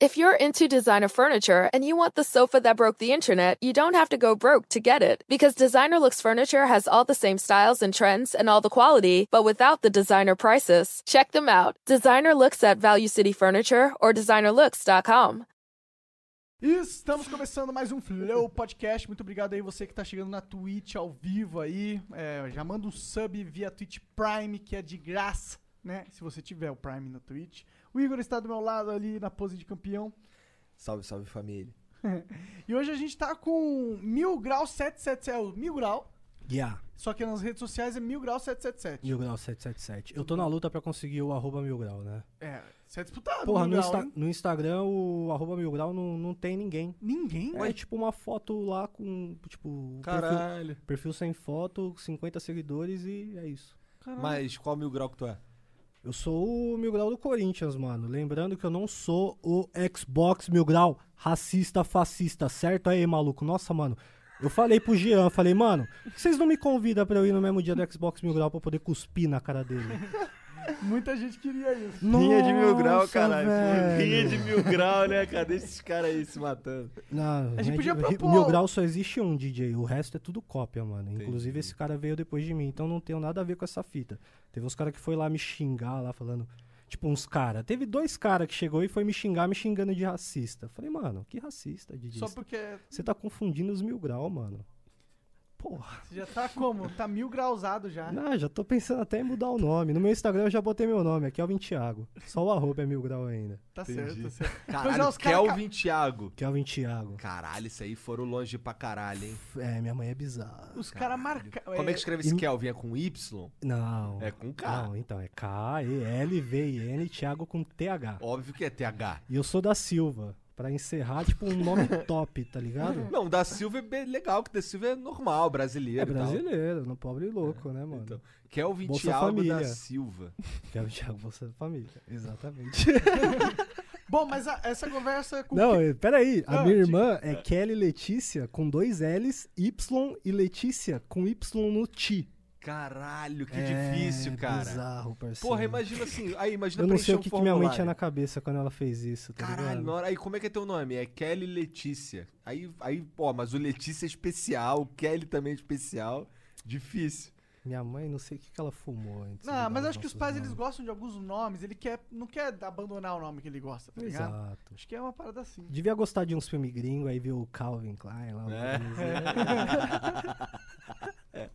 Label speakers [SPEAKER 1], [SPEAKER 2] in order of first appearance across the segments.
[SPEAKER 1] If you're into designer furniture and you want the sofa that broke the internet, you don't have to go broke to get it. Because Designer Looks Furniture has all the same styles and trends and all the quality, but without the designer prices. Check them out. Designer Looks at Value City Furniture or designerlooks.com.
[SPEAKER 2] Estamos começando mais um Flow Podcast. Muito obrigado aí você que tá chegando na Twitch ao vivo aí. É, já manda um sub via Twitch Prime, que é de graça, né? Se você tiver o Prime na Twitch. O Igor está do meu lado ali na pose de campeão.
[SPEAKER 3] Salve, salve família.
[SPEAKER 2] E hoje a gente tá com mil grau 777, é mil grau.
[SPEAKER 4] Yeah,
[SPEAKER 2] Só que nas redes sociais é mil grau 777.
[SPEAKER 4] Mil Grau 777. Eu tô na luta pra conseguir o arroba Mil Grau, né?
[SPEAKER 2] É, você é disputado.
[SPEAKER 4] Porra, no,
[SPEAKER 2] mil
[SPEAKER 4] Insta-
[SPEAKER 2] grau, né? hein?
[SPEAKER 4] no Instagram o arroba Mil Grau não, não tem ninguém.
[SPEAKER 2] Ninguém,
[SPEAKER 4] É
[SPEAKER 2] velho.
[SPEAKER 4] tipo uma foto lá com, tipo, perfil,
[SPEAKER 3] Caralho.
[SPEAKER 4] perfil sem foto, 50 seguidores e é isso.
[SPEAKER 3] Mas qual mil grau que tu é?
[SPEAKER 4] Eu sou o Mil Grau do Corinthians, mano. Lembrando que eu não sou o Xbox Mil Grau racista, fascista, certo? Aí, maluco. Nossa, mano. Eu falei pro Jean, falei, mano, por que vocês não me convidam pra eu ir no mesmo dia do Xbox Mil Grau pra eu poder cuspir na cara dele?
[SPEAKER 2] Muita gente queria isso.
[SPEAKER 3] Rinha de mil grau,
[SPEAKER 4] Nossa,
[SPEAKER 3] caralho.
[SPEAKER 4] velho.
[SPEAKER 3] Rinha de mil grau, né, cara? Deixa esses caras aí se matando.
[SPEAKER 4] Não,
[SPEAKER 2] A gente
[SPEAKER 4] né,
[SPEAKER 2] podia
[SPEAKER 4] de-
[SPEAKER 2] propor-
[SPEAKER 4] Mil Grau só existe um DJ, o resto é tudo cópia, mano.
[SPEAKER 3] Entendi.
[SPEAKER 4] Inclusive esse cara veio depois de mim, então não tenho nada a ver com essa fita. Teve uns caras que foi lá me xingar lá falando, tipo uns caras. Teve dois caras que chegou e foi me xingar, me xingando de racista. Falei, mano, que racista, DJ?
[SPEAKER 2] Só porque
[SPEAKER 4] Você tá confundindo os Mil Grau, mano. Porra.
[SPEAKER 2] você já tá como? Tá mil grausado
[SPEAKER 3] Ah.
[SPEAKER 2] já.
[SPEAKER 4] Não, já tô pensando até em mudar o nome. No meu Instagram eu já botei meu nome, é Kelvin Thiago. Só o arroba é Mil Grau ainda.
[SPEAKER 2] Tá certo,
[SPEAKER 3] Entendi.
[SPEAKER 2] tá certo. Mas é,
[SPEAKER 3] Caralho,
[SPEAKER 2] os cara-
[SPEAKER 3] Kelvin Thiago.
[SPEAKER 4] Kelvin Thiago.
[SPEAKER 3] Caralho, isso aí foram longe pra caralho, hein?
[SPEAKER 4] É, minha mãe é bizarra.
[SPEAKER 2] Os caras marcaram.
[SPEAKER 3] Como é que escreve esse
[SPEAKER 4] Hum.
[SPEAKER 3] Kelvin? É com Y?
[SPEAKER 4] Não.
[SPEAKER 3] É com K.
[SPEAKER 4] Não, então é K-E-L-V-I-N, Thiago com TH.
[SPEAKER 3] Óbvio que é TH.
[SPEAKER 4] E eu sou da Silva, pra encerrar, tipo, um nome top, tá ligado?
[SPEAKER 3] Não, o da Silva é bem legal, que o da Silva é normal, brasileiro.
[SPEAKER 4] É
[SPEAKER 3] e tal.
[SPEAKER 4] brasileiro, não pobre e louco, né, mano?
[SPEAKER 3] Então, Kelvin
[SPEAKER 4] Bolsa
[SPEAKER 3] Thiago da
[SPEAKER 4] Família.
[SPEAKER 3] Silva.
[SPEAKER 4] Que é o Thiago Bolsa Família. Exatamente.
[SPEAKER 2] Bom, mas a- essa conversa é com
[SPEAKER 4] não, eh, peraí, a
[SPEAKER 2] Ah,
[SPEAKER 4] minha
[SPEAKER 2] diga.
[SPEAKER 4] irmã é Kelly Letícia com dois L's, Y e Letícia com Y no Ti.
[SPEAKER 3] Caralho, que
[SPEAKER 4] É
[SPEAKER 3] difícil, cara.
[SPEAKER 4] Bizarro, parceiro.
[SPEAKER 3] Porra, imagina assim. Aí, imagina
[SPEAKER 4] Eu não sei
[SPEAKER 3] preencher
[SPEAKER 4] o
[SPEAKER 3] um
[SPEAKER 4] que, que minha mãe
[SPEAKER 3] formulário.
[SPEAKER 4] tinha na cabeça quando ela fez isso, tá
[SPEAKER 3] Caralho,
[SPEAKER 4] ligado?
[SPEAKER 3] na hora- aí como é que é teu nome? É Kelly Letícia. Aí, aí pô, mas o Letícia é especial, o Kelly também é especial. Difícil.
[SPEAKER 4] Minha mãe, não sei o que, que ela fumou antes. de
[SPEAKER 2] Não,
[SPEAKER 4] dar
[SPEAKER 2] Ah, mas
[SPEAKER 4] os
[SPEAKER 2] acho que os
[SPEAKER 4] nossos
[SPEAKER 2] pais
[SPEAKER 4] nomes.
[SPEAKER 2] eles gostam de alguns nomes, ele quer, não quer abandonar o nome que ele gosta, tá ligado?
[SPEAKER 4] Exato.
[SPEAKER 2] Acho que é uma parada assim.
[SPEAKER 4] Devia gostar de uns filmes gringos, aí viu o Calvin Klein lá.
[SPEAKER 3] É.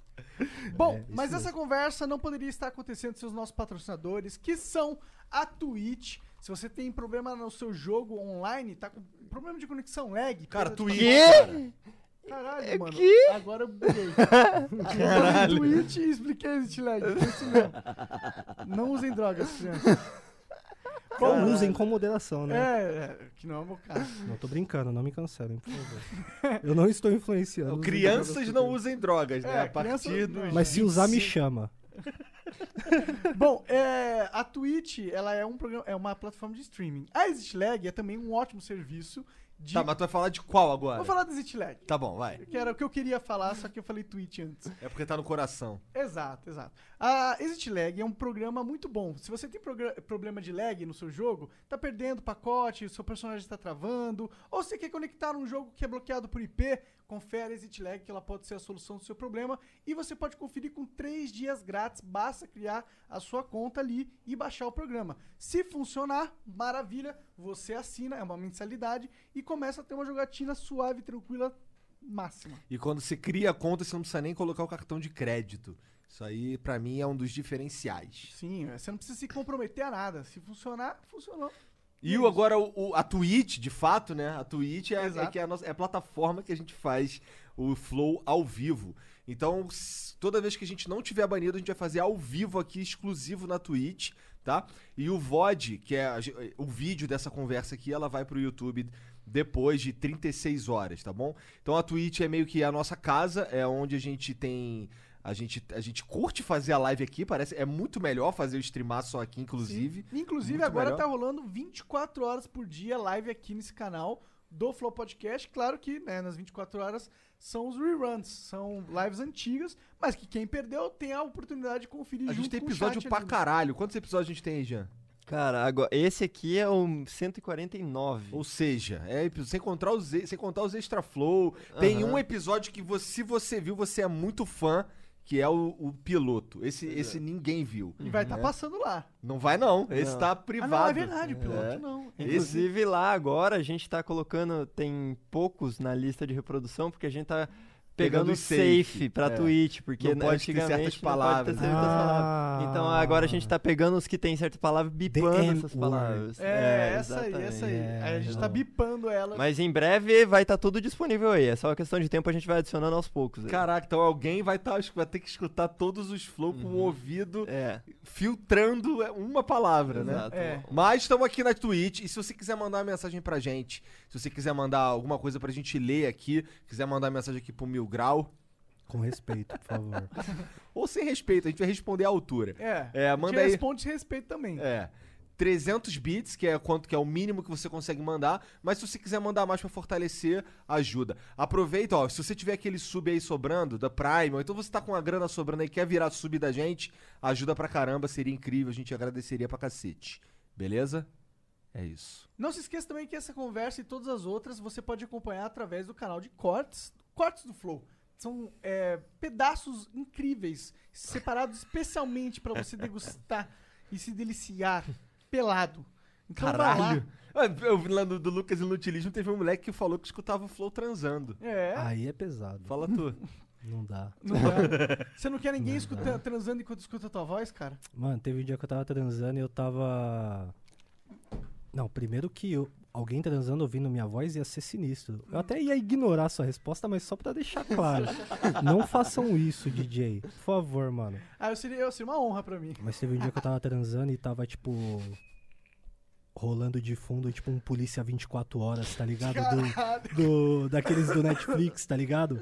[SPEAKER 2] Bom,
[SPEAKER 4] isso
[SPEAKER 2] mas essa conversa não poderia estar acontecendo sem os nossos patrocinadores, que são a Twitch. Se você tem problema no seu jogo online, tá com problema de conexão lag.
[SPEAKER 3] Cara,
[SPEAKER 2] coisa
[SPEAKER 3] Twitch.
[SPEAKER 2] de-
[SPEAKER 3] Quê?
[SPEAKER 2] Caralho, mano. Agora eu buguei. Caralho. Eu falei Twitch e expliquei esse lag. Foi isso mesmo. Não usem drogas, crianças.
[SPEAKER 4] Ou usem com moderação, né?
[SPEAKER 2] É, é, que não é o meu caso.
[SPEAKER 4] Não, tô brincando, não me cancelem, por favor. Eu não estou influenciando. usem
[SPEAKER 3] Crianças
[SPEAKER 4] drogas,
[SPEAKER 3] não
[SPEAKER 4] por
[SPEAKER 3] usem drogas, né?
[SPEAKER 2] É,
[SPEAKER 3] a partir
[SPEAKER 2] criança-
[SPEAKER 3] dos.
[SPEAKER 4] favor. Mas se usar, me
[SPEAKER 3] 25.
[SPEAKER 4] chama.
[SPEAKER 2] Bom, é, a Twitch, ela é um programa, é uma plataforma de streaming. A ExitLag é também um ótimo serviço de
[SPEAKER 3] Tá, mas tu vai falar de qual agora?
[SPEAKER 2] Vou falar da ExitLag,
[SPEAKER 3] Tá bom, vai.
[SPEAKER 2] que era o que eu queria falar, só que eu falei Twitch antes.
[SPEAKER 3] É porque tá no coração.
[SPEAKER 2] Exato, exato. A ExitLag é um programa muito bom. Se você tem progra- problema de lag no seu jogo, tá perdendo pacote, o seu personagem está travando, ou você quer conectar um jogo que é bloqueado por IP, confere a ExitLag que ela pode ser a solução do seu problema e você pode conferir com três dias grátis. Basta criar a sua conta ali e baixar o programa. Se funcionar, maravilha, você assina, é uma mensalidade e começa a ter uma jogatina suave, tranquila, máxima.
[SPEAKER 3] E quando você cria a conta, você não precisa nem colocar o cartão de crédito. Isso aí, pra mim, é um dos diferenciais.
[SPEAKER 2] Sim, você não precisa se comprometer a nada. Se funcionar, funcionou.
[SPEAKER 3] E o, agora o, o- a Twitch, de fato, né? A Twitch é, é,
[SPEAKER 2] Exato.
[SPEAKER 3] que é a nossa, é a plataforma que a gente faz o Flow ao vivo. Então, s- toda vez que a gente não tiver banido, a gente vai fazer ao vivo aqui, exclusivo na Twitch, tá? E o VOD, que é a ge- o vídeo dessa conversa aqui, ela vai pro YouTube depois de 36 horas, tá bom? Então a Twitch é meio que a nossa casa, é onde a gente tem. A gente, a gente curte fazer a live aqui, parece. É muito melhor fazer o streamar só aqui, inclusive.
[SPEAKER 2] Inclusive,
[SPEAKER 3] Muito
[SPEAKER 2] agora
[SPEAKER 3] melhor.
[SPEAKER 2] tá rolando 24 horas por dia live aqui nesse canal do Flow Podcast. Claro que, né, nas 24 horas são os reruns, são lives antigas, mas que quem perdeu tem a oportunidade de conferir
[SPEAKER 3] A gente
[SPEAKER 2] junto
[SPEAKER 3] tem
[SPEAKER 2] com o
[SPEAKER 3] episódio
[SPEAKER 2] chat
[SPEAKER 3] pra
[SPEAKER 2] ali.
[SPEAKER 3] caralho. Quantos episódios a gente tem aí, Jean?
[SPEAKER 5] Cara, agora, esse aqui é o 149.
[SPEAKER 3] Ou seja, é epi- sem contar os, e- sem contar os extra flow. Tem
[SPEAKER 5] Aham.
[SPEAKER 3] um episódio que você, se você viu, você é muito fã, que é o, o piloto. Esse, esse ninguém viu.
[SPEAKER 2] E vai estar
[SPEAKER 3] É.
[SPEAKER 2] passando lá.
[SPEAKER 3] Não vai não, esse
[SPEAKER 5] é. Não.
[SPEAKER 3] tá
[SPEAKER 2] Ah,
[SPEAKER 3] privado.
[SPEAKER 2] não, é verdade, piloto,
[SPEAKER 3] É.
[SPEAKER 2] não.
[SPEAKER 5] Inclusive lá agora a gente tá colocando, tem poucos na lista de reprodução, porque a gente tá
[SPEAKER 3] Pegando
[SPEAKER 5] pegando
[SPEAKER 3] o
[SPEAKER 5] o
[SPEAKER 3] safe,
[SPEAKER 5] safe, pra
[SPEAKER 3] é.
[SPEAKER 5] Twitch, porque né,
[SPEAKER 3] Não pode ter certas
[SPEAKER 5] antigamente
[SPEAKER 3] palavras,
[SPEAKER 5] não
[SPEAKER 3] né?
[SPEAKER 5] pode ter certas palavras.
[SPEAKER 4] Ah.
[SPEAKER 5] Então agora a gente tá pegando os que tem certa palavra e bipando
[SPEAKER 4] The
[SPEAKER 5] essas
[SPEAKER 4] N-word.
[SPEAKER 5] palavas.
[SPEAKER 2] É, essa aí, essa aí.
[SPEAKER 5] exatamente.
[SPEAKER 2] Aí a gente
[SPEAKER 5] É.
[SPEAKER 2] tá bipando ela.
[SPEAKER 5] Mas em breve vai estar tudo disponível aí. É só questão de tempo, a gente vai adicionando aos poucos. aí.
[SPEAKER 3] Caraca, então alguém vai, tá, vai ter que escutar todos os flow com o
[SPEAKER 5] Uhum.
[SPEAKER 3] ouvido
[SPEAKER 5] É,
[SPEAKER 3] filtrando é, uma palavra, né?
[SPEAKER 5] exato.
[SPEAKER 2] É.
[SPEAKER 3] Mas estamos aqui na Twitch e se você quiser mandar uma mensagem pra gente, se você quiser mandar alguma coisa pra gente ler aqui, quiser mandar mensagem aqui pro Mil Grau,
[SPEAKER 4] Com respeito, por favor.
[SPEAKER 3] ou sem respeito, a gente vai responder à altura.
[SPEAKER 2] É.
[SPEAKER 3] É,
[SPEAKER 2] Te
[SPEAKER 3] manda aí.
[SPEAKER 2] responde respeito também.
[SPEAKER 3] É. 300 bits, que é quanto que é o mínimo que você consegue mandar, mas se você quiser mandar mais pra fortalecer, ajuda. Aproveita, ó, se você tiver aquele sub aí sobrando da Prime, ou então você tá com a grana sobrando aí quer virar sub da gente, ajuda pra caramba, seria incrível, a gente agradeceria pra cacete. Beleza? É isso.
[SPEAKER 2] Não se esqueça também que essa conversa e todas as outras você pode acompanhar através do canal de cortes, cortes do Flow. São é, pedaços incríveis, separados especialmente pra você degustar e se deliciar pelado. Então vai lá.
[SPEAKER 3] Ah, Eu vi lá no, do Lucas Inutilismo, teve um moleque que falou que escutava o Flow transando.
[SPEAKER 2] É.
[SPEAKER 4] Aí é pesado.
[SPEAKER 3] Fala tu.
[SPEAKER 4] Não dá.
[SPEAKER 2] Não dá. Você não quer ninguém escuta, transando enquanto escuta a tua voz, cara?
[SPEAKER 4] Mano, teve um dia que eu tava transando e eu tava. Não, primeiro que eu- alguém transando ouvindo minha voz ia ser sinistro. Eu até ia ignorar a sua resposta, mas só pra deixar claro. não façam isso, DJ. Por favor, mano.
[SPEAKER 2] Ah, eu seria, eu seria uma honra pra mim.
[SPEAKER 4] Mas teve um dia que eu tava transando e tava, tipo. Rolando de fundo, tipo um polícia 24 horas, tá ligado? Do, do- daqueles do Netflix, tá ligado?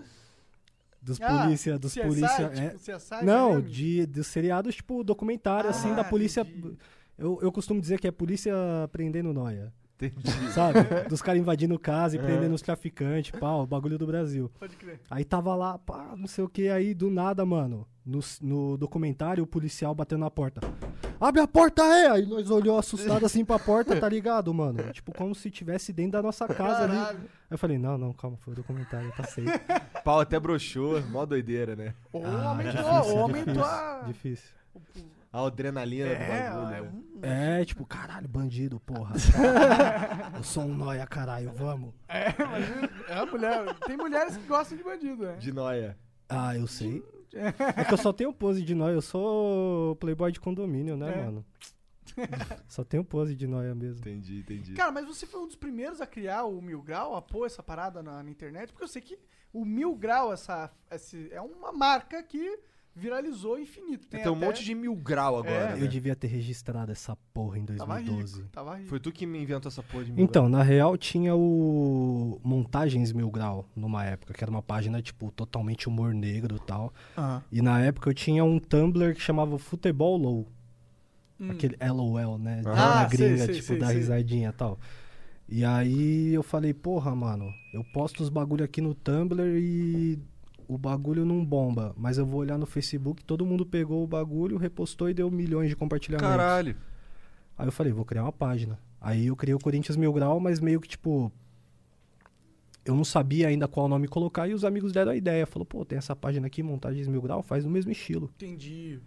[SPEAKER 4] Dos
[SPEAKER 2] Ah,
[SPEAKER 4] polícia, dos
[SPEAKER 2] CSI,
[SPEAKER 4] polícia. é,
[SPEAKER 2] Tipo, CSI,
[SPEAKER 4] não,
[SPEAKER 2] Miami?
[SPEAKER 4] de, de seriados, tipo, documentário, assim, da
[SPEAKER 2] Ah,
[SPEAKER 4] polícia.
[SPEAKER 2] entendi.
[SPEAKER 4] Eu, eu costumo dizer que é polícia prendendo nóia. Sabe? Dos caras invadindo casa
[SPEAKER 2] É.
[SPEAKER 4] e prendendo os traficantes, pau, bagulho do Brasil.
[SPEAKER 2] Pode crer.
[SPEAKER 4] Aí tava lá, pá, não sei o que, aí do nada, mano. No, s- no documentário, o policial bateu na porta. Abre a porta aí! Aí nós olhou assustado assim pra porta, tá ligado, mano? Tipo, como se tivesse dentro da nossa casa ali.
[SPEAKER 2] Caralho.
[SPEAKER 4] Aí eu falei, não, não, calma, foi o documentário, tá safe.
[SPEAKER 3] Pau até broxou, mó doideira, né?
[SPEAKER 2] Ou
[SPEAKER 4] Ah,
[SPEAKER 2] aumentou,
[SPEAKER 4] difícil,
[SPEAKER 2] ou aumentou
[SPEAKER 4] difícil,
[SPEAKER 2] a...
[SPEAKER 4] Difícil.
[SPEAKER 3] A adrenalina
[SPEAKER 2] É,
[SPEAKER 3] do
[SPEAKER 2] é
[SPEAKER 3] bagulho. né?
[SPEAKER 2] um-
[SPEAKER 4] É, tipo, caralho, bandido, porra. Eu sou um nóia, caralho, vamos.
[SPEAKER 2] é a mulher. Tem mulheres que gostam de bandido, né?
[SPEAKER 3] De noia.
[SPEAKER 4] Ah, eu sei. É que eu só tenho pose de nóia, eu sou playboy de condomínio, né,
[SPEAKER 2] É.
[SPEAKER 4] mano? Só tenho pose de nóia mesmo.
[SPEAKER 3] Entendi, entendi.
[SPEAKER 2] Cara, mas você foi um dos primeiros a criar o Mil Grau, a pôr essa parada na, na internet, porque eu sei que o Mil Grau essa, esse, é uma marca que viralizou infinito. Tem,
[SPEAKER 3] Tem um
[SPEAKER 2] até-
[SPEAKER 3] monte de mil grau agora,
[SPEAKER 2] É.
[SPEAKER 4] Eu
[SPEAKER 3] né?
[SPEAKER 4] devia ter registrado essa porra em
[SPEAKER 2] Tava
[SPEAKER 4] 2012.
[SPEAKER 2] rico, Uhum. tava rico.
[SPEAKER 3] Foi tu que me inventou essa porra de mil
[SPEAKER 4] Então, na real tinha o Montagens Mil Grau numa época, que era uma página, tipo, totalmente humor negro e tal.
[SPEAKER 2] Aham.
[SPEAKER 4] E na época eu tinha um Tumblr que chamava Futebol Low. Aquele LOL, né? De
[SPEAKER 2] Ah,
[SPEAKER 4] na
[SPEAKER 2] sei,
[SPEAKER 4] gringa,
[SPEAKER 2] sei,
[SPEAKER 4] tipo,
[SPEAKER 2] sei,
[SPEAKER 4] da
[SPEAKER 2] sei.
[SPEAKER 4] risadinha e tal. E aí eu falei, porra, mano, eu posto os bagulho aqui no Tumblr e o bagulho não bomba. Mas eu vou olhar no Facebook, todo mundo pegou o bagulho, repostou e deu milhões de
[SPEAKER 3] grau.
[SPEAKER 4] compartilhamentos.
[SPEAKER 3] Caralho.
[SPEAKER 4] Aí eu falei, vou criar uma página. Aí eu criei o Corinthians Mil Grau, mas meio que tipo. Eu não sabia ainda qual nome colocar e os amigos deram a ideia. Falou, pô, tem essa página aqui, Montagens Mil Grau, faz no mesmo estilo.
[SPEAKER 2] Entendi.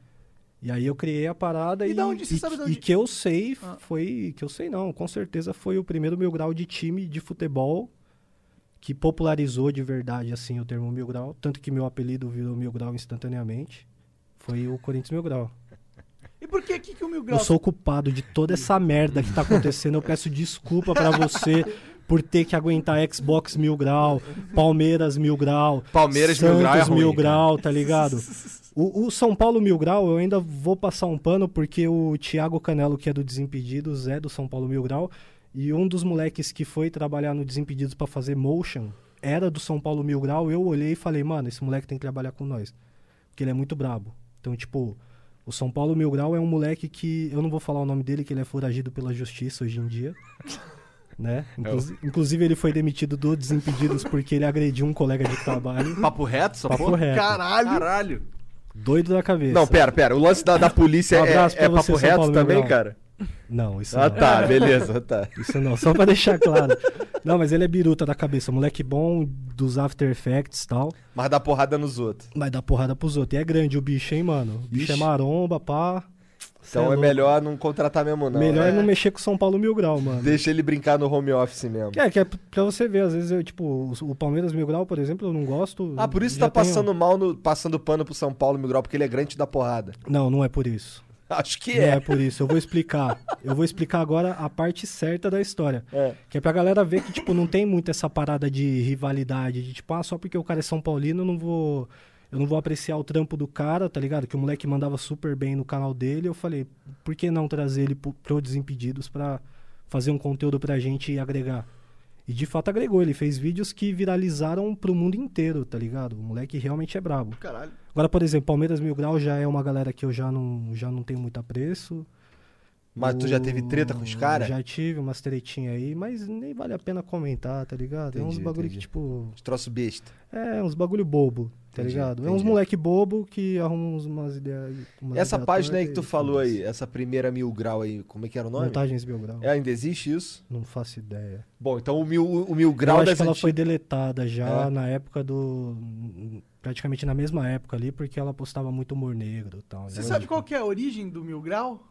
[SPEAKER 4] E aí eu criei a parada
[SPEAKER 2] E
[SPEAKER 4] e,
[SPEAKER 2] da onde- você
[SPEAKER 4] e-
[SPEAKER 2] sabe da
[SPEAKER 4] e
[SPEAKER 2] onde-
[SPEAKER 4] que eu sei
[SPEAKER 2] Ah.
[SPEAKER 4] foi que eu sei não, com certeza foi o primeiro mil grau de time de futebol que popularizou de verdade assim o termo mil grau, tanto que meu apelido virou mil grau instantaneamente. Foi o Corinthians Mil Grau.
[SPEAKER 2] E por que, que, que o Mil
[SPEAKER 4] Eu
[SPEAKER 2] Grau...
[SPEAKER 4] sou o culpado de toda essa merda que tá acontecendo. Eu peço desculpa pra você por ter que aguentar Xbox Mil Grau, Palmeiras Mil Grau,
[SPEAKER 3] Palmeiras Mil
[SPEAKER 4] Santos
[SPEAKER 3] Grau é ruim,
[SPEAKER 4] Mil
[SPEAKER 3] cara.
[SPEAKER 4] Grau, tá ligado? O, o São Paulo Mil Grau, eu ainda vou passar um pano, porque o Thiago Canelo, que é do Desimpedidos, é do São Paulo Mil Grau. E um dos moleques que foi trabalhar no Desimpedidos pra fazer motion era do São Paulo Mil Grau. Eu olhei e falei, mano, esse moleque tem que trabalhar com nós. Porque ele é muito brabo. Então, tipo, o São Paulo Mil Grau é um moleque que. Eu não vou falar o nome dele, que ele é foragido pela justiça hoje em dia. Né?
[SPEAKER 3] É
[SPEAKER 4] Inclusi- Inclusive, ele foi demitido do Desimpedidos porque ele agrediu um colega de trabalho.
[SPEAKER 3] Papo reto, essa
[SPEAKER 4] Papo
[SPEAKER 3] porra?
[SPEAKER 4] reto.
[SPEAKER 3] Caralho. Caralho.
[SPEAKER 4] Doido da cabeça.
[SPEAKER 3] Não, pera, pera. O lance da, da polícia
[SPEAKER 4] Um
[SPEAKER 3] é,
[SPEAKER 4] abraço
[SPEAKER 3] é
[SPEAKER 4] pra você,
[SPEAKER 3] papo
[SPEAKER 4] São
[SPEAKER 3] reto
[SPEAKER 4] Paulo,
[SPEAKER 3] também,
[SPEAKER 4] Miguel.
[SPEAKER 3] cara?
[SPEAKER 4] Não, isso
[SPEAKER 6] Ah,
[SPEAKER 4] não.
[SPEAKER 6] tá, beleza, tá.
[SPEAKER 4] Isso não, só pra deixar claro. Não, mas ele é biruta da cabeça. Moleque bom dos After Effects e tal.
[SPEAKER 6] Mas dá porrada nos outros.
[SPEAKER 4] Mas dá porrada pros outros. E é grande o bicho, hein, mano? O bicho é
[SPEAKER 6] Ixi.
[SPEAKER 4] maromba, pá. Cê
[SPEAKER 6] Então é,
[SPEAKER 4] louco.
[SPEAKER 6] melhor não contratar mesmo, não.
[SPEAKER 4] Melhor é
[SPEAKER 6] né?
[SPEAKER 4] não mexer com São Paulo Mil Grau,
[SPEAKER 3] É,
[SPEAKER 4] mano.
[SPEAKER 6] Deixa ele brincar no home office mesmo.
[SPEAKER 4] É, que é pra você ver, às vezes eu, tipo, o- o Palmeiras Mil Grau, por exemplo, eu não gosto.
[SPEAKER 6] Ah, por isso
[SPEAKER 4] Já
[SPEAKER 6] tá
[SPEAKER 4] tenho-
[SPEAKER 6] passando mal, no, passando pano pro São Paulo, Miguel, porque ele é grande da porrada.
[SPEAKER 4] Não, não é por isso.
[SPEAKER 6] Acho que
[SPEAKER 4] Não
[SPEAKER 6] é.
[SPEAKER 4] é por isso. Eu vou explicar. Eu vou explicar agora a parte certa da história.
[SPEAKER 6] É.
[SPEAKER 4] Que é pra galera ver que, tipo, não tem muito essa parada de rivalidade, de tipo, ah, só porque o cara é São Paulino, eu não vou. Eu não vou apreciar o trampo do cara, tá ligado? Que o moleque mandava super bem no canal dele. Eu falei, por que não trazer ele pro, pro Desimpedidos pra fazer um conteúdo pra gente e agregar? E de fato agregou, ele fez vídeos que viralizaram pro mundo inteiro, tá ligado? O moleque realmente é brabo.
[SPEAKER 2] Caralho.
[SPEAKER 4] Agora, por exemplo, Palmeiras Mil Grau já é uma galera que eu já não, já não tenho muito apreço.
[SPEAKER 6] Mas tu já teve treta com os caras?
[SPEAKER 4] Hum, Já tive umas tretinhas aí, mas nem vale a pena comentar, tá ligado? é uns
[SPEAKER 6] Entendi,
[SPEAKER 4] bagulho
[SPEAKER 6] entendi.
[SPEAKER 4] que, tipo.
[SPEAKER 6] Os troço besta.
[SPEAKER 4] É, uns bagulho bobo, tá
[SPEAKER 6] Entendi,
[SPEAKER 4] ligado? É uns
[SPEAKER 6] entendi.
[SPEAKER 4] moleque bobo que arruma uns- umas ideias. umas
[SPEAKER 6] Essa
[SPEAKER 4] ideias
[SPEAKER 6] página aí que
[SPEAKER 4] tortas
[SPEAKER 6] tu
[SPEAKER 4] e
[SPEAKER 6] falou aí,
[SPEAKER 4] foda-se. tá
[SPEAKER 6] essa primeira mil grau aí, como é que era o nome?
[SPEAKER 4] Montagens Mil Grau.
[SPEAKER 6] É, ainda existe isso?
[SPEAKER 4] Não faço ideia.
[SPEAKER 6] Bom, então o mil, o mil grau
[SPEAKER 4] eu acho
[SPEAKER 6] das
[SPEAKER 4] que ela
[SPEAKER 6] anti-
[SPEAKER 4] foi deletada já
[SPEAKER 6] É?
[SPEAKER 4] na época do. Praticamente na mesma época ali, porque ela postava muito humor negro e tal.
[SPEAKER 2] Você
[SPEAKER 4] Eu
[SPEAKER 2] sabe
[SPEAKER 4] acho-
[SPEAKER 2] qual que é a origem do Mil Grau?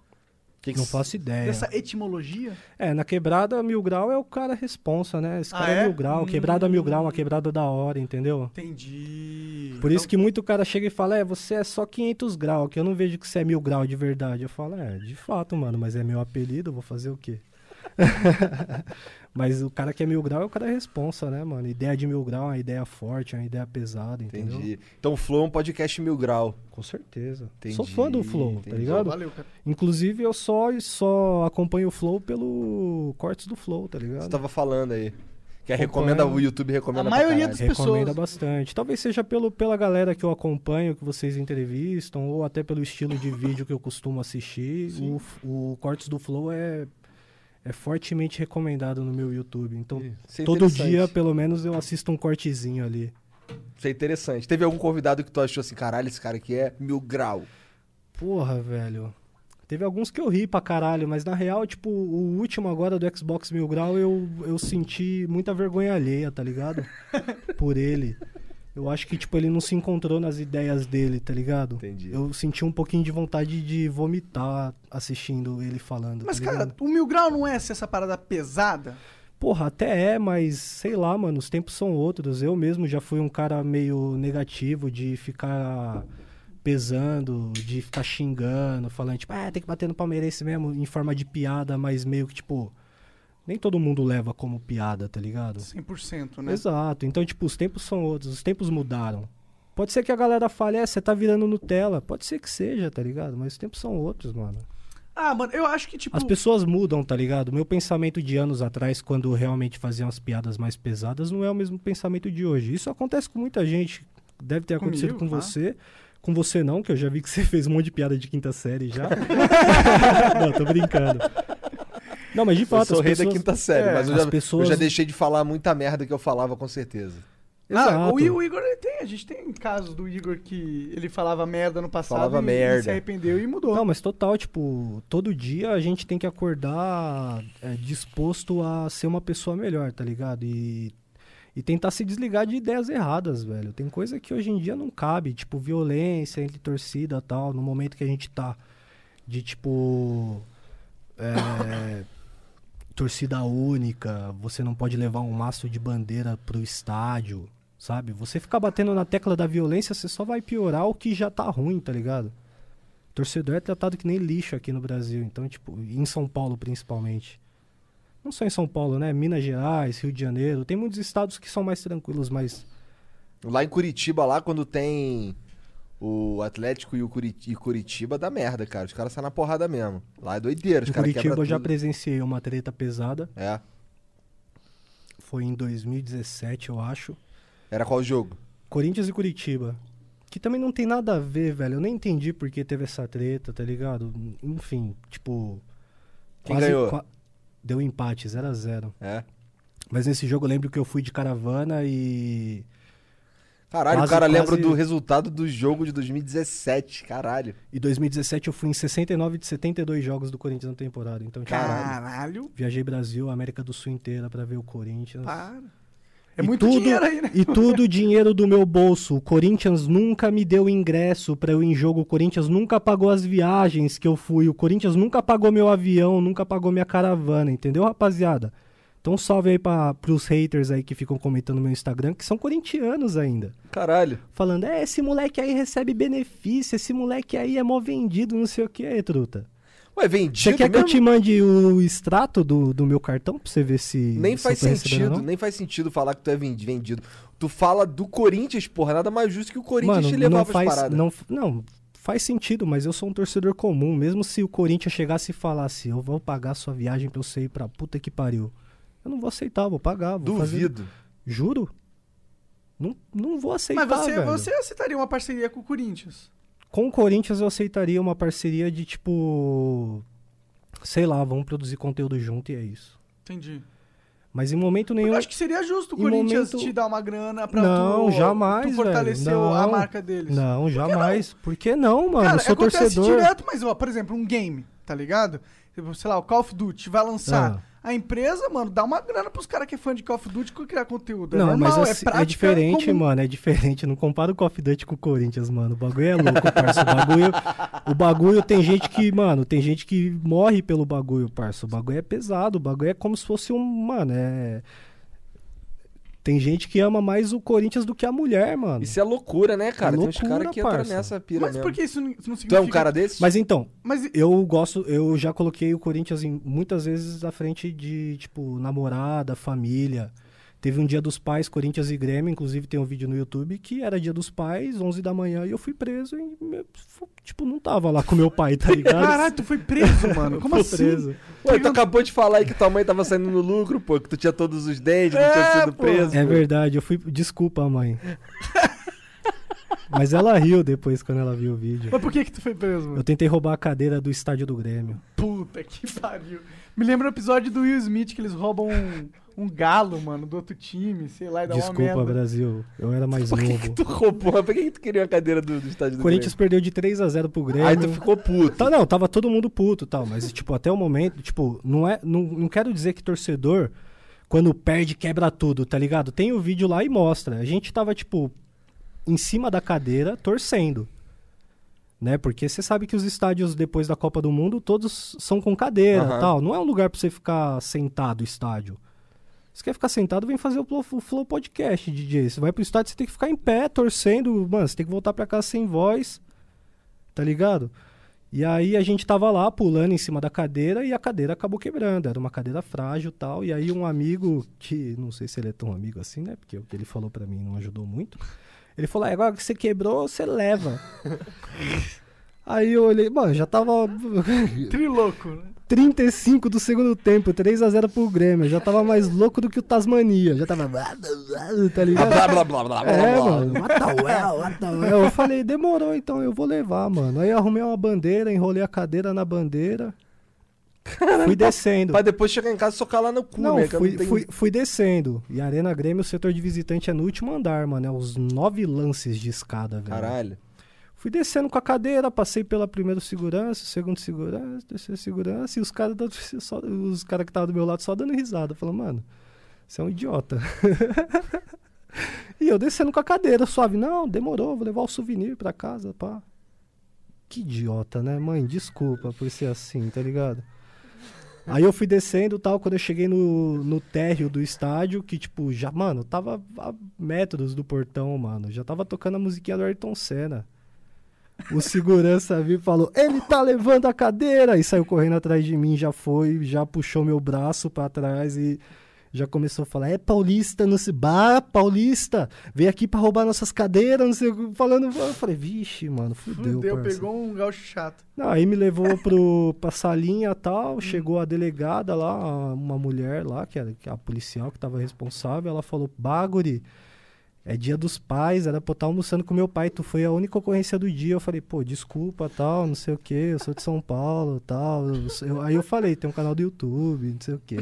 [SPEAKER 6] que que
[SPEAKER 4] Não
[SPEAKER 6] c-
[SPEAKER 4] faço ideia.
[SPEAKER 2] Dessa etimologia?
[SPEAKER 4] É, na quebrada mil grau é o cara responsa, né? Esse
[SPEAKER 2] Ah,
[SPEAKER 4] cara é?
[SPEAKER 2] é?
[SPEAKER 4] mil grau, quebrada mil grau, uma quebrada da hora, entendeu?
[SPEAKER 2] Entendi. Então,
[SPEAKER 4] Por isso que muito cara chega e fala, é, você é só 500 grau, que eu não vejo que você é mil grau de verdade. Eu falo, é, de fato, mano, mas é meu apelido, eu vou fazer o quê? mas o cara que é mil grau é o cara responsa, né, mano? Ideia de mil grau é uma ideia forte, é uma ideia pesada, entendeu?
[SPEAKER 6] Entendi. Então o Flow é um podcast mil grau.
[SPEAKER 4] Com certeza.
[SPEAKER 6] Entendi,
[SPEAKER 4] Sou fã do Flow, tá
[SPEAKER 6] entendi.
[SPEAKER 2] Então,
[SPEAKER 4] ligado?
[SPEAKER 2] valeu, cara.
[SPEAKER 4] Inclusive, eu só, só acompanho o Flow pelo cortes do Flow, tá ligado?
[SPEAKER 6] Você tava falando aí. Que é
[SPEAKER 4] Acompanha.
[SPEAKER 6] recomenda, o YouTube recomenda
[SPEAKER 2] A
[SPEAKER 6] pra
[SPEAKER 2] maioria
[SPEAKER 6] caralho.
[SPEAKER 2] dos-
[SPEAKER 4] Recomenda
[SPEAKER 2] pessoas.
[SPEAKER 4] bastante. Talvez seja pelo, pela galera que eu acompanho, que vocês entrevistam, ou até pelo estilo de vídeo que eu costumo assistir. O, f- o Cortes do Flow é, é fortemente recomendado no meu YouTube. Então,
[SPEAKER 6] Isso é
[SPEAKER 4] todo
[SPEAKER 6] interessante.
[SPEAKER 4] dia, pelo menos, eu assisto um cortezinho ali.
[SPEAKER 6] Isso é interessante. Teve algum convidado que tu achou assim, caralho, esse cara aqui é mil grau.
[SPEAKER 4] Porra, velho. Teve alguns que eu ri pra caralho, mas na real, tipo, o último agora do Xbox Mil Grau, eu, eu senti muita vergonha alheia, tá ligado? Por ele. Eu acho que, tipo, ele não se encontrou nas ideias dele, tá ligado?
[SPEAKER 6] Entendi.
[SPEAKER 4] Eu senti um pouquinho de vontade de vomitar assistindo ele falando.
[SPEAKER 2] Mas,
[SPEAKER 4] tá
[SPEAKER 2] cara,
[SPEAKER 4] ligado?
[SPEAKER 2] o Mil Grau não é essa essa parada pesada?
[SPEAKER 4] Porra, até é, mas sei lá, mano, os tempos são outros. Eu mesmo já fui um cara meio negativo de ficar pesando, de ficar xingando, falando, tipo, ah, tem que bater no palmeirense mesmo, em forma de piada, mas meio que, tipo, nem todo mundo leva como piada, tá ligado?
[SPEAKER 2] 100%, né?
[SPEAKER 4] Exato. Então, tipo, os tempos são outros, os tempos mudaram. Pode ser que a galera fale, é, você tá virando Nutella. Pode ser que seja, tá ligado? Mas os tempos são outros, mano.
[SPEAKER 2] Ah, mano, eu acho que, tipo...
[SPEAKER 4] As pessoas mudam, tá ligado? Meu pensamento de anos atrás, quando eu realmente fazia umas piadas mais pesadas, não é o mesmo pensamento de hoje. Isso acontece com muita gente. Deve ter acontecido
[SPEAKER 2] Comigo,
[SPEAKER 4] com
[SPEAKER 2] claro.
[SPEAKER 4] você. Com você não, que eu já vi que você fez um monte de piada de quinta série já. não, tô brincando. Não, mas de
[SPEAKER 6] Eu
[SPEAKER 4] fato,
[SPEAKER 6] sou
[SPEAKER 4] as
[SPEAKER 6] rei
[SPEAKER 4] pessoas...
[SPEAKER 6] da quinta série,
[SPEAKER 4] É,
[SPEAKER 6] mas eu
[SPEAKER 4] as
[SPEAKER 6] já,
[SPEAKER 4] pessoas-
[SPEAKER 6] eu já deixei de falar muita merda que eu falava, com certeza.
[SPEAKER 2] Ah,
[SPEAKER 4] Exato.
[SPEAKER 2] o I- o Igor ele tem, a gente tem casos do Igor que ele falava merda no passado
[SPEAKER 6] Falava
[SPEAKER 2] e,
[SPEAKER 6] merda.
[SPEAKER 2] e se arrependeu e mudou.
[SPEAKER 4] Não, mas total, tipo, todo dia a gente tem que acordar é, disposto a ser uma pessoa melhor, tá ligado? E, e tentar se desligar de ideias erradas, velho. Tem coisa que hoje em dia não cabe, tipo, violência entre torcida e tal, no momento que a gente tá de tipo. é, torcida única, você não pode levar um maço de bandeira pro estádio, sabe? Você ficar batendo na tecla da violência, você só vai piorar o que já tá ruim, tá ligado? Torcedor é tratado que nem lixo aqui no Brasil, então, tipo, e em São Paulo principalmente. Não só em São Paulo, né? Minas Gerais, Rio de Janeiro, tem muitos estados que são mais tranquilos, mas
[SPEAKER 6] Lá em Curitiba, lá quando tem o Atlético e o Curi- e Curitiba, dá merda, cara. Os caras saem na porrada mesmo. Lá é doideira, os
[SPEAKER 4] em
[SPEAKER 6] caras
[SPEAKER 4] Curitiba eu já
[SPEAKER 6] tudo.
[SPEAKER 4] presenciei uma treta pesada.
[SPEAKER 6] É.
[SPEAKER 4] Foi em 2017, eu acho.
[SPEAKER 6] Era qual jogo?
[SPEAKER 4] Corinthians e Curitiba. Que também não tem nada a ver, velho. Eu nem entendi por que teve essa treta, tá ligado? Enfim, tipo.
[SPEAKER 6] Quem ganhou?
[SPEAKER 4] Deu empate, 0 a 0
[SPEAKER 6] É.
[SPEAKER 4] Mas nesse jogo eu lembro que eu fui de caravana e.
[SPEAKER 6] Caralho,
[SPEAKER 4] Quase,
[SPEAKER 6] o cara
[SPEAKER 4] quase-
[SPEAKER 6] lembra do resultado do jogo de 2017, caralho.
[SPEAKER 4] E 2017 eu fui em 69 de 72 jogos do Corinthians na temporada. Então, tipo,
[SPEAKER 2] Caralho.
[SPEAKER 4] viajei Brasil, América do Sul inteira pra ver o Corinthians.
[SPEAKER 2] Para. É
[SPEAKER 4] E
[SPEAKER 2] muito
[SPEAKER 4] tudo-
[SPEAKER 2] dinheiro aí, né?
[SPEAKER 4] E tudo dinheiro do meu bolso. O Corinthians nunca me deu ingresso pra eu ir em jogo. O Corinthians nunca pagou as viagens que eu fui. O Corinthians nunca pagou meu avião, nunca pagou minha caravana, entendeu, rapaziada? Então salve aí pra, pros haters aí que ficam comentando no meu Instagram, que são corintianos ainda.
[SPEAKER 6] Caralho.
[SPEAKER 4] Falando, é, esse moleque aí recebe benefício, esse moleque aí é mó vendido, não sei o que, aí, truta.
[SPEAKER 6] Ué, é
[SPEAKER 4] Você
[SPEAKER 6] vendido
[SPEAKER 4] quer que eu
[SPEAKER 6] mesmo?
[SPEAKER 4] te mande o extrato do, do meu cartão pra você ver se.
[SPEAKER 6] Nem
[SPEAKER 4] se eu
[SPEAKER 6] faz
[SPEAKER 4] tô recebendo ou
[SPEAKER 6] sentido,
[SPEAKER 4] não?
[SPEAKER 6] nem faz sentido falar que tu é vendi- vendido. Tu fala do Corinthians, porra, nada mais justo que o Corinthians te levar
[SPEAKER 4] não
[SPEAKER 6] pras
[SPEAKER 4] faz,
[SPEAKER 6] paradas.
[SPEAKER 4] não, não, faz sentido, mas eu sou um torcedor comum. Mesmo se o Corinthians chegasse e falasse, eu vou pagar sua viagem pra eu você ir pra puta que pariu. Eu não vou aceitar, eu vou pagar. Vou fazer-
[SPEAKER 6] Duvido.
[SPEAKER 4] Juro? Não, não vou aceitar,
[SPEAKER 2] Mas você,
[SPEAKER 4] velho.
[SPEAKER 2] você aceitaria uma parceria com o Corinthians?
[SPEAKER 4] Com o Corinthians eu aceitaria uma parceria de tipo... Sei lá, vamos produzir conteúdo junto e é isso.
[SPEAKER 2] Entendi.
[SPEAKER 4] Mas em momento
[SPEAKER 2] Eu
[SPEAKER 4] nenhum...
[SPEAKER 2] acho que seria justo o
[SPEAKER 4] Em
[SPEAKER 2] Corinthians
[SPEAKER 4] momento-
[SPEAKER 2] te dar uma grana pra
[SPEAKER 4] Não,
[SPEAKER 2] tu,
[SPEAKER 4] jamais,
[SPEAKER 2] tu fortalecer
[SPEAKER 4] velho.
[SPEAKER 2] o- a
[SPEAKER 4] Não.
[SPEAKER 2] marca deles.
[SPEAKER 4] Não, jamais. Por que não, mano?
[SPEAKER 2] Cara,
[SPEAKER 4] eu sou
[SPEAKER 2] acontece
[SPEAKER 4] torcedor.
[SPEAKER 2] direto, mas, ó, por exemplo, um game, tá ligado? Tipo, Sei lá, o Call of Duty vai
[SPEAKER 4] É.
[SPEAKER 2] lançar. A empresa, mano, dá uma grana pros caras que é fã de Call of Duty que criar conteúdo. é
[SPEAKER 4] Não,
[SPEAKER 2] normal,
[SPEAKER 4] mas assim,
[SPEAKER 2] é,
[SPEAKER 4] é,
[SPEAKER 2] prática
[SPEAKER 4] diferente,
[SPEAKER 2] comum.
[SPEAKER 4] mano. É diferente. Não compara o Call of Duty com o Corinthians, mano. O bagulho é louco, parça. O bagulho, o bagulho tem gente que, mano, tem gente que morre pelo bagulho, parça. O bagulho é pesado. O bagulho é como se fosse um. Mano, é. Tem gente que ama mais o Corinthians do que a mulher, mano.
[SPEAKER 6] Isso é loucura, né, cara? Tem uns
[SPEAKER 4] loucura,
[SPEAKER 6] caras que entram
[SPEAKER 4] parça.
[SPEAKER 6] nessa pira
[SPEAKER 2] Mas
[SPEAKER 6] mesmo.
[SPEAKER 2] por que isso não isso não
[SPEAKER 6] Tu
[SPEAKER 2] significa...
[SPEAKER 6] é um cara desse?
[SPEAKER 4] Mas então,
[SPEAKER 2] Mas e-
[SPEAKER 4] eu gosto, eu já coloquei o Corinthians em, muitas vezes à frente de, tipo, namorada, família. Teve um dia dos pais, Corinthians e Grêmio, inclusive tem um vídeo no YouTube, que era dia dos pais, 11 da manhã, e eu fui preso e, meu, fu- tipo, não tava lá com meu pai, tá ligado?
[SPEAKER 2] Caralho, tu foi preso, mano. Como
[SPEAKER 4] Fui
[SPEAKER 2] assim?
[SPEAKER 4] preso.
[SPEAKER 6] Ué, tu acabou de falar aí que tua mãe tava saindo no lucro, pô, que tu tinha todos os dentes, não tinha sido preso.
[SPEAKER 4] É
[SPEAKER 6] pô.
[SPEAKER 4] verdade, eu fui... Desculpa, mãe. Mas ela riu depois quando ela viu o vídeo.
[SPEAKER 2] Mas por que que tu foi preso, mano?
[SPEAKER 4] Eu tentei roubar a cadeira do estádio do Grêmio.
[SPEAKER 2] Puta que pariu. Me lembra o episódio do Will Smith que eles roubam um, um galo, mano, do outro time, sei
[SPEAKER 6] É,
[SPEAKER 2] lá, e dá uma
[SPEAKER 4] Desculpa,
[SPEAKER 2] merda.
[SPEAKER 4] Brasil. Eu era mais
[SPEAKER 6] Por que,
[SPEAKER 4] novo.
[SPEAKER 6] que tu roubou? Por que, que tu queria uma cadeira do, do estádio do
[SPEAKER 4] Corinthians perdeu de 3 a 0 pro Grêmio.
[SPEAKER 6] Grêmio? Aí tu ficou puto.
[SPEAKER 4] Tá, não, tava todo mundo puto e tal, mas, tipo, até o momento, tipo, não é. Não, não quero dizer que torcedor, quando perde, quebra tudo, tá ligado? Tem o vídeo lá e mostra. A gente tava, tipo, em cima da cadeira, torcendo. Né? Porque você sabe que os estádios depois da Copa do Mundo, todos são com cadeira
[SPEAKER 6] Aham.
[SPEAKER 4] tal. Não é um lugar pra você ficar sentado, estádio. Você quer ficar sentado, vem fazer o Flow, o Flow Podcast, DJ. Você vai pro estádio, você tem que ficar em pé, torcendo. Mano, você tem que voltar pra casa sem voz. Tá ligado? E aí a gente tava lá pulando em cima da cadeira e a cadeira acabou quebrando. Era uma cadeira frágil e tal. E aí um amigo, que não sei se ele é tão amigo assim, né? Porque o que ele falou pra mim não ajudou muito. Ele falou, "Ah, agora que você quebrou, você leva. aí eu olhei, mano, já tava
[SPEAKER 2] Triloco, né?
[SPEAKER 4] 35 do segundo tempo, 3 a 0 pro Grêmio. Eu Já tava mais louco do que o Tasmania. Já tava. Tá
[SPEAKER 6] Ah,
[SPEAKER 4] ligado?
[SPEAKER 6] Blá, blá, blá, blá, blá,
[SPEAKER 4] É,
[SPEAKER 6] blá.
[SPEAKER 4] mano. What the well, what the well. Eu falei, demorou então, eu vou levar, mano. Aí arrumei uma bandeira, enrolei a cadeira na bandeira. Fui descendo.
[SPEAKER 6] Pra depois chegar em casa e socar lá no cu,
[SPEAKER 4] Não,
[SPEAKER 6] né? que eu
[SPEAKER 4] fui,
[SPEAKER 6] não tenho-
[SPEAKER 4] fui, fui descendo. E a Arena Grêmio, o setor de visitante é no último andar, mano. É os nove lances de escada, velho.
[SPEAKER 6] Caralho.
[SPEAKER 4] Fui descendo com a cadeira, passei pela primeira segurança, segundo segurança, terceira segurança, e os caras da- só- os cara que estavam do meu lado só dando risada, falando, mano, você é um idiota. e eu descendo com a cadeira, suave, não, demorou, vou levar o souvenir pra casa, pá. Que idiota, né, mãe? Desculpa por ser assim, tá ligado? Aí eu fui descendo e tal, quando eu cheguei no, no térreo do estádio, que tipo, já, mano, tava a metros do portão, mano. Já tava tocando a musiquinha do Ayrton Senna. O segurança viu e falou: Ele tá levando a cadeira! E saiu correndo atrás de mim, já foi, já puxou meu braço pra trás e já começou a falar: É paulista, não se. Bah, paulista! Veio aqui pra roubar nossas cadeiras, não sei o que. Falando, eu falei: Vixe, mano, fudeu.
[SPEAKER 2] Fudeu,
[SPEAKER 4] parça."
[SPEAKER 2] pegou um gaúcho chato.
[SPEAKER 4] Não, aí me levou pro, pra salinha e tal, chegou a delegada lá, uma mulher lá, que era que a policial que tava responsável, ela falou, Baguri, é dia dos pais, era pra eu estar almoçando com meu pai, tu foi a única ocorrência do dia. Eu falei, pô, desculpa, tal, não sei o que, eu sou de São Paulo, tal. eu sou- eu- aí eu falei, tem um canal do YouTube, não sei o que.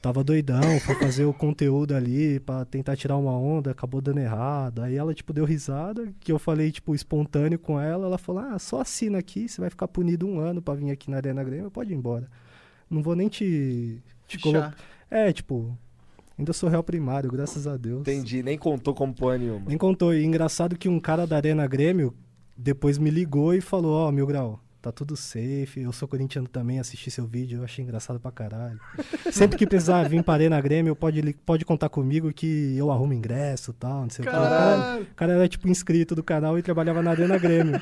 [SPEAKER 4] Tava doidão, foi fazer o conteúdo ali pra tentar tirar uma onda, acabou dando errado. Aí ela, tipo, deu risada, que eu falei, tipo, espontâneo com ela. Ela falou: Ah, só assina aqui, você vai ficar punido um ano pra vir aqui na Arena Grêmio, pode ir embora. Não vou nem te, te colocar. É, tipo, ainda sou réu primário, graças a Deus.
[SPEAKER 6] Entendi, nem contou como porra nenhuma.
[SPEAKER 4] Nem contou. E engraçado que um cara da Arena Grêmio depois me ligou e falou: Ó, Mil Grau, tá tudo safe. Eu sou corintiano também, assisti seu vídeo, eu achei engraçado pra caralho. Sempre que precisar vir pra Arena Grêmio, pode, li- pode contar comigo que eu arrumo ingresso e tal, não sei o que. O cara,
[SPEAKER 2] Caralho!
[SPEAKER 4] o cara era tipo inscrito do canal e trabalhava na Arena Grêmio.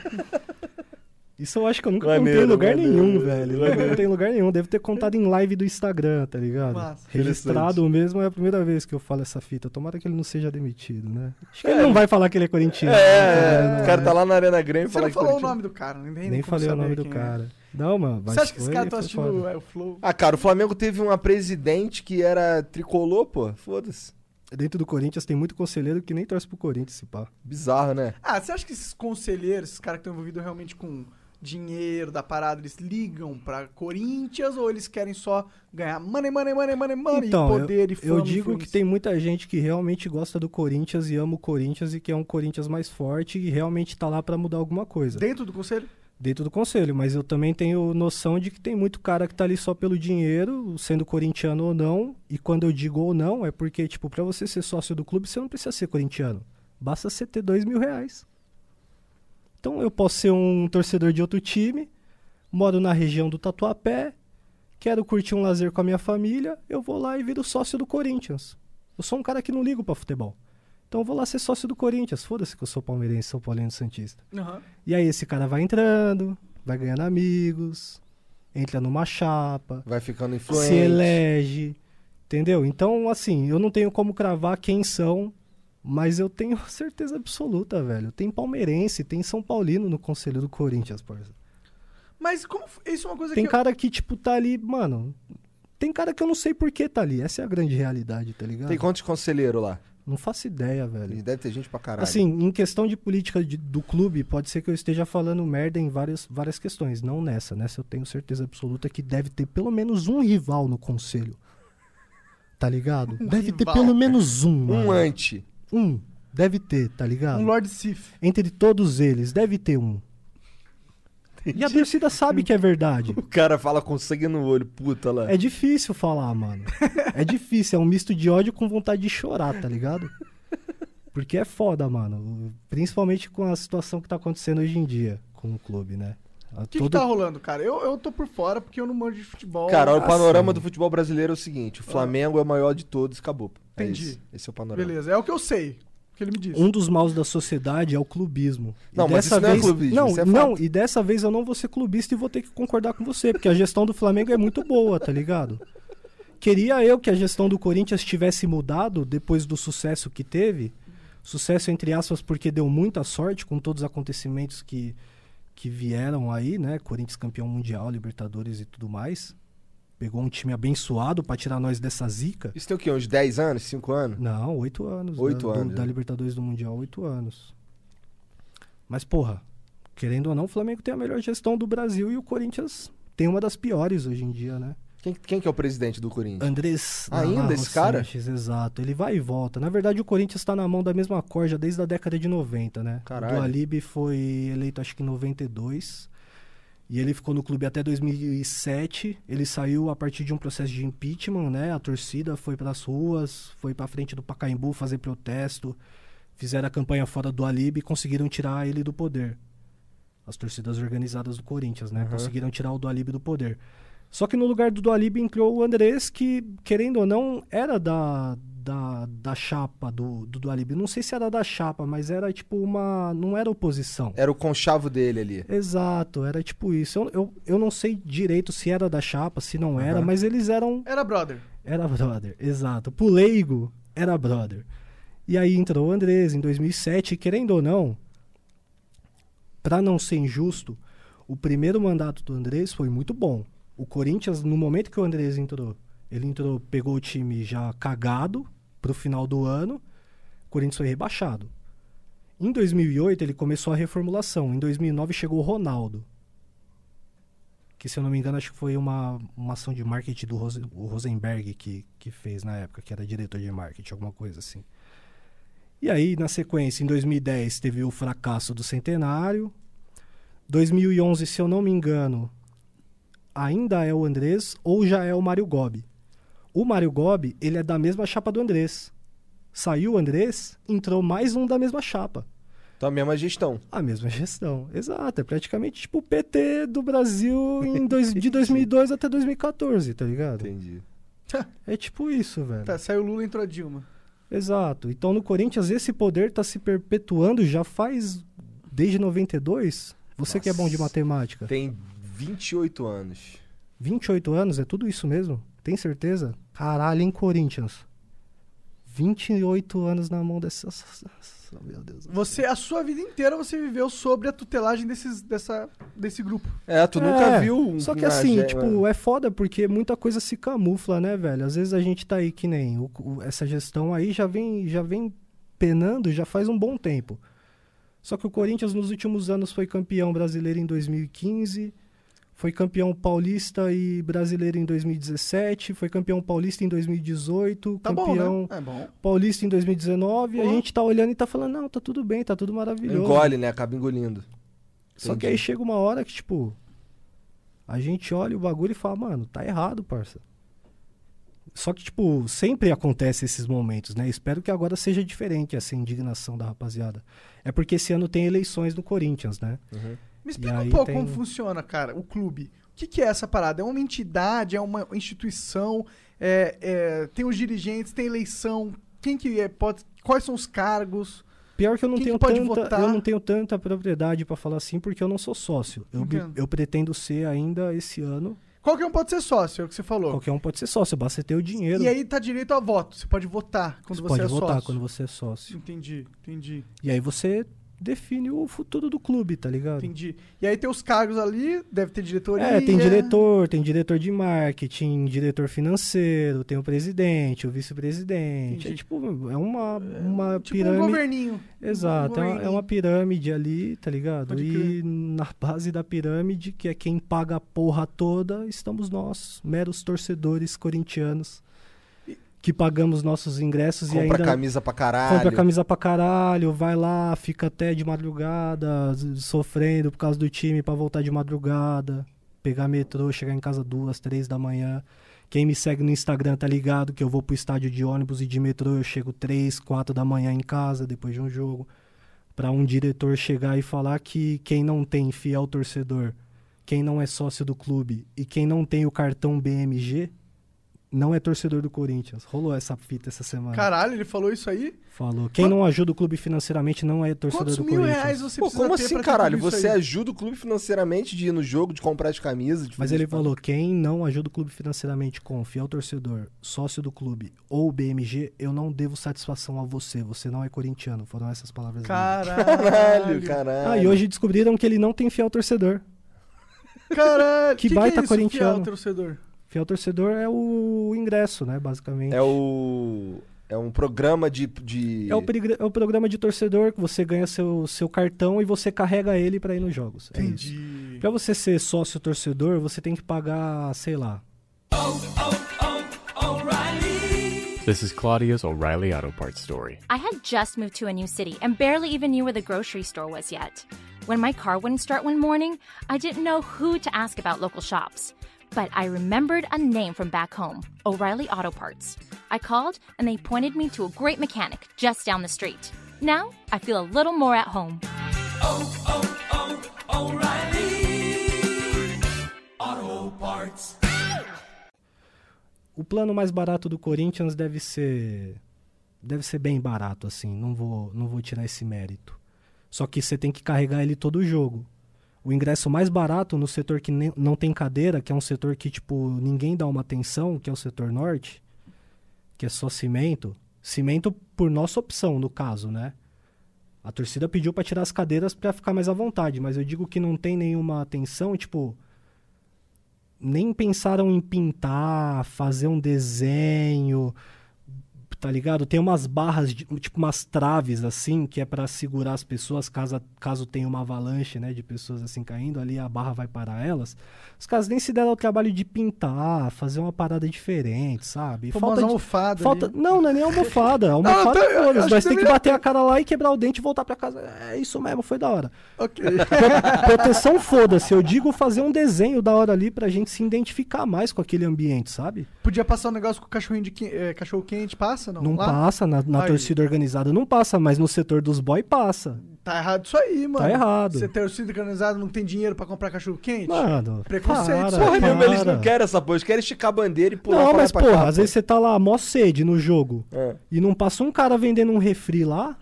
[SPEAKER 4] Isso eu acho que eu nunca contei em
[SPEAKER 6] Maneiro,
[SPEAKER 4] lugar
[SPEAKER 6] maneiro,
[SPEAKER 4] nenhum, velho. Nunca contei em lugar nenhum. Devo ter contado em live do Instagram, tá ligado?
[SPEAKER 2] Massa.
[SPEAKER 4] Registrado mesmo é a primeira vez que eu falo essa fita. Tomara que ele não seja demitido, né? Acho que ele não vai falar que ele é corintiano. né?
[SPEAKER 6] É, o cara tá lá na Arena Grêmio e
[SPEAKER 2] Você
[SPEAKER 6] fala
[SPEAKER 2] não
[SPEAKER 6] que
[SPEAKER 2] falou o
[SPEAKER 6] Curitiba-
[SPEAKER 2] nome do cara, nem,
[SPEAKER 4] Nem
[SPEAKER 2] como
[SPEAKER 4] falei o
[SPEAKER 2] saber
[SPEAKER 4] nome do
[SPEAKER 2] quem é.
[SPEAKER 4] cara. Não, mano. mas
[SPEAKER 2] Você acha que esse
[SPEAKER 4] foi-
[SPEAKER 2] cara tá
[SPEAKER 4] foi
[SPEAKER 2] assistindo
[SPEAKER 4] foda.
[SPEAKER 2] é, o Flow?
[SPEAKER 6] Ah, cara, o Flamengo teve uma presidente que era tricolor, pô. Foda-se.
[SPEAKER 4] Dentro do Corinthians tem muito conselheiro que nem torce pro Corinthians, se pá.
[SPEAKER 6] Bizarro, né?
[SPEAKER 2] Ah, você acha que esses conselheiros, esses caras que estão envolvidos realmente com dinheiro da parada, eles ligam pra Corinthians ou eles querem só ganhar money, money, money, money, money,
[SPEAKER 4] Então,
[SPEAKER 2] e poder e fama?
[SPEAKER 4] Eu
[SPEAKER 2] e
[SPEAKER 4] digo que
[SPEAKER 2] influência?
[SPEAKER 4] tem muita gente que realmente gosta do Corinthians e ama o Corinthians e que é um Corinthians mais forte e realmente tá lá pra mudar alguma coisa.
[SPEAKER 2] Dentro do conselho?
[SPEAKER 4] dentro do conselho, mas eu também tenho noção de que tem muito cara que tá ali só pelo dinheiro, sendo corintiano ou não, e quando eu digo ou não, é porque, tipo, pra você ser sócio do clube, você não precisa ser corintiano. Basta você ter dois mil reais. Então eu posso ser um torcedor de outro time, moro na região do Tatuapé, quero curtir um lazer com a minha família, eu vou lá e viro sócio do Corinthians. Eu sou um cara que não ligo pra futebol. Então eu vou lá ser sócio do Corinthians. Foda-se que eu sou palmeirense, São Paulino Santista.
[SPEAKER 2] Aham.
[SPEAKER 4] E aí esse cara vai entrando, vai ganhando amigos, entra numa chapa,
[SPEAKER 6] Vai ficando
[SPEAKER 4] se
[SPEAKER 6] influente.
[SPEAKER 4] elege, entendeu? Então, assim, eu não tenho como cravar quem são, mas eu tenho certeza absoluta, velho. Tem palmeirense, tem São Paulino no Conselho do Corinthians, parça.
[SPEAKER 2] Mas como f- isso é uma coisa
[SPEAKER 4] Tem
[SPEAKER 2] que. eu-
[SPEAKER 4] cara que, tipo, tá ali, mano. Tem cara que eu não sei por que tá ali. Essa é a grande realidade, tá ligado?
[SPEAKER 6] Tem quantos conselheiros lá?
[SPEAKER 4] Não faço ideia, velho.
[SPEAKER 6] Deve ter gente pra caralho.
[SPEAKER 4] Assim, em questão de política de- do clube, pode ser que eu esteja falando merda em várias, várias questões, não nessa. Nessa eu tenho certeza absoluta que deve ter pelo menos um rival no conselho. Tá ligado? deve ter
[SPEAKER 2] rival.
[SPEAKER 4] pelo menos um,
[SPEAKER 6] um
[SPEAKER 3] é.
[SPEAKER 4] mano.
[SPEAKER 6] anti.
[SPEAKER 4] Um, Deve ter, tá ligado?
[SPEAKER 2] Um Lord Sif.
[SPEAKER 4] Entre todos eles, deve ter um. E a torcida sabe que é verdade.
[SPEAKER 6] O cara fala com sangue no olho, puta lá.
[SPEAKER 4] É difícil falar, mano. É difícil, é um misto de ódio com vontade de chorar, tá ligado? Porque é foda, mano. Principalmente com a situação que tá acontecendo hoje em dia com o clube, né? A
[SPEAKER 2] O que, que tá rolando, cara? Eu, eu tô por fora porque eu não manjo de futebol.
[SPEAKER 6] Cara, olha, o
[SPEAKER 4] assim.
[SPEAKER 6] panorama do futebol brasileiro é o seguinte: o Flamengo é o maior de todos, acabou. É
[SPEAKER 2] Entendi.
[SPEAKER 6] isso. Esse é o panorama.
[SPEAKER 2] Beleza, é o que eu sei. O que ele me disse.
[SPEAKER 4] Um dos maus da sociedade é o clubismo. E
[SPEAKER 6] Não, mas isso não é clubismo,
[SPEAKER 4] Não,
[SPEAKER 6] isso é
[SPEAKER 4] não,
[SPEAKER 6] fato.
[SPEAKER 4] e dessa vez eu não vou ser clubista e vou ter que concordar com você, porque a gestão do Flamengo é muito boa, tá ligado? Queria eu que a gestão do Corinthians tivesse mudado depois do sucesso que teve. Sucesso entre aspas porque deu muita sorte com todos os acontecimentos que que vieram aí, né? Corinthians campeão mundial, Libertadores e tudo mais. Pegou um time abençoado pra tirar nós dessa zica.
[SPEAKER 6] Isso tem o quê? Uns 10 anos, 5 anos?
[SPEAKER 4] Não, oito anos.
[SPEAKER 6] Oito
[SPEAKER 4] da, do-
[SPEAKER 6] anos,
[SPEAKER 4] da
[SPEAKER 6] né?
[SPEAKER 4] Libertadores do Mundial, oito anos. Mas, porra, querendo ou não, o Flamengo tem a melhor gestão do Brasil e o Corinthians tem uma das piores hoje em dia, né?
[SPEAKER 6] Quem, quem que é o presidente do Corinthians?
[SPEAKER 4] Andrés
[SPEAKER 6] Ainda
[SPEAKER 4] Navarro
[SPEAKER 6] esse cara?
[SPEAKER 4] Sanches, exato. Ele vai e volta. Na verdade, o Corinthians tá na mão da mesma corja desde a década de 90, né?
[SPEAKER 6] Caralho.
[SPEAKER 4] O Dualib foi eleito, acho que em 92. E ele ficou no clube até 2007. Ele saiu a partir de um processo de impeachment, né? A torcida foi pras ruas, foi pra frente do Pacaembu fazer protesto. Fizeram a campanha fora do Alib e conseguiram tirar ele do poder. As torcidas organizadas do Corinthians, né? Conseguiram tirar o Dualib do poder. Só que no lugar do Dualib entrou o Andrés, que, querendo ou não, era da, da, da chapa do, do Dualib. Não sei se era da chapa, mas era tipo uma. Não era oposição.
[SPEAKER 3] É.
[SPEAKER 6] Era o conchavo dele ali.
[SPEAKER 4] Exato, era tipo isso. Eu, eu, eu não sei direito se era da chapa, se não era,
[SPEAKER 6] Aham.
[SPEAKER 4] mas eles eram.
[SPEAKER 2] Era brother.
[SPEAKER 4] Era brother, exato. Pro leigo, era brother. E aí entrou o Andrés em 2007, e querendo ou não, pra não ser injusto, o primeiro mandato do Andrés foi muito bom. O Corinthians, no momento que o Andrés entrou, ele entrou, pegou o time já cagado pro final do ano, o Corinthians foi rebaixado. Em 2008 ele começou a reformulação, em 2009 chegou o Ronaldo. que se eu não me engano, acho que foi uma, uma ação de marketing do Rose- o Rosenberg que, que fez na época, que era diretor de marketing, alguma coisa assim. E aí, na sequência, em 2010 teve o fracasso do centenário. 2011, se eu não me engano, ainda é o Andrés ou já é o Mário Gobi. O Mário Gobi, ele é da mesma chapa do Andrés. Saiu o Andrés, entrou mais um da mesma chapa.
[SPEAKER 6] Então a mesma gestão.
[SPEAKER 4] A mesma gestão, exato. É praticamente tipo o PT do Brasil em dois- de 2002 até 2014, tá ligado?
[SPEAKER 6] Entendi.
[SPEAKER 4] É tipo isso, velho.
[SPEAKER 2] Tá, saiu Lula, entrou a Dilma.
[SPEAKER 4] Exato. Então no Corinthians esse poder tá se perpetuando já faz desde 92. Você que é bom de
[SPEAKER 6] Nossa.
[SPEAKER 4] matemática.
[SPEAKER 6] Tem 28 anos.
[SPEAKER 4] 28 anos, é tudo isso mesmo? Tem certeza? Caralho, em Corinthians. 28 anos na mão dessa. Meu Deus.
[SPEAKER 2] Você, a sua vida inteira você viveu sobre a tutelagem desses, dessa, desse grupo.
[SPEAKER 6] É, tu
[SPEAKER 4] É,
[SPEAKER 6] nunca viu um.
[SPEAKER 4] Só que
[SPEAKER 6] uma
[SPEAKER 4] assim,
[SPEAKER 6] ge-
[SPEAKER 4] tipo, é foda porque muita coisa se camufla, né, velho? Às vezes a gente tá aí que nem o- o- essa gestão aí já vem, já vem penando já faz um bom tempo. Só que o Corinthians nos últimos anos foi campeão brasileiro em 2015, foi campeão paulista e brasileiro em 2017, foi campeão paulista em 2018,
[SPEAKER 2] Tá
[SPEAKER 4] campeão
[SPEAKER 2] bom, né? Uhum. É bom.
[SPEAKER 4] paulista em 2019, e a
[SPEAKER 2] Pô.
[SPEAKER 4] gente tá olhando e tá falando, não, tá tudo bem, tá tudo maravilhoso.
[SPEAKER 6] Engole, né? Acaba engolindo.
[SPEAKER 4] Só
[SPEAKER 6] Entendi.
[SPEAKER 4] que aí chega uma hora que, tipo, a gente olha o bagulho e fala, mano, tá errado, parça. Só que, tipo, sempre acontece esses momentos, né? Espero que agora seja diferente essa indignação da rapaziada. É porque esse ano tem eleições no Corinthians, né?
[SPEAKER 2] Me explica um
[SPEAKER 4] aí
[SPEAKER 2] pouco
[SPEAKER 4] tem-
[SPEAKER 2] como funciona, cara, o clube. O que, que é essa parada? É uma entidade, é uma instituição, é- é, tem os dirigentes, tem eleição, quem que é, pode, quais são os cargos?
[SPEAKER 4] Pior que eu não
[SPEAKER 2] Quem que
[SPEAKER 4] tenho
[SPEAKER 2] pode
[SPEAKER 4] tanta,
[SPEAKER 2] votar?
[SPEAKER 4] eu não tenho tanta propriedade pra falar assim, porque eu não sou sócio. Eu, me-
[SPEAKER 2] Entendo.
[SPEAKER 4] eu pretendo ser ainda esse ano.
[SPEAKER 2] Qualquer um pode ser sócio, é o que você falou.
[SPEAKER 4] Qualquer um pode ser sócio, basta ter o dinheiro.
[SPEAKER 2] E aí tá direito a voto, você pode votar quando
[SPEAKER 4] você
[SPEAKER 2] você,
[SPEAKER 4] pode
[SPEAKER 2] é
[SPEAKER 4] votar
[SPEAKER 2] sócio.
[SPEAKER 4] quando você é sócio.
[SPEAKER 2] Entendi, entendi,
[SPEAKER 4] E aí você define o futuro do clube, tá ligado?
[SPEAKER 2] entendi. E aí tem os cargos ali, deve ter diretoria.
[SPEAKER 4] É, tem diretor, tem diretor de marketing, diretor financeiro, tem o presidente, o vice-presidente.
[SPEAKER 2] Entendi.
[SPEAKER 4] É tipo, é uma, uma
[SPEAKER 2] Tipo um
[SPEAKER 4] pirâmide.
[SPEAKER 2] governinho.
[SPEAKER 4] Exato, é uma- é
[SPEAKER 2] governinho.
[SPEAKER 4] uma pirâmide ali, tá ligado?
[SPEAKER 2] Pode
[SPEAKER 4] E
[SPEAKER 2] crer.
[SPEAKER 4] na base da pirâmide, que é quem paga a porra toda, estamos nós, meros torcedores corintianos, que pagamos nossos ingressos e
[SPEAKER 6] Compra
[SPEAKER 4] ainda
[SPEAKER 6] camisa pra caralho.
[SPEAKER 4] compra camisa pra caralho, vai lá, fica até de madrugada, z- sofrendo por causa do time pra voltar de madrugada, pegar metrô, chegar em casa duas, três da manhã. Quem me segue no Instagram tá ligado que eu vou pro estádio de ônibus e de metrô, eu chego três, quatro da manhã em casa depois de um jogo. Pra um diretor chegar e falar que quem não tem fiel torcedor, quem não é sócio do clube e quem não tem o cartão BMG não é torcedor do Corinthians. Rolou essa fita essa semana.
[SPEAKER 2] Caralho, ele falou isso aí?
[SPEAKER 4] Falou. Quem
[SPEAKER 2] Quanto-
[SPEAKER 4] não ajuda o clube financeiramente não é torcedor
[SPEAKER 2] Quantos
[SPEAKER 4] do
[SPEAKER 2] mil reais
[SPEAKER 4] Corinthians.
[SPEAKER 2] você
[SPEAKER 6] Pô,
[SPEAKER 2] precisa
[SPEAKER 6] como
[SPEAKER 2] ter
[SPEAKER 6] assim,
[SPEAKER 2] pra ter
[SPEAKER 6] caralho?
[SPEAKER 2] tudo isso
[SPEAKER 6] Você
[SPEAKER 2] aí?
[SPEAKER 6] ajuda o clube financeiramente de ir no jogo, de comprar as camisas. de
[SPEAKER 4] Mas
[SPEAKER 6] fazer
[SPEAKER 4] ele
[SPEAKER 6] isso,
[SPEAKER 4] falou: quem não ajuda o clube financeiramente com fiel torcedor, sócio do clube ou BMG, eu não devo satisfação a você. Você não é corintiano. Foram essas palavras dele.
[SPEAKER 2] Caralho,
[SPEAKER 6] Caralho, caralho.
[SPEAKER 4] Ah, e hoje descobriram que ele não tem fiel torcedor.
[SPEAKER 2] Caralho,
[SPEAKER 4] Que
[SPEAKER 2] que
[SPEAKER 4] baita
[SPEAKER 2] que é isso,
[SPEAKER 4] corintiano.
[SPEAKER 2] fiel torcedor?
[SPEAKER 4] Fiel torcedor é o ingresso, né? Basicamente.
[SPEAKER 6] É o. É um programa de. de...
[SPEAKER 4] É o, perigra- é o programa de torcedor que você ganha seu, seu cartão e você carrega ele pra ir nos jogos. É isso.
[SPEAKER 2] Entendi.
[SPEAKER 4] Pra você ser sócio torcedor, você tem que pagar, sei lá,
[SPEAKER 7] This is Claudia's O'Reilly Auto Parts story.
[SPEAKER 8] I had just moved to a new city and barely even knew where the grocery store was yet. When my car wouldn't start one morning, I didn't know who to ask about local shops. But I remembered a name from back home O'Reilly Auto Parts. I called and they pointed me to a great mechanic just down the street. Now I feel a little more at home.
[SPEAKER 4] O plano mais barato do Corinthians deve ser deve ser bem barato assim, não vou não vou tirar esse mérito. Só que você tem que carregar ele todo o jogo. O ingresso mais barato no setor que nem- não tem cadeira, que é um setor que tipo ninguém dá uma atenção, que é o setor norte, que é só cimento, cimento por nossa opção no caso, né? A torcida pediu pra tirar as cadeiras pra ficar mais à vontade, mas eu digo que não tem nenhuma atenção, tipo, nem pensaram em pintar, fazer um desenho, tá ligado? Tem umas barras, de- tipo umas traves assim, que é pra segurar as pessoas caso, caso tenha uma avalanche, né, de pessoas assim caindo, ali a barra vai parar elas. Os caras nem se deram o trabalho de pintar, fazer uma parada diferente, sabe?
[SPEAKER 2] Pô, umas
[SPEAKER 4] de-
[SPEAKER 2] almofadas
[SPEAKER 4] falta-
[SPEAKER 2] ali.
[SPEAKER 4] Não, não é nem almofada. Almofada
[SPEAKER 2] tá, eu
[SPEAKER 4] foda-se,
[SPEAKER 2] acho que
[SPEAKER 4] mas tem que
[SPEAKER 2] deveria
[SPEAKER 4] bater a cara lá e quebrar o dente e voltar pra casa. É isso mesmo, foi da hora.
[SPEAKER 2] Ok.
[SPEAKER 4] Pro- Proteção foda-se, eu digo fazer um desenho da hora ali pra gente se identificar mais com aquele ambiente, sabe?
[SPEAKER 2] Podia passar um negócio com o cachorrinho de que- eh, cachorro quente, passa? Não,
[SPEAKER 4] Não
[SPEAKER 2] Lá?
[SPEAKER 4] passa, na, na
[SPEAKER 2] Aí.
[SPEAKER 4] torcida organizada não passa, mas no setor dos boy passa.
[SPEAKER 2] Tá errado isso aí, mano.
[SPEAKER 4] errado.
[SPEAKER 2] Você ter sido organizado não tem dinheiro pra comprar cachorro quente?
[SPEAKER 4] Mano,
[SPEAKER 2] Preconceito,
[SPEAKER 4] para,
[SPEAKER 2] porra
[SPEAKER 3] Porra nenhuma, eles não
[SPEAKER 4] para.
[SPEAKER 3] querem essa porra, eles querem esticar a bandeira e pular
[SPEAKER 4] Não,
[SPEAKER 3] pra lá
[SPEAKER 4] mas
[SPEAKER 3] e pra
[SPEAKER 4] porra,
[SPEAKER 3] cá,
[SPEAKER 4] às
[SPEAKER 3] pô.
[SPEAKER 4] vezes você tá lá mó sede no jogo
[SPEAKER 3] É.
[SPEAKER 4] e não passa um cara vendendo um refri lá.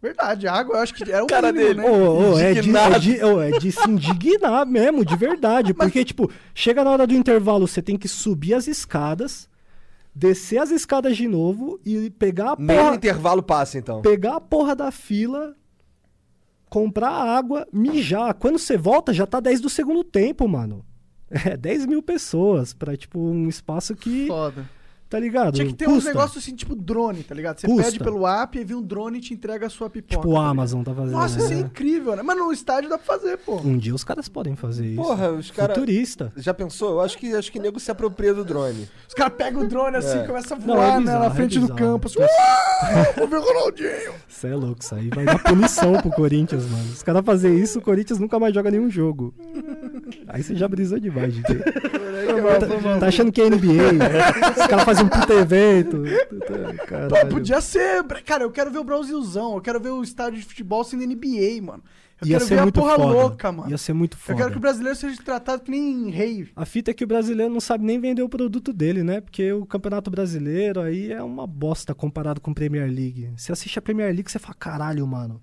[SPEAKER 2] Verdade, água eu acho que era o
[SPEAKER 3] Cara
[SPEAKER 2] mínimo,
[SPEAKER 3] dele.
[SPEAKER 2] né?
[SPEAKER 4] Ô, ô, é, de, é,
[SPEAKER 3] Indignado.
[SPEAKER 4] de, ô, é de se indignar mesmo, de verdade. Porque, tipo, chega na hora do intervalo, você tem que subir as escadas, descer as escadas de novo e pegar a
[SPEAKER 3] Nem no
[SPEAKER 4] tá porra,
[SPEAKER 3] intervalo passa, então.
[SPEAKER 4] pegar a porra da fila, comprar água, mijar. Quando você volta, já tá 10 do segundo tempo, mano. É 10 mil pessoas pra, tipo, um espaço que.
[SPEAKER 2] Foda.
[SPEAKER 4] Tá ligado?
[SPEAKER 2] Tinha que ter uns
[SPEAKER 4] Custa.
[SPEAKER 2] negócios assim, tipo drone, tá ligado? Você
[SPEAKER 4] Custa.
[SPEAKER 2] pede pelo app e vem um drone e te entrega a sua pipoca.
[SPEAKER 4] Tipo, o
[SPEAKER 2] tá ligado?
[SPEAKER 4] Amazon tá fazendo.
[SPEAKER 2] Nossa, isso é
[SPEAKER 4] né?
[SPEAKER 2] incrível, né? Mas no estádio dá pra fazer, pô.
[SPEAKER 4] Um dia os caras podem fazer isso.
[SPEAKER 3] Porra, os caras.
[SPEAKER 4] Futurista.
[SPEAKER 3] Já pensou? Eu acho que acho que nego se apropria do drone.
[SPEAKER 2] Os caras pegam o drone assim,
[SPEAKER 3] É.
[SPEAKER 2] começa a
[SPEAKER 4] Não, é
[SPEAKER 2] voar né,
[SPEAKER 4] bizarro,
[SPEAKER 2] na
[SPEAKER 4] é
[SPEAKER 2] frente do
[SPEAKER 4] bizarro.
[SPEAKER 2] campo. Assim, "Uau, vou ver o Ronaldinho.
[SPEAKER 4] Você é louco, isso aí vai dar punição pro Corinthians, mano. Os caras fazer isso, o Corinthians nunca mais joga nenhum jogo. Aí você já brisou demais, gente. Tá, tá achando que é NBA? né? Os caras fazem um puta evento.
[SPEAKER 2] Pô,
[SPEAKER 4] Caralho.
[SPEAKER 2] É, podia ser. bra- Cara, eu quero ver o Brasilzão. Eu quero ver o estádio de futebol sendo NBA, mano. Eu
[SPEAKER 4] Ia
[SPEAKER 2] quero
[SPEAKER 4] ser
[SPEAKER 2] ver a
[SPEAKER 4] muito
[SPEAKER 2] porra
[SPEAKER 4] foda.
[SPEAKER 2] louca, mano.
[SPEAKER 4] Ia ser muito
[SPEAKER 2] Eu
[SPEAKER 4] foda.
[SPEAKER 2] quero que o brasileiro seja tratado que nem rei.
[SPEAKER 4] A fita é que o brasileiro não sabe nem vender o produto dele, né? Porque o Campeonato Brasileiro aí é uma bosta comparado com Premier League. Você assiste a Premier League, você fala, caralho, mano.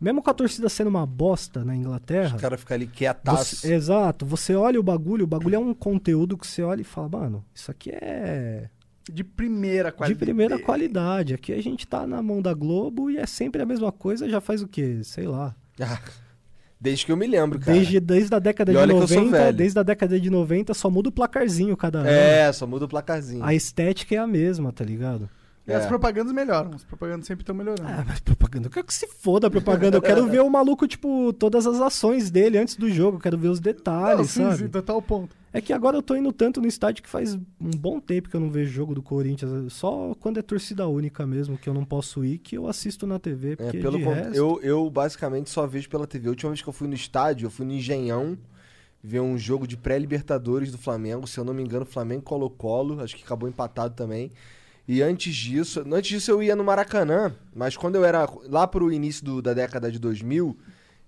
[SPEAKER 4] Mesmo com a torcida sendo uma bosta na Inglaterra.
[SPEAKER 3] Os caras ficam ali quietaço.
[SPEAKER 4] É. Você- exato, você olha o bagulho, o bagulho é um conteúdo que você olha e fala, mano, isso aqui é
[SPEAKER 2] De primeira
[SPEAKER 4] de
[SPEAKER 2] qualidade.
[SPEAKER 3] É.
[SPEAKER 4] primeira qualidade. Aqui a gente tá na mão da Globo e é sempre a mesma coisa, já faz o quê? Sei lá.
[SPEAKER 3] Ah, desde que eu me lembro, cara.
[SPEAKER 4] é. Desde, desde a década
[SPEAKER 3] E
[SPEAKER 4] de
[SPEAKER 3] olha que eu sou
[SPEAKER 4] 90,
[SPEAKER 3] velho.
[SPEAKER 4] desde a década de 90 só muda o placarzinho cada ano.
[SPEAKER 3] É, só muda o placarzinho.
[SPEAKER 4] A estética é a mesma, tá ligado?
[SPEAKER 2] E as
[SPEAKER 3] É.
[SPEAKER 2] propagandas melhoram. As propagandas sempre estão melhorando.
[SPEAKER 4] Ah, mas propaganda, eu quero que se foda a propaganda. Eu quero ver o maluco, tipo, todas as ações dele antes do jogo, eu quero ver os detalhes,
[SPEAKER 2] Não,
[SPEAKER 4] sabe?
[SPEAKER 2] sim, total ponto.
[SPEAKER 4] É que agora eu tô indo tanto no estádio que faz um bom tempo que eu não vejo jogo do Corinthians. Só quando é torcida única mesmo, que eu não posso ir, que eu assisto na TV.
[SPEAKER 3] É,
[SPEAKER 4] Porque
[SPEAKER 3] pelo
[SPEAKER 4] de
[SPEAKER 3] con-
[SPEAKER 4] resto...
[SPEAKER 3] eu, eu basicamente só vejo pela TV. A última vez que eu fui no estádio, eu fui no Engenhão ver um jogo de pré-libertadores do Flamengo. Se eu não me engano, Flamengo e Colo-Colo. Acho que acabou empatado também. E antes disso, antes disso eu ia no Maracanã, mas quando eu era lá pro início do- da década de 2000,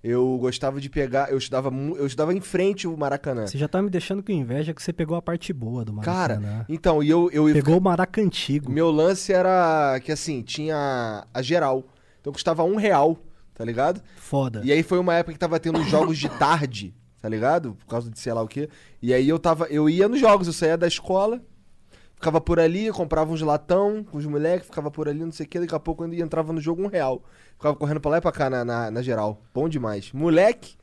[SPEAKER 3] eu gostava de pegar, eu estudava, mu- eu estudava em frente o Maracanã.
[SPEAKER 4] Você já tá me deixando com inveja que você pegou a parte boa do
[SPEAKER 3] Cara,
[SPEAKER 4] Maracanã.
[SPEAKER 3] então, e eu, eu,
[SPEAKER 4] Pegou o Maracantigo.
[SPEAKER 3] Meu lance era que assim, tinha a geral. Então custava um real, tá ligado?
[SPEAKER 4] Foda.
[SPEAKER 3] E é aí foi uma época que tava tendo os jogos de tarde, tá ligado? Por causa de sei lá o quê. E aí eu tava. Eu ia nos jogos, eu saía da escola, ficava por ali, comprava uns latão com os moleques, ficava por ali, não sei o quê, daqui a pouco eu ia- entrava no jogo um real. Ficava correndo pra lá e pra cá na, na, na geral. Bom demais. Moleque,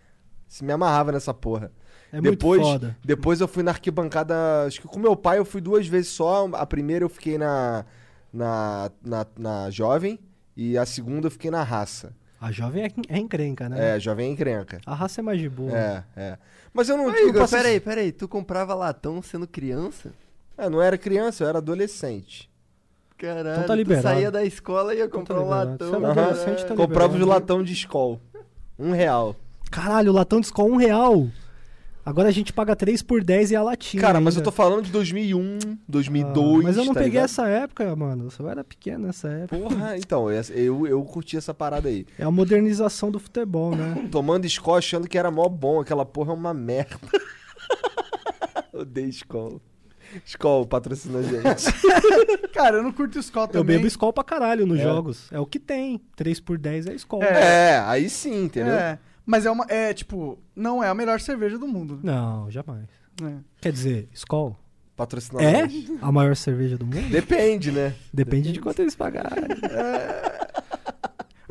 [SPEAKER 3] se me amarrava nessa porra.
[SPEAKER 4] É muito
[SPEAKER 3] depois,
[SPEAKER 4] foda.
[SPEAKER 3] Depois eu fui na arquibancada, acho que com meu pai eu fui duas vezes só. A primeira eu fiquei na, na, na, na jovem e a segunda eu fiquei na raça.
[SPEAKER 4] A jovem é, é encrenca, né?
[SPEAKER 3] É, jovem encrenca.
[SPEAKER 4] A raça é mais de boa.
[SPEAKER 3] É, é. Mas eu não,
[SPEAKER 5] Mas,
[SPEAKER 3] não
[SPEAKER 5] Igor,
[SPEAKER 3] passei-
[SPEAKER 5] peraí, peraí, tu comprava latão sendo criança?
[SPEAKER 3] É, não era criança, eu era adolescente.
[SPEAKER 5] Caralho,
[SPEAKER 4] Então tá
[SPEAKER 5] tu
[SPEAKER 4] liberado.
[SPEAKER 5] saía da escola e ia
[SPEAKER 4] Então tá
[SPEAKER 5] comprar um
[SPEAKER 4] liberado.
[SPEAKER 5] latão.
[SPEAKER 4] Você é um
[SPEAKER 5] caralho.
[SPEAKER 4] adolescente, tá
[SPEAKER 3] Comprava os
[SPEAKER 4] liberado.
[SPEAKER 3] latão de escol. Um real.
[SPEAKER 4] Caralho, o latão descou um real. Agora a gente paga 3 por 10 e a latinha.
[SPEAKER 3] Cara, mas eu tô
[SPEAKER 4] ainda.
[SPEAKER 3] falando de 2001,
[SPEAKER 4] Ah,
[SPEAKER 3] 2002.
[SPEAKER 4] Mas eu não
[SPEAKER 3] tá
[SPEAKER 4] peguei
[SPEAKER 3] ligado?
[SPEAKER 4] essa época, mano. Eu só era pequeno nessa época.
[SPEAKER 3] Porra, então, essa- eu, eu curti essa parada aí.
[SPEAKER 4] É a modernização do futebol, né?
[SPEAKER 3] Tomando escol achando que era mó bom. Aquela porra é uma merda. Odeio escol. Escol, patrocina a gente.
[SPEAKER 2] Cara, eu não curto Skol também.
[SPEAKER 4] Eu bebo Skol pra caralho nos jogos. É o que tem. 3 por 10 é Skol.
[SPEAKER 3] É, aí sim, entendeu?
[SPEAKER 2] É, mas é uma. É, tipo, não é a melhor cerveja do mundo,
[SPEAKER 4] Não, jamais.
[SPEAKER 2] né?
[SPEAKER 4] Quer dizer, Skol
[SPEAKER 3] Patrocina a
[SPEAKER 4] é
[SPEAKER 3] gente.
[SPEAKER 4] a maior cerveja do mundo?
[SPEAKER 3] Depende, né?
[SPEAKER 4] Depende de quanto eles pagarem.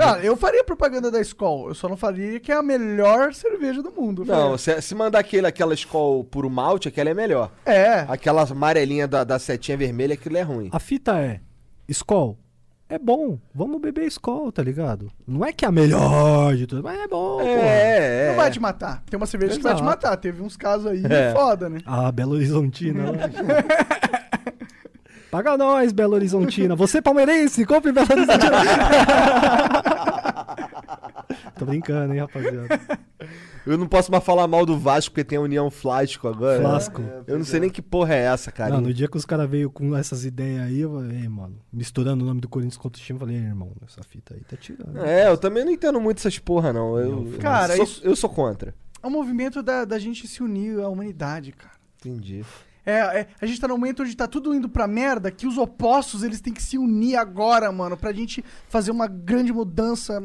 [SPEAKER 2] Ah, eu faria propaganda da Skol, eu só não faria que é a melhor cerveja do mundo. eu
[SPEAKER 3] Não,
[SPEAKER 4] É.
[SPEAKER 2] faria.
[SPEAKER 3] se, se mandar aquele, aquela escol puro malte, aquela é melhor.
[SPEAKER 2] É.
[SPEAKER 3] Aquela amarelinha da, da setinha vermelha, aquilo é ruim.
[SPEAKER 4] A fita é, Skol. É bom, vamos beber Skol, tá ligado? Não é que é a melhor de tudo, mas é bom, porra.
[SPEAKER 6] É,
[SPEAKER 2] Não vai te matar. Tem uma cerveja que vai te
[SPEAKER 4] Exato.
[SPEAKER 2] matar. Teve uns casos aí
[SPEAKER 6] É.
[SPEAKER 2] foda, né?
[SPEAKER 4] Ah, Belo Horizontina. lógico. Paga nós, Belo Horizontina. Você palmeirense, compre Belo Horizontina. Tô brincando, hein, rapaziada.
[SPEAKER 6] Eu não posso mais falar mal do Vasco porque tem a União Flasco agora.
[SPEAKER 4] Flasco.
[SPEAKER 6] Eu não sei nem que porra é essa, cara.
[SPEAKER 4] Não, no dia que os caras veio com essas ideias aí, eu falei, "Ei, mano, misturando o nome do Corinthians com outro time, eu falei, "Ei, irmão, essa fita aí tá tirando.
[SPEAKER 6] É, eu também não entendo muito essas porra, não. Eu,
[SPEAKER 2] Cara,
[SPEAKER 6] sou,
[SPEAKER 2] isso-
[SPEAKER 6] eu sou contra.
[SPEAKER 2] É um movimento da, da gente se unir à humanidade, cara.
[SPEAKER 6] Entendi.
[SPEAKER 2] É, é, a gente tá num momento onde tá tudo indo pra merda, que os opostos eles têm que se unir agora, mano, pra gente fazer uma grande mudança.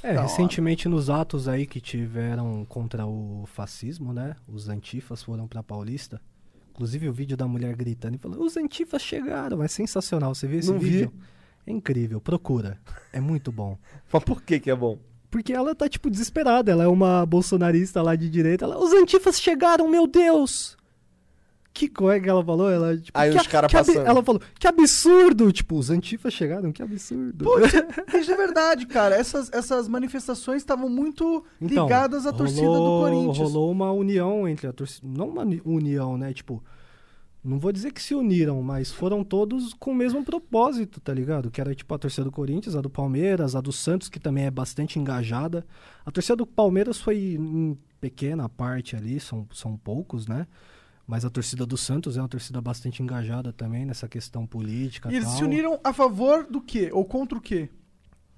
[SPEAKER 4] É,
[SPEAKER 6] tá
[SPEAKER 2] Da hora.
[SPEAKER 4] recentemente nos atos aí que tiveram contra o fascismo, né? Os antifas foram pra Paulista. Inclusive o vídeo da mulher gritando e falando, os antifas chegaram, é sensacional. Você viu esse
[SPEAKER 6] Não vi.
[SPEAKER 4] vídeo? É incrível, procura. É muito bom.
[SPEAKER 6] Mas por que que é bom?
[SPEAKER 4] Porque ela tá, tipo, desesperada. Ela é uma bolsonarista lá de direita. Ela, os antifas chegaram, meu Deus! Que coisa que ela falou? Ela, tipo,
[SPEAKER 6] Aí
[SPEAKER 4] que
[SPEAKER 6] os
[SPEAKER 4] a-
[SPEAKER 6] cara
[SPEAKER 4] que abi-
[SPEAKER 6] passando.
[SPEAKER 4] Ela falou, que absurdo! Tipo, os antifas chegaram, que absurdo.
[SPEAKER 2] Isso é verdade, cara. Essas, essas manifestações estavam muito ligadas à torcida do
[SPEAKER 4] Então, rolou-
[SPEAKER 2] Corinthians.
[SPEAKER 4] Rolou uma união entre a torcida. Não uma ni- união, né? Tipo, não vou dizer que se uniram, mas foram todos com o mesmo propósito, tá ligado? Que era tipo a torcida do Corinthians, a do Palmeiras, a do Santos, que também é bastante engajada. A torcida do Palmeiras foi em pequena parte ali, são, são poucos, né? Mas a torcida do Santos é uma torcida bastante engajada também nessa questão política.
[SPEAKER 2] E eles se
[SPEAKER 4] Tá tal.
[SPEAKER 2] uniram a favor do quê? Ou contra o quê?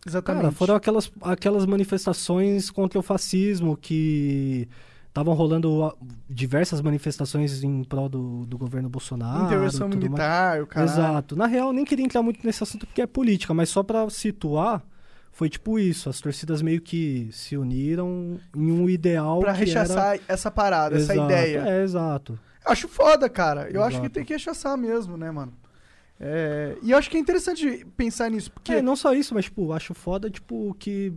[SPEAKER 2] Exatamente.
[SPEAKER 4] Cara, foram aquelas, aquelas manifestações contra o fascismo que estavam rolando ah, diversas manifestações em prol do, do governo Bolsonaro.
[SPEAKER 2] Intervenção
[SPEAKER 4] tudo mais.
[SPEAKER 2] militar, o cara.
[SPEAKER 4] Exato. Na real, nem queria entrar muito nesse assunto porque é política, mas só pra situar, foi tipo isso. As torcidas meio que se uniram em um ideal
[SPEAKER 2] Pra
[SPEAKER 4] que
[SPEAKER 2] rechaçar essa parada,
[SPEAKER 4] era...
[SPEAKER 2] essa
[SPEAKER 4] Exato,
[SPEAKER 2] ideia.
[SPEAKER 4] É, exato.
[SPEAKER 2] Eu acho foda, cara. Eu acho que
[SPEAKER 4] Exato.
[SPEAKER 2] tem que rechaçar mesmo, né, mano? É, E eu acho que é interessante pensar nisso, porque.
[SPEAKER 4] É, não só isso, mas, tipo, acho foda, tipo, que,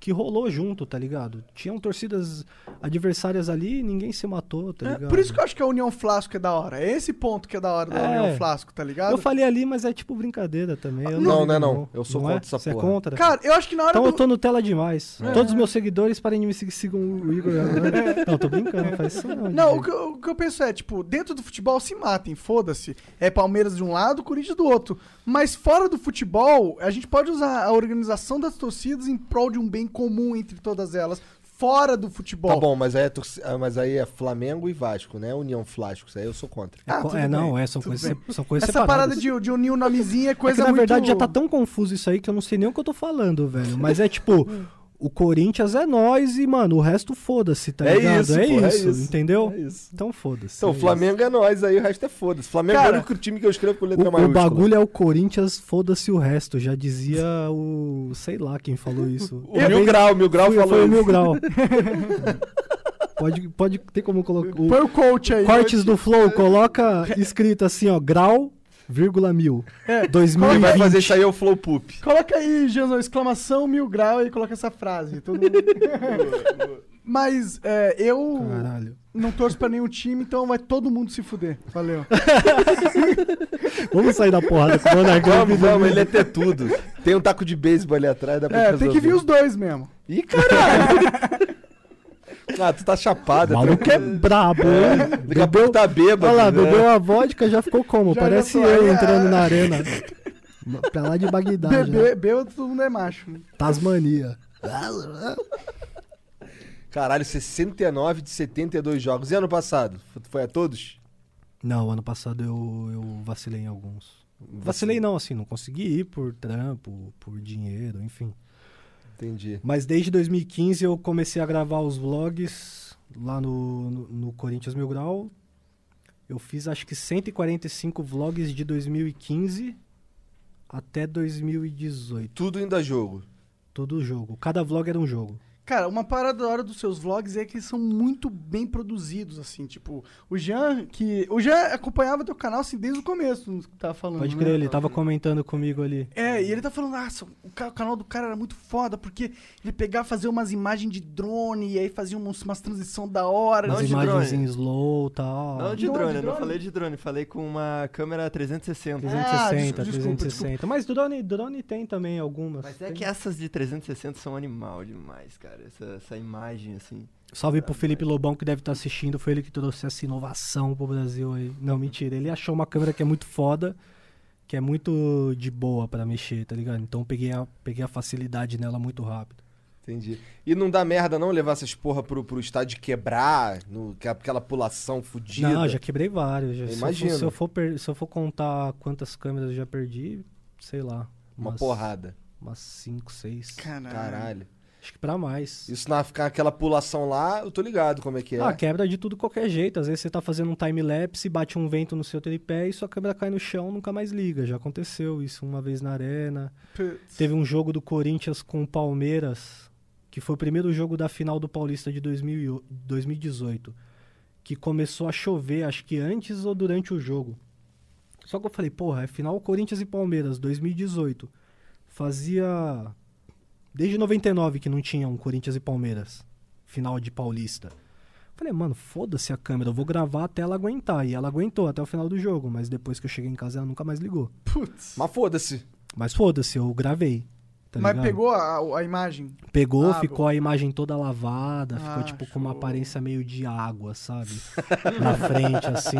[SPEAKER 4] que rolou junto, tá ligado? Tinham torcidas adversárias ali e ninguém se matou, tá
[SPEAKER 2] É,
[SPEAKER 4] ligado?
[SPEAKER 2] por isso que eu acho que a União Flasco é da hora. É esse ponto que é da hora da
[SPEAKER 4] É.
[SPEAKER 2] União Flasco, tá ligado?
[SPEAKER 4] eu falei ali, mas é tipo brincadeira também. eu
[SPEAKER 6] Não,
[SPEAKER 4] ligo,
[SPEAKER 6] né, não. Eu sou
[SPEAKER 4] é?
[SPEAKER 6] contra essa
[SPEAKER 4] Você é
[SPEAKER 6] porra. É.
[SPEAKER 4] contra?
[SPEAKER 2] Cara, eu acho que na hora
[SPEAKER 4] então
[SPEAKER 2] do.
[SPEAKER 4] eu tô Nutella demais. Todos os meus seguidores parem de me seguir, sigam o Igor. agora. não, tô brincando, não faz isso não. né?
[SPEAKER 2] Não, o
[SPEAKER 4] DJ.
[SPEAKER 2] que, eu, o que eu penso é, tipo, dentro do futebol se matem, foda-se. É Palmeiras de um lado, Corinthians do outro. Mas fora do futebol, a gente pode usar a organização das torcidas em prol de um bem comum entre todas elas. Fora do futebol.
[SPEAKER 6] Tá bom, mas aí, é torci- ah, mas aí é Flamengo e Vasco, né? União Flasco, isso aí eu sou contra.
[SPEAKER 4] É,
[SPEAKER 2] Ah,
[SPEAKER 4] co-
[SPEAKER 2] tudo
[SPEAKER 4] é, não,
[SPEAKER 2] bem,
[SPEAKER 4] é, são
[SPEAKER 2] tudo
[SPEAKER 4] coisas,
[SPEAKER 2] bem.
[SPEAKER 4] se- são coisas
[SPEAKER 2] Essa
[SPEAKER 4] separadas.
[SPEAKER 2] parada de, de unir o nomezinho é
[SPEAKER 4] É que,
[SPEAKER 2] coisa
[SPEAKER 4] na
[SPEAKER 2] muito...
[SPEAKER 4] verdade já tá tão confuso isso aí que eu não sei nem o que eu tô falando, velho. Mas é tipo, o Corinthians é nós e, mano, o resto foda-se, tá
[SPEAKER 6] É
[SPEAKER 4] ligado?
[SPEAKER 6] isso, pô, é isso.
[SPEAKER 4] entendeu?
[SPEAKER 6] É isso.
[SPEAKER 4] Então foda-se.
[SPEAKER 6] Então,
[SPEAKER 4] é
[SPEAKER 6] o Flamengo é nós, aí o resto é foda-se. Flamengo é
[SPEAKER 2] Cara,
[SPEAKER 6] o único time que eu escrevo com
[SPEAKER 4] O,
[SPEAKER 6] letra
[SPEAKER 4] o
[SPEAKER 6] maiúscula.
[SPEAKER 4] bagulho é o Corinthians, foda-se o resto. Já dizia o. sei lá quem falou isso.
[SPEAKER 6] O Mil Grau, Mil Grau
[SPEAKER 4] Foi,
[SPEAKER 6] falou
[SPEAKER 4] é foi o
[SPEAKER 6] isso.
[SPEAKER 4] Mil Grau. pode, pode ter como colocar. o-
[SPEAKER 2] Põe o coach aí.
[SPEAKER 4] Cortes do Flow, coloca escrito assim, ó, grau, vírgula mil. É,
[SPEAKER 6] Quem
[SPEAKER 4] 2020.
[SPEAKER 6] vai fazer isso aí é o Flow Poop.
[SPEAKER 2] Coloca aí, Janzão, exclamação mil grau e coloca essa frase. Todo mundo- Mas é, eu
[SPEAKER 4] Caralho.
[SPEAKER 2] não torço pra nenhum time, então vai todo mundo se fuder. Valeu.
[SPEAKER 4] Vamos sair da porrada com o Monarcão.
[SPEAKER 6] Vamos, vamos, ele é ter tudo. Tem um taco de beisebol ali atrás, dá pra
[SPEAKER 2] É, tem que vir os dois mesmo.
[SPEAKER 6] Ih, caralho! ah, tu tá chapada.
[SPEAKER 4] O maluco é brabo, hein?
[SPEAKER 6] Daqui a pouco tá bêbado.
[SPEAKER 4] Olha lá,
[SPEAKER 6] né?
[SPEAKER 4] bebeu a vodka, já ficou como?
[SPEAKER 2] Já- já
[SPEAKER 4] Parece
[SPEAKER 2] tô-
[SPEAKER 4] eu
[SPEAKER 2] é.
[SPEAKER 4] entrando na arena. pra lá de Bagdá, já.
[SPEAKER 2] Bebê, bêbado, todo mundo é macho. né?
[SPEAKER 4] Tasmania.
[SPEAKER 6] Caralho, 69 de 72 jogos. E ano passado? Foi a todos?
[SPEAKER 4] Não, ano passado eu, eu vacilei em alguns. Vacilei não, assim, não consegui ir por trampo, por dinheiro, enfim.
[SPEAKER 6] Entendi.
[SPEAKER 4] Mas desde 2015 eu comecei a gravar os vlogs lá no, no, no Corinthians Mil Grau. Eu fiz acho que 145 vlogs de 2015 até 2018.
[SPEAKER 6] Tudo indo a jogo.
[SPEAKER 4] Todo jogo. Cada vlog era um jogo.
[SPEAKER 2] Cara, uma parada da hora dos seus vlogs é que eles são muito bem produzidos, assim. Tipo, o Jean, que. O Jean acompanhava teu canal assim desde o começo, não tava falando.
[SPEAKER 4] Pode tá-
[SPEAKER 2] né?
[SPEAKER 4] crer, ele tava comentando comigo ali.
[SPEAKER 2] É, É, e ele tá falando, nossa, o, ca- o canal do cara era muito foda, porque ele pegava, fazia umas imagens de drone, e aí fazia umas, umas transições da hora. um
[SPEAKER 5] Não é
[SPEAKER 4] Umas
[SPEAKER 5] de
[SPEAKER 4] imagens
[SPEAKER 5] drone.
[SPEAKER 4] em slow e tal.
[SPEAKER 5] Não de
[SPEAKER 2] Não é de
[SPEAKER 5] drone, eu não
[SPEAKER 2] drone?
[SPEAKER 5] falei de drone, falei com uma câmera 360.
[SPEAKER 4] 360,
[SPEAKER 2] Ah, des- desculpa,
[SPEAKER 4] 360. Mas drone, drone tem também algumas.
[SPEAKER 5] Mas é
[SPEAKER 4] Tem.
[SPEAKER 5] que essas de 360 são animal demais, cara. Essa, essa imagem, assim.
[SPEAKER 4] Salve
[SPEAKER 6] É,
[SPEAKER 4] pro Felipe Lobão que deve estar assistindo. Foi ele que trouxe essa inovação pro Brasil aí. Não, mentira. Ele achou uma câmera que é muito foda, que é muito de boa pra mexer, tá ligado? Então eu peguei a, peguei a facilidade nela muito rápido.
[SPEAKER 6] Entendi. E não dá merda não levar essas porra pro, pro estádio quebrar, no, que- é aquela pulação fudida.
[SPEAKER 4] Não, já quebrei vários. já.
[SPEAKER 6] Eu
[SPEAKER 4] Se eu
[SPEAKER 6] imagino.
[SPEAKER 4] for- Se eu, for per- se eu for contar quantas câmeras eu já perdi, sei lá.
[SPEAKER 6] Uma
[SPEAKER 4] umas-
[SPEAKER 6] porrada.
[SPEAKER 4] Umas 5, 6.
[SPEAKER 2] Caralho.
[SPEAKER 6] Caralho.
[SPEAKER 4] Acho que pra mais.
[SPEAKER 6] Isso na ficar aquela pulação lá, eu tô ligado como é que é.
[SPEAKER 4] Ah, quebra de tudo qualquer jeito. Às vezes você tá fazendo um time-lapse, bate um vento no seu tripé e sua câmera cai no chão nunca mais liga. Já aconteceu isso uma vez na arena.
[SPEAKER 2] Putz.
[SPEAKER 4] Teve um jogo do Corinthians com o Palmeiras, que foi o primeiro jogo da final do Paulista de 2000 e o- 2018, que começou a chover, acho que antes ou durante o jogo. Só que eu falei, porra, é final Corinthians e Palmeiras, 2018. Fazia. Desde 99 que não tinha um Corinthians e Palmeiras. Final de Paulista. Falei, mano, foda-se a câmera, eu vou gravar até ela aguentar. E ela aguentou até o final do jogo, mas depois que eu cheguei em casa ela nunca mais ligou.
[SPEAKER 2] Putz.
[SPEAKER 6] Mas foda-se.
[SPEAKER 4] Mas foda-se, eu gravei. tá
[SPEAKER 2] Mas
[SPEAKER 4] ligado?
[SPEAKER 2] pegou a, a imagem?
[SPEAKER 4] Pegou,
[SPEAKER 2] Ah,
[SPEAKER 4] ficou a imagem toda lavada, ficou
[SPEAKER 2] Ah,
[SPEAKER 4] tipo com uma
[SPEAKER 2] show.
[SPEAKER 4] aparência meio de água, sabe? Na frente, assim.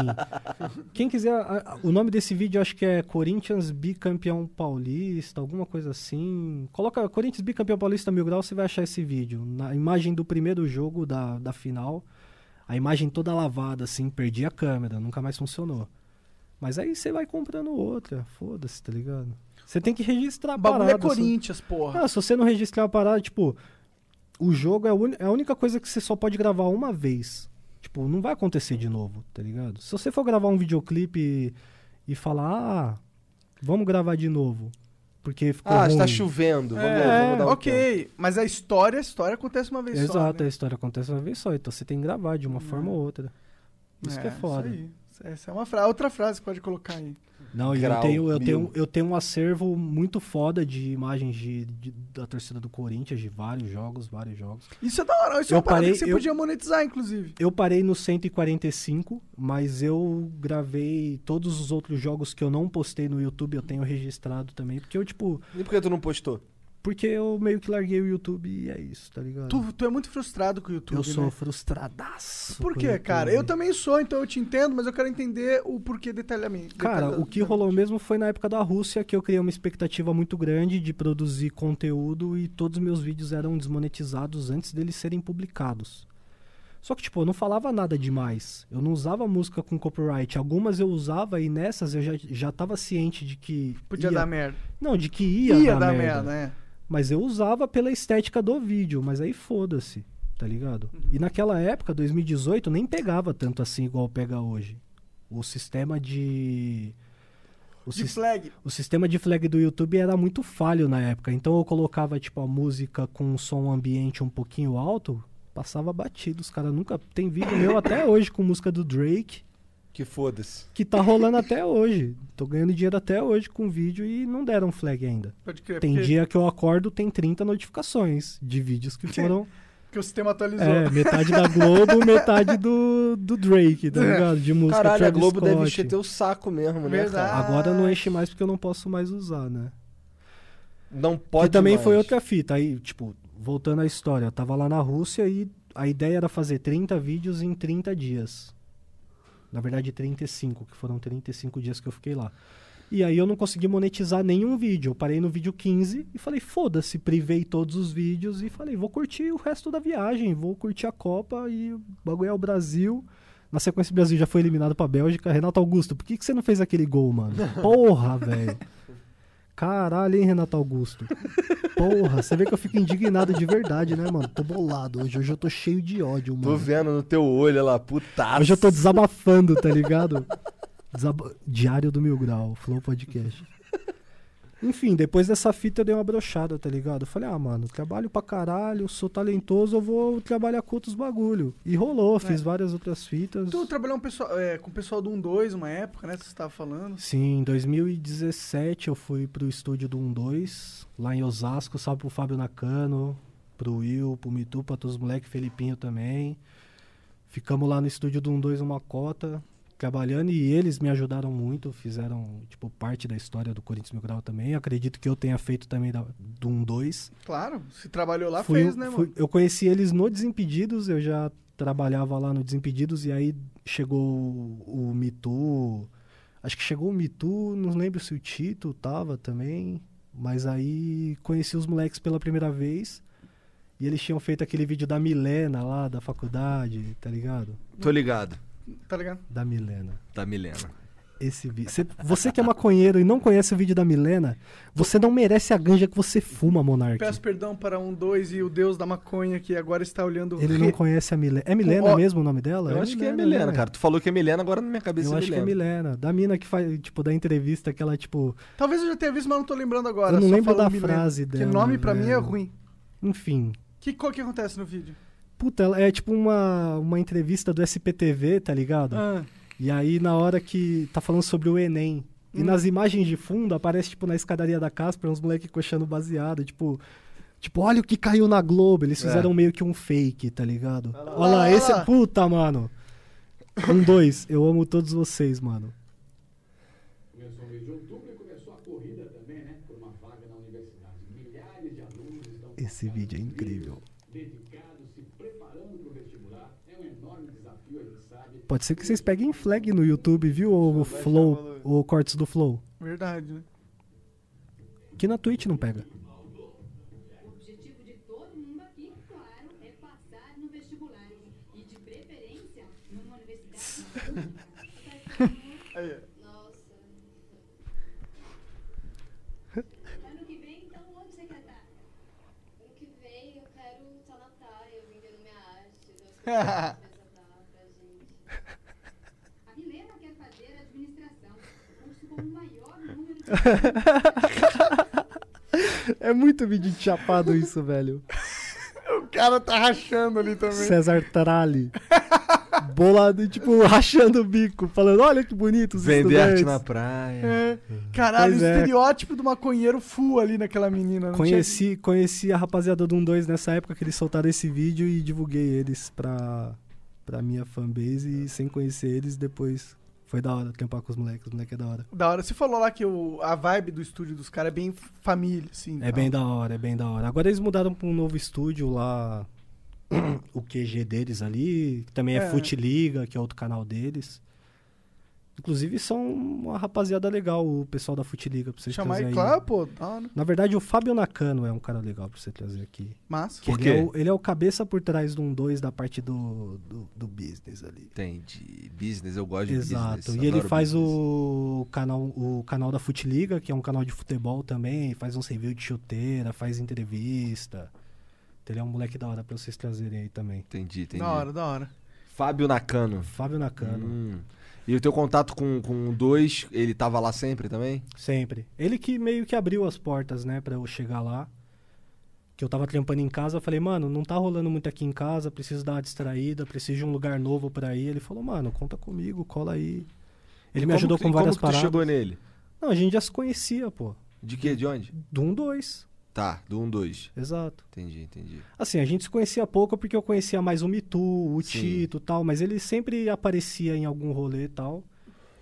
[SPEAKER 4] Quem quiser, a- a- o nome desse vídeo acho que é Corinthians Bicampeão Paulista, alguma coisa assim. Coloca Corinthians Bicampeão Paulista Mil Grau, você vai achar esse vídeo. Na imagem do primeiro jogo da, da final, a imagem toda lavada, assim, perdi a câmera, nunca mais funcionou. Mas aí você vai comprando outra, foda-se, tá ligado? Você tem que registrar a
[SPEAKER 2] O bagulho é
[SPEAKER 4] parada, sabe?
[SPEAKER 2] Corinthians, porra.
[SPEAKER 4] Ah, se você não registrar a parada, tipo, o jogo é a uni- é a única coisa que você só pode gravar uma vez. Tipo, não vai acontecer de novo, tá ligado? Se você for gravar um videoclipe e, e falar, ah, vamos gravar de novo, porque ficou
[SPEAKER 6] Ah,
[SPEAKER 4] Tá ruim.
[SPEAKER 3] tá
[SPEAKER 6] está chovendo. Vamos, vamos dar um tempo.
[SPEAKER 2] É, ok, mas a história, a história acontece uma vez só.
[SPEAKER 4] Exato,
[SPEAKER 2] né?
[SPEAKER 4] a história acontece uma vez só, então você tem que gravar de uma forma ou outra. Isso que é foda.
[SPEAKER 2] aí. Essa é uma fra- outra frase que pode colocar aí.
[SPEAKER 4] Não, e eu
[SPEAKER 6] Grau,
[SPEAKER 4] tenho, eu,
[SPEAKER 6] mil.
[SPEAKER 4] tenho, eu tenho um acervo muito foda de imagens de, de- da torcida do Corinthians, de vários jogos, vários jogos.
[SPEAKER 2] Isso é da hora, isso é
[SPEAKER 4] Eu
[SPEAKER 2] uma parada
[SPEAKER 4] parei-
[SPEAKER 2] que você
[SPEAKER 4] eu-
[SPEAKER 2] podia monetizar, inclusive.
[SPEAKER 4] Eu parei no 145, mas eu gravei todos os outros jogos que eu não postei no YouTube, eu tenho registrado também, porque eu, tipo,
[SPEAKER 6] E por que tu não postou?
[SPEAKER 4] porque eu meio que larguei o YouTube e é isso, tá ligado?
[SPEAKER 2] Tu, tu é muito frustrado com o YouTube,
[SPEAKER 4] eu sou
[SPEAKER 2] né?
[SPEAKER 4] frustradaço.
[SPEAKER 2] Por
[SPEAKER 4] com o
[SPEAKER 2] quê,
[SPEAKER 4] YouTube.
[SPEAKER 2] cara? Eu também sou, então eu te entendo, mas eu quero entender o porquê detalhamento.
[SPEAKER 4] Cara, o que rolou mesmo foi na época da Rússia que eu criei uma expectativa muito grande de produzir conteúdo e todos os meus vídeos eram desmonetizados antes deles serem publicados. Só que, tipo, eu não falava nada demais. Eu não usava música com copyright. Algumas eu usava e nessas eu já, já tava ciente de que.
[SPEAKER 2] Podia
[SPEAKER 4] ia-
[SPEAKER 2] dar merda.
[SPEAKER 4] Não, de que ia, dar, merda.
[SPEAKER 2] né?
[SPEAKER 4] Mas eu usava pela estética do vídeo, mas aí foda-se, tá ligado? E naquela época, 2018, nem pegava tanto assim igual pega hoje. O sistema de. O,
[SPEAKER 2] De
[SPEAKER 4] sis-
[SPEAKER 2] flag.
[SPEAKER 4] o sistema de flag do YouTube era muito falho na época. Então eu colocava, tipo, a música com um som ambiente um pouquinho alto, passava batido. Os caras nunca. Tem vídeo meu até hoje com música do Drake
[SPEAKER 6] Que foda-se.
[SPEAKER 4] que tá rolando até hoje. Tô ganhando dinheiro até hoje com vídeo e não deram flag ainda.
[SPEAKER 2] Pode
[SPEAKER 6] É
[SPEAKER 2] crer,
[SPEAKER 4] Tem
[SPEAKER 2] porque,
[SPEAKER 4] dia que eu acordo, tem 30 notificações de vídeos que foram.
[SPEAKER 2] porque o sistema atualizou.
[SPEAKER 4] é, metade da Globo, metade do, do Drake, tá ligado? De música.
[SPEAKER 6] Caralho, a
[SPEAKER 4] Travis
[SPEAKER 6] Globo deve
[SPEAKER 4] Scott. Ah,
[SPEAKER 6] encher teu saco mesmo, né,
[SPEAKER 2] Verdade.
[SPEAKER 6] cara?
[SPEAKER 4] Agora não enche mais porque eu não posso mais usar, né?
[SPEAKER 6] Não
[SPEAKER 4] E
[SPEAKER 6] pode
[SPEAKER 4] também
[SPEAKER 6] mais.
[SPEAKER 4] foi outra fita. Aí, tipo, voltando à história, eu tava lá na Rússia e a ideia era fazer 30 vídeos em 30 dias. Na verdade, 35, que foram 35 dias que eu fiquei lá. E aí eu não consegui monetizar nenhum vídeo. Eu parei no vídeo 15 e falei, foda-se, privei todos os vídeos e falei, vou curtir o resto da viagem, vou curtir a Copa e o bagulho é o Brasil. Na sequência, o Brasil já foi eliminado pra Bélgica. Renato Augusto, por que, que você não fez aquele gol, mano? Porra, velho. Caralho, hein, Renato Augusto. Porra, você vê que eu fico indignado de verdade, né, mano? Tô bolado hoje. Hoje eu tô cheio de ódio,
[SPEAKER 6] Tô
[SPEAKER 4] mano.
[SPEAKER 6] vendo no teu olho olha lá, putaço.
[SPEAKER 4] Hoje eu tô desabafando, tá ligado? Desaba- Diário do Mil Grau, Flow Podcast. Enfim, depois dessa fita eu dei uma brochada, tá ligado? Eu falei, ah, mano, trabalho pra caralho, sou talentoso, eu vou trabalhar com outros bagulho. E rolou, fiz várias outras fitas.
[SPEAKER 2] Tu trabalhou um pessoal- é, com o pessoal do 1-2 uma época, né? Você estava falando.
[SPEAKER 4] Sim, em 2017 eu fui pro estúdio do 12, lá em Osasco, salve pro Fábio Nakano, pro Will, pro Mitu, pra todos os moleques, Felipinho também. Ficamos lá no estúdio do 12 uma cota, trabalhando, e eles me ajudaram muito, fizeram, tipo, parte da história do Corinthians Mil Grau também. Acredito que eu tenha feito também da, do 12.
[SPEAKER 2] Claro, se trabalhou lá,
[SPEAKER 4] Fui-
[SPEAKER 2] fez, né,
[SPEAKER 4] fui-
[SPEAKER 2] mano?
[SPEAKER 4] Eu conheci eles no Desimpedidos, eu já trabalhava lá no Desimpedidos, e aí chegou o, o Mitu. Acho que chegou o Mitu, não lembro se o Tito tava também. Mas aí conheci os moleques pela primeira vez. E eles tinham feito aquele vídeo da Milena lá, da faculdade, tá ligado?
[SPEAKER 3] Tô ligado.
[SPEAKER 2] Tá ligado?
[SPEAKER 4] Da Milena.
[SPEAKER 3] Tá, Milena.
[SPEAKER 4] Esse vídeo. Você, você que é maconheiro e não conhece o vídeo da Milena, você não merece a ganja que você fuma, Monark.
[SPEAKER 2] Peço perdão para um 2 e o deus da maconha que agora está olhando.
[SPEAKER 4] Ele não conhece a Milena. É Milena
[SPEAKER 2] Ó,
[SPEAKER 4] mesmo o nome dela?
[SPEAKER 6] Eu acho que é Milena,
[SPEAKER 4] né?
[SPEAKER 6] cara. Tu falou que é Milena, agora na minha cabeça
[SPEAKER 4] Eu
[SPEAKER 6] é
[SPEAKER 4] acho que é
[SPEAKER 6] Milena.
[SPEAKER 4] Milena. Da mina que faz, tipo, da entrevista que ela, tipo.
[SPEAKER 2] Talvez eu já tenha visto, mas não tô lembrando agora.
[SPEAKER 4] eu não
[SPEAKER 2] só
[SPEAKER 4] lembro
[SPEAKER 2] falou
[SPEAKER 4] da
[SPEAKER 2] Milena.
[SPEAKER 4] frase
[SPEAKER 2] Que
[SPEAKER 4] dela.
[SPEAKER 2] nome pra mim é
[SPEAKER 4] velho.
[SPEAKER 2] ruim.
[SPEAKER 4] Enfim.
[SPEAKER 2] Que qual que acontece no vídeo?
[SPEAKER 4] Puta, ela- é tipo uma, uma entrevista do SPTV, tá ligado?
[SPEAKER 2] Ah,
[SPEAKER 4] E aí, na hora que tá falando sobre o Enem. E nas imagens de fundo aparece, tipo, na escadaria da Casper, uns moleques coxando baseado, tipo. Tipo, olha o que caiu na Globo. Eles fizeram meio que um fake, tá ligado? Olha lá,
[SPEAKER 2] Olha lá,
[SPEAKER 4] esse. é,
[SPEAKER 2] olha lá.
[SPEAKER 4] Puta, mano. Um, dois. Eu amo todos vocês, mano. Esse vídeo é incrível. Pode ser que vocês peguem flag no YouTube, viu? O Flow, o cortes do Flow.
[SPEAKER 2] verdade, né?
[SPEAKER 4] Que na Twitch não pega.
[SPEAKER 9] O objetivo de todo mundo aqui, claro, é passar no vestibular. E de preferência, numa universidade pública. Nossa. Ano que vem, então, onde você quer estar? Ano que vem, eu quero estar na Itália, vendendo minha arte. A Milena quer fazer administração. um Curso com o maior número de
[SPEAKER 4] É muito vídeo de chapado isso, velho.
[SPEAKER 2] O cara tá rachando ali também.
[SPEAKER 4] César Trali. Bolado, tipo, rachando o bico, falando, olha que bonito os
[SPEAKER 3] Vender arte
[SPEAKER 4] estudantes.
[SPEAKER 3] na praia.
[SPEAKER 2] É. Caralho,
[SPEAKER 4] Pois
[SPEAKER 2] o
[SPEAKER 4] é.
[SPEAKER 2] estereótipo do maconheiro full ali naquela menina. não
[SPEAKER 4] Conheci, conheci a rapaziada do 12 nessa época que eles soltaram esse vídeo e divulguei eles pra, pra minha fanbase e sem conhecer eles depois. Foi da hora campar com os moleques, os moleques é da hora.
[SPEAKER 2] tinha- Da hora. Você falou lá que o, a vibe do estúdio dos caras é bem família, assim.
[SPEAKER 4] É
[SPEAKER 2] tal.
[SPEAKER 4] bem da hora, é bem da hora. Agora eles mudaram pra um novo estúdio lá, o QG deles ali, que também é,
[SPEAKER 2] É.
[SPEAKER 4] Fute Liga, que é outro canal deles. Inclusive são uma rapaziada legal, o pessoal da Fute Liga, pra vocês
[SPEAKER 2] Chamar
[SPEAKER 4] trazerem
[SPEAKER 2] aí,
[SPEAKER 4] aí.
[SPEAKER 2] claro, pô, da hora.
[SPEAKER 4] Na verdade, o Fábio Nakano é um cara legal pra você trazer aqui.
[SPEAKER 2] Massa.
[SPEAKER 4] Que
[SPEAKER 3] Por
[SPEAKER 4] Ele, é
[SPEAKER 3] quê?
[SPEAKER 4] o, ele é o cabeça por trás do 1-2 da parte do, do, do business ali.
[SPEAKER 3] Entendi. Business, eu gosto de business.
[SPEAKER 4] Exato. E ele
[SPEAKER 3] adoro
[SPEAKER 4] faz
[SPEAKER 3] business.
[SPEAKER 4] o canal, o canal da Fute Liga, que é um canal de futebol também, faz uns review de chuteira, faz entrevista. Então ele é um moleque da hora pra vocês trazerem aí também.
[SPEAKER 3] Entendi, entendi.
[SPEAKER 2] Da hora, da hora.
[SPEAKER 3] Fábio Nakano.
[SPEAKER 4] Fábio Nakano,
[SPEAKER 3] Hum. E o teu contato com, com o dois, ele tava lá sempre também?
[SPEAKER 4] sempre. Ele que meio que abriu as portas, né, pra eu chegar lá. Que eu tava trampando em casa, eu falei, mano, não tá rolando muito aqui em casa, preciso dar uma distraída, preciso de um lugar novo pra ir. Ele falou, mano, conta comigo, cola aí. Ele me
[SPEAKER 3] Como
[SPEAKER 4] ajudou
[SPEAKER 3] que-
[SPEAKER 4] com várias
[SPEAKER 3] como que tu
[SPEAKER 4] paradas.
[SPEAKER 3] chegou nele?
[SPEAKER 4] Não, a gente já se conhecia, pô.
[SPEAKER 3] De quê? De onde?
[SPEAKER 4] Do 1-2,
[SPEAKER 3] Tá, do 1, 2.
[SPEAKER 4] exato.
[SPEAKER 3] Entendi, entendi.
[SPEAKER 4] Assim, a gente se conhecia pouco porque eu conhecia mais o Mitu, o
[SPEAKER 3] Sim.
[SPEAKER 4] Tito e tal, mas ele sempre aparecia em algum rolê e tal.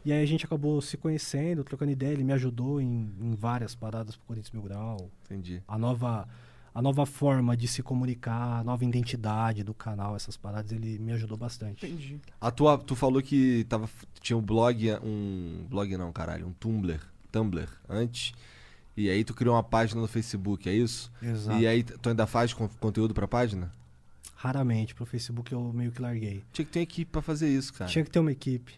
[SPEAKER 4] E aí a gente acabou se conhecendo, trocando ideia, ele me ajudou em, em várias paradas pro Corinthians Mil Grau.
[SPEAKER 3] Entendi.
[SPEAKER 4] A nova, a nova forma de se comunicar, a nova identidade do canal, essas paradas, ele me ajudou bastante.
[SPEAKER 2] Entendi.
[SPEAKER 3] A tua, tu falou que tava, tinha um blog, um blog não, caralho, um Tumblr, Tumblr, antes. E aí tu criou uma página no Facebook, é isso?
[SPEAKER 4] Exato.
[SPEAKER 3] E aí tu ainda faz con- conteúdo pra página?
[SPEAKER 4] Raramente, pro Facebook eu meio que larguei.
[SPEAKER 3] Tinha que ter uma equipe pra fazer isso, cara.
[SPEAKER 4] Tinha que ter uma equipe.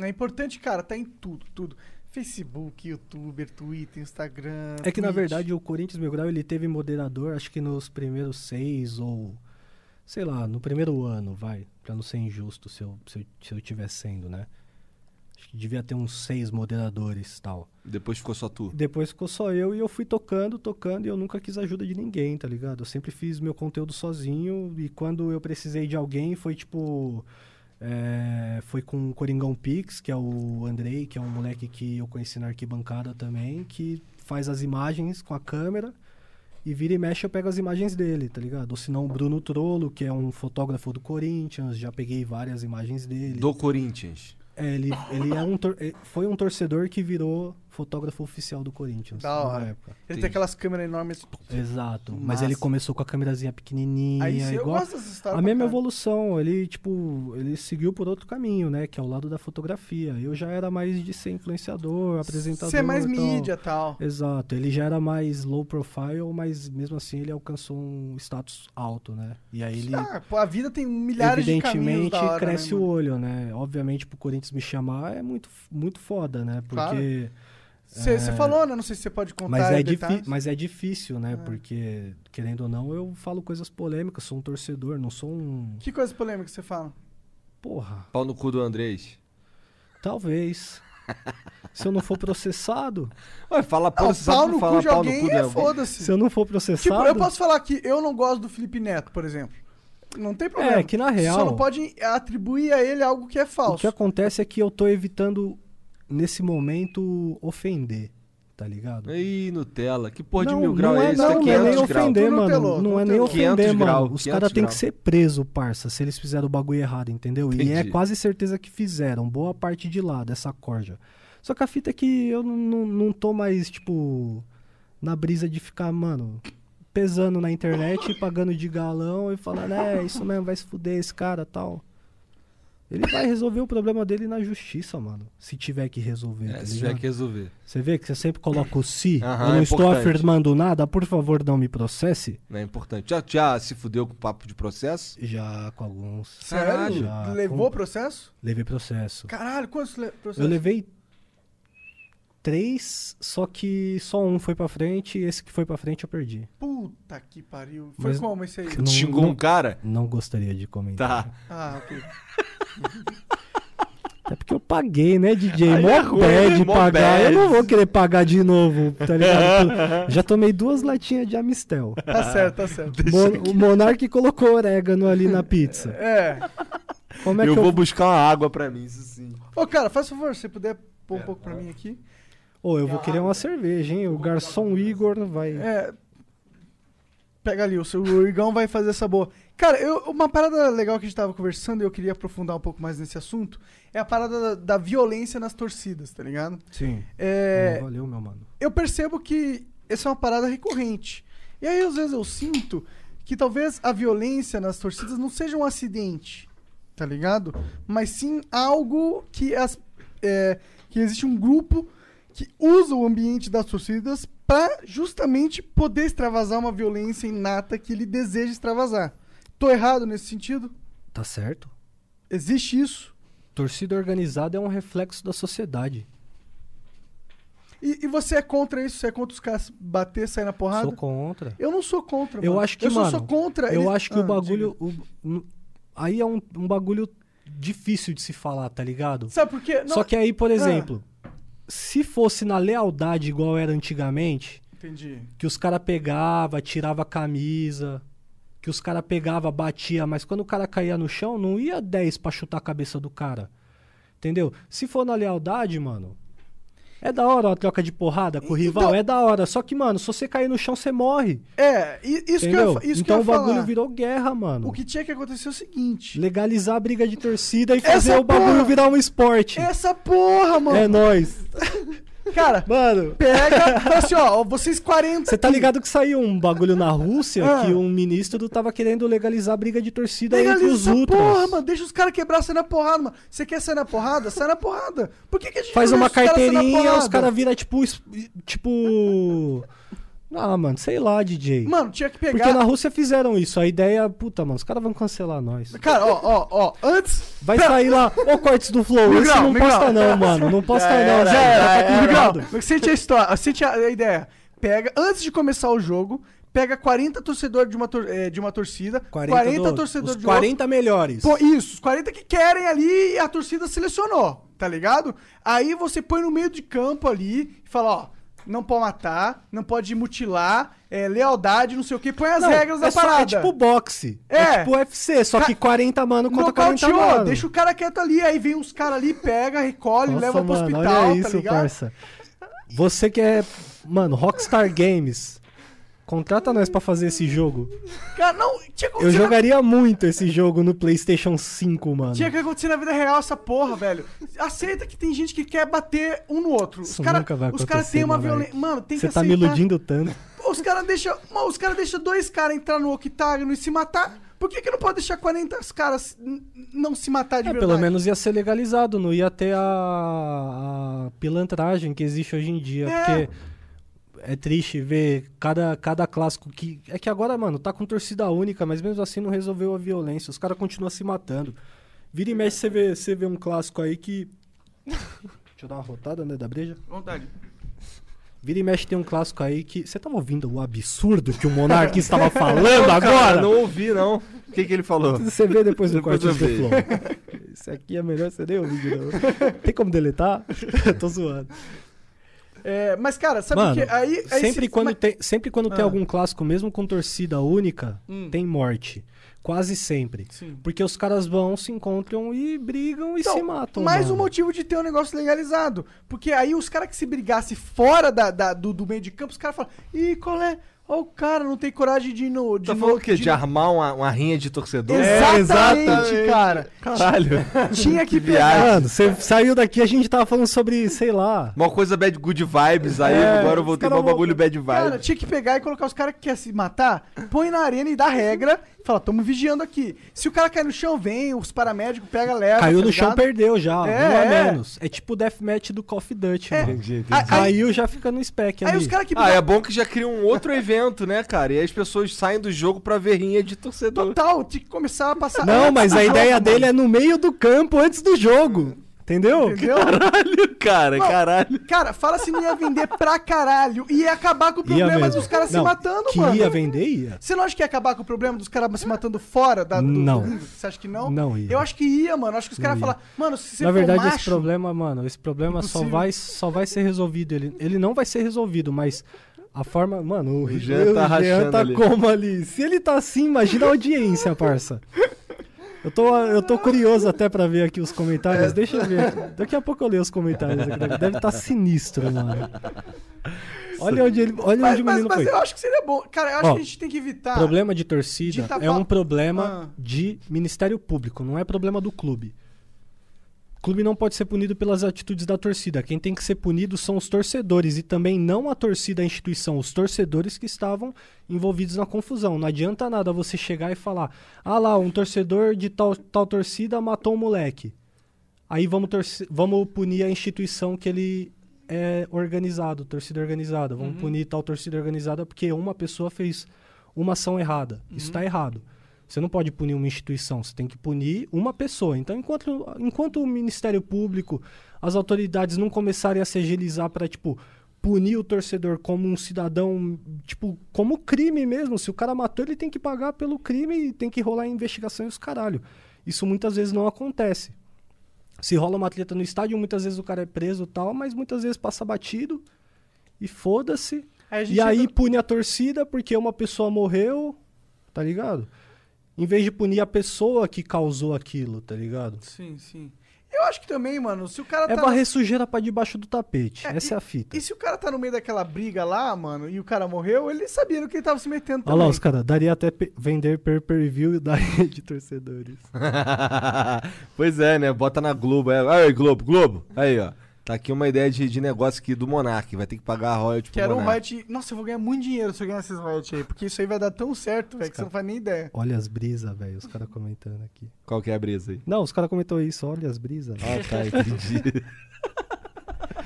[SPEAKER 2] É importante, cara, tá em tudo, tudo. Facebook, YouTuber, Twitter, Instagram.
[SPEAKER 4] É que na
[SPEAKER 2] Twitch.
[SPEAKER 4] verdade o Corinthians Mil Grau ele teve moderador, acho que nos primeiros seis ou sei lá, no primeiro ano, vai, pra não ser injusto se eu, se eu, se eu tiver sendo, né? Acho que devia ter uns seis moderadores e tal.
[SPEAKER 3] Depois ficou só tu.
[SPEAKER 4] Depois ficou só eu e eu fui tocando, tocando e eu nunca quis ajuda de ninguém, tá ligado? Eu sempre fiz meu conteúdo sozinho e quando eu precisei de alguém foi tipo. é, foi com o Coringão Pix, que é o Andrei, que é um moleque que eu conheci na arquibancada também, que faz as imagens com a câmera e vira e mexe eu pego as imagens dele, tá ligado? Ou senão o Bruno Trollo, que é um fotógrafo do Corinthians, já peguei várias imagens dele.
[SPEAKER 3] Do Corinthians.
[SPEAKER 4] É, ele, ele é um tor- eh, foi um torcedor que virou fotógrafo oficial do Corinthians.
[SPEAKER 2] Da
[SPEAKER 4] na
[SPEAKER 2] hora.
[SPEAKER 4] época.
[SPEAKER 2] Ele tem aquelas câmeras enormes.
[SPEAKER 4] Exato. Mas
[SPEAKER 2] Massa.
[SPEAKER 4] ele começou com a câmerazinha pequenininha,
[SPEAKER 2] Aí sim, eu
[SPEAKER 4] é igual
[SPEAKER 2] gosto dessas histórias.
[SPEAKER 4] a
[SPEAKER 2] pra
[SPEAKER 4] mesma
[SPEAKER 2] caralho.
[SPEAKER 4] evolução. Ele tipo, ele seguiu por outro caminho, né, que é o lado da fotografia. Eu já era mais de ser influenciador, apresentador.
[SPEAKER 2] Você é mais
[SPEAKER 4] tal.
[SPEAKER 2] mídia e tal.
[SPEAKER 4] Exato, ele já era mais low profile, mas mesmo assim ele alcançou um status alto, né? E aí ele
[SPEAKER 2] Ah, pô, a vida tem milhares de caminhos
[SPEAKER 4] evidentemente
[SPEAKER 2] da hora,
[SPEAKER 4] cresce
[SPEAKER 2] né,
[SPEAKER 4] o
[SPEAKER 2] mano?
[SPEAKER 4] olho, né? Obviamente pro Corinthians me chamar é muito muito foda, né?
[SPEAKER 2] Claro.
[SPEAKER 4] Porque
[SPEAKER 2] Você você falou, né? Não sei se você pode contar.
[SPEAKER 4] É. mas é,
[SPEAKER 2] detalhes.
[SPEAKER 4] difi- mas é difícil, né? Porque querendo ou não, eu falo coisas polêmicas, sou um torcedor, não sou um
[SPEAKER 2] Que coisa polêmica você fala?
[SPEAKER 4] porra,
[SPEAKER 3] Pau no cu do Andrés.
[SPEAKER 4] talvez se eu não for processado,
[SPEAKER 3] Ué, fala
[SPEAKER 2] Ah,
[SPEAKER 3] pau,
[SPEAKER 2] o
[SPEAKER 3] você
[SPEAKER 2] pau
[SPEAKER 3] sabe
[SPEAKER 2] no cu
[SPEAKER 3] não fala
[SPEAKER 2] de
[SPEAKER 3] pau no
[SPEAKER 2] alguém
[SPEAKER 3] cu
[SPEAKER 2] é
[SPEAKER 3] de alguém.
[SPEAKER 2] foda-se.
[SPEAKER 4] se eu não for
[SPEAKER 2] Tipo,
[SPEAKER 4] processado,
[SPEAKER 2] eu posso falar que eu não gosto do Felipe Neto, por exemplo. Não tem problema.
[SPEAKER 4] É, que na
[SPEAKER 2] Você
[SPEAKER 4] real-
[SPEAKER 2] Só não pode atribuir a ele algo que é
[SPEAKER 4] O que
[SPEAKER 2] falso.
[SPEAKER 4] acontece é que eu tô evitando, nesse momento, ofender, tá ligado?
[SPEAKER 3] Ih, Nutella. Que porra
[SPEAKER 4] não,
[SPEAKER 3] de mil grau
[SPEAKER 4] não
[SPEAKER 3] é,
[SPEAKER 4] é,
[SPEAKER 3] esse?
[SPEAKER 4] não,
[SPEAKER 3] é
[SPEAKER 4] não é nem
[SPEAKER 3] 500 graus.
[SPEAKER 4] ofender,
[SPEAKER 2] Tu não
[SPEAKER 4] mano.
[SPEAKER 2] telou,
[SPEAKER 4] não
[SPEAKER 2] tu
[SPEAKER 4] é
[SPEAKER 2] não
[SPEAKER 4] nem
[SPEAKER 2] telou.
[SPEAKER 4] ofender,
[SPEAKER 3] 500 grau,
[SPEAKER 4] mano. Os
[SPEAKER 3] 500
[SPEAKER 4] caras têm
[SPEAKER 3] grau.
[SPEAKER 4] que ser preso, parça, se eles fizeram o bagulho errado, entendeu? E é
[SPEAKER 3] Entendi.
[SPEAKER 4] quase certeza que fizeram, boa parte de lá, dessa corja. Só que a fita é que eu não, não, não tô mais, tipo, na brisa de ficar, mano, pesando na internet e pagando de galão e falando, é, isso mesmo, vai se fuder esse cara tal. Ele vai resolver o problema dele na justiça, mano. Se tiver que resolver, tá
[SPEAKER 3] É, se
[SPEAKER 4] ligado?
[SPEAKER 3] tiver que resolver.
[SPEAKER 4] Você vê que você sempre coloca o se.
[SPEAKER 3] Aham,
[SPEAKER 4] eu não
[SPEAKER 3] é
[SPEAKER 4] estou
[SPEAKER 3] importante.
[SPEAKER 4] afirmando nada, por favor, não me processe.
[SPEAKER 3] Não é importante. Já, já se fudeu com o papo de processo?
[SPEAKER 4] Já com alguns.
[SPEAKER 2] Sério?
[SPEAKER 4] Já
[SPEAKER 2] Levou
[SPEAKER 4] Ah, com-
[SPEAKER 2] processo?
[SPEAKER 4] Levei processo.
[SPEAKER 2] Caralho, quantos le... processos?
[SPEAKER 4] Eu levei três, só que só um foi pra frente e esse que foi pra frente eu perdi.
[SPEAKER 2] Puta que pariu. Foi
[SPEAKER 4] Mas-
[SPEAKER 2] como esse aí?
[SPEAKER 4] Não-
[SPEAKER 3] Xingou
[SPEAKER 4] não-
[SPEAKER 3] um cara?
[SPEAKER 4] Não gostaria de comentar.
[SPEAKER 3] Tá.
[SPEAKER 2] Ah, ok.
[SPEAKER 4] Até porque eu paguei, né, DJ?
[SPEAKER 3] Aí
[SPEAKER 4] mó
[SPEAKER 3] é ruim,
[SPEAKER 4] bad
[SPEAKER 3] né? Mó
[SPEAKER 4] pagar.
[SPEAKER 3] bad.
[SPEAKER 4] Eu não vou querer pagar de novo, tá ligado? Já tomei duas latinhas de Amistel.
[SPEAKER 2] Tá certo, tá certo.
[SPEAKER 4] Mon o Monark colocou orégano ali na pizza.
[SPEAKER 2] É.
[SPEAKER 4] Como é
[SPEAKER 3] eu
[SPEAKER 4] que eu
[SPEAKER 3] vou buscar uma água pra mim, isso sim.
[SPEAKER 2] Ô, cara, faz favor, se puder pôr um pouco pra mim aqui.
[SPEAKER 4] Ô, eu vou querer uma cerveja, hein? O garçom Igor vai.
[SPEAKER 2] É. Pega ali, o seu o Igão vai fazer essa boa. Cara, eu- uma parada legal que a gente tava conversando e eu queria aprofundar um pouco mais nesse assunto é a parada da, da violência nas torcidas, tá ligado?
[SPEAKER 4] Sim.
[SPEAKER 2] É,
[SPEAKER 4] Valeu, meu mano.
[SPEAKER 2] eu percebo que essa é uma parada recorrente. E aí, às vezes, eu sinto que talvez a violência nas torcidas não seja um acidente, tá ligado? Mas sim algo que, as, é, que existe um grupo que usa o ambiente das torcidas pra justamente poder extravasar uma violência inata que ele deseja extravasar. Tô errado nesse sentido?
[SPEAKER 4] Tá certo?
[SPEAKER 2] Existe isso?
[SPEAKER 4] Torcida organizada é um reflexo da sociedade.
[SPEAKER 2] E, e você é contra isso? Você é contra os caras bater, sair na porrada?
[SPEAKER 4] Sou contra.
[SPEAKER 2] Eu não sou contra,
[SPEAKER 4] Eu
[SPEAKER 2] mano.
[SPEAKER 4] acho que,
[SPEAKER 2] eu só
[SPEAKER 4] mano,
[SPEAKER 2] sou contra.
[SPEAKER 4] Eu
[SPEAKER 2] ele-
[SPEAKER 4] acho que
[SPEAKER 2] Ah,
[SPEAKER 4] o bagulho. o- n- aí é um, um bagulho difícil de se falar, tá ligado?
[SPEAKER 2] diga. Sabe por quê? É, Não,
[SPEAKER 4] Só que aí, por exemplo, se fosse na lealdade igual era antigamente,
[SPEAKER 2] Entendi.
[SPEAKER 4] que os cara pegava, tirava a camisa, que os cara pegava, batia, mas quando o cara caía no chão, não ia 10 pra chutar a cabeça do cara. Entendeu? Se for na lealdade, mano, é da hora uma troca de porrada com o rival,
[SPEAKER 2] Então-
[SPEAKER 4] é da hora. Só que, mano, se você cair no chão, você morre.
[SPEAKER 2] É, i- isso
[SPEAKER 4] entendeu?
[SPEAKER 2] que eu, isso
[SPEAKER 4] então
[SPEAKER 2] que eu
[SPEAKER 4] o
[SPEAKER 2] ia
[SPEAKER 4] bagulho
[SPEAKER 2] falar.
[SPEAKER 4] virou guerra, mano.
[SPEAKER 2] O que tinha que acontecer é o seguinte.
[SPEAKER 4] Legalizar a briga de torcida e fazer
[SPEAKER 2] Essa
[SPEAKER 4] o bagulho
[SPEAKER 2] porra!
[SPEAKER 4] virar um esporte.
[SPEAKER 2] Essa porra, mano.
[SPEAKER 4] É nóis.
[SPEAKER 2] Cara,
[SPEAKER 4] Mano,
[SPEAKER 2] pega, fala assim, ó, vocês 40.
[SPEAKER 4] Você tá
[SPEAKER 2] aqui.
[SPEAKER 4] ligado que saiu um bagulho na Rússia
[SPEAKER 2] Ah.
[SPEAKER 4] que um ministro tava querendo legalizar a briga de torcida entre
[SPEAKER 2] Legaliza
[SPEAKER 4] os
[SPEAKER 2] essa
[SPEAKER 4] ultras.
[SPEAKER 2] porra, mano. Deixa os caras quebrar, sai na porrada, mano. Você quer sair na porrada? Sai na porrada. Por que, que a gente
[SPEAKER 4] Faz
[SPEAKER 2] não
[SPEAKER 4] uma
[SPEAKER 2] deixa os caras sair na
[SPEAKER 4] carteirinha, os
[SPEAKER 2] porrada?
[SPEAKER 4] caras viram tipo. es- Tipo. Ah, mano, sei lá, DJ.
[SPEAKER 2] Mano, tinha que pegar.
[SPEAKER 4] Porque na Rússia fizeram isso. A ideia, puta, mano, os caras vão cancelar nós.
[SPEAKER 2] Cara, ó, ó, ó. Antes.
[SPEAKER 4] Vai sair lá, ô cortes do Flow.
[SPEAKER 2] Miguel,
[SPEAKER 4] Isso não
[SPEAKER 2] Miguel.
[SPEAKER 4] posta não, mano. Não posta
[SPEAKER 2] Já
[SPEAKER 4] não. velho. Tá
[SPEAKER 2] era,
[SPEAKER 4] complicado.
[SPEAKER 2] Miguel, é sente a história, sente a a ideia. Pega, antes de começar o jogo, pega 40 torcedores de uma, tor- eh, de uma torcida, 40,
[SPEAKER 4] do-
[SPEAKER 2] torcedores
[SPEAKER 4] os
[SPEAKER 2] de outra.
[SPEAKER 4] 40 melhores.
[SPEAKER 2] Pô, isso, os 40 que querem ali e a torcida selecionou. tá ligado? Aí você põe no meio de campo ali e fala, ó, não pode matar, não pode mutilar, é, lealdade, não sei o que, põe as
[SPEAKER 4] Não,
[SPEAKER 2] regras da
[SPEAKER 4] é só-
[SPEAKER 2] parada.
[SPEAKER 4] é tipo boxe. É,
[SPEAKER 2] É.
[SPEAKER 4] tipo UFC, só que
[SPEAKER 2] Ca-
[SPEAKER 4] 40 mano contra 40
[SPEAKER 2] Nocauteou,
[SPEAKER 4] mano.
[SPEAKER 2] deixa o cara quieto ali, aí vem uns caras ali, pega, recolhe,
[SPEAKER 4] Nossa,
[SPEAKER 2] leva pro
[SPEAKER 4] mano,
[SPEAKER 2] hospital,
[SPEAKER 4] olha
[SPEAKER 2] tá
[SPEAKER 4] isso,
[SPEAKER 2] ligado?
[SPEAKER 4] parça. Você que é, mano, Rockstar Games, contrata nós pra fazer esse jogo.
[SPEAKER 2] Cara, não, tinha que
[SPEAKER 4] Eu
[SPEAKER 2] acontecer, na-
[SPEAKER 4] jogaria muito esse jogo no PlayStation 5, mano.
[SPEAKER 2] tinha que acontecer na vida real essa porra, velho. Aceita que tem gente que quer bater um no outro. Os
[SPEAKER 4] Isso
[SPEAKER 2] caras
[SPEAKER 4] nunca vai
[SPEAKER 2] os cara
[SPEAKER 4] acontecer,
[SPEAKER 2] têm uma
[SPEAKER 4] Monark.
[SPEAKER 2] violência. Mano, tem
[SPEAKER 4] Você
[SPEAKER 2] que
[SPEAKER 4] tá me
[SPEAKER 2] aceitar.
[SPEAKER 4] iludindo tanto.
[SPEAKER 2] Os caras deixam cara deixa dois caras entrar no octágono e se matar. Por que, que não pode deixar 40 caras n- não se matar de
[SPEAKER 4] É,
[SPEAKER 2] verdade?
[SPEAKER 4] pelo menos ia ser legalizado, não ia ter a, a pilantragem que existe hoje em dia.
[SPEAKER 2] É.
[SPEAKER 4] Porque é triste ver cada, cada clássico que. É que agora, mano, tá com torcida única, mas mesmo assim não resolveu a violência. Os caras continuam se matando. Vira e mexe, você vê, você vê um clássico aí que. Deixa eu dar uma rotada, né, da breja.
[SPEAKER 2] Vontade.
[SPEAKER 4] Vira e mexe tem um clássico aí que. Você tava ouvindo o absurdo que o Monark estava falando agora?
[SPEAKER 3] não ouvi, não. O que, que ele falou?
[SPEAKER 4] Você vê depois do
[SPEAKER 3] Depois
[SPEAKER 4] corte do
[SPEAKER 3] eu
[SPEAKER 4] Flow. Esse aqui é melhor você nem ouvir de novo. Tem como deletar? Tô zoando.
[SPEAKER 2] É, mas, cara, sabe
[SPEAKER 4] Mano,
[SPEAKER 2] que aí. aí
[SPEAKER 4] sempre,
[SPEAKER 2] se-
[SPEAKER 4] quando
[SPEAKER 2] É, mas-
[SPEAKER 4] tem, sempre quando tem
[SPEAKER 2] Ah.
[SPEAKER 4] algum clássico, mesmo com torcida única,
[SPEAKER 2] Hum.
[SPEAKER 4] tem morte. Quase sempre.
[SPEAKER 2] Sim.
[SPEAKER 4] Porque os caras vão, se encontram e brigam e
[SPEAKER 2] Então,
[SPEAKER 4] se matam.
[SPEAKER 2] mais
[SPEAKER 4] mano.
[SPEAKER 2] um motivo de ter um negócio legalizado. Porque aí os caras que se brigassem fora da, da- do, do meio de campo, os caras falam: ih, qual é? Ó, o cara não tem coragem de ir no. De
[SPEAKER 3] Tá
[SPEAKER 2] no-
[SPEAKER 3] falando o quê?
[SPEAKER 2] de
[SPEAKER 3] De armar uma, uma rinha de torcedor?
[SPEAKER 2] Exatamente, cara.
[SPEAKER 3] É, Caralho.
[SPEAKER 2] Tinha que, pegar.
[SPEAKER 4] Mano, você saiu daqui, a gente tava falando sobre, sei lá.
[SPEAKER 3] Uma coisa bad good vibes aí,
[SPEAKER 4] É,
[SPEAKER 3] agora eu
[SPEAKER 4] os
[SPEAKER 3] voltei
[SPEAKER 4] cara
[SPEAKER 3] pra um
[SPEAKER 4] vão-
[SPEAKER 3] bagulho bad vibes.
[SPEAKER 2] Cara, tinha que pegar e colocar os caras que querem se matar, põe na arena e dá regra, e fala, tamo vigiando aqui. Se o cara cai no chão, vem, os paramédicos pega, leva.
[SPEAKER 4] Caiu
[SPEAKER 2] tá
[SPEAKER 4] no chão,
[SPEAKER 2] ligado?
[SPEAKER 4] perdeu já.
[SPEAKER 2] É,
[SPEAKER 4] um a
[SPEAKER 2] é.
[SPEAKER 4] menos. É tipo o deathmatch do Call of Duty,
[SPEAKER 2] É.
[SPEAKER 4] mano.
[SPEAKER 2] Aí- Aí,
[SPEAKER 4] Caiu, já fica no spec
[SPEAKER 2] aí
[SPEAKER 4] ali.
[SPEAKER 2] os caras que
[SPEAKER 3] Ah, é bom que já cria um outro evento, né, cara? E aí as pessoas saem do jogo pra ver rinha de torcedor.
[SPEAKER 2] Total, tinha que começar a passar.
[SPEAKER 4] Não, mas
[SPEAKER 2] Tá
[SPEAKER 4] a ideia dele é no meio do campo, antes do jogo. Entendeu?
[SPEAKER 2] Entendeu?
[SPEAKER 3] Caralho, cara,
[SPEAKER 2] Não.
[SPEAKER 3] caralho.
[SPEAKER 2] Cara, fala se não ia vender pra caralho. E ia acabar com o problema é dos caras se
[SPEAKER 4] Não,
[SPEAKER 2] matando,
[SPEAKER 4] que
[SPEAKER 2] mano.
[SPEAKER 4] ia vender, ia.
[SPEAKER 2] Você não acha que ia acabar com o problema dos caras se matando fora da, do
[SPEAKER 4] Não.
[SPEAKER 2] do- Você acha que não?
[SPEAKER 4] Não ia.
[SPEAKER 2] Eu acho que ia, mano. Acho que os
[SPEAKER 4] Não
[SPEAKER 2] caras
[SPEAKER 4] ia.
[SPEAKER 2] iam falar, mano, se você
[SPEAKER 4] Na
[SPEAKER 2] for
[SPEAKER 4] verdade,
[SPEAKER 2] macho,
[SPEAKER 4] esse problema, mano, esse problema só
[SPEAKER 2] Impossível.
[SPEAKER 4] vai, só vai ser resolvido. Ele, ele não vai ser resolvido, mas a forma. Mano, o,
[SPEAKER 3] Jean tá rachando
[SPEAKER 4] tá
[SPEAKER 3] ali.
[SPEAKER 4] como ali? Se ele tá assim, imagina a audiência, parça. Eu tô, eu tô curioso até pra ver aqui os comentários. Deixa eu ver. aqui. Daqui a pouco eu leio os comentários. aqui. Deve estar sinistro, mano. Olha onde, ele, olha
[SPEAKER 2] Mas,
[SPEAKER 4] onde o
[SPEAKER 2] mas-
[SPEAKER 4] menino
[SPEAKER 2] mas
[SPEAKER 4] foi.
[SPEAKER 2] eu acho que seria bom. Cara, eu acho
[SPEAKER 4] Ó,
[SPEAKER 2] que a gente tem que evitar.
[SPEAKER 4] Problema de torcida
[SPEAKER 2] tá de tava-
[SPEAKER 4] é um
[SPEAKER 2] Ah.
[SPEAKER 4] problema de Ministério Público, não é problema do clube. O clube não pode ser punido pelas atitudes da torcida. Quem tem que ser punido são os torcedores e também não a torcida, a instituição, os torcedores que estavam envolvidos na confusão. Não adianta nada você chegar e falar: ah lá, um torcedor de tal, tal torcida matou um moleque. Aí vamos, torce- vamos punir a instituição que ele é organizado, torcida organizada. Vamos punir tal torcida organizada porque uma pessoa fez uma ação errada. Isso tá errado. Você não pode punir uma instituição, você tem que punir uma pessoa. Então, enquanto, enquanto o Ministério Público, as autoridades não começarem a se agilizar para, tipo, punir o torcedor como um cidadão, tipo, como crime mesmo. Se o cara matou, ele tem que pagar pelo crime e tem que rolar investigação e os caralho. Isso muitas vezes não acontece. Se rola uma treta no estádio, muitas vezes o cara é preso e tal, mas muitas vezes passa batido e foda-se.
[SPEAKER 2] Aí a gente
[SPEAKER 4] E aí
[SPEAKER 2] entra-
[SPEAKER 4] pune a torcida porque uma pessoa morreu, tá ligado? Em vez de punir a pessoa que causou aquilo, tá ligado?
[SPEAKER 2] Sim, sim. Eu acho que também, mano, se o cara
[SPEAKER 4] É
[SPEAKER 2] tá.
[SPEAKER 4] varrer sujeira pra debaixo do tapete.
[SPEAKER 2] É, e-
[SPEAKER 4] Essa é a fita.
[SPEAKER 2] E se o cara tá no meio daquela briga lá, mano, e o cara morreu, ele sabia no que ele tava se metendo
[SPEAKER 4] Olha
[SPEAKER 2] também.
[SPEAKER 4] lá, os caras, daria até pe- vender per per view e da rede torcedores.
[SPEAKER 3] pois é, né? Bota na Globo. É. Aí, Globo, Globo. Aí, ó. Tá aqui uma ideia de, de negócio aqui do Monark. Vai ter que pagar a royalty pro
[SPEAKER 2] Quero um
[SPEAKER 3] Monark.
[SPEAKER 2] riot. Nossa, eu vou ganhar muito dinheiro se eu ganhar esses riot aí, porque isso aí vai dar tão certo, velho, que você não faz nem ideia.
[SPEAKER 4] Olha as brisas, velho. Os caras comentando aqui.
[SPEAKER 3] Qual que é a brisa aí?
[SPEAKER 4] Não, os caras comentou isso. Olha as brisas.
[SPEAKER 3] Ah, tá, entendi.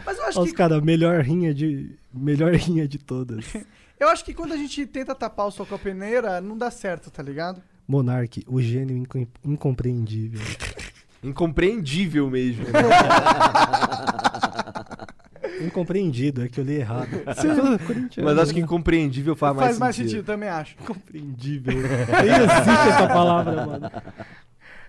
[SPEAKER 2] Mas eu acho,
[SPEAKER 4] Olha os
[SPEAKER 2] que,
[SPEAKER 4] caras, melhor rinha de. Melhor rinha de todas.
[SPEAKER 2] eu acho que quando a gente tenta tapar o sol com a peneira, não dá certo, tá ligado?
[SPEAKER 4] Monark, o gênio incom- incompreendível.
[SPEAKER 3] Incompreendível mesmo. né?
[SPEAKER 4] Incompreendido, é que eu li errado. é um
[SPEAKER 3] Mas
[SPEAKER 4] né?
[SPEAKER 3] acho que incompreendível
[SPEAKER 4] Ah,
[SPEAKER 3] faz,
[SPEAKER 2] faz mais sentido, também acho.
[SPEAKER 4] Incompreendível. Nem existe essa palavra, mano.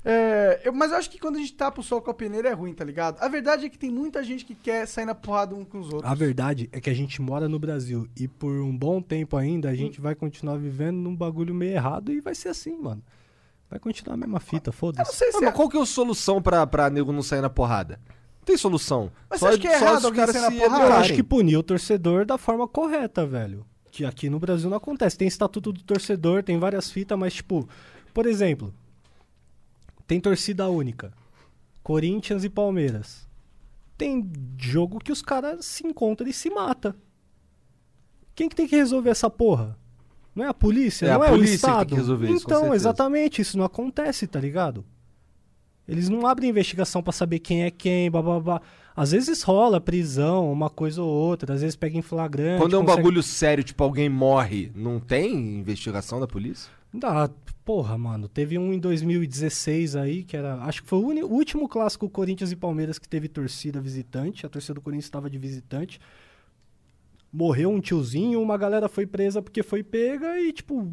[SPEAKER 2] É, eu- mas eu acho que quando a gente tapa o sol com a peneira é ruim, tá ligado? A verdade é que tem muita gente que quer sair na porrada um com os outros.
[SPEAKER 4] A verdade é que a gente mora no Brasil e por um bom tempo ainda a gente vai continuar vivendo num bagulho meio errado e vai ser assim, mano. Vai continuar a mesma fita,
[SPEAKER 2] Eu não
[SPEAKER 4] foda-se.
[SPEAKER 2] sei se é.
[SPEAKER 3] Mas qual que é a solução pra, pra nego não sair na porrada? Não tem solução.
[SPEAKER 2] Mas você acha que é errado alguém sair na porrada?
[SPEAKER 4] Eu
[SPEAKER 2] Cara,
[SPEAKER 4] acho que punir o torcedor da forma correta, velho. Que aqui no Brasil não acontece. Tem estatuto do torcedor, tem várias fitas, mas tipo, por exemplo, tem torcida única. Corinthians e Palmeiras. Tem jogo que os caras se encontram e se mata. Quem que tem que resolver essa porra? Não é a polícia,
[SPEAKER 3] É a
[SPEAKER 4] não é
[SPEAKER 3] polícia
[SPEAKER 4] o
[SPEAKER 3] que
[SPEAKER 4] Estado.
[SPEAKER 3] tem que resolver isso, com
[SPEAKER 4] então,
[SPEAKER 3] certeza.
[SPEAKER 4] exatamente, isso não acontece, tá ligado? Eles não abrem investigação pra saber quem é quem, babá. Às vezes rola prisão, uma coisa ou outra, às vezes pega em flagrante.
[SPEAKER 3] Quando é um
[SPEAKER 4] consegue-
[SPEAKER 3] bagulho sério, tipo alguém morre, não tem investigação da polícia?
[SPEAKER 4] Ah, porra, mano, teve um em 2016 aí, que era. Acho que foi o, uni- o último clássico Corinthians e Palmeiras que teve torcida visitante. A torcida do Corinthians estava de visitante. Morreu um tiozinho, uma galera foi presa porque foi pega e, tipo.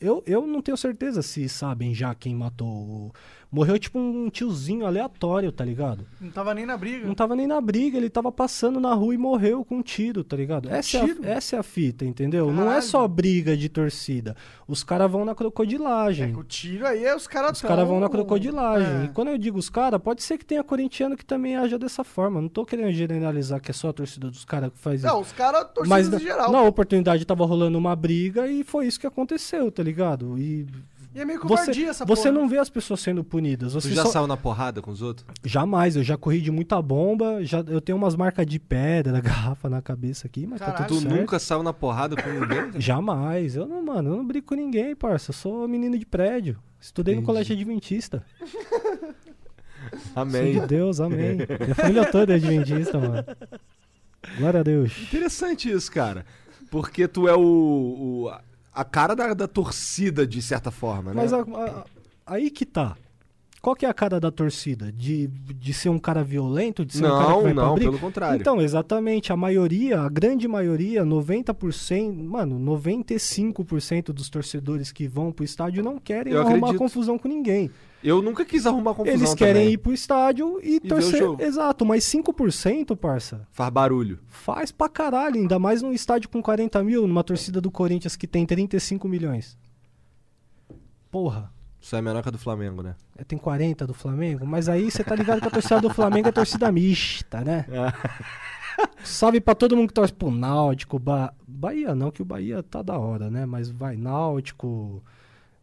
[SPEAKER 4] Eu, eu não tenho certeza se sabem já quem matou. o- Morreu, tipo, um tiozinho aleatório, tá ligado?
[SPEAKER 2] Não tava nem na briga.
[SPEAKER 4] Não tava nem na briga, ele tava passando na rua e morreu com um tiro, tá ligado? Essa,
[SPEAKER 2] tiro?
[SPEAKER 4] É, a, essa é a fita, entendeu? Não é
[SPEAKER 2] Caralho.
[SPEAKER 4] só briga de torcida. Os caras vão na crocodilagem.
[SPEAKER 2] É, o tiro aí é os caras
[SPEAKER 4] Os caras vão na
[SPEAKER 2] tão-
[SPEAKER 4] crocodilagem.
[SPEAKER 2] É.
[SPEAKER 4] E quando eu digo os caras, pode ser que tenha corintiano que também haja dessa forma. Não tô querendo generalizar que é só a torcida dos caras que faz isso.
[SPEAKER 2] Não, os caras
[SPEAKER 4] Mas
[SPEAKER 2] torcidos
[SPEAKER 4] na,
[SPEAKER 2] em geral.
[SPEAKER 4] na oportunidade tava rolando uma briga e foi isso que aconteceu, tá ligado? E
[SPEAKER 2] E é meio
[SPEAKER 4] você,
[SPEAKER 2] covardia essa
[SPEAKER 4] você
[SPEAKER 2] porra.
[SPEAKER 4] não vê as pessoas sendo punidas.
[SPEAKER 3] Tu
[SPEAKER 4] Você
[SPEAKER 3] já
[SPEAKER 4] só- Tá
[SPEAKER 3] saiu na porrada com os outros?
[SPEAKER 4] Jamais, eu já corri de muita bomba, já, eu tenho umas marcas de pedra, garrafa na cabeça aqui, mas tá
[SPEAKER 2] Caralho.
[SPEAKER 4] tudo
[SPEAKER 3] Tu
[SPEAKER 4] certo.
[SPEAKER 3] nunca saiu na porrada com ninguém? cara?
[SPEAKER 4] Jamais, eu não, mano, eu não brigo com ninguém, parça, eu sou menino de prédio, estudei no
[SPEAKER 3] Entendi.
[SPEAKER 4] colégio adventista, sou
[SPEAKER 3] Amém.
[SPEAKER 4] de Deus, amém. Minha família toda é adventista, mano. Glória a Deus.
[SPEAKER 3] Interessante isso, cara. Porque tu é o. o- a cara da, da torcida, de certa forma, né?
[SPEAKER 4] Mas a- a- aí que tá. Qual que é a cara da torcida? De, de ser um cara violento? De ser um cara que
[SPEAKER 3] não,
[SPEAKER 4] vai pra
[SPEAKER 3] não,
[SPEAKER 4] briga?
[SPEAKER 3] pelo contrário.
[SPEAKER 4] Então, exatamente, a maioria, a grande maioria, 90%, mano, 95% dos torcedores que vão pro estádio não querem
[SPEAKER 3] Eu
[SPEAKER 4] arrumar
[SPEAKER 3] acredito.
[SPEAKER 4] confusão com ninguém.
[SPEAKER 3] eu nunca quis arrumar confusão.
[SPEAKER 4] Eles querem
[SPEAKER 3] também.
[SPEAKER 4] ir pro estádio e,
[SPEAKER 3] ver o
[SPEAKER 4] torcer.
[SPEAKER 3] jogo.
[SPEAKER 4] Exato, mas 5%, parça,
[SPEAKER 3] Faz barulho.
[SPEAKER 4] faz pra caralho, ainda mais num estádio com 40 mil, numa torcida do Corinthians que tem 35 milhões. Porra.
[SPEAKER 3] Isso é menor que a do Flamengo, né?
[SPEAKER 4] É, Tem 40 do Flamengo, mas aí você tá ligado que a torcida do Flamengo é torcida mista, né?
[SPEAKER 3] É.
[SPEAKER 4] Salve pra todo mundo que torce pro Náutico, ba... Bahia não, que o Bahia tá da hora, né? Mas vai Náutico,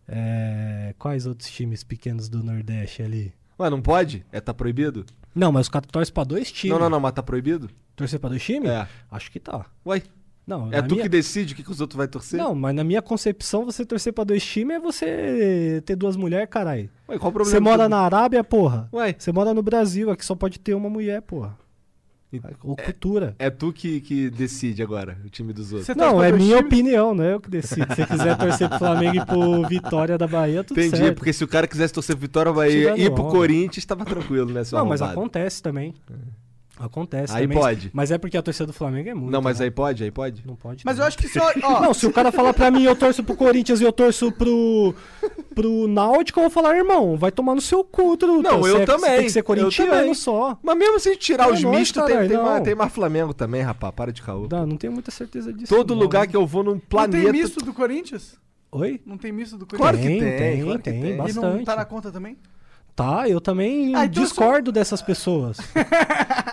[SPEAKER 4] é, quais outros times pequenos do Nordeste ali?
[SPEAKER 3] Ué, não pode? É, tá proibido?
[SPEAKER 4] Não, mas os caras torcem pra dois times.
[SPEAKER 3] Não, não, não, mas tá proibido?
[SPEAKER 4] Torcer pra dois times?
[SPEAKER 3] É.
[SPEAKER 4] Acho que tá.
[SPEAKER 3] Ué,
[SPEAKER 4] Não,
[SPEAKER 3] é
[SPEAKER 4] na
[SPEAKER 3] tu
[SPEAKER 4] minha-
[SPEAKER 3] que decide o que, que os outros vai torcer?
[SPEAKER 4] Não, mas na minha concepção, você torcer pra dois times é você ter duas mulheres, caralho.
[SPEAKER 3] Ué, qual o problema?
[SPEAKER 4] Você mora
[SPEAKER 3] do-
[SPEAKER 4] na Arábia, porra?
[SPEAKER 3] Ué,
[SPEAKER 4] Você mora no Brasil, aqui só pode ter uma mulher, porra.
[SPEAKER 3] E-
[SPEAKER 4] Ou cultura.
[SPEAKER 3] é tu que, que decide agora, o time dos outros.
[SPEAKER 2] Você torce
[SPEAKER 4] Não,
[SPEAKER 2] pra
[SPEAKER 4] é
[SPEAKER 2] dois
[SPEAKER 4] minha
[SPEAKER 2] times?
[SPEAKER 4] opinião, não é eu que decido. Se você quiser torcer pro Flamengo e pro Vitória da Bahia, tudo
[SPEAKER 3] Entendi,
[SPEAKER 4] certo.
[SPEAKER 3] porque se o cara quisesse torcer pro Vitória Bahia
[SPEAKER 4] Tirando
[SPEAKER 3] e pro
[SPEAKER 4] onda.
[SPEAKER 3] Corinthians, tava tranquilo, né, seu
[SPEAKER 4] Não, mas
[SPEAKER 3] arrombado?
[SPEAKER 4] acontece também. Acontece
[SPEAKER 3] É. Aí
[SPEAKER 4] também.
[SPEAKER 3] pode.
[SPEAKER 4] Mas é porque a torcida do Flamengo é muito.
[SPEAKER 3] Não, mas
[SPEAKER 4] né?
[SPEAKER 3] aí pode, aí pode?
[SPEAKER 4] Não pode.
[SPEAKER 2] Mas
[SPEAKER 4] não.
[SPEAKER 2] eu acho que só. Ó,
[SPEAKER 4] Não, se o cara falar pra mim, eu torço pro Corinthians e eu torço pro, pro Náutico, eu vou falar, irmão, vai tomar no seu cu, truta.
[SPEAKER 3] Não,
[SPEAKER 4] Você
[SPEAKER 3] eu
[SPEAKER 4] é- Você
[SPEAKER 3] também,
[SPEAKER 4] tem que ser
[SPEAKER 3] eu também.
[SPEAKER 4] corintiano só.
[SPEAKER 3] Mas mesmo se a gente tirar
[SPEAKER 4] Não é
[SPEAKER 3] os
[SPEAKER 4] nóis,
[SPEAKER 3] mistos, tem,
[SPEAKER 4] caralho,
[SPEAKER 3] tem, mais,
[SPEAKER 4] não.
[SPEAKER 3] tem mais Flamengo também, rapaz. Para de caô.
[SPEAKER 4] Não, não tenho muita certeza disso.
[SPEAKER 3] Todo
[SPEAKER 4] não. né?
[SPEAKER 3] lugar que eu vou num
[SPEAKER 2] não tem
[SPEAKER 3] planeta.
[SPEAKER 2] misto do Corinthians?
[SPEAKER 4] Oi?
[SPEAKER 2] Não tem misto do
[SPEAKER 3] Claro
[SPEAKER 2] Corinthians?
[SPEAKER 3] que tem,
[SPEAKER 4] tem,
[SPEAKER 3] claro que
[SPEAKER 4] tem,
[SPEAKER 3] tem. E não
[SPEAKER 2] E
[SPEAKER 4] bastante.
[SPEAKER 2] não tá na conta também?
[SPEAKER 4] Tá, eu também
[SPEAKER 2] Ah, então
[SPEAKER 4] discordo dessas pessoas.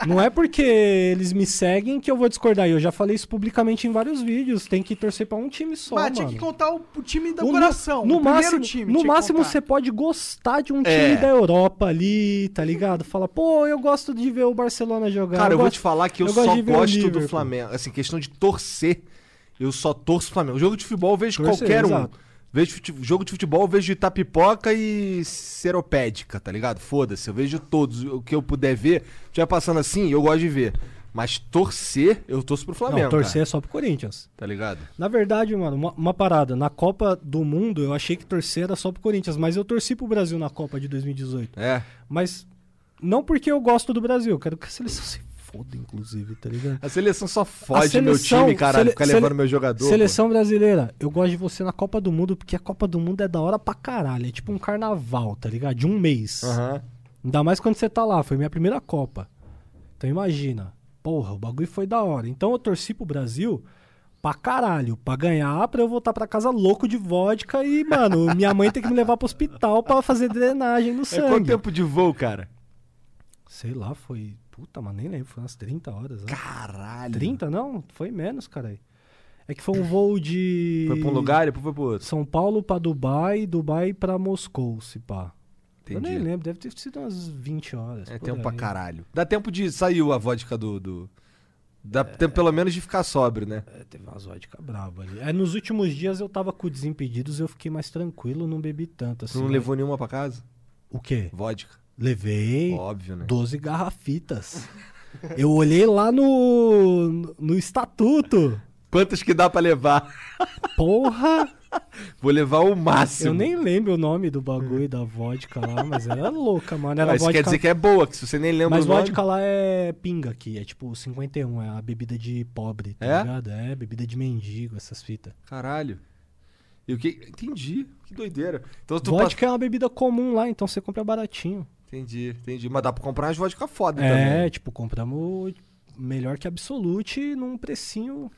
[SPEAKER 4] não é porque eles me seguem que eu vou discordar. E Eu já falei isso publicamente em vários vídeos. Tem que torcer pra um time só,
[SPEAKER 2] Mas tinha que
[SPEAKER 4] mano.
[SPEAKER 2] contar o, o time do
[SPEAKER 3] um
[SPEAKER 4] O- no-
[SPEAKER 2] coração.
[SPEAKER 4] no
[SPEAKER 2] o
[SPEAKER 4] máximo,
[SPEAKER 2] primeiro time.
[SPEAKER 4] no
[SPEAKER 2] tinha que
[SPEAKER 4] máximo
[SPEAKER 2] contar.
[SPEAKER 4] você pode gostar de um time
[SPEAKER 3] É.
[SPEAKER 4] da Europa ali, tá ligado? Fala, pô, eu gosto de ver o Barcelona jogar.
[SPEAKER 3] Cara, eu, vou
[SPEAKER 4] gosto-
[SPEAKER 3] te falar que eu,
[SPEAKER 4] eu gosto
[SPEAKER 3] só
[SPEAKER 4] de ver o
[SPEAKER 3] gosto do
[SPEAKER 4] Liverpool.
[SPEAKER 3] Flamengo. Assim, questão de torcer. Eu só torço o Flamengo. Jogo de futebol eu vejo
[SPEAKER 4] Torcer,
[SPEAKER 3] qualquer um.
[SPEAKER 4] exato.
[SPEAKER 3] Vejo fute- jogo de futebol, eu vejo Itapipoca e Seropédica, tá ligado? Foda-se, eu vejo todos. O que eu puder ver, já passando assim, eu gosto de ver. Mas torcer, eu torço pro Flamengo.
[SPEAKER 4] Não, torcer é só pro Corinthians.
[SPEAKER 3] cara, tá ligado?
[SPEAKER 4] Na verdade, mano, uma, uma parada. Na Copa do Mundo, eu achei que torcer era só pro Corinthians, mas eu torci pro Brasil na Copa de 2018.
[SPEAKER 3] É.
[SPEAKER 4] Mas não porque eu gosto do Brasil, eu quero que a seleção se foda, inclusive, tá ligado?
[SPEAKER 3] A seleção só fode
[SPEAKER 4] A seleção-
[SPEAKER 3] meu time, caralho.
[SPEAKER 4] sele-
[SPEAKER 3] Fica
[SPEAKER 4] sele-
[SPEAKER 3] levando meu jogador.
[SPEAKER 4] Seleção brasileira, eu gosto de você na Copa do Mundo, porque a Copa do Mundo é da hora pra caralho. É tipo um carnaval, tá ligado? De um mês.
[SPEAKER 3] pô. Aham.
[SPEAKER 4] Ainda mais quando você tá lá, foi minha primeira Copa. Então imagina. Porra, o bagulho foi da hora. Então eu torci pro Brasil pra caralho, pra ganhar, pra eu voltar pra casa louco de vodka e, mano, minha mãe tem que me levar pro hospital pra fazer drenagem no
[SPEAKER 3] É quanto
[SPEAKER 4] sangue.
[SPEAKER 3] tempo de voo, cara?
[SPEAKER 4] Sei lá, foi. Puta, mano, nem lembro, foi umas 30 horas. Né?
[SPEAKER 3] Caralho.
[SPEAKER 4] 30? Não, foi menos, caralho. É que foi um voo de.
[SPEAKER 3] Foi pra um lugar e depois foi pro outro.
[SPEAKER 4] São Paulo pra Dubai, Dubai pra Moscou, se pá. Eu nem
[SPEAKER 3] Entendi.
[SPEAKER 4] lembro, deve ter sido umas 20 horas.
[SPEAKER 3] É
[SPEAKER 4] por
[SPEAKER 3] tempo pra
[SPEAKER 4] aí.
[SPEAKER 3] caralho. Dá tempo de saiu a vodka do. do... Dá tempo pelo menos de ficar sóbrio, né?
[SPEAKER 4] É, teve umas vodka braba ali. É, nos últimos dias eu tava com o Desimpedidos, eu fiquei mais tranquilo, não bebi tanto
[SPEAKER 3] Tu
[SPEAKER 4] assim.
[SPEAKER 3] não
[SPEAKER 4] né?
[SPEAKER 3] levou nenhuma pra casa?
[SPEAKER 4] O quê?
[SPEAKER 3] Vodka.
[SPEAKER 4] Levei
[SPEAKER 3] Óbvio, né?
[SPEAKER 4] 12 garrafitas. eu olhei lá no, no estatuto.
[SPEAKER 3] Quantas que dá pra levar?
[SPEAKER 4] Porra!
[SPEAKER 3] Vou levar o máximo.
[SPEAKER 4] eu nem lembro o nome do bagulho da vodka lá, mas era louca, mano. Era
[SPEAKER 3] Mas isso
[SPEAKER 4] né, vodka.
[SPEAKER 3] quer dizer que é boa, que se você nem lembra
[SPEAKER 4] Mas
[SPEAKER 3] o nome...
[SPEAKER 4] vodka lá é pinga aqui, é tipo 51, é a bebida de pobre, tá
[SPEAKER 3] É?
[SPEAKER 4] ligado? É, bebida de mendigo, essas fitas.
[SPEAKER 3] Caralho. E o que... Entendi. Que doideira. Então tu
[SPEAKER 4] vodka é uma bebida comum lá, então você compra baratinho.
[SPEAKER 3] passa- Entendi, entendi. Mas dá pra comprar umas vodka foda
[SPEAKER 4] É,
[SPEAKER 3] também.
[SPEAKER 4] tipo, compramos melhor que Absolute num precinho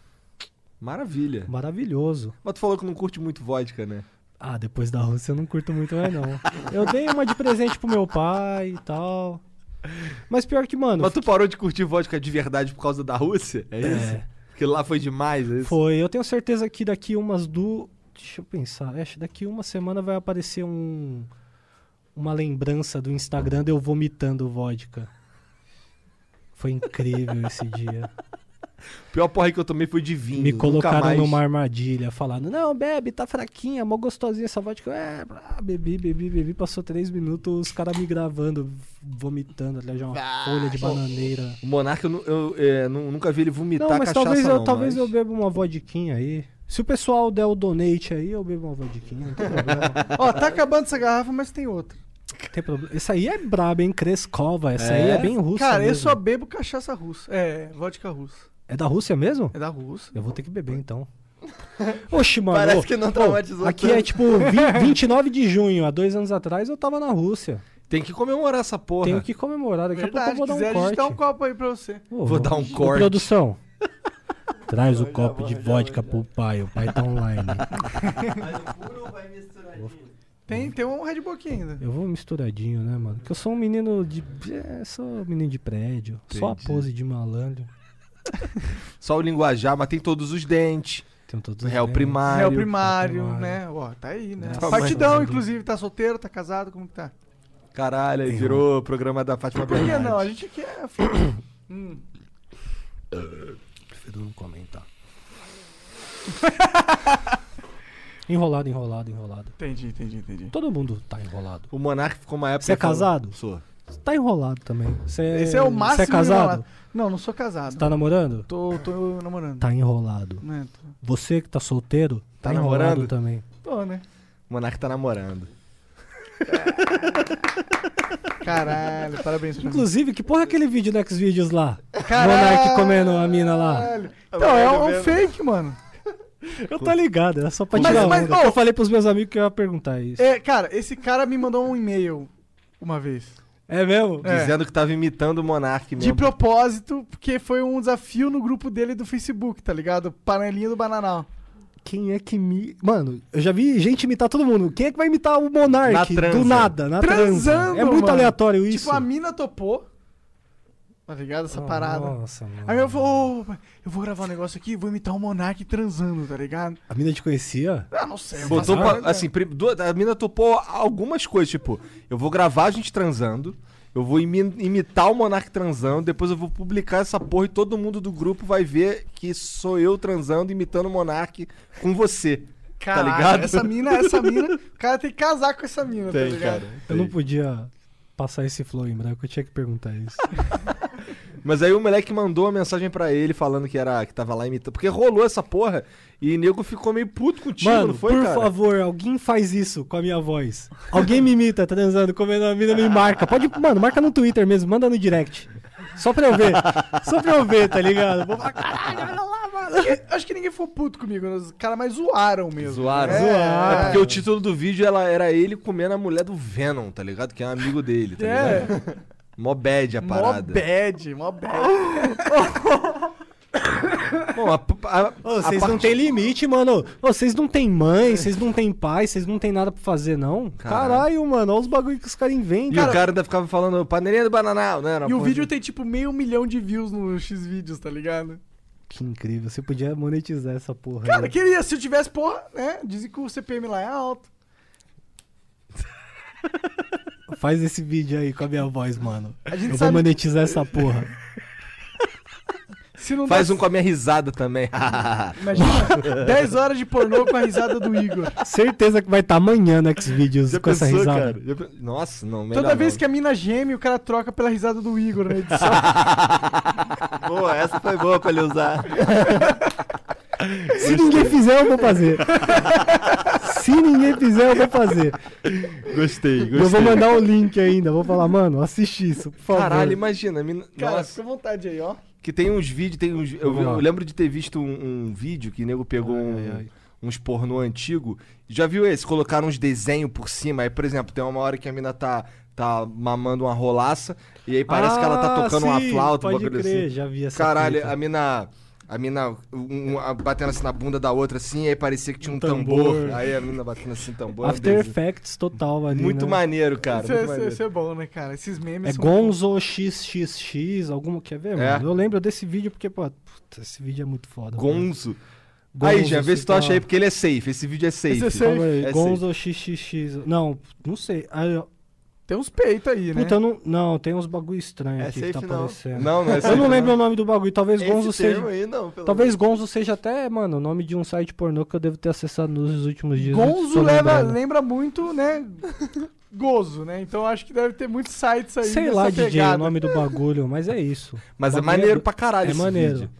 [SPEAKER 3] Maravilha.
[SPEAKER 4] maravilhoso.
[SPEAKER 3] Mas tu falou que não curte muito vodka, né?
[SPEAKER 4] Ah, depois da Rússia eu não curto muito mais não. Eu dei uma de presente pro meu pai e tal. Mas pior que, mano,
[SPEAKER 3] Mas tu parou de curtir vodka de verdade por causa da Rússia? É isso? Porque lá foi demais, é isso?
[SPEAKER 4] Foi, eu tenho certeza que daqui umas duas. Deixa eu pensar. Acho que daqui uma semana vai aparecer um. Uma lembrança do Instagram de eu vomitando vodka. Foi incrível esse dia.
[SPEAKER 3] A pior porra que eu tomei foi de vinho.
[SPEAKER 4] Me
[SPEAKER 3] nunca
[SPEAKER 4] colocaram
[SPEAKER 3] mais.
[SPEAKER 4] numa armadilha, falando: Não, bebe, tá fraquinha, mó gostosinha essa vodka. Eu, É, ah, bebi, bebi, bebi. Passou três minutos, os caras me gravando, vomitando atrás de uma
[SPEAKER 3] Ah,
[SPEAKER 4] folha de bananeira.
[SPEAKER 3] O Monarca, eu, nu- eu, é, nu- nunca vi ele vomitar
[SPEAKER 4] Não, mas
[SPEAKER 3] tá cachaça,
[SPEAKER 4] talvez, eu,
[SPEAKER 3] não,
[SPEAKER 4] talvez
[SPEAKER 3] mas-
[SPEAKER 4] eu beba uma vodquinha aí. Se o pessoal der o donate aí, eu bebo uma vodquinha, não tem problema.
[SPEAKER 2] Ó, tá acabando essa garrafa, mas tem outra.
[SPEAKER 4] Tem problema. Essa aí é braba, hein? Crescova. Essa aí é bem russa.
[SPEAKER 2] Cara, eu
[SPEAKER 4] mesmo.
[SPEAKER 2] só bebo cachaça russa. É, vodka russa.
[SPEAKER 4] É da Rússia mesmo?
[SPEAKER 2] É da Rússia.
[SPEAKER 4] Eu vou ter que beber então. Oxi, mano.
[SPEAKER 5] Parece
[SPEAKER 4] ô,
[SPEAKER 5] que não
[SPEAKER 4] ô,
[SPEAKER 5] traumatizou
[SPEAKER 4] Aqui
[SPEAKER 5] tanto.
[SPEAKER 4] é tipo vi- 29 de junho, há dois anos atrás eu tava na Rússia.
[SPEAKER 3] Tem que comemorar essa porra.
[SPEAKER 4] Tenho que comemorar. Daqui a
[SPEAKER 2] Verdade,
[SPEAKER 4] pouco eu vou
[SPEAKER 2] quiser,
[SPEAKER 4] dar um
[SPEAKER 2] a gente
[SPEAKER 4] corte.
[SPEAKER 2] dá um copo aí pra você.
[SPEAKER 4] Ô,
[SPEAKER 3] Vou dar um
[SPEAKER 4] ô,
[SPEAKER 3] corte.
[SPEAKER 4] Produção. Traz o copo de vodka pro pai, o pai tá online.
[SPEAKER 2] Tem, tem um Red Bull aqui ainda.
[SPEAKER 4] Eu vou misturadinho, né, mano? Que eu sou um menino de. É, sou um menino de prédio. Só a
[SPEAKER 3] Entendi.
[SPEAKER 4] pose de malandro.
[SPEAKER 3] Só o linguajar, mas tem todos os dentes.
[SPEAKER 4] Tenho todos os
[SPEAKER 3] Réu
[SPEAKER 4] dentes.
[SPEAKER 3] primário.
[SPEAKER 2] É o primário,
[SPEAKER 4] primário.
[SPEAKER 2] né? Ó, tá aí, né?
[SPEAKER 4] Tá
[SPEAKER 2] Partidão,
[SPEAKER 4] bom.
[SPEAKER 2] inclusive, tá solteiro, tá casado, como que tá?
[SPEAKER 3] Caralho, aí
[SPEAKER 4] um-
[SPEAKER 3] virou o programa da
[SPEAKER 4] É
[SPEAKER 3] Fátima
[SPEAKER 2] Por que
[SPEAKER 3] Bernardes.
[SPEAKER 2] não? A gente é quer. Hum.
[SPEAKER 4] Prefiro não comentar. enrolado, enrolado, enrolado.
[SPEAKER 2] Entendi, entendi, entendi.
[SPEAKER 4] Todo mundo tá enrolado.
[SPEAKER 3] O Monarca ficou uma época...
[SPEAKER 4] Você é
[SPEAKER 3] que falou-
[SPEAKER 4] casado?
[SPEAKER 3] Sou.
[SPEAKER 4] Você tá enrolado também. Você
[SPEAKER 2] Esse é o máximo.
[SPEAKER 4] Você é casado?
[SPEAKER 2] enrolado. Não, não sou casado.
[SPEAKER 4] Você tá namorando?
[SPEAKER 2] Tô, tô namorando.
[SPEAKER 4] Tá enrolado.
[SPEAKER 2] Né, tô-
[SPEAKER 4] Você que tá solteiro, tá,
[SPEAKER 3] Tá
[SPEAKER 4] enrolado
[SPEAKER 3] namorando?
[SPEAKER 4] também.
[SPEAKER 2] Tô, né?
[SPEAKER 3] O Monarca tá namorando.
[SPEAKER 2] Caralho, parabéns pra mim.
[SPEAKER 4] Inclusive, que porra é aquele vídeo do Xvideos lá?
[SPEAKER 2] Caralho.
[SPEAKER 4] Monark comendo a mina lá.
[SPEAKER 2] Então, é um fake, mano.
[SPEAKER 4] Eu tô ligado, era só pra
[SPEAKER 2] Mas-
[SPEAKER 4] tirar
[SPEAKER 2] mas,
[SPEAKER 4] onda.
[SPEAKER 2] ô.
[SPEAKER 4] Eu falei pros meus amigos que eu ia perguntar isso.
[SPEAKER 2] É, cara, esse cara me mandou um e-mail uma vez.
[SPEAKER 4] É mesmo?
[SPEAKER 2] É.
[SPEAKER 3] Dizendo que tava imitando o Monarca
[SPEAKER 2] De
[SPEAKER 3] mesmo.
[SPEAKER 2] propósito, porque foi um desafio no grupo dele do Facebook, tá ligado? Panelinha do Bananal.
[SPEAKER 4] Quem é que me. Mano, eu já vi gente imitar todo mundo. Quem é que vai imitar o Monark
[SPEAKER 3] Na transa.
[SPEAKER 4] do nada? Na transa.
[SPEAKER 2] Transando,
[SPEAKER 4] É muito
[SPEAKER 2] mano.
[SPEAKER 4] aleatório isso.
[SPEAKER 2] Tipo, a mina topou. Tá ligado?
[SPEAKER 3] Ah,
[SPEAKER 2] Essa parada.
[SPEAKER 4] Nossa, mano.
[SPEAKER 2] Aí eu vou, "Ô, eu vou gravar um negócio aqui, vou imitar o Monark transando, tá ligado?
[SPEAKER 4] A mina te conhecia?
[SPEAKER 2] Ah, não sei. eu
[SPEAKER 3] Botou
[SPEAKER 2] faço
[SPEAKER 3] pra-
[SPEAKER 2] merda.
[SPEAKER 3] assim, prim- duas- a mina topou algumas coisas, tipo, eu vou gravar a gente transando, eu vou imi- imitar o Monark transando, depois eu vou publicar essa porra e todo mundo do grupo vai ver que sou eu transando, imitando o Monark com você.
[SPEAKER 2] Caralho,
[SPEAKER 3] tá ligado?
[SPEAKER 2] Essa mina, essa mina, o cara tem que casar com essa mina, tá
[SPEAKER 3] Tem,
[SPEAKER 2] ligado?
[SPEAKER 3] cara.
[SPEAKER 4] Eu não
[SPEAKER 3] tem.
[SPEAKER 4] podia passar esse flow em branco, eu tinha que perguntar isso.
[SPEAKER 3] Mas aí o moleque mandou uma mensagem pra ele falando que era que tava lá imitando, porque rolou essa porra e o nego ficou meio puto contigo,
[SPEAKER 4] Mano,
[SPEAKER 3] não foi,
[SPEAKER 4] por
[SPEAKER 3] cara?
[SPEAKER 4] favor, alguém faz isso com a minha voz. Alguém me imita transando, comendo a mina, me marca. Pode, mano, marca no Twitter mesmo, manda no direct. Só pra eu ver. Só pra eu ver, tá ligado? Vou falar, caralho, olha lá, mano.
[SPEAKER 2] Eu Acho que ninguém foi puto comigo. Os caras mais zoaram mesmo.
[SPEAKER 3] Zoaram.
[SPEAKER 2] É,
[SPEAKER 3] É porque o título do vídeo ela, era ele comendo a mulher do Venom, tá ligado? Que é um amigo dele, tá
[SPEAKER 2] É.
[SPEAKER 3] ligado? Mó bad a
[SPEAKER 2] Mó
[SPEAKER 3] parada.
[SPEAKER 2] bad, mó bad.
[SPEAKER 3] Bom, a- a-
[SPEAKER 4] Ô,
[SPEAKER 3] a
[SPEAKER 4] vocês não
[SPEAKER 3] parte-
[SPEAKER 4] têm limite, mano. Ô, vocês não têm mãe, vocês não têm pai, vocês não têm nada pra fazer, não?
[SPEAKER 3] Caralho.
[SPEAKER 4] Caralho, mano, olha os bagulho que os caras
[SPEAKER 3] E
[SPEAKER 4] inventam.
[SPEAKER 3] o cara ainda ficava falando panelinha do bananal, né? Era uma
[SPEAKER 2] E o
[SPEAKER 3] porra
[SPEAKER 2] vídeo
[SPEAKER 3] de-
[SPEAKER 2] tem tipo meio milhão de views no X-Vídeos, tá ligado?
[SPEAKER 4] Que incrível, você podia monetizar essa porra.
[SPEAKER 2] Cara,
[SPEAKER 4] aí.
[SPEAKER 2] queria, se eu tivesse, porra, né? Dizem que o CPM lá é alto.
[SPEAKER 4] Faz esse vídeo aí com a minha voz, mano.
[SPEAKER 2] A gente
[SPEAKER 4] Eu vou
[SPEAKER 2] sabe-
[SPEAKER 4] monetizar essa porra.
[SPEAKER 2] Se não
[SPEAKER 3] Faz
[SPEAKER 2] dá-
[SPEAKER 3] um com a minha risada também.
[SPEAKER 2] Imagina 10 horas de pornô com a risada do Igor.
[SPEAKER 4] Certeza que vai estar amanhã no Xvideos com essa risada.
[SPEAKER 3] Já pe- Nossa, não, melhor
[SPEAKER 2] Toda vez que a mina geme, o cara troca pela risada do Igor na edição.
[SPEAKER 5] Boa, essa foi boa pra ele usar.
[SPEAKER 4] Se ninguém fizer, eu vou fazer. Se ninguém fizer, eu vou fazer.
[SPEAKER 2] é-
[SPEAKER 3] que... Gostei, gostei.
[SPEAKER 4] Eu vou mandar o link ainda. Vou falar, mano, assiste isso, por favor.
[SPEAKER 3] Caralho, imagina. mina-
[SPEAKER 2] Cara,
[SPEAKER 3] Nossa,
[SPEAKER 2] fica à vontade aí, ó.
[SPEAKER 3] que tem uns vídeos, tem uns... Eu,
[SPEAKER 4] Vamos
[SPEAKER 3] eu
[SPEAKER 4] lá.
[SPEAKER 3] lembro de ter visto um, um vídeo que o nego pegou um, uns pornô antigo. Já viu esse? Colocaram uns desenhos por cima. Aí, por exemplo, tem uma hora que a mina tá, tá mamando uma rolaça e aí parece que ela tá
[SPEAKER 4] Ah,
[SPEAKER 3] tocando uma
[SPEAKER 4] sim,
[SPEAKER 3] flauta, um
[SPEAKER 4] pode
[SPEAKER 3] bagulho
[SPEAKER 4] crer,
[SPEAKER 3] assim.
[SPEAKER 4] já vi essa
[SPEAKER 3] Caralho,
[SPEAKER 4] treta.
[SPEAKER 3] a mina. A mina um- um- a- batendo assim na bunda da outra, assim, aí parecia que tinha um tambor.
[SPEAKER 4] tambor.
[SPEAKER 3] Aí a mina batendo assim tambor. é um
[SPEAKER 4] After
[SPEAKER 3] desenho.
[SPEAKER 4] Effects total ali,
[SPEAKER 3] Muito
[SPEAKER 4] né?
[SPEAKER 3] maneiro, cara.
[SPEAKER 2] Isso,
[SPEAKER 3] muito
[SPEAKER 2] é- isso é-
[SPEAKER 3] maneiro.
[SPEAKER 2] isso é bom, né, cara? Esses memes
[SPEAKER 4] É
[SPEAKER 2] são-
[SPEAKER 4] Gonzo XXX, alguma, quer ver,
[SPEAKER 3] É.
[SPEAKER 4] mano? Eu lembro desse vídeo porque, pô, puta, esse vídeo é muito foda. mano.
[SPEAKER 3] Gonzo. aí,
[SPEAKER 4] Gonzo,
[SPEAKER 3] já vê se tu acha
[SPEAKER 4] tá-
[SPEAKER 3] aí, porque ele é safe. Esse vídeo é safe.
[SPEAKER 2] Esse é safe.
[SPEAKER 4] Calma aí,
[SPEAKER 3] É
[SPEAKER 4] Gonzo XXX. Não, não sei. Ah, eu-
[SPEAKER 2] Tem uns peitos aí, né?
[SPEAKER 4] Puta, eu não. Não, tem uns bagulho estranho
[SPEAKER 5] É
[SPEAKER 4] aqui que tá
[SPEAKER 5] safe não.
[SPEAKER 4] aparecendo.
[SPEAKER 3] Não, não é safe.
[SPEAKER 4] Eu não lembro o nome do bagulho. Talvez Gonzo
[SPEAKER 5] Esse termo
[SPEAKER 4] seja.
[SPEAKER 5] aí, não, pelo
[SPEAKER 4] Talvez Gonzo seja até, mano, o nome de um site pornô que eu devo ter acessado nos últimos dias.
[SPEAKER 2] Gonzo
[SPEAKER 4] Tô
[SPEAKER 2] leva,
[SPEAKER 4] lembrando.
[SPEAKER 2] lembra muito, né? Gozo, né? Então acho que deve ter muitos sites aí.
[SPEAKER 4] Sei
[SPEAKER 2] nessa
[SPEAKER 4] lá, DJ,
[SPEAKER 2] pegada.
[SPEAKER 4] o nome do bagulho, mas é isso.
[SPEAKER 3] Mas é
[SPEAKER 4] Bagulho
[SPEAKER 3] maneiro
[SPEAKER 4] do-
[SPEAKER 3] pra caralho
[SPEAKER 4] é
[SPEAKER 3] esse
[SPEAKER 4] maneiro.
[SPEAKER 3] vídeo.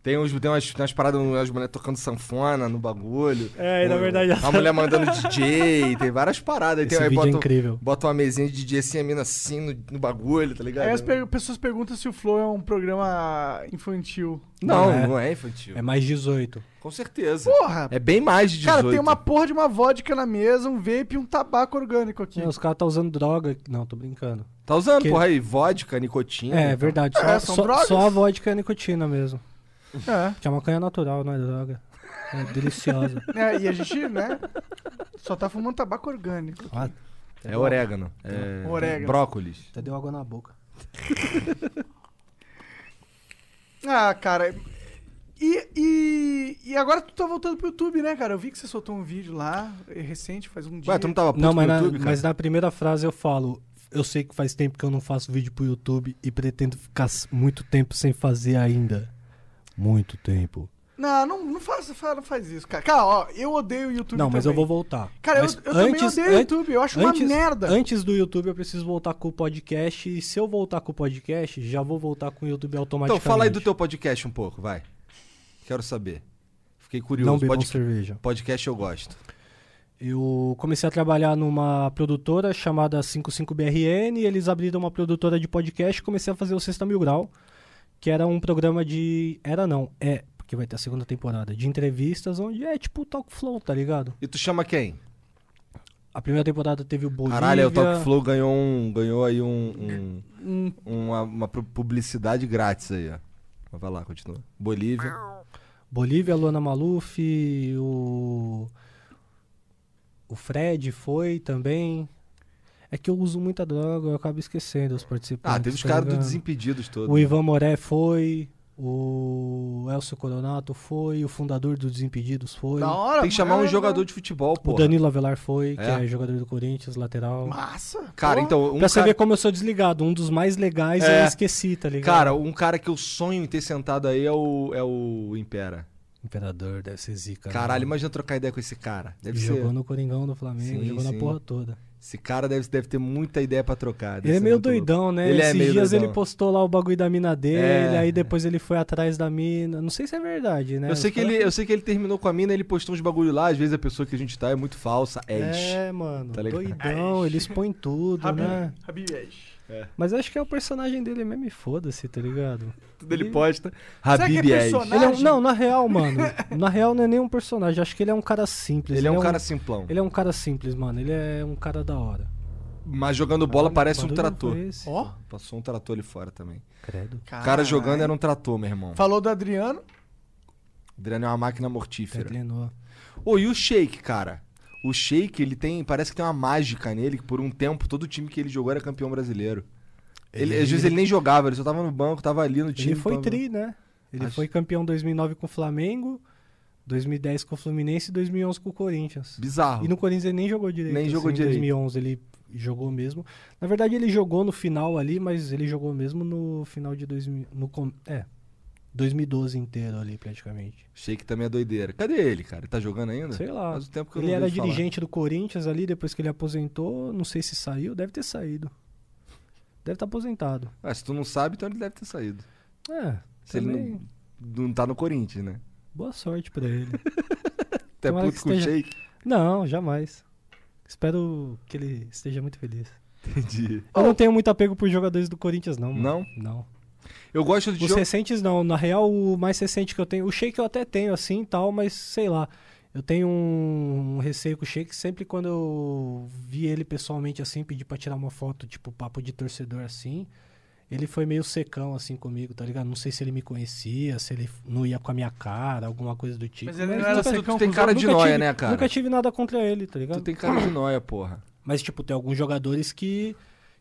[SPEAKER 3] Tem, uns, tem umas, tem umas paradas, umas mulheres tocando sanfona no bagulho.
[SPEAKER 4] É, e na
[SPEAKER 3] Um-
[SPEAKER 4] verdade ela-
[SPEAKER 3] Uma mulher mandando DJ, tem várias paradas. Aí
[SPEAKER 4] Esse
[SPEAKER 3] tem, aí
[SPEAKER 4] vídeo é
[SPEAKER 3] bota, um,
[SPEAKER 4] incrível.
[SPEAKER 3] bota uma mesinha de DJ assim, a mina assim no, no bagulho, tá ligado?
[SPEAKER 2] Aí as per- pessoas perguntam se o Flow é um programa infantil.
[SPEAKER 3] Não,
[SPEAKER 4] Não é.
[SPEAKER 3] não é infantil.
[SPEAKER 4] É mais 18.
[SPEAKER 3] Com certeza.
[SPEAKER 2] Porra!
[SPEAKER 3] É bem mais de 18.
[SPEAKER 2] Cara, tem uma porra de uma vodka na mesa, um vape e um tabaco orgânico aqui.
[SPEAKER 4] É, os caras tá usando droga. Não, tô brincando.
[SPEAKER 3] Tá usando,
[SPEAKER 4] Que-
[SPEAKER 3] porra, aí, vodka, nicotina.
[SPEAKER 4] É, é verdade. Só,
[SPEAKER 2] É, são
[SPEAKER 4] só-
[SPEAKER 2] drogas.
[SPEAKER 4] só a vodka é nicotina mesmo.
[SPEAKER 2] É.
[SPEAKER 4] Que é maconha natural, não é droga. É deliciosa.
[SPEAKER 2] É, e a gente, né? Só tá fumando tabaco orgânico.
[SPEAKER 4] Ah,
[SPEAKER 3] É orégano. É...
[SPEAKER 2] Orégano.
[SPEAKER 3] Brócolis.
[SPEAKER 2] Tá
[SPEAKER 4] até deu água na boca.
[SPEAKER 3] Tá
[SPEAKER 2] Ah, cara. E, e, e agora tu tá voltando pro YouTube, né, cara? Eu vi que você soltou um vídeo lá, eh, recente, faz um dia.
[SPEAKER 3] Ué, tu não tava puto
[SPEAKER 4] Não, mas
[SPEAKER 3] no
[SPEAKER 4] na,
[SPEAKER 3] YouTube, cara?
[SPEAKER 4] mas na primeira frase eu falo. Eu sei que faz tempo que eu não faço vídeo pro YouTube e pretendo ficar s- muito tempo sem fazer ainda. Muito tempo.
[SPEAKER 2] Não, não, não, faz, fa- não faz isso, cara. Cara, ó, eu odeio o YouTube
[SPEAKER 4] não, mas eu
[SPEAKER 2] também.
[SPEAKER 4] vou voltar.
[SPEAKER 2] Cara, eu-
[SPEAKER 4] Mas
[SPEAKER 2] eu também odeio o
[SPEAKER 4] an-
[SPEAKER 2] YouTube, eu acho uma merda.
[SPEAKER 4] Antes do YouTube eu preciso voltar com o podcast e se eu voltar com o podcast, já vou voltar com o YouTube
[SPEAKER 3] Então,
[SPEAKER 4] automaticamente.
[SPEAKER 3] fala aí do teu podcast um pouco, vai. Quero saber. Fiquei curioso.
[SPEAKER 4] Não bebam
[SPEAKER 3] Podca-
[SPEAKER 4] cerveja.
[SPEAKER 3] Podcast eu gosto.
[SPEAKER 4] Eu comecei a trabalhar numa produtora chamada 55BRN e eles abriram uma produtora de podcast e comecei a fazer o Sexta Mil Grau, que era um programa de... Era não, é, porque vai ter a segunda temporada, de entrevistas onde é tipo Talk Flow, tá ligado?
[SPEAKER 3] E tu chama quem?
[SPEAKER 4] A primeira temporada teve o Bolívia...
[SPEAKER 3] Caralho, é o Talk Flow ganhou, um, ganhou aí um,
[SPEAKER 2] Um-
[SPEAKER 3] um- uma, uma pu- publicidade grátis aí, ó. Mas Vai lá, continua. Bolívia.
[SPEAKER 4] Bolívia, Luana Maluf, o. O Fred foi também. É que eu uso muita droga, eu acabo esquecendo os participantes.
[SPEAKER 3] Ah, teve os
[SPEAKER 4] tá
[SPEAKER 3] caras do
[SPEAKER 4] ligado?
[SPEAKER 3] Desimpedidos todos.
[SPEAKER 4] O Ivan Moré foi, o Elcio Coronato foi, o fundador do Desimpedidos foi.
[SPEAKER 2] Da hora,
[SPEAKER 3] Tem que chamar um
[SPEAKER 2] mano.
[SPEAKER 3] jogador de futebol,
[SPEAKER 4] O
[SPEAKER 3] pô.
[SPEAKER 4] Danilo Avelar foi, que
[SPEAKER 3] É?
[SPEAKER 4] é jogador do Corinthians, lateral.
[SPEAKER 2] Massa!
[SPEAKER 3] Cara,
[SPEAKER 2] porra.
[SPEAKER 3] então, um
[SPEAKER 4] pra você
[SPEAKER 3] cara...
[SPEAKER 4] ver como eu sou desligado, um dos mais legais
[SPEAKER 3] É.
[SPEAKER 4] eu esqueci, tá ligado?
[SPEAKER 3] Cara, um cara que eu sonho em ter sentado aí é o, é o Impera.
[SPEAKER 4] Imperador deve ser zica. né?
[SPEAKER 3] Caralho, imagina trocar ideia com esse cara. Deve
[SPEAKER 4] Jogou
[SPEAKER 3] ser.
[SPEAKER 4] no Coringão do Flamengo,
[SPEAKER 3] Sim,
[SPEAKER 4] jogou
[SPEAKER 3] sim.
[SPEAKER 4] na porra toda.
[SPEAKER 3] Esse cara deve, deve ter muita ideia pra trocar. deve
[SPEAKER 4] Ele é
[SPEAKER 3] ser
[SPEAKER 4] meio
[SPEAKER 3] muito louco.
[SPEAKER 4] doidão, né?
[SPEAKER 3] Ele é
[SPEAKER 4] Esses
[SPEAKER 3] meio
[SPEAKER 4] dias
[SPEAKER 3] doidão.
[SPEAKER 4] ele postou lá o bagulho da mina dele,
[SPEAKER 3] É.
[SPEAKER 4] aí depois ele foi atrás da mina. Não sei se é verdade, né?
[SPEAKER 3] Eu sei,
[SPEAKER 4] Os
[SPEAKER 3] que
[SPEAKER 4] caras-
[SPEAKER 3] ele, é eu sei que ele terminou com a mina, ele postou uns bagulho lá, às vezes a pessoa que a gente tá é muito falsa, é.
[SPEAKER 4] É, mano,
[SPEAKER 3] Tá ligado?
[SPEAKER 4] doidão, ele expõe tudo,
[SPEAKER 2] Rabi,
[SPEAKER 4] né?
[SPEAKER 2] Rabi Yesh.
[SPEAKER 5] Mas acho que é o personagem dele mesmo e foda-se, tá ligado?
[SPEAKER 3] Tudo ele posta.
[SPEAKER 2] Será que é
[SPEAKER 3] Habib Ed.
[SPEAKER 2] personagem?
[SPEAKER 4] Ele é um- não, na real, mano. Na real, não é nenhum personagem. Acho que ele é um cara simples.
[SPEAKER 3] Ele é um cara simplão.
[SPEAKER 4] Ele um é um cara simples, mano. Ele é um cara da hora.
[SPEAKER 3] Mas jogando bola
[SPEAKER 4] Caralho,
[SPEAKER 3] parece um
[SPEAKER 4] barulho
[SPEAKER 3] trator.
[SPEAKER 4] foi esse?
[SPEAKER 2] Ó.
[SPEAKER 3] Passou um trator ali fora também.
[SPEAKER 4] Credo.
[SPEAKER 3] O cara jogando era um trator, meu irmão.
[SPEAKER 2] Falou do Adriano.
[SPEAKER 3] Adriano é uma máquina mortífera.
[SPEAKER 4] Telenor.
[SPEAKER 3] Ô, e o Sheik, cara? O Sheik, ele tem. Parece que tem uma mágica nele, que por um tempo todo time que ele jogou era campeão brasileiro. Ele, às vezes ele nem jogava, ele só tava no banco, tava ali no time.
[SPEAKER 4] Ele foi
[SPEAKER 3] tava-
[SPEAKER 4] tri, né? Ele
[SPEAKER 3] Acho-
[SPEAKER 4] foi campeão 2009 com o Flamengo, 2010 com o Fluminense e 2011 com o Corinthians.
[SPEAKER 3] Bizarro.
[SPEAKER 4] E no Corinthians ele nem jogou direito. assim,
[SPEAKER 3] Nem jogou
[SPEAKER 4] em
[SPEAKER 3] direito.
[SPEAKER 4] 2011 ele jogou mesmo. Na verdade ele jogou no final ali, mas ele jogou mesmo no final de 2000, no com- é 2012 inteiro ali praticamente.
[SPEAKER 3] Sheik também é doideira. Cadê ele, cara? Ele tá jogando ainda?
[SPEAKER 4] Sei lá.
[SPEAKER 3] Faz um tempo que eu
[SPEAKER 4] Ele
[SPEAKER 3] não
[SPEAKER 4] era
[SPEAKER 3] vejo falar.
[SPEAKER 4] dirigente do Corinthians ali depois que ele aposentou, não sei se saiu, deve ter saído. Deve estar aposentado.
[SPEAKER 3] Ah, se tu não sabe, então ele deve ter saído.
[SPEAKER 4] É.
[SPEAKER 3] Se
[SPEAKER 4] também,
[SPEAKER 3] ele não, não tá no Corinthians, né?
[SPEAKER 4] Boa sorte pra ele.
[SPEAKER 3] Até
[SPEAKER 4] Tomara
[SPEAKER 3] puto
[SPEAKER 4] que
[SPEAKER 3] com o
[SPEAKER 4] esteja-
[SPEAKER 3] Sheik.
[SPEAKER 4] Não, jamais. Espero que ele esteja muito feliz.
[SPEAKER 3] Entendi.
[SPEAKER 4] Eu não tenho muito apego por jogadores do Corinthians, não. mano.
[SPEAKER 3] Não?
[SPEAKER 4] Não.
[SPEAKER 3] Eu gosto de
[SPEAKER 4] Os
[SPEAKER 3] jogo.
[SPEAKER 4] recentes, não. Na real, o mais recente que eu tenho. O Sheik eu até tenho, assim e tal, mas sei lá. Eu tenho um, um receio com o Sheik. Sempre quando eu vi ele pessoalmente, assim, pedir pra tirar uma foto, tipo, papo de torcedor, assim. Ele foi meio secão, assim, comigo, tá ligado? Não sei se ele me conhecia, se ele não ia com a minha cara, alguma coisa do tipo.
[SPEAKER 2] Mas ele não
[SPEAKER 4] nunca
[SPEAKER 2] era
[SPEAKER 4] tive-
[SPEAKER 2] secão
[SPEAKER 3] tem
[SPEAKER 2] com os
[SPEAKER 3] cara
[SPEAKER 2] outros.
[SPEAKER 3] de
[SPEAKER 4] nunca
[SPEAKER 3] nóia,
[SPEAKER 4] tive-
[SPEAKER 3] né, cara?
[SPEAKER 4] Nunca tive nada contra ele, tá ligado?
[SPEAKER 3] Tu tem cara de nóia, porra.
[SPEAKER 4] Mas, tipo, tem alguns jogadores que,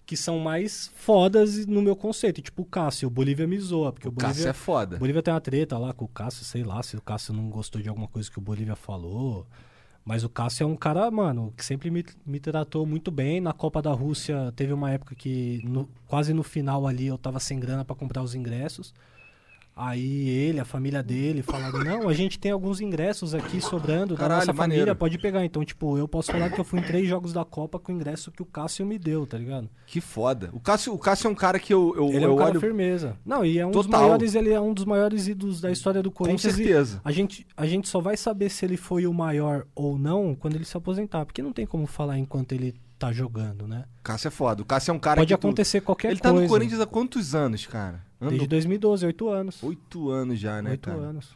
[SPEAKER 4] que são mais fodas no meu conceito. Tipo, o Cássio. O Bolívia me zoa, porque o,
[SPEAKER 3] O Cássio
[SPEAKER 4] Bolívia...
[SPEAKER 3] é foda.
[SPEAKER 4] O Bolívia tem uma treta lá com o Cássio, sei lá, se o Cássio não gostou de alguma coisa que o Bolívia falou. Mas o Cássio é um cara, mano, que sempre me, me tratou muito bem. Na Copa da Rússia teve uma época que no- quase no final ali eu tava sem grana pra comprar os ingressos. Aí ele, a família dele, falaram: Não, a gente tem alguns ingressos aqui sobrando da
[SPEAKER 3] Caralho,
[SPEAKER 4] nossa família,
[SPEAKER 3] maneiro.
[SPEAKER 4] pode pegar. Então, tipo, eu posso falar que eu fui em três jogos da Copa com o ingresso que o Cássio me deu, tá ligado?
[SPEAKER 3] Que foda. O Cássio, o Cássio é um cara que eu, eu,
[SPEAKER 4] Ele é
[SPEAKER 3] eu
[SPEAKER 4] um cara
[SPEAKER 3] olho
[SPEAKER 4] firmeza. Não, e é um dos
[SPEAKER 3] Total.
[SPEAKER 4] maiores, ele é um dos maiores ídolos da história do
[SPEAKER 3] com
[SPEAKER 4] Corinthians. e
[SPEAKER 3] certeza.
[SPEAKER 4] a gente, a gente só vai saber se ele foi o maior ou não quando ele se aposentar, porque não tem como falar enquanto ele tá jogando, né?
[SPEAKER 3] O Cássio é foda. O Cássio é um cara
[SPEAKER 4] Pode
[SPEAKER 3] que tu-
[SPEAKER 4] acontecer qualquer
[SPEAKER 3] Ele tá
[SPEAKER 4] coisa.
[SPEAKER 3] no Corinthians há quantos anos, cara? Ando
[SPEAKER 4] desde 2012, oito anos.
[SPEAKER 3] oito anos já, né,
[SPEAKER 4] Oito
[SPEAKER 3] cara?
[SPEAKER 4] anos.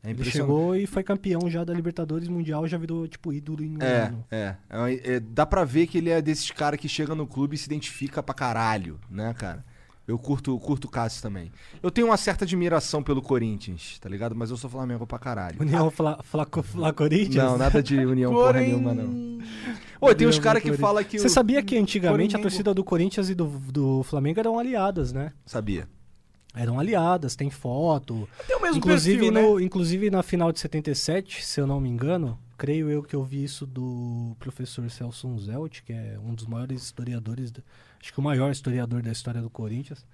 [SPEAKER 3] É
[SPEAKER 4] Ele
[SPEAKER 3] impressionante.
[SPEAKER 4] chegou e foi campeão já da Libertadores Mundial, já virou tipo ídolo em um
[SPEAKER 3] É,
[SPEAKER 4] ano.
[SPEAKER 3] é, é, um- é, Dá pra ver que ele é desses caras que chega no clube e se identifica pra caralho, né, cara? Eu curto, curto o Cássio também. Eu tenho uma certa admiração pelo Corinthians, tá ligado? Mas eu sou Flamengo pra caralho.
[SPEAKER 4] União Fla, Fla, Fla Corinthians?
[SPEAKER 3] Não, nada de união porra
[SPEAKER 2] Porém,
[SPEAKER 3] nenhuma, não. Ô, tem uns
[SPEAKER 4] União
[SPEAKER 3] caras que
[SPEAKER 4] Corinthians.
[SPEAKER 3] falam que.
[SPEAKER 4] Você
[SPEAKER 3] o-
[SPEAKER 4] sabia que antigamente a
[SPEAKER 2] Coringo.
[SPEAKER 4] torcida do Corinthians e do, do Flamengo eram aliadas, né?
[SPEAKER 3] Sabia.
[SPEAKER 4] Eram aliadas, tem foto.
[SPEAKER 2] Tem o mesmo
[SPEAKER 4] inclusive,
[SPEAKER 2] perfil, né?
[SPEAKER 4] no, inclusive na final de 77, se eu não me engano, creio eu que eu vi isso do professor Celso Zelt, que é um dos maiores historiadores, da- acho que o maior historiador da história do Corinthians.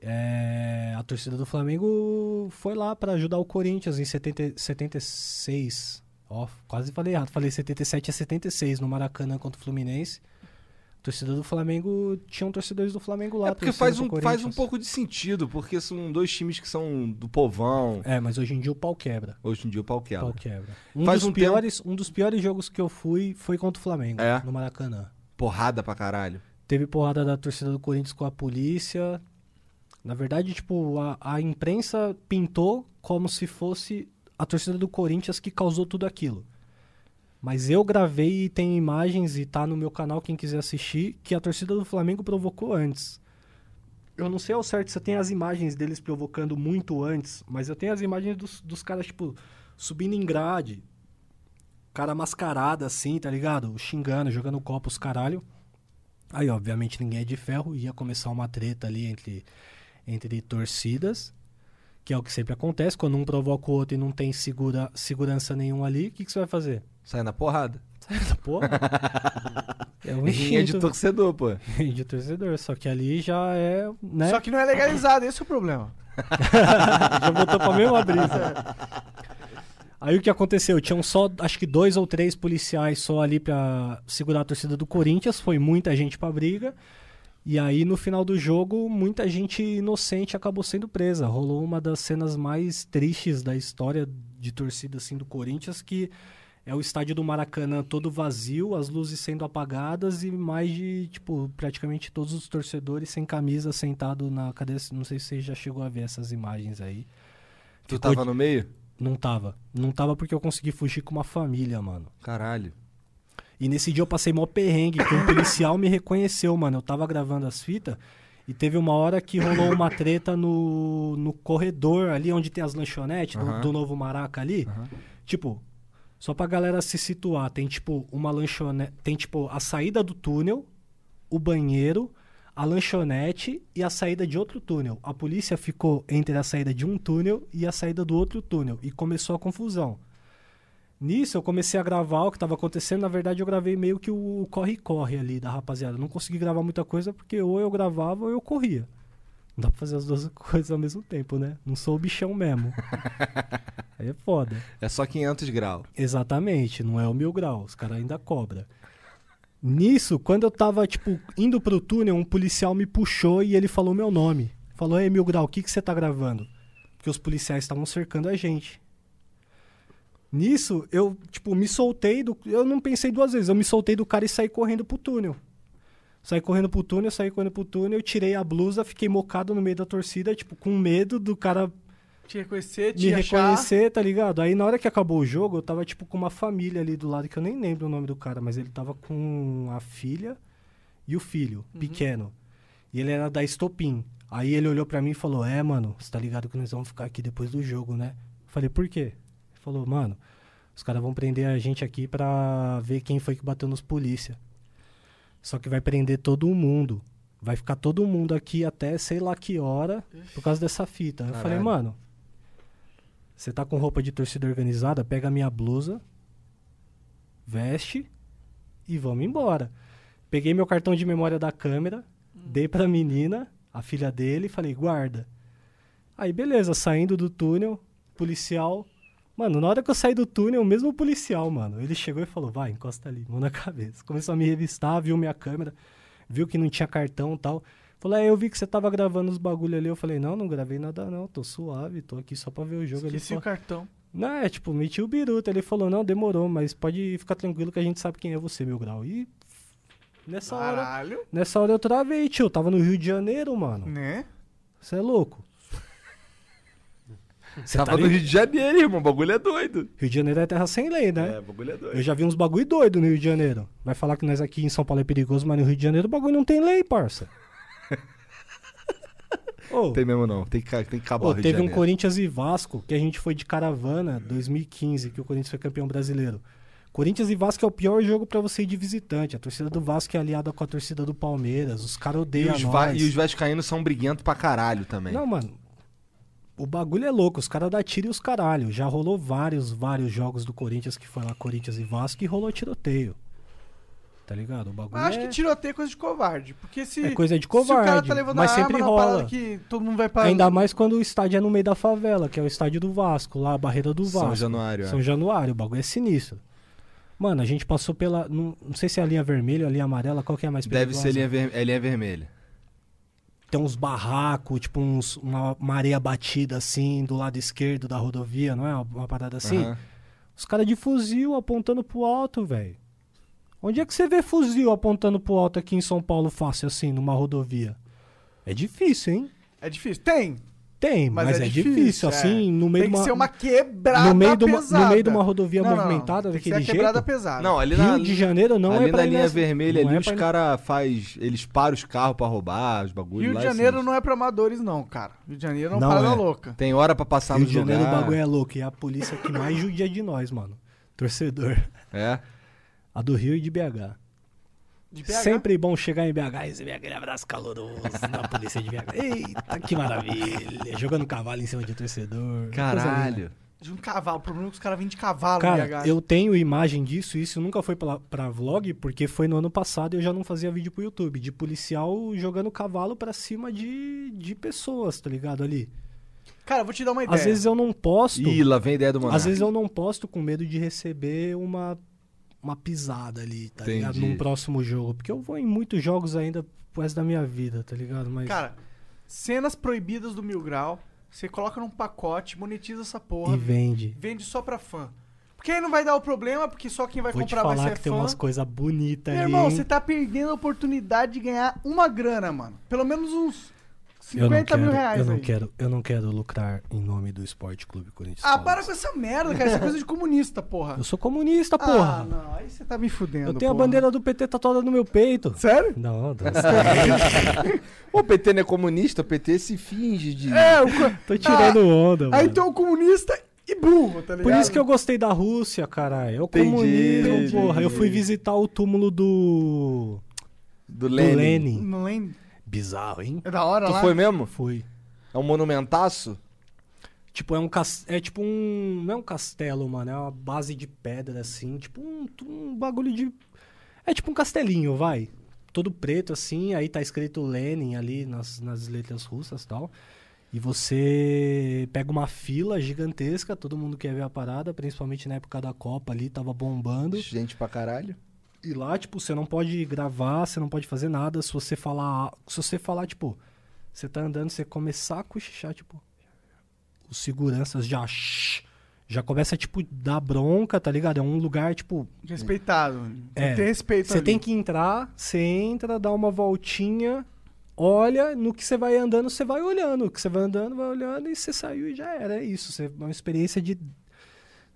[SPEAKER 4] É, a torcida do Flamengo foi lá pra ajudar o Corinthians em 70, 76. Ó, quase falei errado, falei 77 a 76 no Maracanã contra o Fluminense. A torcida do Flamengo, tinham torcedores do Flamengo lá.
[SPEAKER 3] É porque
[SPEAKER 4] torcendo
[SPEAKER 3] faz
[SPEAKER 4] pro
[SPEAKER 3] um, faz um
[SPEAKER 4] Corinthians.
[SPEAKER 3] pouco de sentido, porque são dois times que são do povão.
[SPEAKER 4] É, mas hoje em dia o pau quebra.
[SPEAKER 3] Hoje em dia o pau quebra.
[SPEAKER 4] Pau quebra. Um,
[SPEAKER 3] Faz
[SPEAKER 4] dos
[SPEAKER 3] um tempo-
[SPEAKER 4] piores, um dos piores jogos que eu fui foi contra o Flamengo,
[SPEAKER 3] É?
[SPEAKER 4] no Maracanã.
[SPEAKER 3] Porrada pra caralho.
[SPEAKER 4] Teve porrada da torcida do Corinthians com a polícia. Na verdade, tipo, a, a imprensa pintou como se fosse a torcida do Corinthians que causou tudo aquilo. Mas eu gravei e tem imagens e tá no meu canal, quem quiser assistir, que a torcida do Flamengo provocou antes. Eu não sei ao certo se eu tenho as imagens deles provocando muito antes, mas eu tenho as imagens dos, dos caras, tipo, subindo em grade, cara mascarada assim, tá ligado? Xingando, jogando copos, caralho. Aí, obviamente, ninguém é de ferro, ia começar uma treta ali entre, entre torcidas, que é o que sempre acontece, quando um provoca o outro e não tem segura, segurança nenhuma ali, o que, que você vai fazer?
[SPEAKER 3] Sai na porrada.
[SPEAKER 4] Sai da porra. é um
[SPEAKER 3] É de
[SPEAKER 4] instinto
[SPEAKER 3] torcedor, pô.
[SPEAKER 4] de torcedor, só que ali já é, né?
[SPEAKER 2] Só que não é legalizado, esse é o problema.
[SPEAKER 4] já voltou pra mesma brisa. Aí o que aconteceu? Tinham só, acho que dois ou três policiais só ali pra segurar a torcida do Corinthians. Foi muita gente pra briga. E aí, no final do jogo, muita gente inocente acabou sendo presa. Rolou uma das cenas mais tristes da história de torcida assim, do Corinthians, que É o estádio do Maracanã todo vazio, as luzes sendo apagadas e mais de, tipo, praticamente todos os torcedores sem camisa sentado na cadeira. Não sei se você já chegou a ver essas imagens aí.
[SPEAKER 6] Tu
[SPEAKER 4] Ficou-
[SPEAKER 6] tava no meio?
[SPEAKER 4] Não tava. Não tava porque eu consegui fugir com uma família, mano.
[SPEAKER 6] Caralho.
[SPEAKER 4] E nesse dia eu passei mó perrengue, que um policial me reconheceu, mano. Eu tava gravando as fitas e teve uma hora que rolou uma treta no, no corredor ali onde tem as lanchonetes, do-
[SPEAKER 6] Aham.
[SPEAKER 4] do, novo Maraca ali. Tipo, só pra galera se situar, tem tipo uma lanchonete. Tem tipo a saída do túnel, o banheiro, a lanchonete e a saída de outro túnel. A polícia ficou entre a saída de um túnel e a saída do outro túnel. E começou a confusão. Nisso, eu comecei a gravar o que tava acontecendo. Na verdade, eu gravei meio que o corre-corre ali da rapaziada. Não consegui gravar muita coisa porque ou eu gravava ou eu corria. Não dá pra fazer as duas coisas ao mesmo tempo, né? Não sou o bichão mesmo. Aí é foda.
[SPEAKER 6] É só 500 graus.
[SPEAKER 4] Exatamente, não é o mil grau, os caras ainda cobra. Nisso, quando eu tava, tipo, indo pro túnel, um policial me puxou e ele falou meu nome. Falou, ei, mil grau, o que que você tá gravando? Porque os policiais estavam cercando a gente. Nisso, eu, tipo, me soltei do... Eu não pensei duas vezes, eu me soltei do cara e saí correndo pro túnel. Saí correndo pro túnel, saí correndo pro túnel, tirei a blusa, fiquei mocado no meio da torcida, tipo, com medo do cara
[SPEAKER 2] Te reconhecer, te
[SPEAKER 4] me
[SPEAKER 2] achar.
[SPEAKER 4] reconhecer, tá ligado? Aí na hora que acabou o jogo, eu tava tipo com uma família ali do lado, que eu nem lembro o nome do cara, mas ele tava com a filha e o filho,
[SPEAKER 2] Uhum.
[SPEAKER 4] pequeno. E ele era da Estopim. Aí ele olhou pra mim e falou: É, mano, você tá ligado que nós vamos ficar aqui depois do jogo, né? Eu Falei, por quê? Ele falou, mano, os caras vão prender a gente aqui pra ver quem foi que bateu nos polícia. Só que vai prender todo mundo. Vai ficar todo mundo aqui até sei lá que hora por causa dessa fita. Eu falei,
[SPEAKER 6] Caralho.
[SPEAKER 4] mano, você tá com roupa de torcida organizada? Pega a minha blusa, veste e vamos embora. Peguei meu cartão de memória da câmera, dei pra menina, a filha dele, e falei, guarda. Aí beleza, saindo do túnel, policial. Mano, na hora que eu saí do túnel, mesmo o policial, mano, ele chegou e falou, vai, encosta ali, mão na cabeça. Começou a me revistar, viu minha câmera, viu que não tinha cartão e tal. Falou, é, eu vi que você tava gravando os bagulho ali. Eu falei, não, não gravei nada não, tô suave, tô aqui só pra ver o jogo. Ele
[SPEAKER 2] Esqueci
[SPEAKER 4] falou,
[SPEAKER 2] o cartão.
[SPEAKER 4] não, é tipo, meti o biruta. Ele falou, não, demorou, mas pode ficar tranquilo que a gente sabe quem é você, meu grau. E nessa hora,
[SPEAKER 2] Caralho.
[SPEAKER 4] nessa hora eu travei, tio. Tava no Rio de Janeiro, mano.
[SPEAKER 2] Né?
[SPEAKER 4] Você é louco. Você
[SPEAKER 6] Tava
[SPEAKER 4] tá
[SPEAKER 6] no
[SPEAKER 4] ligado?
[SPEAKER 6] Rio de Janeiro, irmão. O bagulho é doido.
[SPEAKER 4] Rio de Janeiro é terra sem lei, né?
[SPEAKER 6] É, o bagulho é doido.
[SPEAKER 4] Eu já vi uns bagulho doido no Rio de Janeiro. Vai falar que nós aqui em São Paulo é perigoso, mas no Rio de Janeiro o bagulho não tem lei, parça. Ô,
[SPEAKER 6] Tem mesmo não. Tem que, ca- tem que acabar
[SPEAKER 4] Pô,
[SPEAKER 6] o Rio de
[SPEAKER 4] teve um
[SPEAKER 6] Janeiro.
[SPEAKER 4] Corinthians e Vasco que a gente foi de caravana 2015, que o Corinthians foi campeão brasileiro. Corinthians e Vasco é o pior jogo pra você ir de visitante. A torcida do Vasco é aliada com a torcida do Palmeiras. Os caras
[SPEAKER 6] e,
[SPEAKER 4] odeiam
[SPEAKER 6] os
[SPEAKER 4] a
[SPEAKER 6] va-
[SPEAKER 4] nós.
[SPEAKER 6] e os vascaínos são briguentos pra caralho também.
[SPEAKER 4] Não, mano. O bagulho é louco. Os caras dá tiro e os caralho. Já rolou vários, vários jogos do Corinthians que foi lá Corinthians e Vasco e rolou tiroteio. Tá ligado? O bagulho
[SPEAKER 2] Mas acho
[SPEAKER 4] é...
[SPEAKER 2] que tiroteio é coisa de covarde. Porque se.
[SPEAKER 4] é coisa
[SPEAKER 2] Se
[SPEAKER 4] de
[SPEAKER 2] o cara
[SPEAKER 4] covarde.
[SPEAKER 2] tá levando
[SPEAKER 4] mas
[SPEAKER 2] a
[SPEAKER 4] sempre
[SPEAKER 2] arma
[SPEAKER 4] rola.
[SPEAKER 2] na parada que todo mundo vai pra.
[SPEAKER 4] Ainda mais quando o estádio é no meio da favela, que é o estádio do Vasco, lá a barreira do Vasco.
[SPEAKER 6] São Januário. é.
[SPEAKER 4] São Januário, o bagulho é sinistro. Mano, a gente passou pela. Não, não sei se é a linha vermelha ou a linha amarela, qual que é a mais
[SPEAKER 6] Deve
[SPEAKER 4] perigosa?
[SPEAKER 6] ser linha, ver- é linha vermelha.
[SPEAKER 4] Tem uns barracos, tipo uns, uma areia batida assim, do lado esquerdo da rodovia, não é? Uma, uma parada assim.
[SPEAKER 6] Aham.
[SPEAKER 4] Os caras de fuzil apontando pro alto, velho. Onde é que você vê fuzil apontando pro alto aqui em São Paulo fácil assim, numa rodovia? É difícil, hein?
[SPEAKER 2] É difícil. Tem.
[SPEAKER 4] Tem, mas, é, difícil, assim, no meio
[SPEAKER 2] Tem
[SPEAKER 4] de
[SPEAKER 2] que
[SPEAKER 4] uma...
[SPEAKER 2] ser uma quebrada
[SPEAKER 4] no meio de uma,
[SPEAKER 2] pesada.
[SPEAKER 4] no meio de uma rodovia
[SPEAKER 2] Não, não, não.
[SPEAKER 4] movimentada
[SPEAKER 2] Tem que ser
[SPEAKER 4] daquele
[SPEAKER 2] a quebrada
[SPEAKER 4] jeito.
[SPEAKER 2] pesada.
[SPEAKER 6] Não, ali na,
[SPEAKER 4] Rio de Janeiro não
[SPEAKER 6] ali
[SPEAKER 4] é pra
[SPEAKER 6] na
[SPEAKER 4] ir
[SPEAKER 6] linha
[SPEAKER 4] nessa-
[SPEAKER 6] vermelha,
[SPEAKER 4] não
[SPEAKER 6] ali
[SPEAKER 4] é
[SPEAKER 6] os
[SPEAKER 4] pra ir-
[SPEAKER 6] caras faz, eles param os carros pra roubar, os bagulhos assim.
[SPEAKER 2] Rio de Janeiro não é pra amadores, não, cara. Rio de Janeiro é uma
[SPEAKER 4] Não
[SPEAKER 2] parada
[SPEAKER 4] é.
[SPEAKER 2] louca.
[SPEAKER 6] Tem hora pra passar
[SPEAKER 4] Rio
[SPEAKER 6] no
[SPEAKER 4] de Janeiro o
[SPEAKER 6] lugar.
[SPEAKER 4] bagulho é louco. E a polícia que mais judia de nós, mano. Torcedor.
[SPEAKER 6] É.
[SPEAKER 4] A do Rio e de BH.
[SPEAKER 2] De BH.
[SPEAKER 4] Sempre bom chegar em BH e receber aquele abraço caloroso da polícia de BH. Eita, que maravilha. Jogando cavalo em cima de torcedor. Coisa linda.
[SPEAKER 6] Caralho.
[SPEAKER 2] De um cavalo. O problema é que os caras vêm de cavalo em
[SPEAKER 4] Cara,
[SPEAKER 2] BH.
[SPEAKER 4] eu tenho imagem disso. Isso nunca foi pra, pra vlog, porque foi no ano passado e eu já não fazia vídeo pro YouTube. De policial jogando cavalo pra cima de, de pessoas, tá ligado? Ali.
[SPEAKER 2] Cara, eu vou te dar uma ideia.
[SPEAKER 4] Às vezes eu não posto.
[SPEAKER 6] Ih, lá vem a ideia do Monark.
[SPEAKER 4] Às vezes eu não posto com medo de receber uma, uma pisada ali, tá
[SPEAKER 6] Entendi.
[SPEAKER 4] ligado? Num próximo jogo. Porque eu vou em muitos jogos ainda pro resto da minha vida, tá ligado? Mas
[SPEAKER 2] Cara, cenas proibidas do Mil Grau, você coloca num pacote, monetiza essa porra,
[SPEAKER 4] e vende.
[SPEAKER 2] vende só pra fã. Porque Porque aí não vai dar o problema, porque só quem vai
[SPEAKER 4] Vou te
[SPEAKER 2] comprar vai
[SPEAKER 4] falar
[SPEAKER 2] ser
[SPEAKER 4] que tem
[SPEAKER 2] fã.
[SPEAKER 4] umas coisas bonitas
[SPEAKER 2] Meu
[SPEAKER 4] ali,
[SPEAKER 2] irmão,
[SPEAKER 4] hein?
[SPEAKER 2] você tá perdendo a oportunidade de ganhar uma grana, mano. Pelo menos uns
[SPEAKER 4] Eu não
[SPEAKER 2] 50 mil
[SPEAKER 4] quero,
[SPEAKER 2] reais
[SPEAKER 4] Eu não
[SPEAKER 2] aí.
[SPEAKER 4] quero, eu não quero lucrar em nome do Esporte Clube Corinthians.
[SPEAKER 2] Ah,
[SPEAKER 4] Paulista.
[SPEAKER 2] para com essa merda, cara. Isso é coisa de comunista, porra.
[SPEAKER 4] Eu sou comunista,
[SPEAKER 2] Ah,
[SPEAKER 4] porra.
[SPEAKER 2] não. Aí você tá me fudendo,
[SPEAKER 4] eu tenho a
[SPEAKER 2] porra.
[SPEAKER 4] bandeira do PT tatuada no meu peito.
[SPEAKER 2] Sério?
[SPEAKER 4] Não, Deus.
[SPEAKER 2] Ah,
[SPEAKER 6] O PT não é comunista, o PT se finge de.
[SPEAKER 2] É, o... co-
[SPEAKER 4] tô tirando onda, mano.
[SPEAKER 2] aí tu é um comunista e burro, tá ligado?
[SPEAKER 4] Por isso que eu gostei da Rússia, caralho. É o
[SPEAKER 6] Entendi,
[SPEAKER 4] comunismo,
[SPEAKER 6] entendi.
[SPEAKER 4] porra. Eu fui visitar o túmulo do.
[SPEAKER 6] Do
[SPEAKER 4] do
[SPEAKER 6] Lenin.
[SPEAKER 4] Lenin.
[SPEAKER 2] Não lembro.
[SPEAKER 4] Bizarro, hein?
[SPEAKER 2] É da hora
[SPEAKER 6] Tu
[SPEAKER 2] lá.
[SPEAKER 6] foi mesmo?
[SPEAKER 4] Fui.
[SPEAKER 6] É um monumentaço?
[SPEAKER 4] Tipo, é um cas- é tipo um. Não é um castelo, mano. É uma base de pedra, assim. Tipo um, um bagulho de. É tipo um castelinho, vai. Todo preto, assim. Aí tá escrito Lenin ali nas, nas letras russas e tal. E você pega uma fila gigantesca, todo mundo quer ver a parada, principalmente na época da Copa ali, tava bombando.
[SPEAKER 6] Gente pra caralho.
[SPEAKER 4] E lá, tipo, você não pode gravar, você não pode fazer nada. Se você falar. Se você falar, tipo, você tá andando, você começar a cochichar, tipo. Os seguranças já. shh, Já começa, tipo, dar bronca, tá ligado? É um lugar, tipo.
[SPEAKER 2] Respeitado. Tem
[SPEAKER 4] É.
[SPEAKER 2] que ter respeito
[SPEAKER 4] Você
[SPEAKER 2] ali.
[SPEAKER 4] tem que entrar, você entra, dá uma voltinha, olha, no que você vai andando, você vai olhando. O que você vai andando, vai olhando e você saiu e já era. É isso. Você, é uma experiência de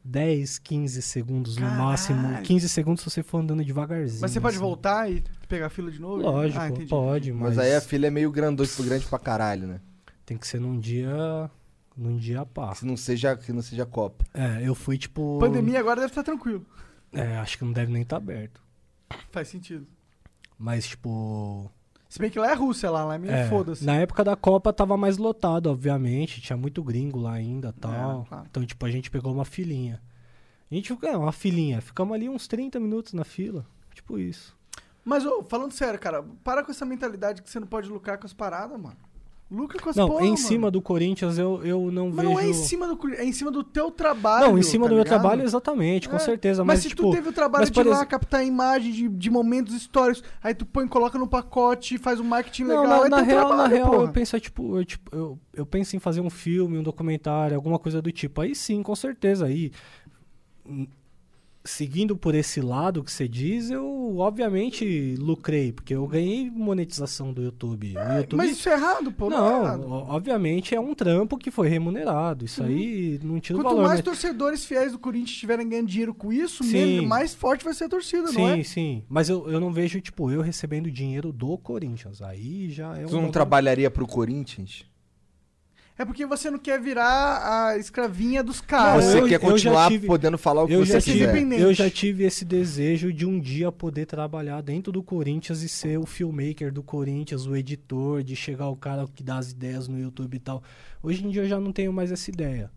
[SPEAKER 4] 10, 15 segundos no máximo.
[SPEAKER 2] Caralho.
[SPEAKER 4] 15 segundos se você for andando devagarzinho.
[SPEAKER 2] Mas você pode
[SPEAKER 4] assim.
[SPEAKER 2] voltar e pegar a fila de novo?
[SPEAKER 4] Lógico,
[SPEAKER 2] Ah, entendi.
[SPEAKER 4] pode, mas,
[SPEAKER 6] Mas, aí a filha é meio grandona, tipo, grande pra caralho, né?
[SPEAKER 4] tem que ser num dia. Num dia a pá.
[SPEAKER 6] Que não seja, que não seja Copa.
[SPEAKER 4] É, eu fui tipo.
[SPEAKER 2] Pandemia agora deve estar tranquilo.
[SPEAKER 4] É, acho que não deve nem estar aberto.
[SPEAKER 2] Faz sentido.
[SPEAKER 4] Mas, tipo.
[SPEAKER 2] Se bem que lá é Rússia, lá, lá é meio
[SPEAKER 4] é,
[SPEAKER 2] foda-se.
[SPEAKER 4] Na época da Copa tava mais lotado, obviamente. Tinha muito gringo lá ainda tal.
[SPEAKER 2] É, claro.
[SPEAKER 4] Então, tipo, a gente pegou uma filinha. A gente ficou. É, uma filinha. Ficamos ali uns 30 minutos na fila. Tipo isso.
[SPEAKER 2] Mas, ô, falando sério, cara, para com essa mentalidade que você não pode lucrar com as paradas, mano. Lucra com as
[SPEAKER 4] não,
[SPEAKER 2] porra,
[SPEAKER 4] em
[SPEAKER 2] mano.
[SPEAKER 4] cima do Corinthians eu, eu não
[SPEAKER 2] Mas
[SPEAKER 4] vejo.
[SPEAKER 2] não é em cima do... cu- É em cima do teu trabalho,
[SPEAKER 4] Não, em cima
[SPEAKER 2] tá
[SPEAKER 4] do meu
[SPEAKER 2] ligado?
[SPEAKER 4] trabalho, exatamente, com
[SPEAKER 2] É,
[SPEAKER 4] certeza.
[SPEAKER 2] Mas,
[SPEAKER 4] Mas,
[SPEAKER 2] se
[SPEAKER 4] tipo,
[SPEAKER 2] tu teve o trabalho
[SPEAKER 4] mas,
[SPEAKER 2] de
[SPEAKER 4] por
[SPEAKER 2] lá
[SPEAKER 4] ex-
[SPEAKER 2] captar imagem de, de momentos históricos, aí tu põe, coloca no pacote, faz um marketing
[SPEAKER 4] Não,
[SPEAKER 2] legal,
[SPEAKER 4] na,
[SPEAKER 2] aí
[SPEAKER 4] na
[SPEAKER 2] teu
[SPEAKER 4] real,
[SPEAKER 2] trabalho,
[SPEAKER 4] na real,
[SPEAKER 2] porra.
[SPEAKER 4] eu penso, é, tipo, eu, tipo eu, eu penso em fazer um filme, um documentário, alguma coisa do tipo. Aí sim, com certeza. Aí, hum, seguindo por esse lado que você diz, eu obviamente lucrei, porque eu ganhei monetização do YouTube. O YouTube
[SPEAKER 2] Mas isso é errado, pô. não é
[SPEAKER 4] não,
[SPEAKER 2] errado.
[SPEAKER 4] o- obviamente é um trampo que foi remunerado. Isso aí não tira o
[SPEAKER 2] Uhum. Quanto
[SPEAKER 4] valor.
[SPEAKER 2] mais
[SPEAKER 4] né?
[SPEAKER 2] torcedores fiéis do Corinthians estiverem ganhando dinheiro com isso,
[SPEAKER 4] Sim.
[SPEAKER 2] men- mais forte vai ser a torcida, não
[SPEAKER 4] Sim,
[SPEAKER 2] é?
[SPEAKER 4] sim. Mas eu, eu não vejo, tipo, eu recebendo dinheiro do Corinthians. Aí já
[SPEAKER 6] Tu
[SPEAKER 4] é um.
[SPEAKER 6] não
[SPEAKER 4] bagulho-
[SPEAKER 6] trabalharia pro Corinthians?
[SPEAKER 2] É porque você não quer virar a escravinha dos
[SPEAKER 4] Não,
[SPEAKER 2] caras.
[SPEAKER 6] Você
[SPEAKER 4] Ah, eu-
[SPEAKER 6] quer
[SPEAKER 4] eu já
[SPEAKER 6] continuar
[SPEAKER 4] tive-
[SPEAKER 6] podendo falar o que
[SPEAKER 4] Eu
[SPEAKER 6] você
[SPEAKER 4] já,
[SPEAKER 2] ser
[SPEAKER 4] tive,
[SPEAKER 6] quiser.
[SPEAKER 2] independente.
[SPEAKER 4] eu já tive esse desejo de um dia poder trabalhar dentro do Corinthians e ser o filmmaker do Corinthians, o editor, de chegar o cara que dá as ideias no YouTube e tal. Hoje em dia eu já não tenho mais essa ideia.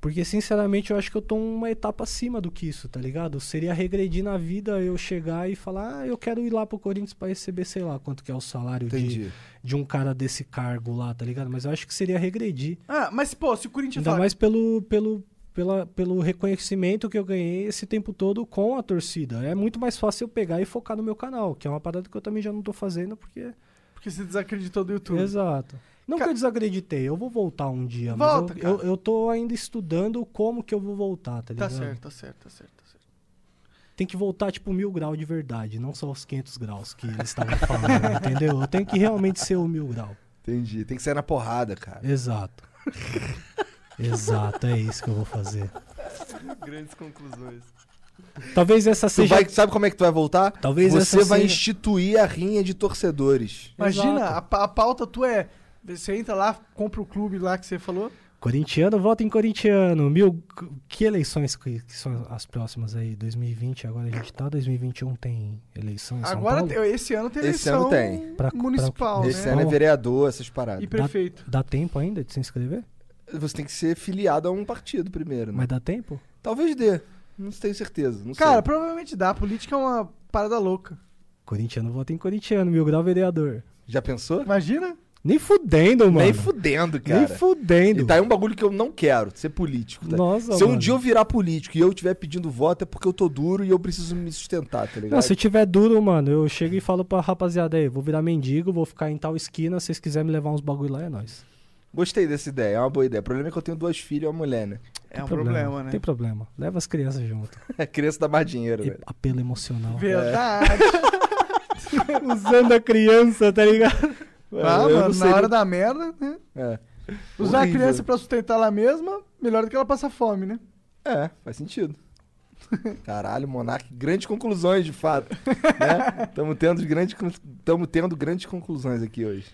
[SPEAKER 4] Porque, sinceramente, eu acho que eu tô uma etapa acima do que isso, tá ligado? Seria regredir na vida eu chegar e falar, ah, eu quero ir lá pro Corinthians pra receber, sei lá, quanto que é o salário de,
[SPEAKER 6] Entendi.
[SPEAKER 4] de um cara desse cargo lá, tá ligado? Mas eu acho que seria regredir.
[SPEAKER 2] Ah, mas pô, se o Corinthians
[SPEAKER 4] Ainda
[SPEAKER 2] falar,
[SPEAKER 4] mais pelo, pelo, pela, pelo reconhecimento que eu ganhei esse tempo todo com a torcida. É muito mais fácil eu pegar e focar no meu canal, que é uma parada que eu também já não tô fazendo, porque.
[SPEAKER 2] porque você desacreditou do YouTube.
[SPEAKER 4] Exato. Não
[SPEAKER 2] Ca-
[SPEAKER 4] que eu desacreditei, eu vou voltar um dia,
[SPEAKER 2] Volta,
[SPEAKER 4] mas eu,
[SPEAKER 2] cara.
[SPEAKER 4] eu, eu tô ainda estudando como que eu vou voltar, tá
[SPEAKER 2] Tá
[SPEAKER 4] ligado?
[SPEAKER 2] certo, tá certo, tá certo, tá certo.
[SPEAKER 4] Tem que voltar, tipo, mil graus de verdade, não só os 500 graus que eles estavam falando, entendeu? Eu tenho que realmente ser o mil grau.
[SPEAKER 6] Entendi. Tem que sair na porrada, cara.
[SPEAKER 4] Exato. Exato, é isso que eu vou fazer.
[SPEAKER 5] Grandes conclusões.
[SPEAKER 4] Talvez essa
[SPEAKER 6] Tu
[SPEAKER 4] seja
[SPEAKER 6] vai, sabe como é que tu vai voltar?
[SPEAKER 4] Talvez
[SPEAKER 6] Você
[SPEAKER 4] essa
[SPEAKER 6] vai
[SPEAKER 4] seja-
[SPEAKER 6] instituir a rinha de torcedores.
[SPEAKER 2] Imagina, a, pa- a pauta tu é. Você entra lá, compra o clube lá que você falou.
[SPEAKER 4] Corintiano, vota em corintiano. Mil, que eleições que, que são as próximas aí? 2020, agora a gente tá. 2021 tem eleição em São
[SPEAKER 2] Agora,
[SPEAKER 4] Paulo?
[SPEAKER 2] te- esse ano tem
[SPEAKER 6] Esse
[SPEAKER 2] eleição
[SPEAKER 6] ano tem.
[SPEAKER 4] Pra-
[SPEAKER 2] municipal,
[SPEAKER 4] pra-
[SPEAKER 2] né?
[SPEAKER 6] Esse ano
[SPEAKER 3] Então,
[SPEAKER 6] é vereador, essas paradas.
[SPEAKER 2] E prefeito.
[SPEAKER 4] Dá tempo ainda de se inscrever?
[SPEAKER 6] Você tem que ser filiado a um partido primeiro, né?
[SPEAKER 4] Mas dá tempo?
[SPEAKER 6] Talvez dê. Não tenho certeza. Não
[SPEAKER 2] Cara,
[SPEAKER 6] sei.
[SPEAKER 2] provavelmente dá. A política é uma parada louca.
[SPEAKER 4] Corintiano, vota em corintiano. Mil grau vereador.
[SPEAKER 6] já pensou?
[SPEAKER 2] Imagina?
[SPEAKER 4] Nem fudendo, mano.
[SPEAKER 6] Nem fudendo, cara.
[SPEAKER 4] Nem fudendo.
[SPEAKER 6] E tá aí um bagulho que eu não quero, ser político. Tá?
[SPEAKER 4] Nossa,
[SPEAKER 6] Se um
[SPEAKER 4] mano.
[SPEAKER 6] dia eu virar político e eu estiver pedindo voto, é porque eu tô duro e eu preciso me sustentar, tá ligado?
[SPEAKER 4] Não, se tiver duro, mano, eu chego e falo pra rapaziada aí, vou virar mendigo, vou ficar em tal esquina, se vocês quiserem me levar uns bagulho lá, é nóis.
[SPEAKER 6] Gostei dessa ideia, é uma boa ideia. O problema é que eu tenho duas filhas e uma mulher, né?
[SPEAKER 2] É um problema, né?
[SPEAKER 4] Tem problema. Leva as crianças junto.
[SPEAKER 6] A criança dá mais dinheiro,
[SPEAKER 4] E
[SPEAKER 6] velho.
[SPEAKER 4] apelo emocional.
[SPEAKER 2] Verdade.
[SPEAKER 4] Usando a criança, tá ligado?
[SPEAKER 2] Ah,
[SPEAKER 6] É. Eu não
[SPEAKER 2] mano,
[SPEAKER 6] seria-
[SPEAKER 2] na hora da merda, né?
[SPEAKER 6] É. Horrível.
[SPEAKER 2] Usar a criança pra sustentar ela mesma, melhor do que ela passar fome, né?
[SPEAKER 6] É, faz sentido. Caralho, Monark, grandes conclusões, de fato. Estamos tendo grandes, estamos tendo grandes conclusões aqui hoje.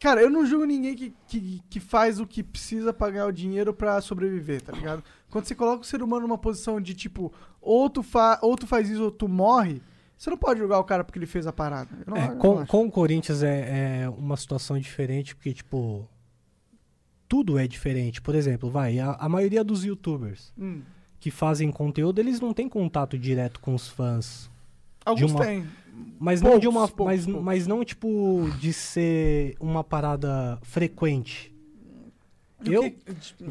[SPEAKER 2] Cara, eu não julgo ninguém que, que, que faz o que precisa pra ganhar o dinheiro pra sobreviver, tá ligado? Quando você coloca o ser humano numa posição de tipo, ou tu, fa ou tu faz isso ou tu morre, você não pode julgar o cara porque ele fez a parada. Eu não,
[SPEAKER 4] É,
[SPEAKER 2] eu não
[SPEAKER 4] com,
[SPEAKER 2] acho.
[SPEAKER 4] com o Corinthians é, é uma situação diferente, porque, tipo, tudo é diferente. Por exemplo, vai, a, a maioria dos youtubers
[SPEAKER 2] Hum.
[SPEAKER 4] que fazem conteúdo, eles não têm contato direto com os fãs.
[SPEAKER 2] Alguns
[SPEAKER 4] de uma-
[SPEAKER 2] têm.
[SPEAKER 4] Mas não
[SPEAKER 2] Poucos,
[SPEAKER 4] de uma.
[SPEAKER 2] poucos,
[SPEAKER 4] mas,
[SPEAKER 2] poucos.
[SPEAKER 4] mas não, tipo, de ser uma parada frequente. Eu,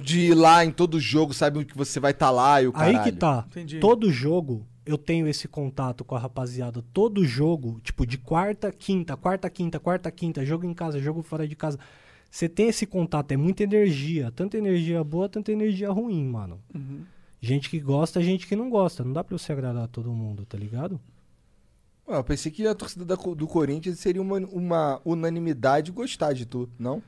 [SPEAKER 6] De ir lá em todo jogo, sabe que você vai estar lá e o
[SPEAKER 4] Aí
[SPEAKER 6] caralho.
[SPEAKER 4] que tá.
[SPEAKER 2] Entendi.
[SPEAKER 4] Todo jogo eu tenho esse contato com a rapaziada. Todo jogo, tipo, de quarta, quinta, quarta, quinta, quarta, quinta, jogo em casa, jogo fora de casa. Você tem esse contato, é muita energia. Tanta energia boa, tanta energia ruim, mano. Gente que gosta, gente que não gosta. Não dá pra você agradar todo mundo, tá ligado?
[SPEAKER 6] Ué, eu pensei que a torcida da co- do Corinthians seria uma, uma unanimidade gostar de tu, não?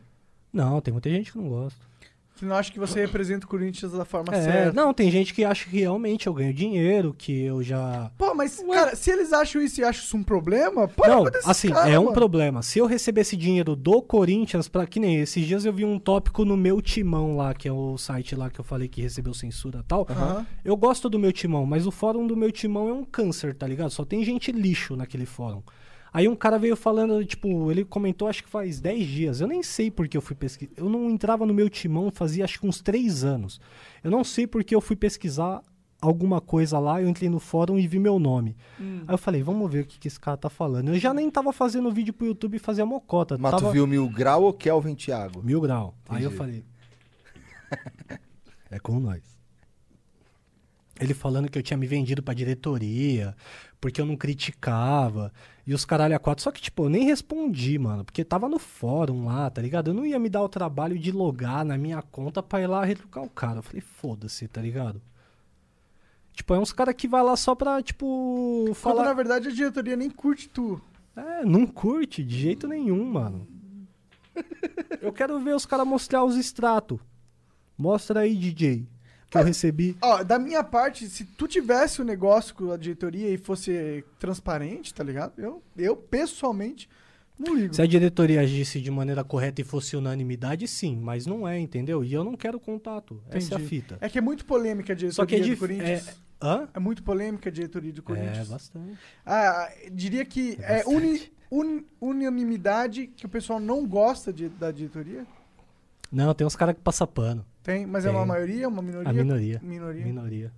[SPEAKER 4] Não, tem muita gente que não gosta.
[SPEAKER 2] Que não acha que você representa o Corinthians da forma
[SPEAKER 4] é,
[SPEAKER 2] certa.
[SPEAKER 4] não, tem gente que acha que realmente eu ganho dinheiro, que eu já.
[SPEAKER 2] Pô, mas, cara, se eles acham isso e acham isso um problema, pode
[SPEAKER 4] não,
[SPEAKER 2] acontecer.
[SPEAKER 4] assim, é um problema. Se eu recebesse dinheiro do Corinthians, pra que nem esses dias eu vi um tópico no meu timão lá, que é o site lá que eu falei que recebeu censura e tal.
[SPEAKER 2] Aham.
[SPEAKER 4] Eu gosto do meu timão, mas o fórum do meu timão é um câncer, tá ligado? Só tem gente lixo naquele fórum. Aí um cara veio falando, tipo, ele comentou acho que faz 10 dias. Eu nem sei porque eu fui pesquisar. Eu não entrava no meu timão fazia acho que uns 3 anos. Eu não sei porque eu fui pesquisar alguma coisa lá, eu entrei no fórum e vi meu nome. Aí eu falei, vamos ver o que, que esse cara tá falando. Eu já nem tava fazendo vídeo pro YouTube e fazia mocota.
[SPEAKER 6] Mas
[SPEAKER 4] tava
[SPEAKER 6] tu viu Mil Grau ou Kelvin Thiago?
[SPEAKER 4] mil grau. Aí eu falei. é com nós. Ele falando que eu tinha me vendido pra diretoria, porque eu não criticava, e os caralho a quatro. Só que, tipo, eu nem respondi, mano, porque tava no fórum lá, tá ligado? Eu não ia me dar o trabalho de logar na minha conta pra ir lá retrucar o cara. Eu falei, foda-se, tá ligado? Tipo, é uns caras que vai lá só pra, tipo,
[SPEAKER 2] Quando,
[SPEAKER 4] falar.
[SPEAKER 2] na verdade, a diretoria nem curte tu.
[SPEAKER 4] É, não curte de jeito nenhum, mano. Eu quero ver os caras mostrar os extratos. Mostra aí, DJ, que eu recebi.
[SPEAKER 2] Ó, da minha parte, se tu tivesse o negócio com a diretoria e fosse transparente, tá ligado? Eu, eu pessoalmente, não ligo.
[SPEAKER 4] Se a diretoria agisse de maneira correta e fosse unanimidade, sim, mas não é, entendeu? E eu não quero contato. Essa é a
[SPEAKER 2] Entendi.
[SPEAKER 4] fita.
[SPEAKER 2] É que é muito polêmica a diretoria
[SPEAKER 4] Só que é
[SPEAKER 2] do
[SPEAKER 4] difícil.
[SPEAKER 2] Corinthians.
[SPEAKER 4] É...
[SPEAKER 2] É...
[SPEAKER 4] Hã?
[SPEAKER 2] muito polêmica a diretoria do
[SPEAKER 4] É,
[SPEAKER 2] Corinthians.
[SPEAKER 4] bastante.
[SPEAKER 2] ah, diria que é, uni- un- unanimidade que o pessoal não gosta de- da diretoria.
[SPEAKER 4] Não, tem uns caras que passam pano.
[SPEAKER 2] Tem, mas é
[SPEAKER 4] Tem.
[SPEAKER 2] uma maioria, uma minoria?
[SPEAKER 4] A minoria.
[SPEAKER 2] Minoria.
[SPEAKER 4] Minoria.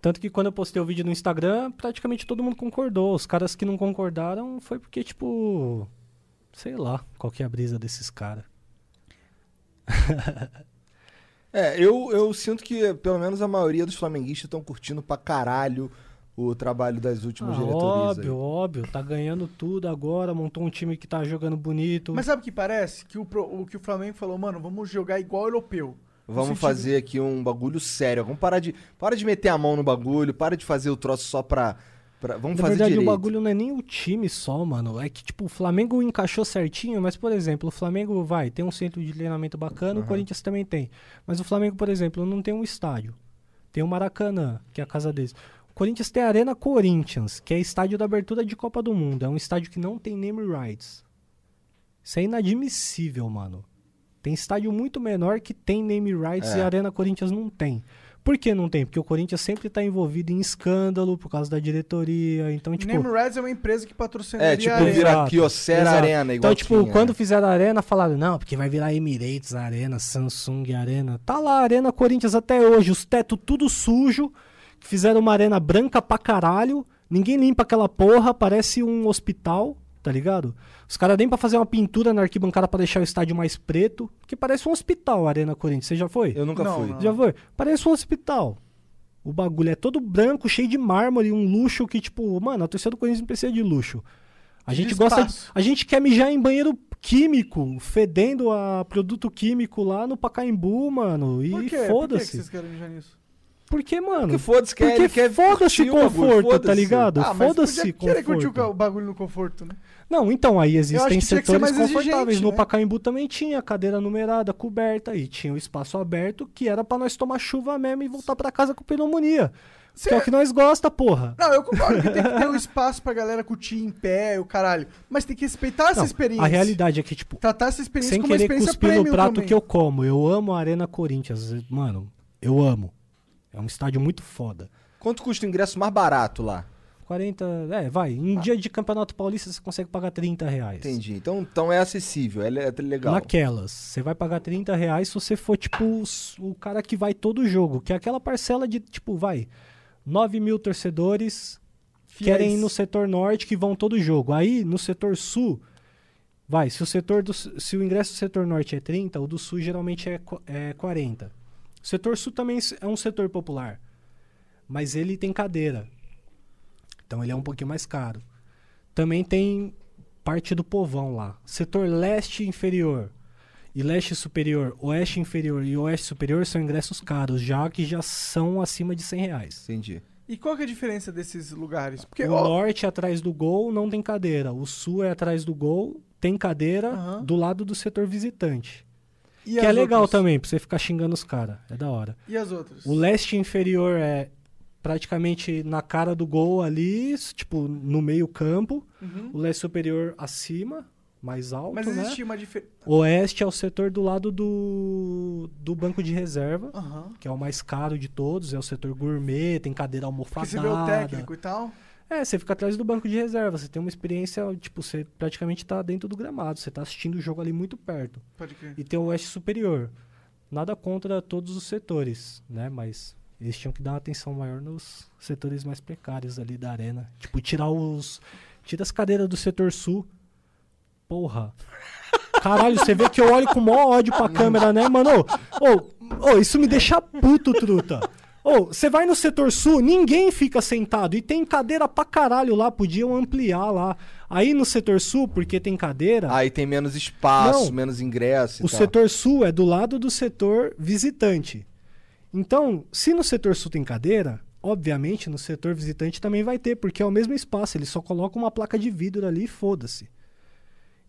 [SPEAKER 4] Tanto que quando eu postei o vídeo no Instagram, praticamente todo mundo concordou. Os caras que não concordaram foi porque, tipo. Sei lá qual que é a brisa desses caras.
[SPEAKER 6] É, eu, eu sinto que pelo menos a maioria dos flamenguistas estão curtindo pra caralho o trabalho das
[SPEAKER 2] Tipo,
[SPEAKER 4] Ah,
[SPEAKER 6] últimas diretorias. aí.
[SPEAKER 4] óbvio, óbvio. Tá ganhando tudo agora, montou um time que tá jogando bonito.
[SPEAKER 2] Mas sabe o que parece? Que o, pro- o que o Flamengo falou, mano, vamos jogar igual europeu. No
[SPEAKER 6] Vamos
[SPEAKER 2] sentido-
[SPEAKER 6] fazer aqui um bagulho sério. Vamos parar de, para de meter a mão no bagulho, para de fazer o troço só pra. pra- vamos
[SPEAKER 4] Na
[SPEAKER 6] fazer
[SPEAKER 4] verdade,
[SPEAKER 6] direito.
[SPEAKER 4] o bagulho não é nem o time só, mano. É que, tipo, o Flamengo encaixou certinho, mas, por exemplo, o Flamengo vai, tem um centro de treinamento bacana, o Corinthians também tem. Mas o Flamengo, por exemplo, não tem um estádio. Tem o Maracanã, que é a casa deles. O Corinthians tem a Arena Corinthians, que é estádio da abertura de Copa do Mundo. É um estádio que não tem name rights. Isso é inadmissível, mano. Tem estádio muito menor que tem name rights
[SPEAKER 6] É.
[SPEAKER 4] e a Arena Corinthians não tem. Por que não tem? Porque o Corinthians sempre tá envolvido em escândalo por causa da diretoria. Então, tipo.
[SPEAKER 2] Name Reds é uma empresa que patrocinaria
[SPEAKER 6] É, tipo,
[SPEAKER 2] a Arena.
[SPEAKER 6] vira
[SPEAKER 4] Exato,
[SPEAKER 6] Kyocera
[SPEAKER 4] exato.
[SPEAKER 6] Arena, igual
[SPEAKER 4] Então, tipo,
[SPEAKER 6] tinha,
[SPEAKER 4] quando
[SPEAKER 6] né?
[SPEAKER 4] fizeram a Arena, falaram, não, porque vai virar Emirates Arena, Samsung Arena. Tá lá a Arena Corinthians até hoje, os tetos tudo sujo, fizeram uma arena branca pra caralho, ninguém limpa aquela porra, parece um hospital, tá ligado? Os caras nem pra fazer uma pintura na arquibancada pra deixar o estádio mais preto, que parece um hospital a Arena Corinthians, você já foi?
[SPEAKER 6] Eu nunca
[SPEAKER 2] Não,
[SPEAKER 6] fui.
[SPEAKER 2] não.
[SPEAKER 4] Já foi? Parece um hospital. O bagulho é todo branco, cheio de mármore, um luxo que, tipo, mano, a torcida do Corinthians não precisa de luxo. A
[SPEAKER 2] De
[SPEAKER 4] gente gosta.
[SPEAKER 2] espaço.
[SPEAKER 4] a gente quer mijar em banheiro químico, fedendo a produto químico lá no Pacaembu, mano.
[SPEAKER 2] Por
[SPEAKER 4] E
[SPEAKER 2] quê? Por que que
[SPEAKER 4] foda-se.
[SPEAKER 2] vocês querem mijar nisso?
[SPEAKER 4] Porque, mano.
[SPEAKER 6] Porque foda-se, quer,
[SPEAKER 4] Porque
[SPEAKER 6] ele quer
[SPEAKER 4] foda-se
[SPEAKER 6] curtir o bagulho,
[SPEAKER 4] conforto, tá
[SPEAKER 6] foda-se.
[SPEAKER 4] ligado?
[SPEAKER 2] Ah, mas
[SPEAKER 4] foda-se
[SPEAKER 2] podia querer curtir o
[SPEAKER 4] conforto.
[SPEAKER 2] ca- o bagulho no conforto, né?
[SPEAKER 4] Não, então, aí
[SPEAKER 2] Eu acho
[SPEAKER 4] existem
[SPEAKER 2] que tinha que ser
[SPEAKER 4] setores
[SPEAKER 2] mais
[SPEAKER 4] confortáveis.
[SPEAKER 2] exigente,
[SPEAKER 4] No
[SPEAKER 2] né?
[SPEAKER 4] Pacaembu também tinha cadeira numerada, coberta, e tinha o espaço aberto que era pra nós tomar chuva mesmo e voltar pra casa com pneumonia.
[SPEAKER 2] Cê-
[SPEAKER 4] Que é o que nós gosta, porra.
[SPEAKER 2] Não, eu concordo que tem que ter um espaço pra galera curtir em pé, o caralho. Mas tem que respeitar essa
[SPEAKER 4] Não,
[SPEAKER 2] experiência.
[SPEAKER 4] a realidade é que, tipo,
[SPEAKER 2] Tratar essa experiência
[SPEAKER 4] sem
[SPEAKER 2] como uma
[SPEAKER 4] querer
[SPEAKER 2] experiência
[SPEAKER 4] cuspir no
[SPEAKER 2] premium
[SPEAKER 4] prato
[SPEAKER 2] também.
[SPEAKER 4] que eu como. Eu amo a Arena Corinthians. Mano, eu amo. É um estádio muito foda.
[SPEAKER 6] Quanto custa o ingresso mais barato lá?
[SPEAKER 4] 40, é, vai.
[SPEAKER 2] Ah.
[SPEAKER 4] Em dia de Campeonato Paulista você consegue pagar 30 reais.
[SPEAKER 6] Entendi. Então, então é acessível, é, le- é legal.
[SPEAKER 4] Naquelas. Você vai pagar 30 reais se você for, tipo, s- o cara que vai todo jogo. Que é aquela parcela de, tipo, vai. 9 mil torcedores querem ir no setor norte que vão todo jogo. Aí, no setor sul, vai. Se o, setor do, s- se o ingresso do setor norte é 30, o do sul geralmente é, qu- é 40. O setor sul também s- é um setor popular. Mas ele tem cadeira. Então ele é um pouquinho mais caro. Também tem parte do povão lá. Setor leste inferior e leste superior, oeste inferior e oeste superior são ingressos caros, já que já são acima de 100 reais.
[SPEAKER 6] Entendi.
[SPEAKER 2] E qual que é a diferença desses lugares? Porque,
[SPEAKER 4] O
[SPEAKER 2] ó,
[SPEAKER 4] norte é atrás do gol não tem cadeira, o sul é atrás do gol, tem cadeira
[SPEAKER 2] Aham.
[SPEAKER 4] do lado do setor visitante.
[SPEAKER 2] e
[SPEAKER 4] que é
[SPEAKER 2] as
[SPEAKER 4] legal
[SPEAKER 2] outras?
[SPEAKER 4] também, pra você ficar xingando os caras, é da hora.
[SPEAKER 2] E as outras?
[SPEAKER 4] O leste inferior é praticamente na cara do gol ali, s- tipo, no meio campo.
[SPEAKER 2] Uhum.
[SPEAKER 4] O leste superior acima, mais alto,
[SPEAKER 2] Mas
[SPEAKER 4] né?
[SPEAKER 2] existia uma diferença.
[SPEAKER 4] Oeste é o setor do lado do, do banco de reserva,
[SPEAKER 2] Aham.
[SPEAKER 4] que é o mais caro de todos, é o setor gourmet, tem cadeira
[SPEAKER 2] Porque você vê o
[SPEAKER 4] almofadada.
[SPEAKER 2] técnico e tal.
[SPEAKER 4] É, você fica atrás do banco de reserva, você tem uma experiência, tipo, você praticamente tá dentro do gramado, você tá assistindo o jogo ali muito perto.
[SPEAKER 2] Pode crer.
[SPEAKER 4] E tem o Oeste Superior. Nada contra todos os setores, né? Mas eles tinham que dar uma atenção maior nos setores mais precários ali da arena. Tipo, tirar os. Tira as cadeiras do setor sul. Porra. Caralho, você vê que eu olho com maior ódio pra câmera, né, mano? Ô, ô, ô, isso me deixa puto, truta. Ô, você vai no setor sul, ninguém fica sentado. E tem cadeira pra caralho lá, podiam ampliar lá. Aí no setor sul, porque tem cadeira.
[SPEAKER 6] Aí tem menos espaço,
[SPEAKER 4] Tá. Não.
[SPEAKER 6] menos ingresso e
[SPEAKER 4] O
[SPEAKER 6] tal.
[SPEAKER 4] setor sul é do lado do setor visitante. Então, se no setor sul tem cadeira, obviamente no setor visitante também vai ter, porque é o mesmo espaço, ele só coloca uma placa de vidro ali e foda-se.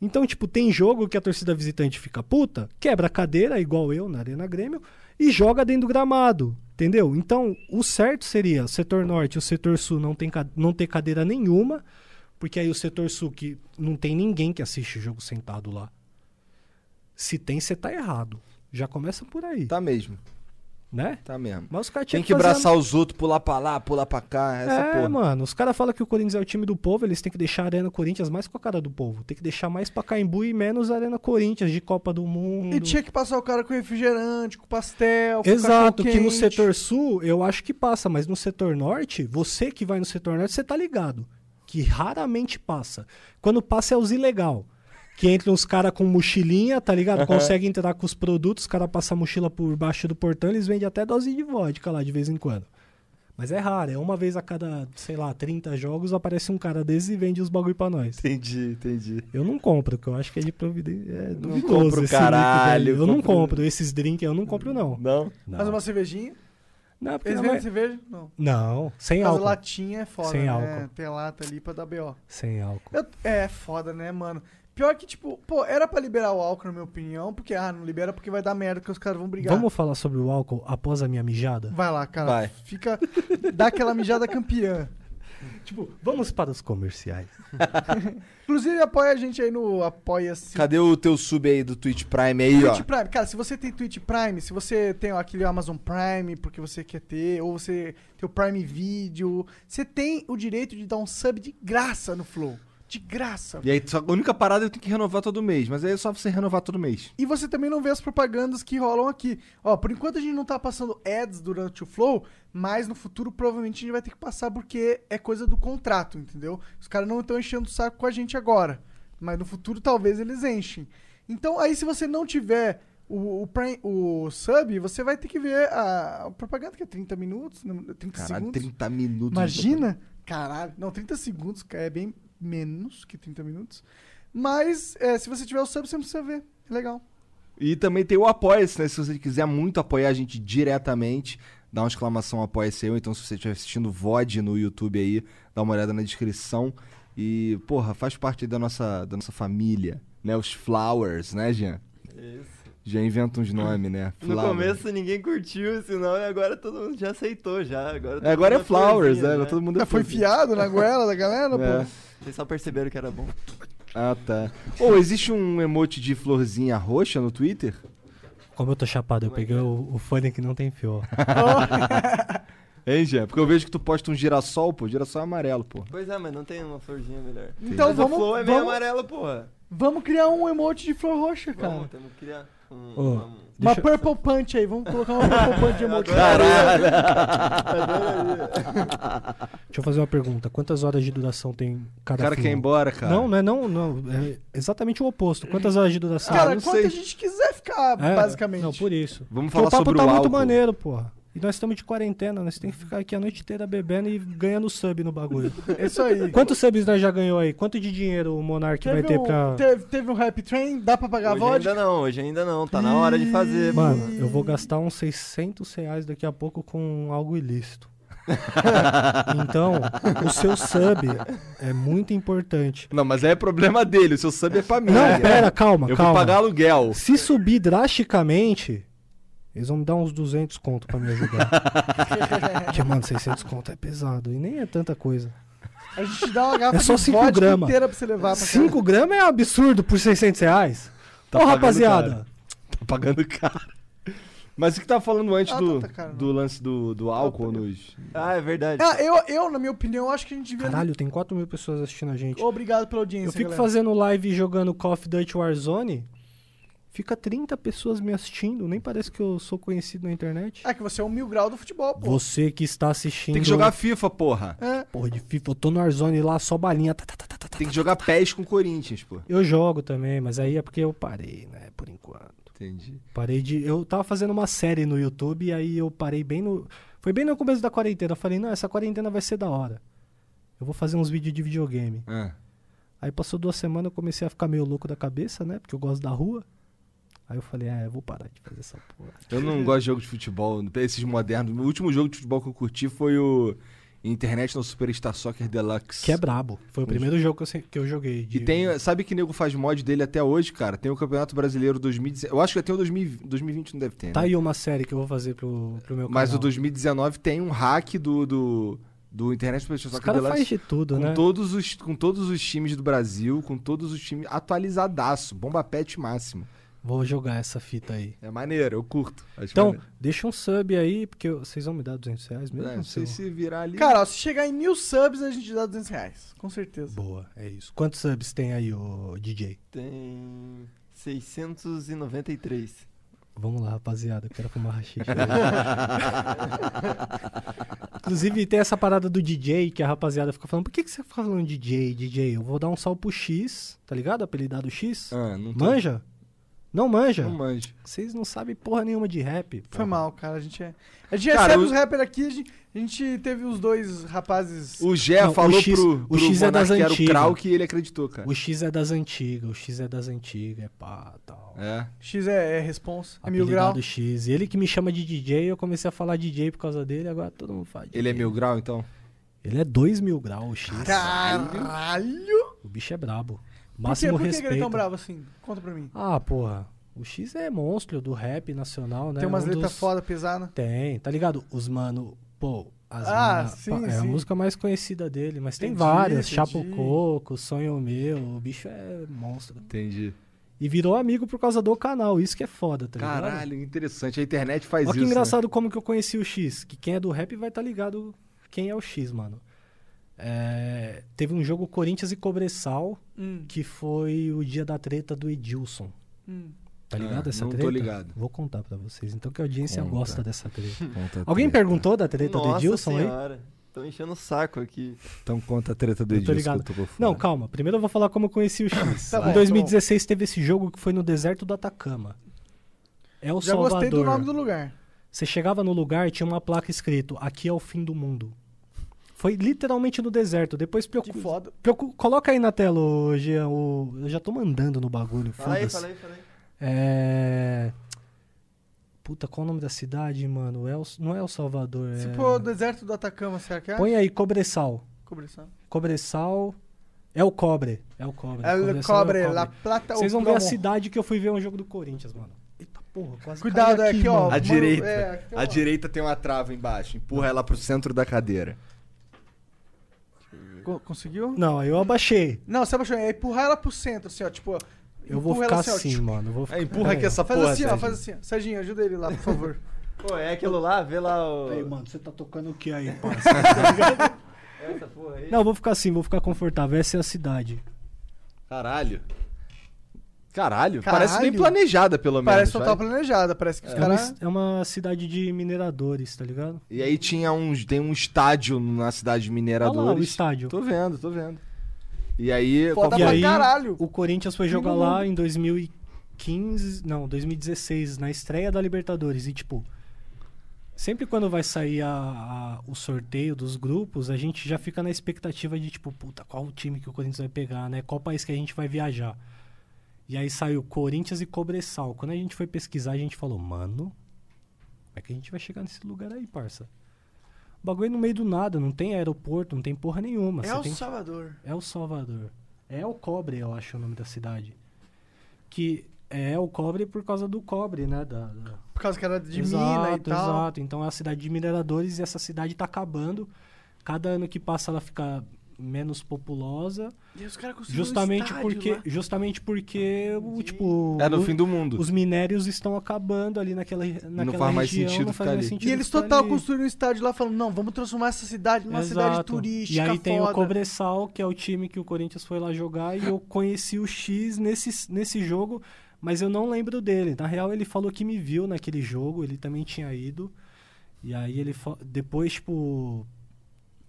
[SPEAKER 4] Então, tipo, tem jogo que a torcida visitante fica puta, quebra a cadeira, igual eu na Arena Grêmio, e joga dentro do gramado, entendeu? Então, o certo seria o setor norte e o setor sul não, tem, ca- não ter cadeira nenhuma, porque aí o setor sul que não tem ninguém que assiste o jogo sentado lá. Se tem, você tá errado. Já começa por aí,
[SPEAKER 6] Tá mesmo,
[SPEAKER 4] né?
[SPEAKER 6] tá mesmo.
[SPEAKER 4] Mas os caras
[SPEAKER 6] Tem
[SPEAKER 4] tinham
[SPEAKER 6] que
[SPEAKER 4] fazer a-
[SPEAKER 6] abraçar os outros, pular pra lá, pular pra cá, essa
[SPEAKER 4] é,
[SPEAKER 6] porra.
[SPEAKER 4] mano, os caras falam que o Corinthians é o time do povo, eles têm que deixar a Arena Corinthians mais com a cara do povo. Tem que deixar mais Pacaembu e menos Arena Corinthians de Copa do Mundo.
[SPEAKER 2] E tinha que passar o cara com refrigerante, com pastel, com
[SPEAKER 4] Exato, que no
[SPEAKER 2] cachorro-quente.
[SPEAKER 4] setor sul eu acho que passa, mas no setor norte, você que vai no setor norte, você tá ligado. Que raramente passa. Quando passa é os ilegal. Que entram os caras com mochilinha, tá ligado? Consegue entrar com os produtos, os caras passam a mochila por baixo do portão, eles vendem até dose de vodka lá de vez em quando. Mas é raro, é uma vez a cada, sei lá, 30 jogos aparece um cara desses e vende os bagulho pra nós.
[SPEAKER 6] Entendi, entendi.
[SPEAKER 4] Eu não compro, que eu acho que é de providência. É duvidoso
[SPEAKER 6] compro,
[SPEAKER 4] esse líquido aí.
[SPEAKER 6] caralho,
[SPEAKER 4] Eu não
[SPEAKER 6] compro-
[SPEAKER 4] compro esses drinks, eu não compro, não.
[SPEAKER 6] Não?
[SPEAKER 4] Não.
[SPEAKER 2] Mas uma cervejinha?
[SPEAKER 4] Não, porque
[SPEAKER 2] Eles
[SPEAKER 4] não
[SPEAKER 2] vendem
[SPEAKER 4] é-
[SPEAKER 2] cerveja? Não.
[SPEAKER 4] Não, sem
[SPEAKER 2] Mas
[SPEAKER 4] álcool.
[SPEAKER 2] latinha é foda,
[SPEAKER 4] Sem
[SPEAKER 2] né?
[SPEAKER 4] álcool.
[SPEAKER 2] Tem lata ali pra dar B.O.
[SPEAKER 4] Sem álcool.
[SPEAKER 2] Eu- É foda, né, mano? Pior que, tipo, pô, era pra liberar o álcool, na minha opinião, porque, ah, não libera porque vai dar merda, que os caras vão brigar.
[SPEAKER 4] Vamos falar sobre o álcool após a minha mijada?
[SPEAKER 2] Vai lá, cara.
[SPEAKER 6] Vai.
[SPEAKER 2] Fica. Dá aquela mijada campeã.
[SPEAKER 4] Tipo, vamos para os comerciais.
[SPEAKER 2] Inclusive, apoia a gente aí no Apoia-se.
[SPEAKER 6] Cadê o teu sub aí do Twitch Prime aí, ó?
[SPEAKER 2] Twitch Prime. Cara, se você tem Twitch Prime, se você tem ó, aquele Amazon Prime porque você quer ter, ou você tem o Prime Video, você tem o direito de dar um sub de graça no Flow. De graça.
[SPEAKER 6] E aí, só- a única parada é que tem que renovar todo mês, mas aí é só você renovar todo mês.
[SPEAKER 2] E você também não vê as propagandas que rolam aqui. Ó, por enquanto a gente não tá passando ads durante o flow, mas no futuro provavelmente a gente vai ter que passar porque é coisa do contrato, entendeu? Os caras não estão enchendo o saco com a gente agora, mas no futuro talvez eles enchem. Então aí se você não tiver o, o, Prime- o sub, você vai ter que ver a, a propaganda que é 30 minutos, não, 30
[SPEAKER 6] Caralho,
[SPEAKER 2] segundos.
[SPEAKER 6] 30 minutos.
[SPEAKER 2] Imagina? Caralho. Não, 30 segundos, cara, é bem menos que 30 minutos. Mas é, se você tiver o sub, você não precisa ver. É legal.
[SPEAKER 3] E também tem o Apoia-se, né? Se você quiser muito apoiar a gente diretamente, dá uma exclamação Apoia-se eu. Então, se você estiver assistindo VOD no YouTube aí, dá uma olhada na descrição. E, porra, faz parte aí da nossa, da nossa família, né? Os Flowers, né, Jean?
[SPEAKER 5] É Isso.
[SPEAKER 3] Já inventa uns nomes, né?
[SPEAKER 5] No começo ninguém curtiu esse nome, agora todo mundo já aceitou já. Agora, todo
[SPEAKER 3] É, agora é
[SPEAKER 5] mundo
[SPEAKER 3] Flowers,
[SPEAKER 5] poesia,
[SPEAKER 3] né? Agora todo mundo é
[SPEAKER 2] Já foi
[SPEAKER 3] poesia.
[SPEAKER 2] fiado na goela da galera,
[SPEAKER 3] É.
[SPEAKER 2] pô.
[SPEAKER 5] Vocês só perceberam que era bom.
[SPEAKER 3] Ah, tá. Ou existe um emote de florzinha roxa no Twitter?
[SPEAKER 4] Como eu tô chapado, eu peguei o, o fone que não tem fio. ó.
[SPEAKER 3] Hein, Jean? Porque eu vejo que tu posta um girassol, pô. Girassol é amarelo, pô.
[SPEAKER 5] Pois é, mas não tem uma florzinha melhor.
[SPEAKER 2] Então
[SPEAKER 5] mas
[SPEAKER 2] vamos-
[SPEAKER 5] o flow é meio
[SPEAKER 2] vamos-
[SPEAKER 5] amarelo, porra.
[SPEAKER 2] Vamos criar um emote de flor roxa, cara.
[SPEAKER 5] Vamos, temos que criar um...
[SPEAKER 4] Ô,
[SPEAKER 5] um-
[SPEAKER 2] Uma
[SPEAKER 4] deixa-
[SPEAKER 2] Purple Punch aí, vamos colocar uma Purple Punch de emoji.
[SPEAKER 4] Deixa eu fazer uma pergunta. Quantas horas de duração tem
[SPEAKER 3] O
[SPEAKER 4] cada
[SPEAKER 3] cara
[SPEAKER 4] filme?
[SPEAKER 3] quer ir embora, cara.
[SPEAKER 4] Tá Não, não é não, não. É exatamente o oposto. Quantas horas de duração?
[SPEAKER 2] Cara,
[SPEAKER 5] Ah,
[SPEAKER 3] não
[SPEAKER 2] quanto
[SPEAKER 3] sei.
[SPEAKER 2] a gente quiser ficar,
[SPEAKER 4] É,
[SPEAKER 2] basicamente.
[SPEAKER 4] Não, por isso.
[SPEAKER 3] Vamos
[SPEAKER 4] Porque
[SPEAKER 3] falar
[SPEAKER 4] o papo
[SPEAKER 3] sobre
[SPEAKER 4] tá
[SPEAKER 3] o álcool.
[SPEAKER 4] muito maneiro, porra. E nós estamos de quarentena, nós temos que ficar aqui a noite inteira bebendo e ganhando sub no bagulho.
[SPEAKER 2] É Isso aí.
[SPEAKER 4] Quantos subs nós já ganhou aí? Quanto de dinheiro o Monark
[SPEAKER 2] teve,
[SPEAKER 4] vai ter
[SPEAKER 2] um,
[SPEAKER 4] pra.
[SPEAKER 2] teve, teve um Happy Train, dá pra pagar a
[SPEAKER 5] Hoje
[SPEAKER 2] vodka?
[SPEAKER 5] ainda não, hoje ainda não. Tá na hora de fazer. pô.
[SPEAKER 4] Mano, eu vou gastar uns 600 reais daqui a pouco com algo ilícito. então, o seu sub é muito importante.
[SPEAKER 3] Não, mas aí é problema dele. O seu sub é pra mim.
[SPEAKER 4] Não,
[SPEAKER 3] né?
[SPEAKER 4] pera, calma,
[SPEAKER 3] Eu vou
[SPEAKER 4] calma.
[SPEAKER 3] pagar aluguel.
[SPEAKER 4] Se subir drasticamente, eles vão me dar uns 200 conto pra me ajudar. Porque, mano, 600 conto é pesado. E nem é tanta coisa.
[SPEAKER 3] Tá
[SPEAKER 2] A gente dá uma garrafa
[SPEAKER 4] É só
[SPEAKER 2] de
[SPEAKER 4] cinco
[SPEAKER 2] vodka
[SPEAKER 4] grama.
[SPEAKER 2] inteira pra você levar pra casa.
[SPEAKER 4] 5 gramas é um absurdo por 600 reais.
[SPEAKER 3] Tá
[SPEAKER 4] Ô,
[SPEAKER 3] pagando
[SPEAKER 4] rapaziada.
[SPEAKER 3] caro. Tá pagando caro. Mas o que tava falando antes
[SPEAKER 2] Ah,
[SPEAKER 3] do,
[SPEAKER 2] tá, tá caro,
[SPEAKER 3] do lance do, do álcool nos...
[SPEAKER 5] Ah, é verdade.
[SPEAKER 2] Ah, eu, eu, na minha opinião, acho que a gente devia...
[SPEAKER 4] Caralho, tem 4 mil pessoas assistindo a gente.
[SPEAKER 2] Obrigado pela audiência,
[SPEAKER 4] Eu fico
[SPEAKER 2] galera.
[SPEAKER 4] fazendo live jogando Call of Duty Warzone. Fica 30 pessoas me assistindo. Nem parece que eu sou conhecido na internet.
[SPEAKER 2] É que você é um mil grau do futebol, pô. É.
[SPEAKER 4] Você que está assistindo.
[SPEAKER 3] Tem que jogar FIFA, porra.
[SPEAKER 4] Porra, de FIFA. Eu tô no Warzone lá, só balinha. Tá, tá, tá, tá, tá, tá.
[SPEAKER 3] Tem que jogar pés com o Corinthians, pô.
[SPEAKER 4] Eu jogo também, mas aí é porque eu parei, né? Por enquanto.
[SPEAKER 3] Entendi.
[SPEAKER 4] Parei de. Eu tava fazendo uma série no YouTube, e aí eu parei bem no. Foi bem no começo da quarentena. Eu falei, não, essa quarentena vai ser da hora. Eu vou fazer uns vídeos de videogame.
[SPEAKER 3] Ah.
[SPEAKER 4] Aí passou duas semanas, eu comecei a ficar meio louco da cabeça, né? Porque eu gosto da rua. Aí eu falei, ah, eu vou parar de fazer essa porra.
[SPEAKER 3] Eu não
[SPEAKER 4] Hum.
[SPEAKER 3] gosto de jogo de futebol, esses modernos. O último jogo de futebol que eu curti foi o International Superstar Soccer Deluxe.
[SPEAKER 4] Que é brabo. Foi o primeiro jogo que eu, se- que eu joguei.
[SPEAKER 3] E
[SPEAKER 4] de-
[SPEAKER 3] tem, sabe que nego faz mod dele até hoje, cara? Tem o Campeonato Brasileiro 2019. Eu acho que até o 2000 2020 não deve ter.
[SPEAKER 4] Tá
[SPEAKER 3] né?
[SPEAKER 4] aí uma série que eu vou fazer pro, pro meu
[SPEAKER 3] Mas o
[SPEAKER 4] canal.
[SPEAKER 3] 2019 tem um hack do, do, do Internet Superstar
[SPEAKER 4] Os
[SPEAKER 3] Soccer
[SPEAKER 4] caras
[SPEAKER 3] Deluxe.
[SPEAKER 4] fazem de tudo,
[SPEAKER 3] com,
[SPEAKER 4] né?
[SPEAKER 3] todos os, com todos os times do Brasil, com todos os times atualizadaço, bomba pet máximo.
[SPEAKER 4] Vou jogar essa fita aí.
[SPEAKER 3] É maneiro, eu curto. Acho
[SPEAKER 4] Então,
[SPEAKER 3] maneiro.
[SPEAKER 4] deixa um sub aí, porque eu- vocês vão me dar 200 reais mesmo?
[SPEAKER 3] É, não sei
[SPEAKER 4] seu?
[SPEAKER 3] se virar ali.
[SPEAKER 2] Cara, ó, se chegar em mil subs, a gente dá 200 reais. Com certeza.
[SPEAKER 4] Boa, é isso. Quantos subs tem aí, o DJ?
[SPEAKER 5] Tem 693.
[SPEAKER 4] Vamos lá, rapaziada, eu quero fumar rachixe. Inclusive, tem essa parada do DJ que a rapaziada fica falando: por que, que você fica falando DJ, DJ? Eu vou dar um salve pro X, tá ligado? Apelidado X.
[SPEAKER 3] Ah,
[SPEAKER 2] Uhum.
[SPEAKER 3] não tô-
[SPEAKER 4] Manja? Não manja?
[SPEAKER 3] Não manjo.
[SPEAKER 4] Vocês não sabem porra nenhuma de rap.
[SPEAKER 2] Foi
[SPEAKER 4] porra.
[SPEAKER 2] mal, cara. A gente é... A gente
[SPEAKER 3] Cara,
[SPEAKER 2] recebe
[SPEAKER 3] o-
[SPEAKER 2] os rappers aqui, a gente, a gente teve os dois rapazes...
[SPEAKER 3] O Gé
[SPEAKER 4] Não, o
[SPEAKER 3] falou
[SPEAKER 4] X-
[SPEAKER 3] pro,
[SPEAKER 4] o
[SPEAKER 3] pro
[SPEAKER 4] X é
[SPEAKER 3] Monark
[SPEAKER 4] das
[SPEAKER 3] que era o
[SPEAKER 4] antigas.
[SPEAKER 3] Krau que ele acreditou, cara.
[SPEAKER 4] O X é das antigas, o X é das antigas, é pá, tal.
[SPEAKER 3] É.
[SPEAKER 2] X é, é responsa, é mil grau.
[SPEAKER 4] Apelidado X. E ele que me chama de DJ, eu comecei a falar DJ por causa dele, agora todo mundo fala. DJ.
[SPEAKER 3] Ele é mil grau, então?
[SPEAKER 4] Ele é 2 mil graus, X.
[SPEAKER 2] Caralho!
[SPEAKER 4] O bicho é brabo.
[SPEAKER 2] Por que,
[SPEAKER 4] Máximo
[SPEAKER 2] por que que
[SPEAKER 4] respeito.
[SPEAKER 2] ele é tão bravo assim? Conta pra mim.
[SPEAKER 4] Ah, porra. O X é monstro do rap nacional, né?
[SPEAKER 2] Tem umas
[SPEAKER 4] Um
[SPEAKER 2] letras
[SPEAKER 4] dos-
[SPEAKER 2] foda, pesada.
[SPEAKER 4] Tem, tá ligado? Os mano. Pô, as
[SPEAKER 2] Ah,
[SPEAKER 4] mina-
[SPEAKER 2] sim,
[SPEAKER 4] pá, É a
[SPEAKER 2] sim.
[SPEAKER 4] música mais conhecida dele, mas tem
[SPEAKER 2] Entendi,
[SPEAKER 4] várias.
[SPEAKER 2] entendi.
[SPEAKER 4] Chapo Coco, Sonho Meu. O bicho é monstro.
[SPEAKER 3] Entendi.
[SPEAKER 4] E virou amigo por causa do canal. Isso que é foda, tá ligado?
[SPEAKER 3] Caralho, interessante. A internet faz
[SPEAKER 4] Olha que
[SPEAKER 3] isso. né?
[SPEAKER 4] engraçado como que eu conheci o X. Que quem é do rap vai estar tá ligado quem é o X, mano. É, teve um jogo Corinthians e Cobressal,
[SPEAKER 2] Hum,
[SPEAKER 4] que foi o dia da treta do Edilson.
[SPEAKER 2] hum.
[SPEAKER 4] Tá ligado
[SPEAKER 3] Ah,
[SPEAKER 4] essa
[SPEAKER 3] não tô
[SPEAKER 4] treta?
[SPEAKER 3] ligado.
[SPEAKER 4] Vou contar pra vocês. Então que a audiência
[SPEAKER 3] Conta.
[SPEAKER 4] gosta dessa treta.
[SPEAKER 3] Conta a
[SPEAKER 4] Alguém
[SPEAKER 3] treta.
[SPEAKER 4] perguntou da treta do
[SPEAKER 5] Nossa
[SPEAKER 4] Edilson aí?
[SPEAKER 5] senhora. Tô enchendo o saco aqui.
[SPEAKER 3] Então conta a treta do
[SPEAKER 4] Eu tô
[SPEAKER 3] Edilson.
[SPEAKER 4] ligado.
[SPEAKER 3] que eu tô por
[SPEAKER 4] Não,
[SPEAKER 3] fora.
[SPEAKER 4] calma. Primeiro eu vou falar como eu conheci o X.
[SPEAKER 2] Tá bom, tá
[SPEAKER 4] em
[SPEAKER 2] bom.
[SPEAKER 4] 2016 teve esse jogo que foi no deserto do Atacama. É o
[SPEAKER 2] Já
[SPEAKER 4] Salvador.
[SPEAKER 2] gostei do nome do lugar.
[SPEAKER 4] Você chegava no lugar e tinha uma placa escrito: Aqui é o fim do mundo. Foi literalmente no deserto. Depois
[SPEAKER 2] Que
[SPEAKER 4] preocupa.
[SPEAKER 2] foda.
[SPEAKER 4] Procu- Coloca aí na tela, ô, Jean, o... eu já tô mandando no bagulho,
[SPEAKER 5] Fala aí,
[SPEAKER 4] foda-se.
[SPEAKER 5] fala aí, fala aí.
[SPEAKER 4] É... Puta, qual o nome da cidade, mano? El... Não é El Salvador, é...
[SPEAKER 2] Se for o deserto do Atacama, será que é?
[SPEAKER 4] Põe aí, Cobressal.
[SPEAKER 2] Cobrição.
[SPEAKER 4] Cobressal... É o Cobre, é o Cobre.
[SPEAKER 2] El
[SPEAKER 4] Cobressal é o
[SPEAKER 2] cobre, La Plata, o
[SPEAKER 4] Vocês vão ver a
[SPEAKER 2] plomo.
[SPEAKER 4] cidade que eu fui ver um jogo do Corinthians, mano. Eita porra, quase
[SPEAKER 2] Cuidado,
[SPEAKER 4] caí
[SPEAKER 2] é aqui, ó.
[SPEAKER 4] mano.
[SPEAKER 3] A
[SPEAKER 2] Mano,
[SPEAKER 3] direita.
[SPEAKER 2] é, aqui tem
[SPEAKER 3] a
[SPEAKER 2] uma-
[SPEAKER 3] direita tem uma trava embaixo. Empurra ela pro centro da cadeira.
[SPEAKER 2] Co- Conseguiu?
[SPEAKER 4] Não, eu abaixei.
[SPEAKER 2] Não, você abaixou. É empurrar ela pro centro, assim, ó. Tipo,
[SPEAKER 4] Eu vou
[SPEAKER 2] empurra
[SPEAKER 4] ficar
[SPEAKER 2] ela ó, tipo,
[SPEAKER 4] assim, mano. eu vou ficar-
[SPEAKER 3] É, empurra aqui
[SPEAKER 4] Pera aí.
[SPEAKER 3] essa
[SPEAKER 2] Faz
[SPEAKER 3] porra.
[SPEAKER 2] assim, ó,
[SPEAKER 3] Sérgio.
[SPEAKER 2] faz assim. ó. Serginho, ajuda ele lá, por favor.
[SPEAKER 5] Pô, é aquilo lá? Vê lá o...
[SPEAKER 4] Aí, mano, você tá tocando o que aí, parça?
[SPEAKER 5] Essa porra aí.
[SPEAKER 4] Não, eu vou ficar assim, vou ficar confortável. Essa é a cidade.
[SPEAKER 3] Caralho. Caralho.
[SPEAKER 2] Caralho.
[SPEAKER 3] Parece bem planejada, pelo menos.
[SPEAKER 2] Parece
[SPEAKER 3] vai.
[SPEAKER 2] total planejada, parece que os
[SPEAKER 4] É, uma,
[SPEAKER 2] caras.
[SPEAKER 4] es- é uma cidade de mineradores, tá ligado?
[SPEAKER 3] E aí tinha uns. Tem um estádio na cidade de
[SPEAKER 4] Olha lá o
[SPEAKER 3] Mineradores.
[SPEAKER 4] estádio.
[SPEAKER 3] tô vendo, tô vendo. E aí.
[SPEAKER 2] Foda
[SPEAKER 4] E
[SPEAKER 2] pra
[SPEAKER 4] aí,
[SPEAKER 2] caralho.
[SPEAKER 4] o Corinthians foi jogar lá em 2015, não, 2016, na estreia da Libertadores. E, tipo, sempre quando vai sair a- a- o sorteio dos grupos, a gente já fica na expectativa de, tipo, puta, qual o time que o Corinthians vai pegar, né? Qual país que a gente vai viajar. E aí saiu Corinthians e Cobressal. Quando a gente foi pesquisar, a gente falou, mano, como é que a gente vai chegar nesse lugar aí, parça? O bagulho é no meio do nada, não tem aeroporto, não tem porra nenhuma. Você
[SPEAKER 2] É o
[SPEAKER 4] tem que-
[SPEAKER 2] Salvador.
[SPEAKER 4] é o Salvador. É o Cobre, eu acho o nome da cidade. Que é o Cobre por causa do cobre, né? Da, da-
[SPEAKER 2] Por causa que era de
[SPEAKER 4] exato,
[SPEAKER 2] mina e tal.
[SPEAKER 4] exato. Então é a cidade de mineradores e essa cidade tá acabando. Cada ano que passa ela fica menos populosa,
[SPEAKER 2] E os caras construíram um
[SPEAKER 4] justamente
[SPEAKER 2] estádio
[SPEAKER 4] porque
[SPEAKER 2] lá.
[SPEAKER 4] justamente porque o tipo
[SPEAKER 3] É no
[SPEAKER 4] o-
[SPEAKER 3] fim do mundo.
[SPEAKER 4] os minérios estão acabando ali naquela naquela
[SPEAKER 3] faz mais
[SPEAKER 4] região,
[SPEAKER 3] sentido
[SPEAKER 4] não faz
[SPEAKER 3] ficar
[SPEAKER 4] mais
[SPEAKER 3] ali.
[SPEAKER 4] sentido
[SPEAKER 2] E eles
[SPEAKER 4] ficar
[SPEAKER 2] total
[SPEAKER 4] ali.
[SPEAKER 2] construíram um estádio lá falando, não, vamos transformar essa cidade numa cidade
[SPEAKER 4] Exato.
[SPEAKER 2] turística
[SPEAKER 4] E aí tem
[SPEAKER 2] foda.
[SPEAKER 4] o Cobressal, que é o time que o Corinthians foi lá jogar, e eu conheci o X nesse, nesse jogo, mas eu não lembro dele. Na real, ele falou que me viu naquele jogo, ele também tinha ido. E aí ele fa- depois, tipo,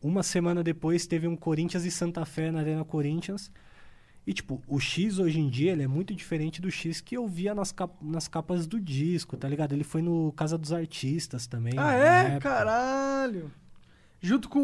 [SPEAKER 4] uma semana depois teve um Corinthians e Santa Fé na Arena Corinthians. E tipo, o X hoje em dia, ele é muito diferente do X que eu via nas, cap- nas capas do disco, tá ligado? Ele foi no Casa dos Artistas também.
[SPEAKER 2] Ah,
[SPEAKER 4] na
[SPEAKER 2] é?
[SPEAKER 4] época.
[SPEAKER 2] Caralho. Junto com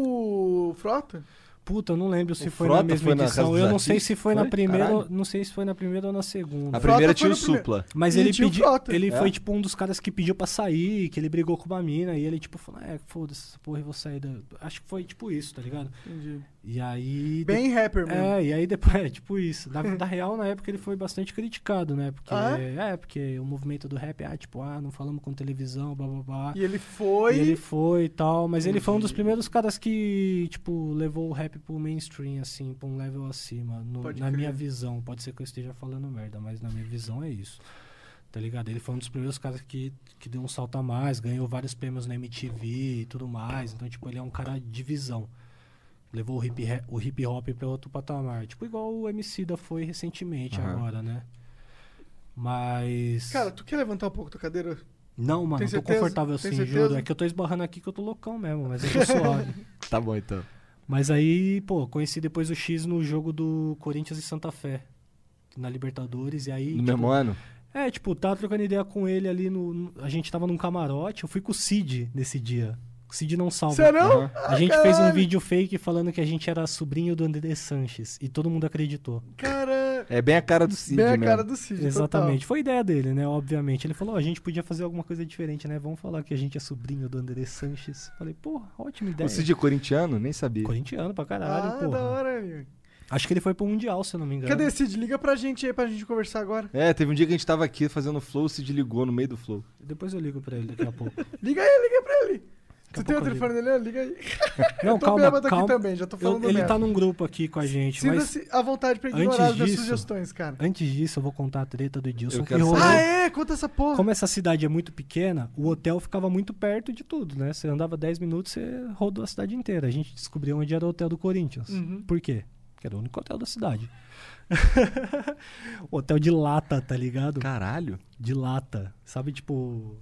[SPEAKER 2] o Frota?
[SPEAKER 4] Puta, eu não lembro se
[SPEAKER 3] O
[SPEAKER 4] foi na
[SPEAKER 3] Frota
[SPEAKER 4] mesma
[SPEAKER 3] foi na Casa
[SPEAKER 4] edição.
[SPEAKER 3] dos
[SPEAKER 4] Eu não sei se
[SPEAKER 3] Artistas?
[SPEAKER 4] foi, na
[SPEAKER 3] Foi?
[SPEAKER 4] primeira,
[SPEAKER 3] Caralho. Ah,
[SPEAKER 4] não sei se foi na primeira ou na segunda.
[SPEAKER 3] A
[SPEAKER 2] Frota
[SPEAKER 3] primeira
[SPEAKER 2] foi
[SPEAKER 3] tinha o
[SPEAKER 2] no primeiro.
[SPEAKER 3] Supla.
[SPEAKER 4] Mas
[SPEAKER 2] E
[SPEAKER 4] ele
[SPEAKER 2] tinha o
[SPEAKER 4] pediu,
[SPEAKER 2] Frota.
[SPEAKER 4] ele
[SPEAKER 3] É.
[SPEAKER 4] foi tipo um dos caras que pediu pra sair, que ele brigou com uma mina e ele tipo falou: "É, foda-se, essa porra, eu vou sair da". Acho que foi tipo isso, tá ligado?
[SPEAKER 2] Entendi.
[SPEAKER 4] E aí
[SPEAKER 2] Bem rapper mesmo.
[SPEAKER 4] é, e aí depois, é, tipo isso. Na, na real, na época ele foi bastante criticado, né? Porque,
[SPEAKER 2] Ah,
[SPEAKER 4] é? porque o movimento do rap, ah, tipo, ah, não falamos com televisão, blá blá blá.
[SPEAKER 2] E ele foi...
[SPEAKER 4] E ele foi e tal, mas ele foi um dos primeiros caras que, tipo, levou o rap pro mainstream, assim, pra um level acima. no-
[SPEAKER 2] Pode
[SPEAKER 4] na
[SPEAKER 2] crer.
[SPEAKER 4] minha visão. Pode ser que eu esteja falando merda, mas na minha visão é isso. Tá ligado? Ele foi um dos primeiros caras que, que deu um salto a mais, ganhou vários prêmios na MTV e tudo mais. Então, tipo, ele é um cara de visão. Levou o hip, re- o hip hop pra outro patamar. Tipo, igual o MC da foi recentemente
[SPEAKER 3] Aham.
[SPEAKER 4] agora, né? Mas.
[SPEAKER 2] Cara, tu quer levantar um pouco tua cadeira?
[SPEAKER 4] Não, mano,
[SPEAKER 2] Tem
[SPEAKER 4] eu tô
[SPEAKER 2] certeza?
[SPEAKER 4] confortável
[SPEAKER 2] Tem
[SPEAKER 4] assim, juro.
[SPEAKER 2] certeza?
[SPEAKER 4] É que eu tô esbarrando aqui que eu tô loucão mesmo, mas eu tô suave.
[SPEAKER 3] Tá bom então.
[SPEAKER 4] mas aí, pô, conheci depois o X no jogo do Corinthians e Santa Fé. Na Libertadores, e aí.
[SPEAKER 3] No
[SPEAKER 4] tipo,
[SPEAKER 3] mesmo ano?
[SPEAKER 4] É, tipo, tava trocando ideia com ele ali no. no- A gente tava num camarote, eu fui com o Cid nesse dia. O Cid não salva.
[SPEAKER 2] Sério?
[SPEAKER 3] Aham.
[SPEAKER 4] A gente fez um vídeo fake falando que a gente era sobrinho do André Sanches. E todo mundo acreditou.
[SPEAKER 2] Cara...
[SPEAKER 3] É bem a cara do Cid,
[SPEAKER 2] Bem a
[SPEAKER 3] mesmo.
[SPEAKER 2] cara do Cid,
[SPEAKER 4] Exatamente. Foi ideia dele, né? Obviamente. Ele falou: "Ó, a gente podia fazer alguma coisa diferente, né? Vamos falar que a gente é sobrinho do André Sanches. Falei, porra, ótima ideia.
[SPEAKER 3] O Cid é corintiano? Nem sabia.
[SPEAKER 4] Corintiano pra
[SPEAKER 2] total.
[SPEAKER 4] caralho,
[SPEAKER 2] Ah,
[SPEAKER 4] porra.
[SPEAKER 2] da hora, amigo.
[SPEAKER 4] Acho que ele foi pro Mundial, se eu não me engano.
[SPEAKER 2] Cadê, Cid? Liga pra gente aí, pra gente conversar agora.
[SPEAKER 3] É, teve um dia que a gente tava aqui fazendo flow, o Cid ligou no meio do flow.
[SPEAKER 4] Depois eu ligo pra ele daqui a pouco.
[SPEAKER 2] Liga aí, liga pra ele.
[SPEAKER 4] Daqui
[SPEAKER 2] Tu tem
[SPEAKER 4] a
[SPEAKER 2] o
[SPEAKER 4] pouco eu
[SPEAKER 2] telefone dele? Liga aí.
[SPEAKER 4] Não,
[SPEAKER 2] Eu tô
[SPEAKER 4] calma,
[SPEAKER 2] bêbado
[SPEAKER 4] calma.
[SPEAKER 2] aqui também, já tô
[SPEAKER 4] Eu-
[SPEAKER 2] falando
[SPEAKER 4] ele
[SPEAKER 2] merda.
[SPEAKER 4] tá num grupo aqui com a gente, mas
[SPEAKER 2] Sinta-se à vontade pra
[SPEAKER 4] antes
[SPEAKER 2] ignorar as minhas
[SPEAKER 4] disso-
[SPEAKER 2] sugestões, cara.
[SPEAKER 4] antes disso eu vou contar a treta do Edilson.
[SPEAKER 3] Eu
[SPEAKER 4] que
[SPEAKER 3] quero
[SPEAKER 4] rolou.
[SPEAKER 3] saber.
[SPEAKER 2] Ah, é? Conta essa porra.
[SPEAKER 4] Como essa cidade é muito pequena, o hotel ficava muito perto de tudo, né? Você andava 10 minutos, você rodou a cidade inteira. A gente descobriu onde era o hotel do Corinthians.
[SPEAKER 2] Uhum.
[SPEAKER 4] Por quê? Porque era o único hotel da cidade. hotel de lata, tá ligado?
[SPEAKER 3] Caralho.
[SPEAKER 4] De lata. Sabe, tipo.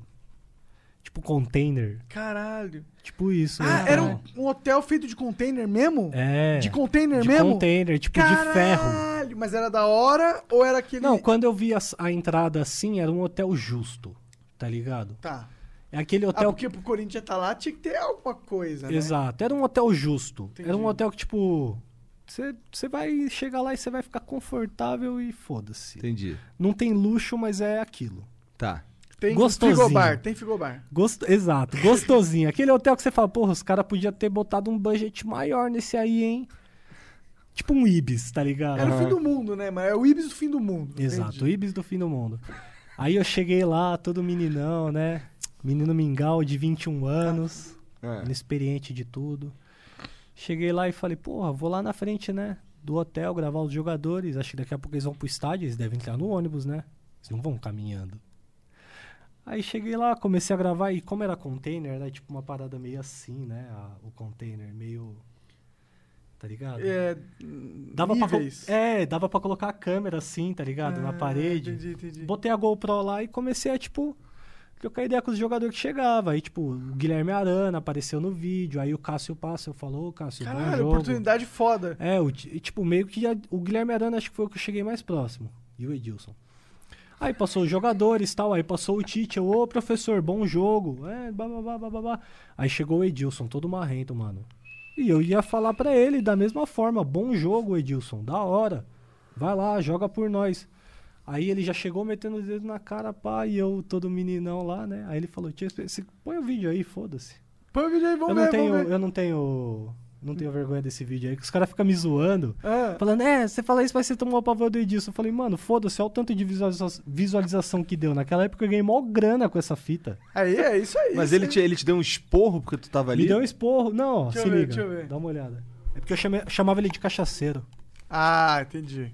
[SPEAKER 4] Tipo container.
[SPEAKER 2] Caralho.
[SPEAKER 4] Tipo isso.
[SPEAKER 2] Ah,
[SPEAKER 4] né?
[SPEAKER 2] era um, um hotel feito de container mesmo?
[SPEAKER 4] É.
[SPEAKER 2] De container
[SPEAKER 4] de
[SPEAKER 2] mesmo?
[SPEAKER 4] container, tipo de ferro.
[SPEAKER 2] Caralho, mas era da hora ou era aquele.
[SPEAKER 4] Não, quando eu vi a, a entrada assim, era um hotel justo, tá ligado?
[SPEAKER 2] Tá.
[SPEAKER 4] É aquele
[SPEAKER 2] Ah,
[SPEAKER 4] hotel que.
[SPEAKER 2] porque pro Corinthians tá lá tinha que ter alguma coisa, né?
[SPEAKER 4] Exato. Era um hotel justo. Era
[SPEAKER 2] Entendi.
[SPEAKER 4] um hotel que, tipo. Você você vai chegar lá e você vai ficar confortável e foda-se.
[SPEAKER 3] Entendi.
[SPEAKER 4] Não tem luxo, mas é aquilo.
[SPEAKER 3] Tá.
[SPEAKER 2] Tem
[SPEAKER 4] Gostosinho.
[SPEAKER 2] frigobar, tem frigobar.
[SPEAKER 4] Gosto... Exato, gostosinho. Aquele hotel que você fala, porra, os caras podiam ter botado um budget maior nesse aí, hein? Tipo um Ibis, tá ligado?
[SPEAKER 2] Era o fim do mundo, né? Mas é o Ibis do fim do mundo.
[SPEAKER 4] Exato,
[SPEAKER 2] entendi.
[SPEAKER 4] Ibis do fim do mundo. Aí eu cheguei lá, todo meninão, né? Menino mingau de 21 anos, inexperiente de tudo. Cheguei lá e falei, porra, vou lá na frente, né? Do hotel, gravar os jogadores. Acho que daqui a pouco eles vão pro estádio, eles devem entrar no ônibus, né? Eles não vão caminhando. Aí cheguei lá, comecei a gravar, e como era container, era tipo uma parada meio assim, né? a- o container, meio. Tá ligado?
[SPEAKER 2] É,
[SPEAKER 4] Dava pra, col-
[SPEAKER 2] níveis.
[SPEAKER 4] é, dava pra colocar a câmera assim, tá ligado? Na
[SPEAKER 2] Ah,
[SPEAKER 4] parede.
[SPEAKER 2] Entendi, entendi.
[SPEAKER 4] Botei a GoPro lá e comecei a, tipo, trocar ideia com os jogadores que chegavam. Aí, tipo, o Guilherme Arana apareceu no vídeo, aí o Cássio Pássaro falou, "Ô, Cássio, bom
[SPEAKER 2] Caralho,
[SPEAKER 4] jogo.
[SPEAKER 2] oportunidade foda.
[SPEAKER 4] É, o, ti- e, tipo, meio que já- o Guilherme Arana acho que foi o que eu cheguei mais próximo. E o Edilson. Aí passou os jogadores tal, aí passou o Tite, eu, ô professor, bom jogo. É, bababá, bababá. Aí chegou o Edilson, todo marrento, mano. E eu ia falar pra ele da mesma forma, bom jogo, Edilson, da hora. Vai lá, joga por nós. Aí ele já chegou metendo o dedo na cara, pá, e eu, todo meninão lá, né? Aí ele falou, Tia, você- você põe o vídeo aí, foda-se.
[SPEAKER 2] Põe o vídeo aí,
[SPEAKER 4] Eu
[SPEAKER 2] vamos
[SPEAKER 4] não
[SPEAKER 2] ver,
[SPEAKER 4] tenho,
[SPEAKER 2] vamos ver.
[SPEAKER 4] eu não tenho, não tenho vergonha desse vídeo aí, que os caras ficam me zoando.
[SPEAKER 2] Ah,
[SPEAKER 4] Falando, é, você fala isso, mas você tomou a pavor do Edilson. Eu falei, mano, foda-se, olha o tanto de visualiza- visualização que deu. Naquela época eu ganhei mó grana com essa fita.
[SPEAKER 2] aí, é isso aí.
[SPEAKER 3] Mas ele te, ele te deu um esporro porque tu tava ali?
[SPEAKER 4] Me deu um esporro. Não, ó,
[SPEAKER 2] Deixa
[SPEAKER 4] se
[SPEAKER 2] eu ver,
[SPEAKER 4] liga.
[SPEAKER 2] deixa eu ver.
[SPEAKER 4] Dá uma olhada. É porque eu chamei- chamava ele de cachaceiro.
[SPEAKER 2] Ah, entendi.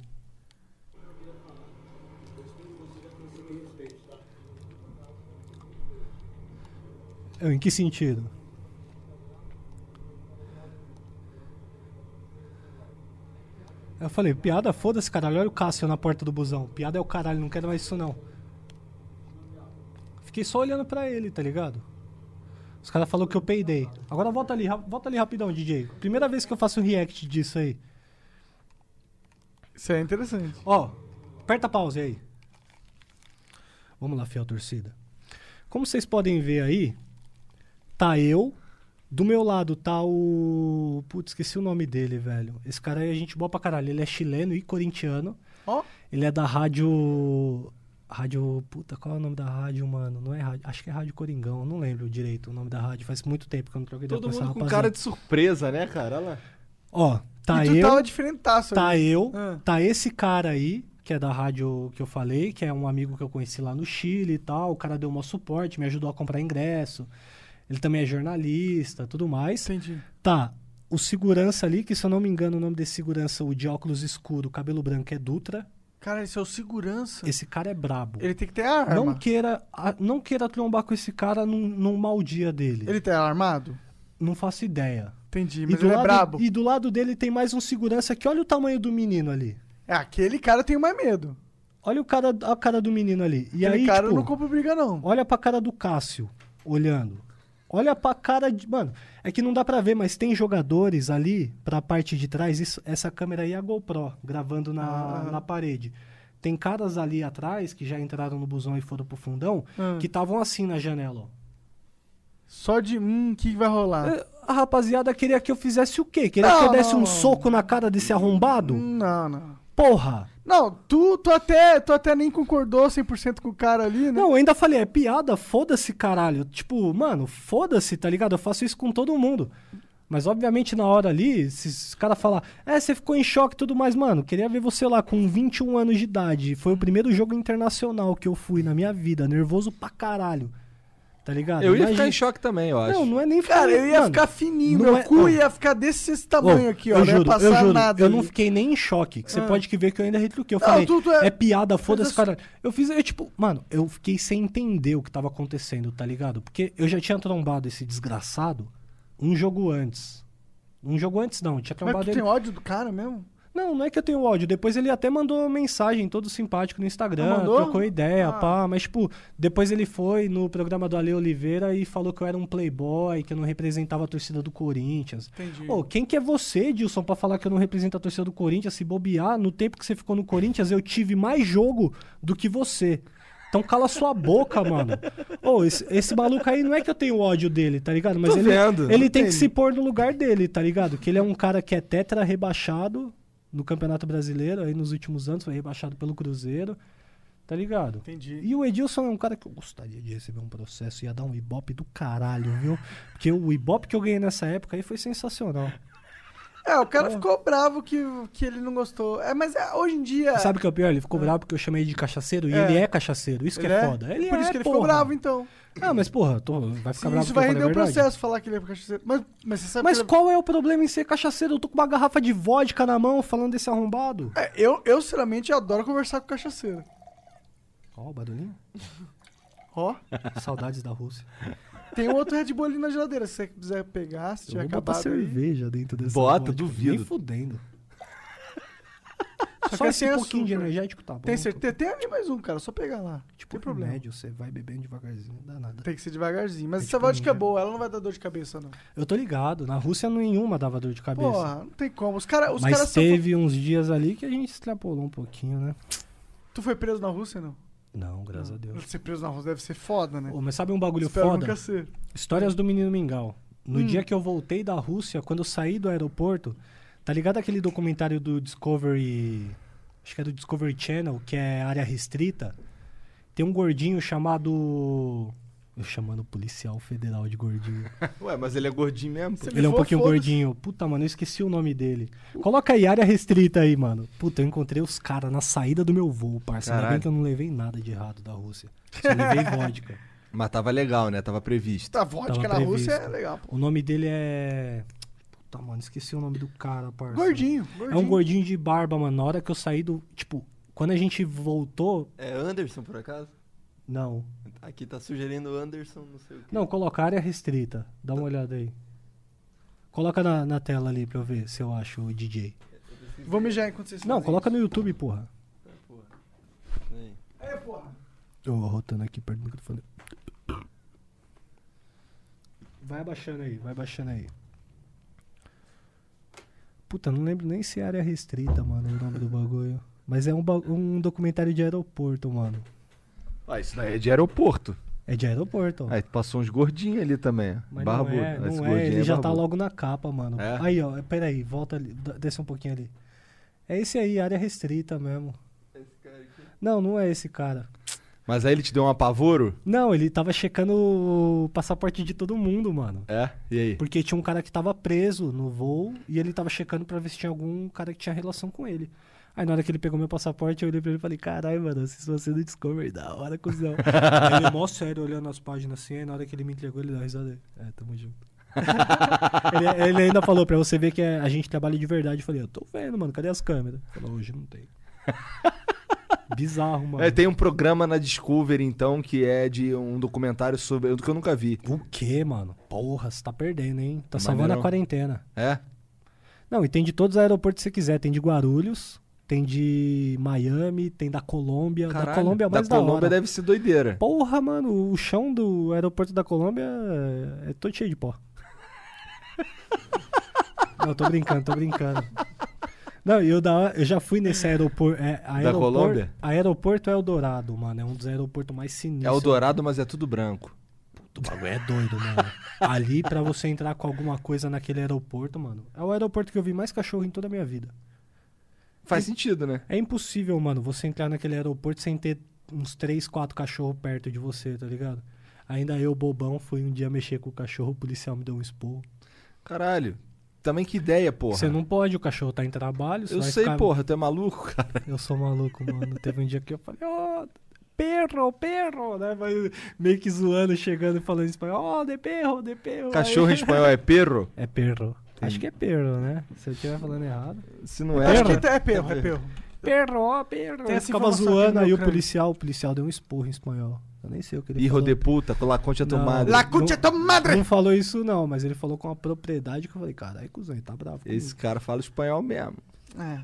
[SPEAKER 4] Eu, É, em que sentido? Eu falei, piada, foda-se, caralho. Olha o Cássio na porta do busão. Piada é o caralho, não quero mais isso não. Fiquei só olhando pra ele, tá ligado? Os caras falaram que eu peidei. Agora volta ali, ra- volta ali rapidão, DJ. Primeira vez que eu faço react disso aí.
[SPEAKER 2] Isso é interessante.
[SPEAKER 4] Ó, aperta pause aí. Vamos lá, fiel torcida. Como vocês podem ver aí, tá eu. Do meu lado tá o. Putz, esqueci o nome dele, velho. Esse cara aí é gente boa pra caralho. Ele é chileno e corintiano.
[SPEAKER 2] Ó.
[SPEAKER 4] Ele é da rádio. Rádio. Puta, qual é o nome da rádio, mano? Não é rádio. Acho que é Rádio Coringão. Não lembro direito o nome da rádio. Faz muito tempo que eu não troquei ideia
[SPEAKER 3] Todo
[SPEAKER 4] com essa
[SPEAKER 3] mundo com
[SPEAKER 4] rapaziada.
[SPEAKER 3] cara de surpresa, né, cara? Olha lá.
[SPEAKER 4] Ó, tá
[SPEAKER 2] e tu
[SPEAKER 4] eu.
[SPEAKER 2] tava diferentaço.
[SPEAKER 4] Tá
[SPEAKER 2] ali.
[SPEAKER 4] eu,
[SPEAKER 2] Ah.
[SPEAKER 4] tá esse cara aí, que é da rádio que eu falei, que é um amigo que eu conheci lá no Chile e tal. O cara deu o maior suporte, me ajudou a comprar ingresso. Ele também é jornalista, tudo mais.
[SPEAKER 2] Entendi.
[SPEAKER 4] Tá, o segurança ali, que se eu não me engano o nome desse segurança, o de óculos escuro, cabelo branco, é Dutra.
[SPEAKER 2] Cara, esse é o segurança.
[SPEAKER 4] Esse cara é brabo.
[SPEAKER 2] Ele tem que ter arma.
[SPEAKER 4] Não queira, a- não queira trombar com esse cara num, num mau dia dele.
[SPEAKER 2] Ele tá armado?
[SPEAKER 4] Não faço ideia.
[SPEAKER 2] Entendi,
[SPEAKER 4] e,
[SPEAKER 2] mas
[SPEAKER 4] do
[SPEAKER 2] ele
[SPEAKER 4] lado,
[SPEAKER 2] é brabo.
[SPEAKER 4] e do lado dele tem mais um segurança que olha o tamanho do menino ali.
[SPEAKER 2] É, aquele cara tem mais medo.
[SPEAKER 4] Olha o cara, a cara do menino ali. E
[SPEAKER 2] aquele
[SPEAKER 4] aí,
[SPEAKER 2] cara
[SPEAKER 4] tipo,
[SPEAKER 2] não compra briga, não.
[SPEAKER 4] olha pra cara do Cássio, olhando. Olha pra cara de. Mano, é que não dá pra ver, mas tem jogadores ali pra parte de trás. Isso, essa câmera aí é a GoPro, gravando na, na parede. Tem caras ali atrás que já entraram no busão e foram pro fundão,
[SPEAKER 2] Ah.
[SPEAKER 4] que estavam assim na janela, ó.
[SPEAKER 2] Só de. Hum, o que vai rolar?
[SPEAKER 4] É, A rapaziada queria que eu fizesse o quê? Queria
[SPEAKER 2] Não,
[SPEAKER 4] que eu desse
[SPEAKER 2] não,
[SPEAKER 4] um
[SPEAKER 2] não.
[SPEAKER 4] soco na cara desse arrombado?
[SPEAKER 2] Hum, Não, não.
[SPEAKER 4] Hum. Porra!
[SPEAKER 2] Não, tu, tu, até, tu até nem concordou 100% com o cara ali, né?
[SPEAKER 4] Não, eu ainda falei, é piada, foda-se, caralho. Tipo, mano, foda-se, tá ligado? Eu faço isso com todo mundo. Mas, obviamente, na hora ali, se os caras falar, é, você ficou em choque e tudo mais, mano, queria ver você lá com 21 anos de idade. Foi o primeiro jogo internacional que eu fui na minha vida, nervoso pra caralho. Tá ligado?
[SPEAKER 3] Eu ia
[SPEAKER 4] Imagina-
[SPEAKER 3] ficar em choque também, eu acho.
[SPEAKER 4] Não, não é nem
[SPEAKER 2] Cara, ele ia
[SPEAKER 4] mano,
[SPEAKER 2] ficar fininho,
[SPEAKER 4] não
[SPEAKER 2] meu
[SPEAKER 4] é-
[SPEAKER 2] cu
[SPEAKER 4] Ó.
[SPEAKER 2] ia ficar desse esse tamanho
[SPEAKER 4] Ô,
[SPEAKER 2] aqui, ó.
[SPEAKER 4] Eu
[SPEAKER 2] não ia
[SPEAKER 4] juro,
[SPEAKER 2] passar
[SPEAKER 4] eu juro.
[SPEAKER 2] nada.
[SPEAKER 4] eu
[SPEAKER 2] ali.
[SPEAKER 4] não fiquei nem em choque. que Você
[SPEAKER 2] Ah.
[SPEAKER 4] pode que ver que eu ainda retruquei. Eu
[SPEAKER 2] Não,
[SPEAKER 4] falei,
[SPEAKER 2] tu- tu é-
[SPEAKER 4] é... piada, foda-se,
[SPEAKER 2] eu-
[SPEAKER 4] cara. Eu fiz, eu tipo, mano, eu fiquei sem entender o que tava acontecendo, tá ligado? Porque eu já tinha trombado esse desgraçado um jogo antes. Um jogo antes não, eu tinha
[SPEAKER 2] Mas
[SPEAKER 4] trombado
[SPEAKER 2] tu
[SPEAKER 4] ele.
[SPEAKER 2] tem ódio do cara mesmo?
[SPEAKER 4] Não, não é que eu tenho ódio. Depois ele até mandou mensagem todo simpático
[SPEAKER 2] Ah,
[SPEAKER 4] no Instagram,
[SPEAKER 2] mandou?
[SPEAKER 4] trocou ideia,
[SPEAKER 2] Ah.
[SPEAKER 4] pá. Mas, tipo, depois ele foi no programa do Ale Oliveira e falou que eu era um playboy, que eu não representava a torcida do Corinthians.
[SPEAKER 2] Entendi.
[SPEAKER 4] Ô, quem que é você, Dilson, pra falar que eu não represento a torcida do Corinthians? Se bobear, no tempo que você ficou no Corinthians, eu tive mais jogo do que você. Então cala sua boca, mano. Ô, esse, esse maluco aí não é que eu tenho ódio dele, tá ligado? Mas
[SPEAKER 6] Tô
[SPEAKER 4] ele,
[SPEAKER 6] vendo,
[SPEAKER 4] ele
[SPEAKER 6] não
[SPEAKER 4] tem,
[SPEAKER 6] tem.
[SPEAKER 4] que se pôr no lugar dele, tá ligado? Que ele é um cara que é tetra rebaixado no Campeonato Brasileiro, aí nos últimos anos foi rebaixado pelo Cruzeiro, tá ligado?
[SPEAKER 2] Entendi.
[SPEAKER 4] E o Edilson é um cara que eu gostaria de receber um processo, ia dar um ibope do caralho, viu? Porque o ibope que eu ganhei nessa época aí foi sensacional.
[SPEAKER 2] É, o cara ficou bravo que, que ele não gostou. É, mas é, hoje em dia.
[SPEAKER 4] Sabe o que é o pior? Ele ficou bravo porque eu chamei ele de cachaceiro e
[SPEAKER 2] É.
[SPEAKER 4] ele é cachaceiro, isso que é, foda. Ele
[SPEAKER 2] Por isso
[SPEAKER 4] é,
[SPEAKER 2] que ele ficou
[SPEAKER 4] porra.
[SPEAKER 2] bravo, então.
[SPEAKER 4] Ah, mas porra, tô- vai ficar
[SPEAKER 2] Sim,
[SPEAKER 4] bravo
[SPEAKER 2] isso
[SPEAKER 4] porque
[SPEAKER 2] vai
[SPEAKER 4] eu
[SPEAKER 2] render
[SPEAKER 4] falei a
[SPEAKER 2] o
[SPEAKER 4] verdade?
[SPEAKER 2] processo falar que ele é cachaceiro. Mas, mas você sabe
[SPEAKER 4] Mas
[SPEAKER 2] que ele-
[SPEAKER 4] qual é o problema em ser cachaceiro? Eu tô com uma garrafa de vodka na mão falando desse arrombado.
[SPEAKER 2] É, eu, eu, sinceramente, adoro conversar com cachaceiro.
[SPEAKER 4] Ó, o barulhinho.
[SPEAKER 2] Ó,
[SPEAKER 4] Saudades da Rússia.
[SPEAKER 2] tem outro Red Bull ali na geladeira. Se você quiser pegar, se tiver
[SPEAKER 4] Eu vou botar
[SPEAKER 2] acabado. aí.
[SPEAKER 4] cerveja dentro dessa
[SPEAKER 3] Bota,
[SPEAKER 4] vodka.
[SPEAKER 3] duvido.
[SPEAKER 4] Nem fudendo. Só,
[SPEAKER 2] que
[SPEAKER 4] esse
[SPEAKER 2] tem
[SPEAKER 4] pouquinho
[SPEAKER 2] açúcar.
[SPEAKER 4] de energético tá bom.
[SPEAKER 2] Tem certeza? Tem ali mais um, cara. Só pegar lá.
[SPEAKER 4] Tipo,
[SPEAKER 2] tem
[SPEAKER 4] tem
[SPEAKER 2] problema.
[SPEAKER 4] remédio, você vai bebendo devagarzinho, não dá nada.
[SPEAKER 2] Tem que ser devagarzinho. Mas
[SPEAKER 4] É
[SPEAKER 2] essa
[SPEAKER 4] tipo
[SPEAKER 2] vodka é
[SPEAKER 4] ninja.
[SPEAKER 2] boa, ela não vai dar dor de cabeça, não.
[SPEAKER 4] Eu tô ligado, na Rússia nenhuma dava dor de cabeça.
[SPEAKER 2] Porra, não tem como. Os caras os
[SPEAKER 4] mas
[SPEAKER 2] caras são.
[SPEAKER 4] teve uns dias ali que a gente extrapolou um pouquinho, né?
[SPEAKER 2] Tu foi preso na Rússia, não?
[SPEAKER 4] Não, graças a Deus.
[SPEAKER 2] Ser preso na Rússia deve ser foda, né?
[SPEAKER 4] Ô, mas sabe um bagulho
[SPEAKER 2] Espero
[SPEAKER 4] foda?
[SPEAKER 2] nunca ser.
[SPEAKER 4] Histórias do Menino Mingau. No dia que eu voltei da Rússia, quando eu saí do aeroporto, tá ligado aquele documentário do Discovery. Acho que é do Discovery Channel, que é área restrita? Tem um gordinho chamado. Eu chamando o policial federal de gordinho.
[SPEAKER 3] Ué, mas ele é gordinho mesmo, pô.
[SPEAKER 4] Ele é um pouquinho gordinho. Puta, mano, eu esqueci o nome dele. Coloca aí, área restrita aí, mano. Puta, eu encontrei os caras na saída do meu voo, parça. Ainda bem
[SPEAKER 3] Caralho.
[SPEAKER 4] que eu não levei nada de errado da Rússia. Só levei vodka.
[SPEAKER 3] Mas tava legal, né? Tava previsto.
[SPEAKER 2] Tá, vodka
[SPEAKER 4] Tava
[SPEAKER 2] na Rússia é
[SPEAKER 4] previsto.
[SPEAKER 2] legal, pô.
[SPEAKER 4] O nome dele é. Puta, mano, esqueci o nome do cara, parça.
[SPEAKER 2] Gordinho, gordinho.
[SPEAKER 4] É um gordinho de barba, mano. Na hora que eu saí do. Tipo, quando a gente voltou.
[SPEAKER 5] É Anderson, por acaso?
[SPEAKER 4] Não.
[SPEAKER 5] Aqui tá sugerindo Anderson, não sei o quê.
[SPEAKER 4] Não, coloca área restrita. Dá uma olhada aí. Coloca na, na tela ali pra eu ver se eu acho o DJ.
[SPEAKER 2] Vou mijar enquanto vocês
[SPEAKER 4] Não,
[SPEAKER 2] fazem
[SPEAKER 4] coloca no YouTube, porra.
[SPEAKER 5] Aí.
[SPEAKER 2] É,
[SPEAKER 4] Eu rotando aqui perto do microfone. Vai abaixando aí, vai abaixando aí. Puta, não lembro nem se é área restrita, mano, o nome do bagulho. Mas é um, ba- um documentário de aeroporto, mano.
[SPEAKER 3] Ah, isso daí é de aeroporto.
[SPEAKER 4] É de aeroporto, ó.
[SPEAKER 3] Aí tu passou uns gordinhos ali também.
[SPEAKER 4] Mas
[SPEAKER 3] barbudo.
[SPEAKER 4] não é,
[SPEAKER 3] Esse
[SPEAKER 4] não
[SPEAKER 3] gordinho
[SPEAKER 4] é, ele já tá
[SPEAKER 3] barbudo.
[SPEAKER 4] logo na capa, mano.
[SPEAKER 3] É?
[SPEAKER 4] Aí, ó, peraí, volta ali, d- desce um pouquinho ali. É esse aí, área restrita mesmo.
[SPEAKER 5] Esse cara aqui.
[SPEAKER 4] Não, não é esse cara.
[SPEAKER 3] Mas aí ele te deu um apavoro?
[SPEAKER 4] Não, ele tava checando o passaporte de todo mundo, mano.
[SPEAKER 3] É? E aí?
[SPEAKER 4] Porque tinha um cara que tava preso no voo e ele tava checando pra ver se tinha algum cara que tinha relação com ele. Aí na hora que ele pegou meu passaporte, eu olhei pra ele e falei, caralho, mano, assisto você no Discovery, da hora, cuzão. aí ele é mó sério olhando as páginas assim, aí na hora que ele me entregou, ele dá uma risada. ele, É, tamo junto. ele, ele ainda falou pra você ver que é- a gente trabalha de verdade. Eu falei, eu tô vendo, mano, cadê as câmeras? Ele Falou, hoje não tem. Bizarro, mano.
[SPEAKER 3] É, tem um programa na Discovery, então, que é de um documentário sobre. que eu nunca vi.
[SPEAKER 4] O que, mano? Porra, você tá perdendo, hein? Tá
[SPEAKER 3] É
[SPEAKER 4] salvando a
[SPEAKER 3] maneirão.
[SPEAKER 4] quarentena.
[SPEAKER 3] É?
[SPEAKER 4] Não, e tem de todos os aeroportos que você quiser. Tem de Guarulhos, tem de Miami, tem da Colômbia. da Colômbia é o mais da,
[SPEAKER 3] da Colômbia
[SPEAKER 4] hora.
[SPEAKER 3] deve ser doideira.
[SPEAKER 4] Porra, mano, o chão do aeroporto da Colômbia é é todo cheio de pó. Não, tô brincando, tô brincando. Não, eu, da, hora- eu já fui nesse aeroporto. É, aeroporto
[SPEAKER 3] Colômbia?
[SPEAKER 4] Aeroporto Eldorado, mano. É um dos aeroportos mais
[SPEAKER 3] É
[SPEAKER 4] sinistros.
[SPEAKER 3] o dourado, mas é tudo branco.
[SPEAKER 4] O bagulho é doido, mano. Ali, pra você entrar com alguma coisa naquele aeroporto, mano. É o aeroporto que eu vi mais cachorro em toda a minha vida.
[SPEAKER 3] Faz sentido, né?
[SPEAKER 4] É impossível, mano, você entrar naquele aeroporto sem ter uns 3, 4 cachorros perto de você, tá ligado? Ainda eu, bobão, fui um dia mexer com o cachorro, o policial me deu um expor.
[SPEAKER 3] Caralho. Também que ideia, porra.
[SPEAKER 4] Você não pode, o cachorro tá em trabalho. você
[SPEAKER 3] Eu
[SPEAKER 4] vai
[SPEAKER 3] sei,
[SPEAKER 4] ficar-
[SPEAKER 3] porra, tu é maluco, cara.
[SPEAKER 4] Eu sou maluco, mano. Teve um dia que eu falei, ó, perro, perro, né? Mas meio que zoando, chegando e falando em espanhol, ó, de perro, de perro.
[SPEAKER 3] Cachorro em espanhol é perro?
[SPEAKER 4] É perro. Acho que é perro, né? Se eu estiver falando errado.
[SPEAKER 3] Se não
[SPEAKER 2] Acho
[SPEAKER 3] é.
[SPEAKER 2] que até é perro, é perro.
[SPEAKER 4] Perro, ó, perro.
[SPEAKER 2] Tem
[SPEAKER 4] Eu
[SPEAKER 2] essa
[SPEAKER 4] ficava
[SPEAKER 2] informação aqui no
[SPEAKER 4] zoando,
[SPEAKER 2] meu
[SPEAKER 4] aí o
[SPEAKER 2] crânio.
[SPEAKER 4] policial, o policial deu um esporro em espanhol. Eu nem sei o que ele
[SPEAKER 3] Hijo
[SPEAKER 4] falou.
[SPEAKER 3] de puta, tu laconte a
[SPEAKER 4] Não.
[SPEAKER 3] tomada.
[SPEAKER 4] La-
[SPEAKER 2] Lacute é tua madre!
[SPEAKER 4] Não falou isso não, mas ele falou com uma propriedade que eu falei, caralho, cuzão, ele tá bravo comigo.
[SPEAKER 3] Esse cara fala espanhol mesmo.
[SPEAKER 2] É.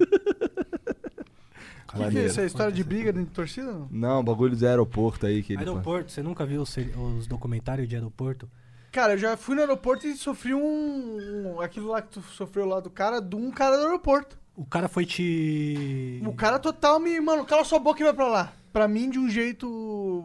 [SPEAKER 2] O que, que é
[SPEAKER 3] Maneiro.
[SPEAKER 2] isso? É história de briga dentro de torcida? Não?
[SPEAKER 3] Não, bagulho do aeroporto aí que ele.
[SPEAKER 4] Aeroporto, você nunca viu os, seri- os documentários de aeroporto?
[SPEAKER 2] Cara, eu já fui no aeroporto e sofri um, um- Aquilo lá que tu sofreu lá do cara, de um cara do aeroporto.
[SPEAKER 4] O cara foi te...
[SPEAKER 2] O cara total me. Mano, cala sua boca e vai pra lá. pra mim de um jeito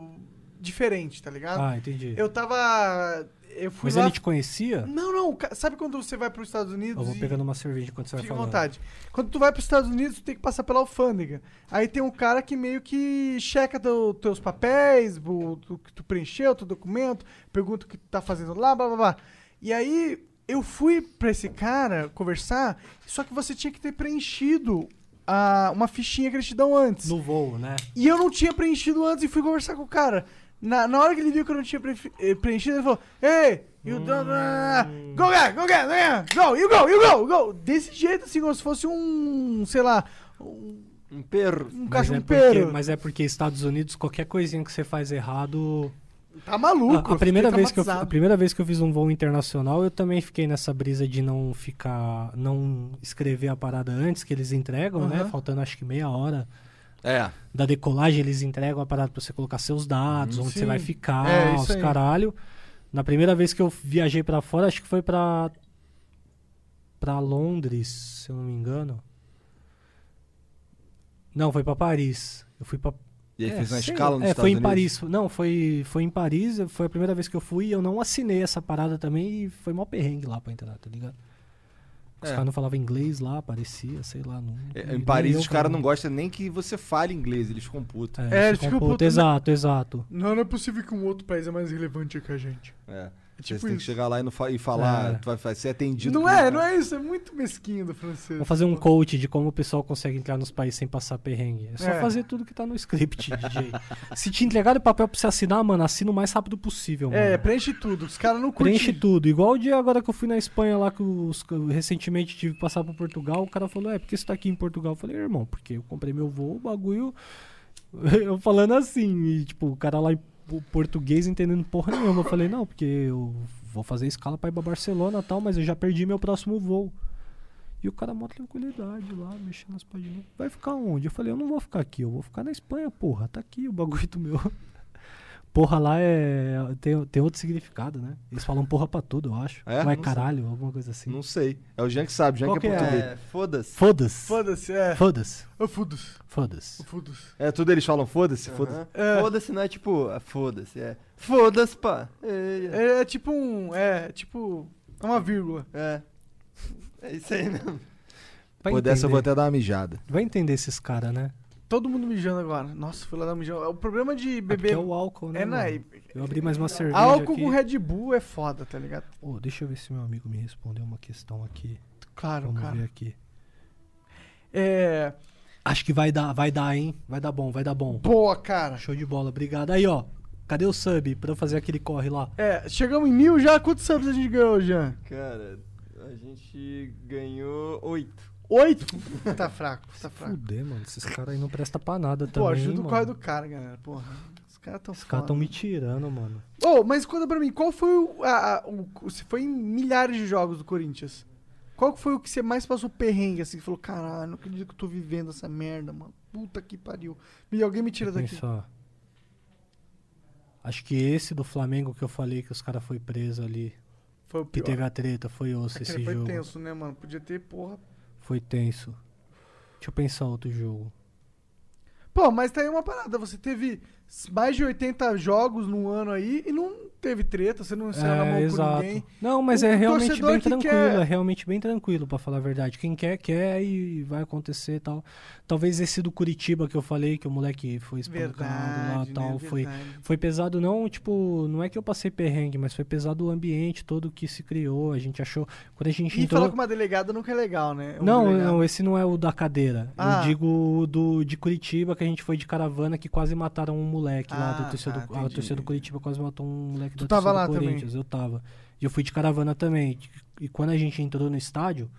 [SPEAKER 2] diferente, tá ligado?
[SPEAKER 4] Ah, entendi.
[SPEAKER 2] Eu tava. Eu fui
[SPEAKER 4] Mas
[SPEAKER 2] lá.
[SPEAKER 4] ele te conhecia?
[SPEAKER 2] Não, não. ca- Sabe quando você vai pros Estados Unidos?
[SPEAKER 4] Eu vou
[SPEAKER 2] e-
[SPEAKER 4] pegando uma cerveja enquanto você vai
[SPEAKER 2] Fica à
[SPEAKER 4] falando.
[SPEAKER 2] vontade. Quando tu vai pros Estados Unidos, tu tem que passar pela alfândega. Aí tem um cara que meio que checa teu, teus papéis, o tu, que tu preencheu, teu documento, pergunta o que tu tá fazendo lá, blá blá blá. E aí eu fui pra esse cara conversar, só que você tinha que ter preenchido a, uma fichinha que eles te dão antes.
[SPEAKER 4] No voo, né?
[SPEAKER 2] E eu não tinha preenchido antes e fui conversar com o cara. Na, na hora que ele viu que eu não tinha prefi- eh, preenchido, ele falou: Ei, you don't. Go, guy, go, guy, go, guy, go, you go, you go, go. Desse jeito, assim, como se fosse um, sei lá, um,
[SPEAKER 5] Um perro.
[SPEAKER 2] um
[SPEAKER 4] Mas é, porque,
[SPEAKER 2] cachumpeiro.
[SPEAKER 4] mas é porque Estados Unidos, qualquer coisinha que você faz errado.
[SPEAKER 2] Tá
[SPEAKER 4] A-
[SPEAKER 2] maluco.
[SPEAKER 4] a, primeira
[SPEAKER 2] fiquei
[SPEAKER 4] vez que eu, a
[SPEAKER 2] traumatizado.
[SPEAKER 4] primeira vez que eu fiz um voo internacional, eu também fiquei nessa brisa de não ficar. não escrever a parada antes que eles entregam, né?
[SPEAKER 2] Aham.
[SPEAKER 4] Faltando acho que meia hora
[SPEAKER 3] É.
[SPEAKER 4] da decolagem, eles entregam a parada pra você colocar seus dados, onde
[SPEAKER 2] Hum, Sim.
[SPEAKER 4] você vai ficar,
[SPEAKER 2] É, isso
[SPEAKER 4] os
[SPEAKER 2] aí.
[SPEAKER 4] caralho. Na primeira vez que eu viajei pra fora, acho que foi pra para Londres, se eu não me engano. Não, foi pra Paris. Eu fui pra
[SPEAKER 3] E aí
[SPEAKER 4] é,
[SPEAKER 3] fez uma
[SPEAKER 4] sei
[SPEAKER 3] escala
[SPEAKER 4] lá.
[SPEAKER 3] nos
[SPEAKER 4] É,
[SPEAKER 3] Estados
[SPEAKER 4] foi em
[SPEAKER 3] Unidos.
[SPEAKER 4] Paris. Não, foi, foi em Paris, foi a primeira vez que eu fui e eu não assinei essa parada também e foi mó perrengue lá pra entrar, tá ligado? Os
[SPEAKER 3] É.
[SPEAKER 4] caras não falavam inglês lá, parecia, sei lá. Não,
[SPEAKER 3] É,
[SPEAKER 4] nem
[SPEAKER 3] Em Paris
[SPEAKER 4] eu,
[SPEAKER 3] os caras não gostam nem que você fale inglês, eles computam.
[SPEAKER 4] É,
[SPEAKER 2] É,
[SPEAKER 4] se
[SPEAKER 2] eles ficam
[SPEAKER 4] computa,
[SPEAKER 2] putos, né?
[SPEAKER 4] Exato, exato.
[SPEAKER 2] Não, não é possível que um outro país é mais relevante que a gente.
[SPEAKER 3] É.
[SPEAKER 2] É
[SPEAKER 3] Você
[SPEAKER 2] tipo
[SPEAKER 3] tem que
[SPEAKER 2] isso.
[SPEAKER 3] chegar lá e, não fa- e falar,
[SPEAKER 4] É.
[SPEAKER 3] tu vai, vai ser atendido.
[SPEAKER 2] Não
[SPEAKER 3] por- um
[SPEAKER 2] é, não é isso. É muito mesquinho do francês.
[SPEAKER 4] Vou fazer um coach de como o pessoal consegue entrar nos países sem passar perrengue. É só
[SPEAKER 2] É.
[SPEAKER 4] fazer tudo que tá no script, DJ. Se te entregarem o papel pra você assinar, mano, assina o mais rápido possível, mano.
[SPEAKER 2] É, preenche tudo. Os caras não curtem.
[SPEAKER 4] Preenche tudo. Igual o dia agora que eu fui na Espanha lá, que os- que eu recentemente tive que passar pra Portugal, o cara falou, é, porque você tá aqui em Portugal? Eu falei, irmão, porque eu comprei meu voo, o bagulho. Eu falando assim, e tipo, o cara lá em po- português entendendo porra nenhuma. Eu falei, não, porque eu vou fazer escala pra ir pra Barcelona e tal, mas eu já perdi meu próximo voo. E o cara, mó tranquilidade lá, mexendo nas páginas. Vai ficar onde? Eu falei, eu não vou ficar aqui, eu vou ficar na Espanha, porra. Tá aqui o bagulho do meu. Porra lá é. Tem, tem outro significado, né? Eles falam porra pra tudo, eu acho.
[SPEAKER 3] É?
[SPEAKER 4] Vai
[SPEAKER 3] Não sei.
[SPEAKER 4] caralho, alguma coisa assim.
[SPEAKER 3] Não sei. É o Jean que sabe, o Jean
[SPEAKER 4] Qual
[SPEAKER 3] que é
[SPEAKER 4] que é?
[SPEAKER 3] português.
[SPEAKER 5] É, foda-se.
[SPEAKER 4] Foda-se.
[SPEAKER 2] Foda-se, é.
[SPEAKER 4] Foda-se.
[SPEAKER 2] Eu fudos.
[SPEAKER 4] Foda-se.
[SPEAKER 2] Eu fudos.
[SPEAKER 3] É, tudo eles falam, foda-se, foda-se.
[SPEAKER 5] Aham. Foda-se não é tipo, ah, foda-se, é. Foda-se, pá. É,
[SPEAKER 2] É, é tipo um. É, tipo. É uma vírgula.
[SPEAKER 5] é. É isso aí mesmo.
[SPEAKER 4] Vai
[SPEAKER 3] Pô, dessa eu vou
[SPEAKER 4] entender.
[SPEAKER 3] até dar uma mijada.
[SPEAKER 4] Vai entender esses caras, né?
[SPEAKER 2] Todo mundo mijando agora. Nossa, fui lá dar um mijão. O problema de
[SPEAKER 4] Bebê...
[SPEAKER 2] beber.
[SPEAKER 4] É o álcool, né?
[SPEAKER 2] é na.
[SPEAKER 4] mano? Eu abri mais uma cerveja.
[SPEAKER 2] Álcool
[SPEAKER 4] aqui.
[SPEAKER 2] com Red Bull é foda, tá ligado?
[SPEAKER 4] Ô, deixa eu ver se meu amigo me respondeu uma questão aqui.
[SPEAKER 2] Claro,
[SPEAKER 4] Vamos
[SPEAKER 2] cara.
[SPEAKER 4] ver aqui.
[SPEAKER 2] É.
[SPEAKER 4] Acho que vai dar, vai dar, hein? Vai dar bom, vai dar bom.
[SPEAKER 2] Boa, cara.
[SPEAKER 4] Show de bola, obrigado. Aí, ó. Cadê o sub pra eu fazer aquele corre lá?
[SPEAKER 2] É, chegamos em mil já. Quantos subs a gente ganhou, Jean?
[SPEAKER 5] Cara, a gente ganhou oito.
[SPEAKER 2] Oito? tá fraco, tá fraco.
[SPEAKER 4] Fuder, mano. Esses caras aí não prestam pra nada
[SPEAKER 2] Pô,
[SPEAKER 4] também.
[SPEAKER 2] ajuda o
[SPEAKER 4] mano.
[SPEAKER 2] corre do cara, galera. Porra. Os caras tão
[SPEAKER 4] Os caras
[SPEAKER 2] foda.
[SPEAKER 4] tão me tirando, mano.
[SPEAKER 2] Ô, mas conta pra mim, qual foi o, a- a- o- Se foi em milhares de jogos do Corinthians. Qual que foi o que você mais passou perrengue, assim? que Falou, caralho, não acredito que eu tô vivendo essa merda, mano. Puta que pariu. Me, alguém me tira daqui.
[SPEAKER 4] Pensar. Acho que esse do Flamengo que eu falei que os caras foi preso ali.
[SPEAKER 2] Foi o
[SPEAKER 4] Que
[SPEAKER 2] pior.
[SPEAKER 4] teve a treta, foi osso
[SPEAKER 2] Aquele
[SPEAKER 4] esse
[SPEAKER 2] foi
[SPEAKER 4] jogo.
[SPEAKER 2] tenso, né, mano? Podia ter, porra.
[SPEAKER 4] Foi tenso. Deixa eu pensar outro jogo.
[SPEAKER 2] Pô, mas tá aí uma parada. Você teve mais de 80 jogos num ano aí e não teve treta, você não
[SPEAKER 4] É,
[SPEAKER 2] saiu na mão com ninguém.
[SPEAKER 4] Não, mas
[SPEAKER 2] O
[SPEAKER 4] é realmente
[SPEAKER 2] torcedor
[SPEAKER 4] bem
[SPEAKER 2] que
[SPEAKER 4] tranquilo,
[SPEAKER 2] quer-
[SPEAKER 4] é realmente bem tranquilo pra falar a verdade. Quem quer quer e vai acontecer e tal. Talvez esse do Curitiba que eu falei que o moleque foi um espancado lá
[SPEAKER 2] Verdade,
[SPEAKER 4] e tal,
[SPEAKER 2] né?
[SPEAKER 4] foi
[SPEAKER 2] Verdade.
[SPEAKER 4] Foi pesado não, tipo, não é que eu passei perrengue, mas foi pesado o ambiente todo que se criou, a gente achou, quando a gente
[SPEAKER 2] E
[SPEAKER 4] entrou...
[SPEAKER 2] falar com uma delegada nunca é legal, né? Um
[SPEAKER 4] então Não,
[SPEAKER 2] delegado.
[SPEAKER 4] não, esse não é o da cadeira.
[SPEAKER 2] Ah.
[SPEAKER 4] Eu digo o do de Curitiba, que a gente foi de caravana, que quase mataram um moleque lá
[SPEAKER 2] Ah,
[SPEAKER 4] da torcida
[SPEAKER 2] tá,
[SPEAKER 4] do, a
[SPEAKER 2] entendi.
[SPEAKER 4] torcida do Curitiba quase matou um moleque
[SPEAKER 2] Tu
[SPEAKER 4] da
[SPEAKER 2] tava
[SPEAKER 4] torcida
[SPEAKER 2] lá
[SPEAKER 4] do
[SPEAKER 2] também?
[SPEAKER 4] Corinthians, eu tava. E eu fui de caravana também. E quando a gente entrou no estádio,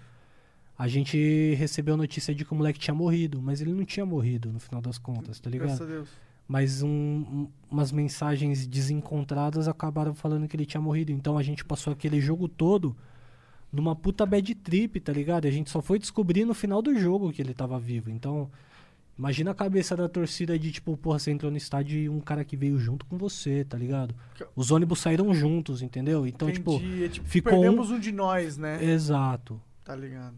[SPEAKER 4] a gente recebeu a notícia de que o moleque tinha morrido, mas ele não tinha morrido no final das contas, tá ligado?
[SPEAKER 2] Graças a Deus.
[SPEAKER 4] mas um- um- umas mensagens desencontradas acabaram falando que ele tinha morrido. Então a gente passou aquele jogo todo numa puta bad trip, tá ligado? A gente só foi descobrir no final do jogo que ele tava vivo. Então, imagina a cabeça da torcida de tipo, porra, você entrou no estádio e um cara que veio junto com você, tá ligado? Os ônibus saíram juntos, entendeu? Então, tipo,
[SPEAKER 2] Entendi, é tipo,
[SPEAKER 4] ficou
[SPEAKER 2] perdemos um de nós, né?
[SPEAKER 4] exato.
[SPEAKER 2] Tá ligado.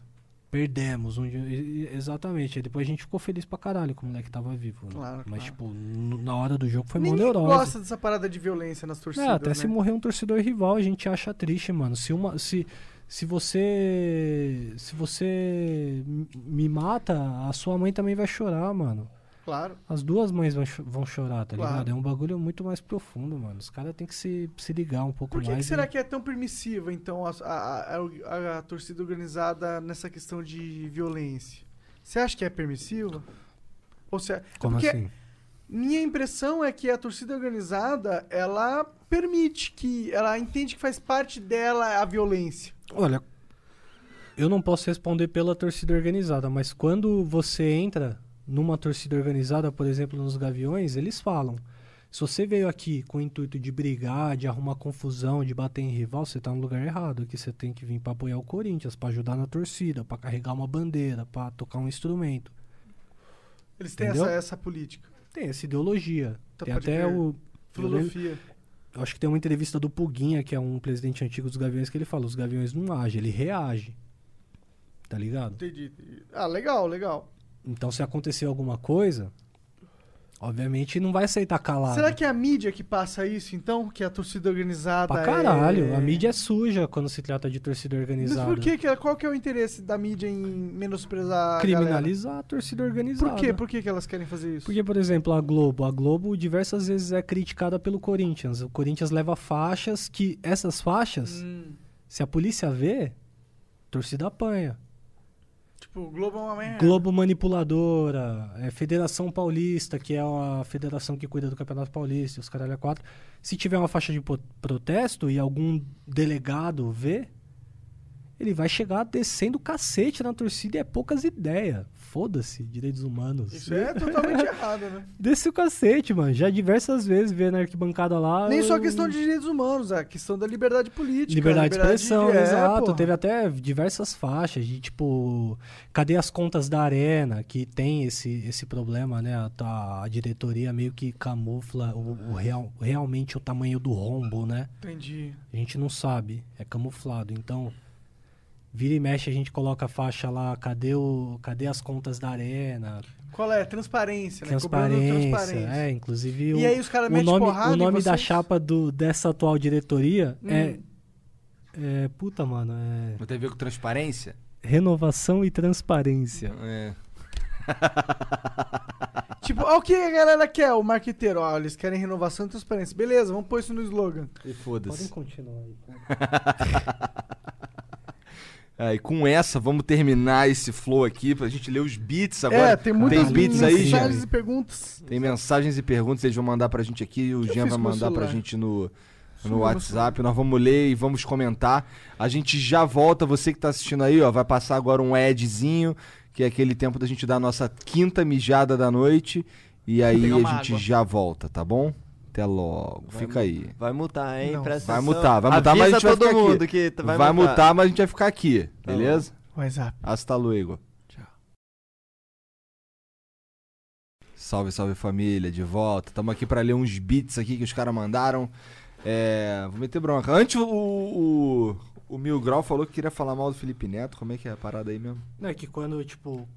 [SPEAKER 4] Perdemos. Um dia, e- e- exatamente. Aí depois a gente ficou feliz pra caralho que o moleque tava vivo. né?
[SPEAKER 2] Claro, claro.
[SPEAKER 4] Mas, tipo, n- na hora do jogo foi mó
[SPEAKER 2] Ninguém
[SPEAKER 4] neurose.
[SPEAKER 2] gosta dessa parada de violência nas torcidas,
[SPEAKER 4] É, até
[SPEAKER 2] né?
[SPEAKER 4] se morrer um torcedor rival, a gente acha triste, mano. Se uma se se você se você m- me mata, a sua mãe também vai chorar, mano.
[SPEAKER 2] Claro.
[SPEAKER 4] As duas mães vão, cho- vão chorar, tá
[SPEAKER 2] Claro.
[SPEAKER 4] ligado? É um bagulho muito mais profundo, mano. Os caras têm que se, se ligar um pouco
[SPEAKER 2] Por que, que
[SPEAKER 4] mais.
[SPEAKER 2] será que é tão permissiva, então, a, a- a- a torcida organizada nessa questão de violência? Você acha que é permissiva? Ou se é-
[SPEAKER 4] Como
[SPEAKER 2] porque
[SPEAKER 4] assim?
[SPEAKER 2] Minha impressão é que a torcida organizada, ela permite que... Ela entende que faz parte dela a violência.
[SPEAKER 4] Olha, eu não posso responder pela torcida organizada, mas quando você entra numa torcida organizada, por exemplo, nos Gaviões, eles falam. Se você veio aqui com o intuito de brigar, de arrumar confusão, de bater em rival, você tá no lugar errado. Que você tem que vir pra apoiar o Corinthians, pra ajudar na torcida, pra carregar uma bandeira, pra tocar um instrumento.
[SPEAKER 2] Eles têm
[SPEAKER 4] Entendeu?
[SPEAKER 2] essa, essa política.
[SPEAKER 4] Tem essa ideologia.
[SPEAKER 2] Tá,
[SPEAKER 4] tem
[SPEAKER 2] pode
[SPEAKER 4] até
[SPEAKER 2] crer.
[SPEAKER 4] o. eu lembro-
[SPEAKER 2] Filosofia.
[SPEAKER 4] eu acho que tem uma entrevista do Puguinha, que é um presidente antigo dos Gaviões, que ele fala: os Gaviões não agem, ele reage. Tá ligado?
[SPEAKER 2] Entendi, entendi. Ah, legal, legal.
[SPEAKER 4] Então, se acontecer alguma coisa, obviamente não vai aceitar calado.
[SPEAKER 2] Será que é a mídia que passa isso, então? Que a torcida organizada
[SPEAKER 4] Pra caralho,
[SPEAKER 2] é...
[SPEAKER 4] a mídia é suja quando se trata de torcida
[SPEAKER 2] Mas
[SPEAKER 4] organizada.
[SPEAKER 2] por que, que ela- qual que é o interesse da mídia em menosprezar a galera?
[SPEAKER 4] Criminalizar a torcida organizada.
[SPEAKER 2] Por quê? Por que, que elas querem fazer isso?
[SPEAKER 4] Porque, por exemplo, a Globo. A Globo diversas vezes é criticada pelo Corinthians. O Corinthians leva faixas que essas faixas,
[SPEAKER 2] Hum,
[SPEAKER 4] se a polícia vê, a torcida apanha.
[SPEAKER 2] tipo, o Globo é uma merda.
[SPEAKER 4] Globo Manipuladora, é, Federação Paulista, que é a federação que cuida do Campeonato Paulista, os caralho a quatro. Se tiver uma faixa de po- protesto e algum delegado vê, ele vai chegar descendo o cacete na torcida e é poucas ideias. Foda-se, direitos humanos.
[SPEAKER 2] Isso é totalmente errado, né?
[SPEAKER 4] Desce o cacete, mano. Já diversas vezes vê na arquibancada lá.
[SPEAKER 2] Nem só a
[SPEAKER 4] eu-
[SPEAKER 2] questão de direitos humanos, é a questão da liberdade política.
[SPEAKER 4] Liberdade de expressão,
[SPEAKER 2] é,
[SPEAKER 4] exato.
[SPEAKER 2] porra.
[SPEAKER 4] Teve até diversas faixas de tipo, cadê as contas da arena? Que tem esse, esse problema, né? A, tá- a diretoria meio que camufla o, o real, realmente o tamanho do rombo, né?
[SPEAKER 2] Entendi.
[SPEAKER 4] A gente não sabe, é camuflado. Então, vira e mexe, a gente coloca a faixa lá, cadê, o, cadê as contas da arena?
[SPEAKER 2] Qual é? Transparência, né? Cobrando
[SPEAKER 4] Transparência. É, inclusive o,
[SPEAKER 2] E aí os caras
[SPEAKER 4] o
[SPEAKER 2] metem
[SPEAKER 4] nome,
[SPEAKER 2] porrada
[SPEAKER 4] o
[SPEAKER 2] em
[SPEAKER 4] nome da
[SPEAKER 2] vocês?
[SPEAKER 4] chapa do, dessa atual diretoria
[SPEAKER 2] Hum.
[SPEAKER 4] é. É. Puta, mano. É.
[SPEAKER 3] Não tem a ver com transparência?
[SPEAKER 4] Renovação e transparência.
[SPEAKER 3] É.
[SPEAKER 2] Tipo, ó, o que a galera quer? O marqueteiro, ó, eles querem renovação e transparência. Beleza, vamos pôr isso no slogan.
[SPEAKER 3] E
[SPEAKER 4] Podem
[SPEAKER 3] foda-se.
[SPEAKER 4] continuar aí.
[SPEAKER 3] É, e com essa, vamos terminar esse flow aqui pra gente ler os beats agora.
[SPEAKER 2] É, tem muitas
[SPEAKER 3] Tem beats aí,
[SPEAKER 2] mensagens
[SPEAKER 3] Jean?
[SPEAKER 2] e perguntas.
[SPEAKER 3] Tem mensagens e perguntas, eles vão mandar pra gente aqui, o Jean
[SPEAKER 2] fiz
[SPEAKER 3] vai
[SPEAKER 2] com meu
[SPEAKER 3] mandar pra
[SPEAKER 2] celular?
[SPEAKER 3] gente no,
[SPEAKER 2] Sumiu
[SPEAKER 3] no
[SPEAKER 2] meu
[SPEAKER 3] WhatsApp. Nós vamos ler e vamos comentar. A gente já volta, você que tá assistindo aí, ó, vai passar agora um edzinho, que é aquele tempo da gente dar a nossa quinta mijada da noite. E aí
[SPEAKER 5] pegar
[SPEAKER 3] a
[SPEAKER 5] uma
[SPEAKER 3] gente
[SPEAKER 5] água.
[SPEAKER 3] já volta, tá bom? Até logo.
[SPEAKER 5] Vai
[SPEAKER 3] Fica aí.
[SPEAKER 5] Vai mutar, hein?
[SPEAKER 2] Não.
[SPEAKER 5] Presta
[SPEAKER 3] Vai
[SPEAKER 5] atenção.
[SPEAKER 3] mutar, vai mutar, mas a
[SPEAKER 5] Avisa
[SPEAKER 3] gente vai
[SPEAKER 5] todo
[SPEAKER 3] ficar aqui.
[SPEAKER 5] mundo que t-
[SPEAKER 3] Vai,
[SPEAKER 5] vai,
[SPEAKER 3] mutar. mas a gente vai ficar aqui,
[SPEAKER 5] Tá
[SPEAKER 3] beleza?
[SPEAKER 2] WhatsApp.
[SPEAKER 3] Hasta luego.
[SPEAKER 2] Tchau.
[SPEAKER 3] Salve, salve família, de volta. Tamo aqui pra ler uns beats aqui que os caras mandaram. É, vou meter bronca. Antes o, o, o Mil Grau falou que queria falar mal do Felipe Neto. Como é que é a parada aí mesmo?
[SPEAKER 4] Não, é que quando, tipo.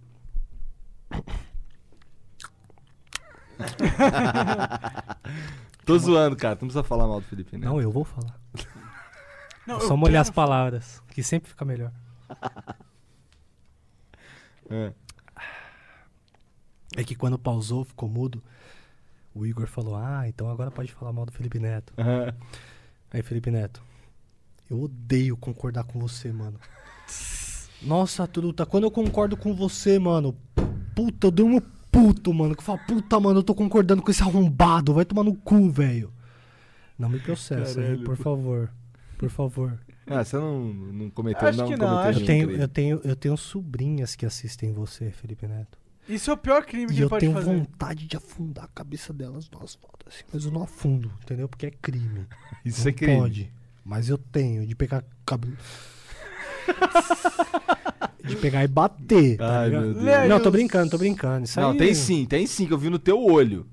[SPEAKER 3] Tô zoando, cara. Tu não precisa falar mal do Felipe Neto.
[SPEAKER 4] Não, eu vou falar.
[SPEAKER 2] Não,
[SPEAKER 4] É
[SPEAKER 2] eu
[SPEAKER 4] Só molhar as palavras, que sempre fica melhor.
[SPEAKER 3] É.
[SPEAKER 4] É que quando pausou, ficou mudo. O Igor falou: Ah, então agora pode falar mal do Felipe Neto.
[SPEAKER 3] Aham.
[SPEAKER 4] Aí, Felipe Neto, eu odeio concordar com você, mano. Nossa, truta, quando eu concordo com você, mano, puta, eu durmo puto, mano. Que eu falo, puta, mano, eu tô concordando com esse arrombado, vai tomar no cu, velho. Não me processa, hein, por favor. Por favor.
[SPEAKER 3] Ah, você não, não cometeu
[SPEAKER 2] Acho
[SPEAKER 3] não,
[SPEAKER 2] que não,
[SPEAKER 3] cometeu
[SPEAKER 2] acho
[SPEAKER 3] nenhum
[SPEAKER 4] Eu tenho,
[SPEAKER 3] crime.
[SPEAKER 4] eu, tenho, eu tenho sobrinhas que assistem você, Felipe Neto.
[SPEAKER 2] Isso é o pior crime que
[SPEAKER 4] E
[SPEAKER 2] ele
[SPEAKER 4] eu
[SPEAKER 2] pode
[SPEAKER 4] tenho
[SPEAKER 2] fazer.
[SPEAKER 4] vontade de afundar a cabeça delas no asfalto, assim, mas eu não afundo, entendeu? Porque é crime.
[SPEAKER 3] Isso
[SPEAKER 4] Não
[SPEAKER 3] é crime.
[SPEAKER 4] Pode. Mas eu tenho de pegar cabelo. de pegar e bater. tá
[SPEAKER 3] Ai,
[SPEAKER 4] ligado?
[SPEAKER 3] meu Deus.
[SPEAKER 2] Lê aí
[SPEAKER 4] Não, tô
[SPEAKER 2] os-
[SPEAKER 4] brincando, tô brincando. Isso
[SPEAKER 3] Não,
[SPEAKER 4] aí-
[SPEAKER 3] tem sim, tem sim, que eu vi no teu olho.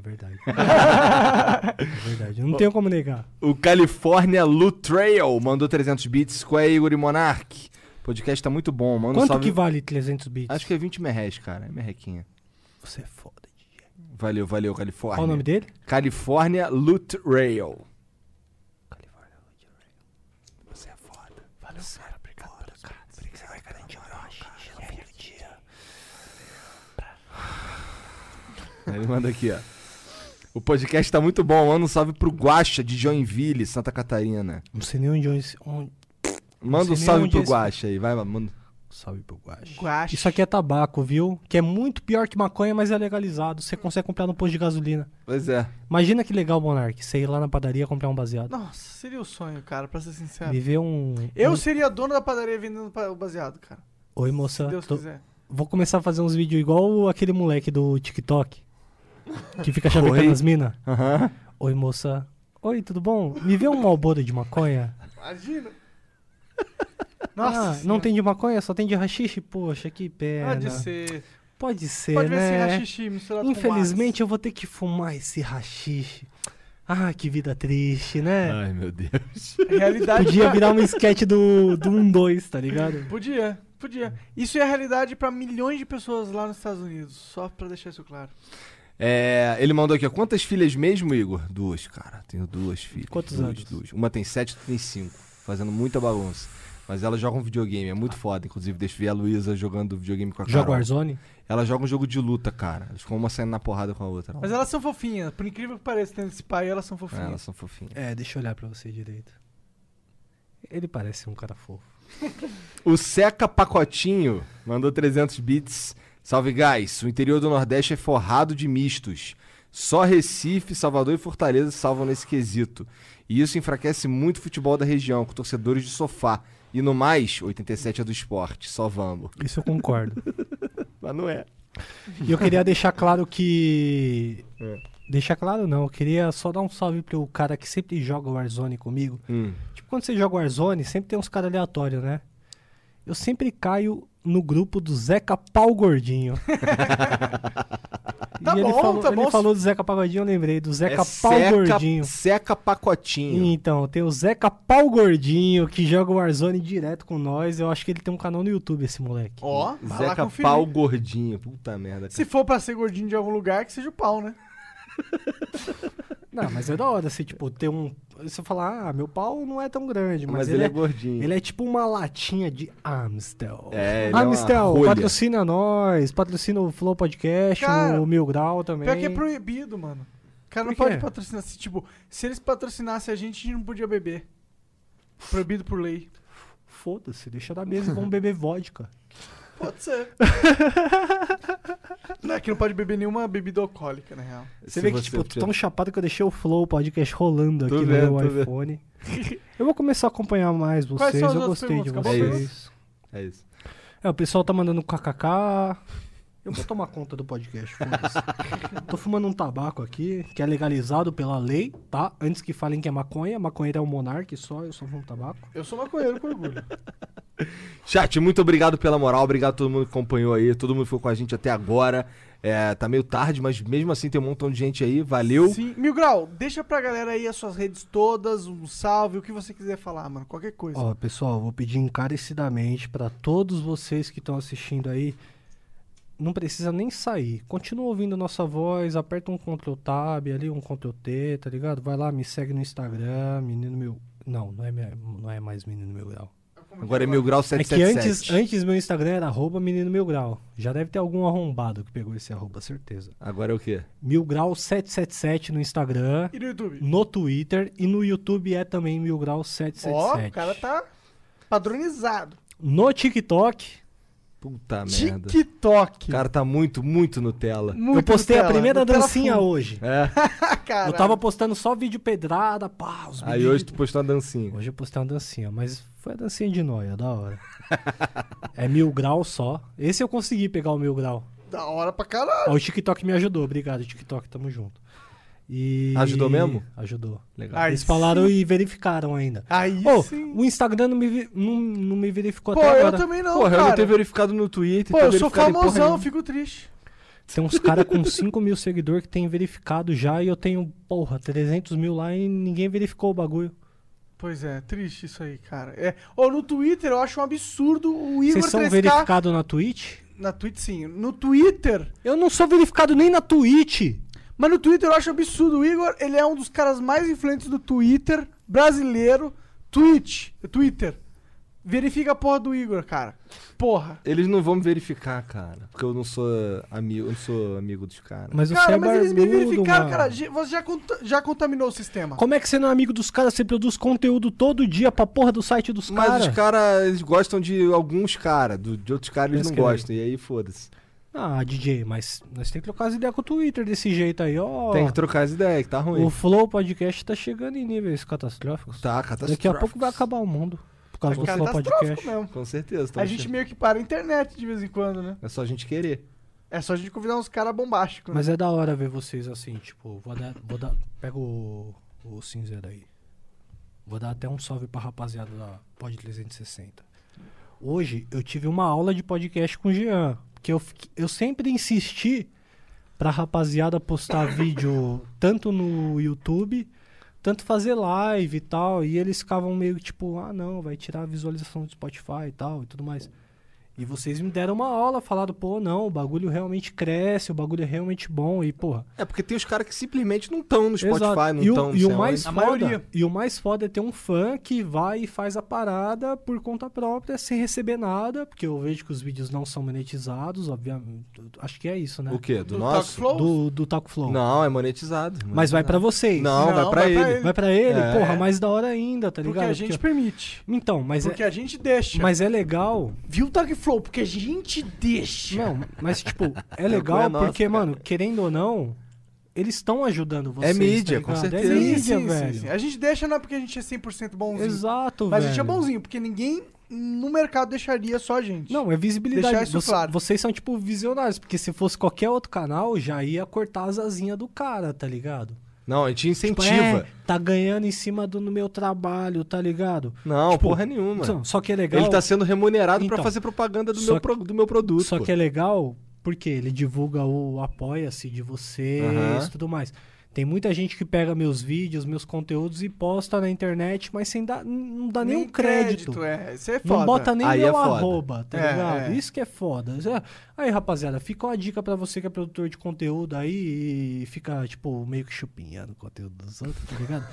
[SPEAKER 4] verdade. é verdade. Eu não tenho como negar.
[SPEAKER 3] O California Lu Trail mandou 300 bits. Qual é, Igor e Monark? O podcast tá muito bom, mano.
[SPEAKER 4] Quanto
[SPEAKER 3] Salve-
[SPEAKER 4] que vale 300 bits?
[SPEAKER 3] Acho que é 20 merres, cara. É merrequinha.
[SPEAKER 4] Você é foda. DJ.
[SPEAKER 3] Valeu, valeu, Califórnia.
[SPEAKER 4] Qual o nome dele?
[SPEAKER 3] California Loot Rail. Você é foda. Valeu, cara. Obrigado, cara. Você é vai garantir o Yoshi. Ele manda aqui, ó. O podcast tá muito bom. Manda um salve pro Guaxa de Joinville, Santa Catarina.
[SPEAKER 4] Não sei nem onde... onde, onde...
[SPEAKER 3] Manda um
[SPEAKER 4] sei nem
[SPEAKER 3] salve
[SPEAKER 4] onde
[SPEAKER 3] pro
[SPEAKER 4] é esse-
[SPEAKER 3] Guaxa aí. Vai, manda.
[SPEAKER 4] Salve pro Guache.
[SPEAKER 2] Guache.
[SPEAKER 4] Isso aqui é tabaco, viu? Que é muito pior que maconha, mas é legalizado. Você consegue comprar no posto de gasolina.
[SPEAKER 3] Pois é.
[SPEAKER 4] Imagina que legal, Monark. Você ir lá na padaria comprar um baseado.
[SPEAKER 2] Nossa, seria o sonho, cara, pra ser sincero.
[SPEAKER 4] Viver um...
[SPEAKER 2] Eu
[SPEAKER 4] um-
[SPEAKER 2] seria dono da padaria vendendo pa- o baseado, cara.
[SPEAKER 4] Oi,
[SPEAKER 2] Se
[SPEAKER 4] moça.
[SPEAKER 2] Deus
[SPEAKER 4] tô-
[SPEAKER 2] quiser.
[SPEAKER 4] Vou começar a fazer uns vídeos igual aquele moleque do TikTok. Que fica
[SPEAKER 3] Oi.
[SPEAKER 4] chavecando as minas.
[SPEAKER 3] Aham.
[SPEAKER 4] Oi, moça. Oi, tudo bom? Me vê um malboro de maconha?
[SPEAKER 2] Imagina.
[SPEAKER 4] Nossa,
[SPEAKER 2] Nossa,
[SPEAKER 4] Ah, não tem de maconha, só tem de rachixe? Poxa, que pena.
[SPEAKER 2] Pode ser.
[SPEAKER 4] Pode ser,
[SPEAKER 2] Pode ver esse
[SPEAKER 4] né?
[SPEAKER 2] rachixe misturado com
[SPEAKER 4] Infelizmente eu vou ter que fumar esse rachixe. Ah, que vida triste, né?
[SPEAKER 3] Ai, meu Deus.
[SPEAKER 2] Max. É Realidade.
[SPEAKER 4] Podia
[SPEAKER 2] pra-
[SPEAKER 4] virar um sketch do, do 1-2, tá ligado?
[SPEAKER 2] Podia, podia. Isso é a realidade pra milhões de pessoas lá nos Estados Unidos, só pra deixar isso claro.
[SPEAKER 3] É, ele mandou aqui, ó. Quantas filhas mesmo, Igor? Duas, cara. Tenho duas filhas.
[SPEAKER 4] Quantos
[SPEAKER 3] duas,
[SPEAKER 4] anos?
[SPEAKER 3] Duas. Uma tem sete, outra tem cinco. Fazendo muita bagunça. Mas elas jogam videogame, é muito foda. Inclusive, deixa eu ver a Luísa jogando videogame com a
[SPEAKER 4] Joga
[SPEAKER 3] Carol.
[SPEAKER 4] Warzone?
[SPEAKER 3] Elas jogam um jogo de luta, cara. Elas ficam uma saindo na porrada com a outra.
[SPEAKER 4] é
[SPEAKER 2] Mas elas são fofinhas, por incrível que pareça, tendo esse pai, elas são
[SPEAKER 3] É, elas
[SPEAKER 2] fofinhas.
[SPEAKER 3] são fofinhas.
[SPEAKER 4] É, deixa eu olhar pra você direito. Ele parece um cara fofo.
[SPEAKER 3] O Seca Pacotinho mandou 300 bits. Salve, guys. O interior do Nordeste é forrado de mistos. Só Recife, Salvador e Fortaleza salvam nesse quesito. E isso enfraquece muito o futebol da região, com torcedores de sofá. E no mais, 87 é do esporte. Só vamos.
[SPEAKER 4] Isso eu concordo.
[SPEAKER 3] Mas não é.
[SPEAKER 4] E eu queria deixar claro que.
[SPEAKER 2] É.
[SPEAKER 4] Deixar claro não, eu queria só dar um salve pro cara que sempre joga Warzone comigo.
[SPEAKER 3] Hum.
[SPEAKER 4] Tipo, quando você joga Warzone, sempre tem uns caras aleatórios, né? Eu sempre caio no grupo do Zeca Pau Gordinho.
[SPEAKER 2] Tá
[SPEAKER 4] e ele
[SPEAKER 2] bom,
[SPEAKER 4] falou,
[SPEAKER 2] tá
[SPEAKER 4] ele
[SPEAKER 2] bom.
[SPEAKER 4] falou do Zeca Pau Gordinho, eu lembrei, do Zeca
[SPEAKER 3] É
[SPEAKER 4] Pau Gordinho.
[SPEAKER 3] Seca Pacotinho.
[SPEAKER 4] Então, tem o Zeca Pau Gordinho, que joga Warzone direto com nós. Eu acho que ele tem um canal no YouTube, esse moleque.
[SPEAKER 2] Ó, vai lá
[SPEAKER 3] Zeca
[SPEAKER 2] conferir.
[SPEAKER 3] Pau Gordinho. Puta merda.
[SPEAKER 2] Se
[SPEAKER 3] Cara.
[SPEAKER 2] for pra ser gordinho de algum lugar, que seja o pau, né?
[SPEAKER 4] Não, mas é da hora, assim, tipo, ter um... Você falar, ah, meu pau não é tão grande,
[SPEAKER 3] Mas,
[SPEAKER 4] mas,
[SPEAKER 3] ele é, gordinho.
[SPEAKER 4] Ele é tipo uma latinha de Amstel.
[SPEAKER 3] É,
[SPEAKER 4] Ah,
[SPEAKER 3] ele é uma
[SPEAKER 4] Amstel,
[SPEAKER 3] rolha.
[SPEAKER 4] patrocina nós, patrocina o Flow Podcast,
[SPEAKER 2] Cara,
[SPEAKER 4] o Mil Grau também.
[SPEAKER 2] Pior que é proibido, mano. O cara não
[SPEAKER 4] Por quê?
[SPEAKER 2] pode patrocinar. Se, tipo, se eles patrocinassem a gente, a gente não podia beber. Proibido por lei.
[SPEAKER 4] Foda-se, deixa na mesa e vamos beber vodka.
[SPEAKER 2] Pode ser. não, é que não pode beber nenhuma bebida alcoólica, na real.
[SPEAKER 4] Você vê que, tipo, eu tô tão chapado que eu deixei o Flow Podcast rolando
[SPEAKER 3] Tô
[SPEAKER 4] aqui
[SPEAKER 3] vendo, tô
[SPEAKER 4] no meu
[SPEAKER 3] vendo.
[SPEAKER 4] iPhone. Eu vou começar a acompanhar mais
[SPEAKER 2] são
[SPEAKER 4] vocês,
[SPEAKER 2] as
[SPEAKER 4] eu
[SPEAKER 2] outras
[SPEAKER 4] gostei de
[SPEAKER 2] perguntas? Acabou
[SPEAKER 3] a
[SPEAKER 4] vocês.
[SPEAKER 3] É isso.
[SPEAKER 4] É, o pessoal tá mandando kkk. Eu vou tomar conta do podcast, foda-se. Tô fumando um tabaco aqui, que é legalizado pela lei, tá? Antes que falem que é maconha, maconheiro é um monarca só, eu só fumo tabaco.
[SPEAKER 2] Eu sou maconheiro com orgulho.
[SPEAKER 3] Chat, muito obrigado pela moral, obrigado a todo mundo que acompanhou aí, todo mundo que ficou com a gente até agora. É, tá meio tarde, mas mesmo assim tem um montão de gente aí, valeu.
[SPEAKER 2] Sim. Mil Grau, deixa pra galera aí as suas redes todas, um salve, o que você quiser falar, mano. Qualquer coisa.
[SPEAKER 4] Ó, pessoal, vou pedir encarecidamente pra todos vocês que estão assistindo aí, não precisa nem sair. Continua ouvindo nossa voz, aperta um Ctrl Tab ali, um Ctrl T, tá ligado? Vai lá, me segue no Instagram, menino meu. Não, não é, minha- não é mais menino meu grau.
[SPEAKER 3] Agora é mil grau
[SPEAKER 4] É que
[SPEAKER 3] 777.
[SPEAKER 4] antes, antes meu Instagram era arroba menino mil grau. Já deve ter algum arrombado que pegou esse arroba, certeza.
[SPEAKER 3] Agora é o quê?
[SPEAKER 4] Mil grau 777 no Instagram,
[SPEAKER 2] E no YouTube?
[SPEAKER 4] no Twitter e no YouTube é também mil grau
[SPEAKER 2] Ó,
[SPEAKER 4] 777.
[SPEAKER 2] o cara tá padronizado.
[SPEAKER 4] No TikTok,
[SPEAKER 3] Puta merda.
[SPEAKER 2] TikTok.
[SPEAKER 3] O cara tá muito, muito Nutella.
[SPEAKER 2] Muito
[SPEAKER 4] eu postei
[SPEAKER 2] Nutella,
[SPEAKER 4] a primeira
[SPEAKER 2] Nutella
[SPEAKER 4] dancinha
[SPEAKER 2] full.
[SPEAKER 4] hoje.
[SPEAKER 3] É,
[SPEAKER 2] Caralho.
[SPEAKER 4] Eu tava postando só vídeo pedrada, pá, os
[SPEAKER 3] aí
[SPEAKER 4] vídeos
[SPEAKER 3] hoje
[SPEAKER 4] de-
[SPEAKER 3] tu postou uma dancinha.
[SPEAKER 4] Hoje eu postei uma dancinha, mas foi a dancinha de noia, da hora. é mil grau só. Esse eu consegui pegar o mil grau.
[SPEAKER 2] Da hora pra caralho.
[SPEAKER 4] Ó, o TikTok me ajudou, obrigado, TikTok, tamo junto. E...
[SPEAKER 3] Ajudou mesmo?
[SPEAKER 4] Ajudou.
[SPEAKER 3] Legal.
[SPEAKER 2] Aí
[SPEAKER 4] Eles
[SPEAKER 2] sim.
[SPEAKER 4] falaram e verificaram ainda.
[SPEAKER 2] Aí
[SPEAKER 4] Pô,
[SPEAKER 2] sim.
[SPEAKER 4] o Instagram não me, vi- não, não me verificou
[SPEAKER 2] Pô,
[SPEAKER 4] até
[SPEAKER 2] eu
[SPEAKER 4] agora.
[SPEAKER 2] também não,
[SPEAKER 3] Porra, eu não
[SPEAKER 2] cara.
[SPEAKER 3] tenho verificado no Twitter.
[SPEAKER 2] Pô,
[SPEAKER 3] tenho
[SPEAKER 2] eu sou
[SPEAKER 3] verificado em porra
[SPEAKER 2] famosão, eu
[SPEAKER 3] nenhuma.
[SPEAKER 2] fico triste.
[SPEAKER 4] Tem uns caras com 5 mil seguidores que tem verificado já e eu tenho, porra, 300 mil lá e ninguém verificou o bagulho.
[SPEAKER 2] Pois é, triste isso aí, cara. É, ou no Twitter eu acho um absurdo o Igor
[SPEAKER 4] Vocês são
[SPEAKER 2] 3K
[SPEAKER 4] verificados na Twitch?
[SPEAKER 2] na Twitch sim, no Twitter.
[SPEAKER 4] Eu não sou verificado nem na Twitch.
[SPEAKER 2] Mas no Twitter eu acho absurdo o Igor, ele é um dos caras mais influentes do Twitter brasileiro, Twitch, Twitter. Verifica a porra do Igor, cara. Porra.
[SPEAKER 6] Eles não vão me verificar, cara. Porque eu não sou amigo, eu não sou amigo dos caras.
[SPEAKER 4] Mas você
[SPEAKER 2] Cara,
[SPEAKER 4] é
[SPEAKER 2] mas eles me
[SPEAKER 4] barbudo,
[SPEAKER 2] verificaram,
[SPEAKER 4] mano.
[SPEAKER 2] cara. ge- Você já, conta- já contaminou o sistema.
[SPEAKER 4] Como é que você não é amigo dos caras? Você produz conteúdo todo dia pra porra do site dos
[SPEAKER 6] Mas
[SPEAKER 4] caras.
[SPEAKER 6] os caras, eles gostam de alguns caras, do- de outros caras eles
[SPEAKER 4] Mas
[SPEAKER 6] não
[SPEAKER 4] que-
[SPEAKER 6] gostam, e aí foda-se.
[SPEAKER 4] Ah, DJ, mas nós temos que trocar as ideias com o Twitter desse jeito aí, ó.
[SPEAKER 6] Tem que trocar as ideias, que tá ruim.
[SPEAKER 4] o Flow Podcast tá chegando em níveis catastróficos.
[SPEAKER 6] Tá,
[SPEAKER 4] Daqui a
[SPEAKER 6] catastrófico.
[SPEAKER 4] pouco vai acabar o mundo por causa do Flow
[SPEAKER 2] Catastrófico
[SPEAKER 4] um Podcast.
[SPEAKER 2] tá mesmo.
[SPEAKER 6] Com certeza.
[SPEAKER 2] A
[SPEAKER 6] tamo
[SPEAKER 2] gente
[SPEAKER 6] che-
[SPEAKER 2] meio que para a internet de vez em quando, né?
[SPEAKER 6] É só a gente querer.
[SPEAKER 2] É só a gente convidar uns caras bombásticos. né?
[SPEAKER 4] Mas é da hora ver vocês assim, tipo, vou dar. Vou dar pega o, o cinzeiro aí. Vou dar até um salve pra rapaziada da Pod 360. Hoje eu tive uma aula de podcast com o Jean. Porque eu, fiquei- eu sempre insisti pra rapaziada postar vídeo tanto no YouTube, tanto fazer live e tal. E eles ficavam meio que tipo, ah não, vai tirar a visualização do Spotify e tal e tudo mais. E vocês me deram uma aula, falaram, pô, não, o bagulho realmente cresce, o bagulho é realmente bom, e porra.
[SPEAKER 6] É porque tem os caras que simplesmente não estão no Spotify,
[SPEAKER 4] Exato.
[SPEAKER 6] não
[SPEAKER 4] e,
[SPEAKER 6] estão
[SPEAKER 4] o, e o mais
[SPEAKER 2] A
[SPEAKER 4] foda,
[SPEAKER 2] maioria.
[SPEAKER 4] E o mais foda é ter um fã que vai e faz a parada por conta própria, sem receber nada, porque eu vejo que os vídeos não são monetizados, obviamente. Acho que é isso, né?
[SPEAKER 6] O quê? Do,
[SPEAKER 2] Do Talk
[SPEAKER 6] nosso?
[SPEAKER 2] Flow?
[SPEAKER 4] Do, do Taco Flow.
[SPEAKER 6] tá Não, é monetizado.
[SPEAKER 4] Mas vai pra vocês.
[SPEAKER 6] Não, vai
[SPEAKER 2] Não,
[SPEAKER 6] pra
[SPEAKER 2] vai pra
[SPEAKER 6] ele.
[SPEAKER 2] ele.
[SPEAKER 4] Vai pra ele,
[SPEAKER 6] É.
[SPEAKER 4] porra, mais da hora ainda, tá
[SPEAKER 2] Porque
[SPEAKER 4] ligado?
[SPEAKER 2] a gente
[SPEAKER 4] Porque-
[SPEAKER 2] permite.
[SPEAKER 4] Então, mas
[SPEAKER 2] Porque
[SPEAKER 4] é,
[SPEAKER 2] a gente deixa.
[SPEAKER 4] mas é legal.
[SPEAKER 2] Viu, Tag Flow? Porque a gente deixa.
[SPEAKER 4] Não, mas tipo, é legal
[SPEAKER 5] é nosso,
[SPEAKER 4] porque, mano, querendo ou não, eles estão ajudando vocês.
[SPEAKER 6] mídia,
[SPEAKER 4] tá
[SPEAKER 6] com
[SPEAKER 4] ligado?
[SPEAKER 6] certeza.
[SPEAKER 4] É
[SPEAKER 6] Sim,
[SPEAKER 4] mídia, velho.
[SPEAKER 2] A gente deixa não é porque a gente é 100% bonzinho.
[SPEAKER 4] Exato,
[SPEAKER 2] Mas
[SPEAKER 4] velho.
[SPEAKER 2] a gente é bonzinho, porque ninguém no mercado deixaria só a gente.
[SPEAKER 4] Não, é visibilidade.
[SPEAKER 2] Deixar isso
[SPEAKER 4] Você-
[SPEAKER 2] claro.
[SPEAKER 4] Vocês são, tipo, visionários, porque se fosse qualquer outro canal, já ia cortar as asinhas do cara, tá ligado?
[SPEAKER 6] Não, a gente
[SPEAKER 4] Tipo,
[SPEAKER 6] incentiva.
[SPEAKER 4] é, tá ganhando em cima do no meu trabalho, tá ligado?
[SPEAKER 6] Não,
[SPEAKER 4] Tipo,
[SPEAKER 6] porra nenhuma.
[SPEAKER 4] Então, Só que é legal.
[SPEAKER 6] Ele tá sendo remunerado pra
[SPEAKER 4] Então,
[SPEAKER 6] fazer propaganda do
[SPEAKER 4] só
[SPEAKER 6] meu, pro- do meu produto.
[SPEAKER 4] Só
[SPEAKER 6] pô.
[SPEAKER 4] que é legal porque ele divulga o apoia-se de vocês e
[SPEAKER 6] Aham.
[SPEAKER 4] tudo mais. Tem muita gente que pega meus vídeos, meus conteúdos e posta na internet, mas sem dar, não dá nenhum crédito.
[SPEAKER 2] é. Isso é foda.
[SPEAKER 4] Não bota nem
[SPEAKER 6] Aí
[SPEAKER 4] meu
[SPEAKER 6] é foda.
[SPEAKER 4] arroba, tá
[SPEAKER 2] É,
[SPEAKER 4] ligado?
[SPEAKER 2] é.
[SPEAKER 4] Isso que é foda. Isso é- Aí, rapaziada, fica uma dica pra você que é produtor de conteúdo aí e fica, tipo, meio que chupinhando o conteúdo dos outros, tá ligado?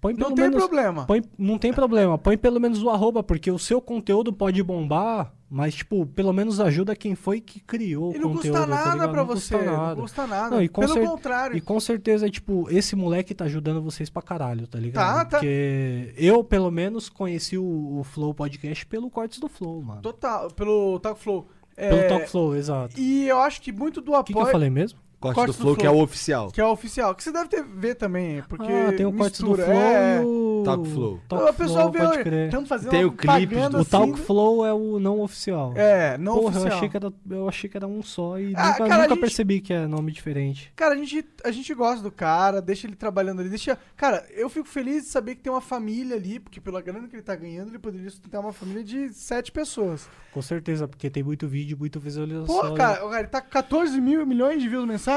[SPEAKER 4] Põe
[SPEAKER 2] Não
[SPEAKER 4] pelo
[SPEAKER 2] tem
[SPEAKER 4] menos.
[SPEAKER 2] problema.
[SPEAKER 4] Põe, não tem problema, põe pelo menos o arroba, porque o seu conteúdo pode bombar, mas, tipo, pelo menos ajuda quem foi que criou
[SPEAKER 2] E
[SPEAKER 4] o
[SPEAKER 2] não
[SPEAKER 4] conteúdo.
[SPEAKER 2] custa
[SPEAKER 4] tá
[SPEAKER 2] nada
[SPEAKER 4] ligado?
[SPEAKER 2] pra
[SPEAKER 4] Não
[SPEAKER 2] você.
[SPEAKER 4] custa nada.
[SPEAKER 2] Não custa nada.
[SPEAKER 4] Não, e com
[SPEAKER 2] Pelo
[SPEAKER 4] cer-
[SPEAKER 2] contrário.
[SPEAKER 4] E com certeza, tipo, esse moleque tá ajudando vocês pra caralho, tá ligado?
[SPEAKER 2] Tá, tá.
[SPEAKER 4] Porque eu, pelo menos, conheci o, o Flow Podcast pelo Cortes do Flow, mano.
[SPEAKER 2] Total, pelo Talk Flow. É,
[SPEAKER 4] Pelo Talk Flow, exato. O
[SPEAKER 2] E eu acho que muito do
[SPEAKER 4] que,
[SPEAKER 2] apoio.
[SPEAKER 4] que eu falei mesmo?
[SPEAKER 6] Corte,
[SPEAKER 2] Corte
[SPEAKER 6] do,
[SPEAKER 2] do
[SPEAKER 6] Flow, que é
[SPEAKER 2] Flow.
[SPEAKER 6] o oficial.
[SPEAKER 2] que é oficial. Que você deve ter, ver também. Porque
[SPEAKER 4] ah, tem o Cortes do
[SPEAKER 2] mistura,
[SPEAKER 4] Flow
[SPEAKER 2] é.
[SPEAKER 4] e o...
[SPEAKER 6] Talk Flow.
[SPEAKER 4] Talk
[SPEAKER 2] o pessoal
[SPEAKER 4] Tá Flow, pode
[SPEAKER 2] vê.
[SPEAKER 4] crer.
[SPEAKER 2] Estamos fazendo
[SPEAKER 6] Tem
[SPEAKER 2] uma
[SPEAKER 6] o clipe
[SPEAKER 2] propaganda
[SPEAKER 6] do
[SPEAKER 4] O
[SPEAKER 2] assim,
[SPEAKER 4] Talk
[SPEAKER 2] né?
[SPEAKER 4] Flow é o não oficial.
[SPEAKER 2] É, não
[SPEAKER 4] Porra,
[SPEAKER 2] oficial.
[SPEAKER 4] Eu, achei que era, eu achei que era um só e
[SPEAKER 2] Ah,
[SPEAKER 4] nunca,
[SPEAKER 2] cara, a
[SPEAKER 4] nunca
[SPEAKER 2] gente-
[SPEAKER 4] percebi que é nome diferente.
[SPEAKER 2] Cara, a gente, a gente gosta do cara, deixa ele trabalhando ali, deixa... Cara, eu fico feliz de saber que tem uma família ali, porque pela grana que ele tá ganhando, ele poderia sustentar uma família de sete pessoas.
[SPEAKER 4] Com certeza, porque tem muito vídeo, muito visualização. né?
[SPEAKER 2] Pô, cara, o cara, ele tá com 14 mil milhões de views mensais,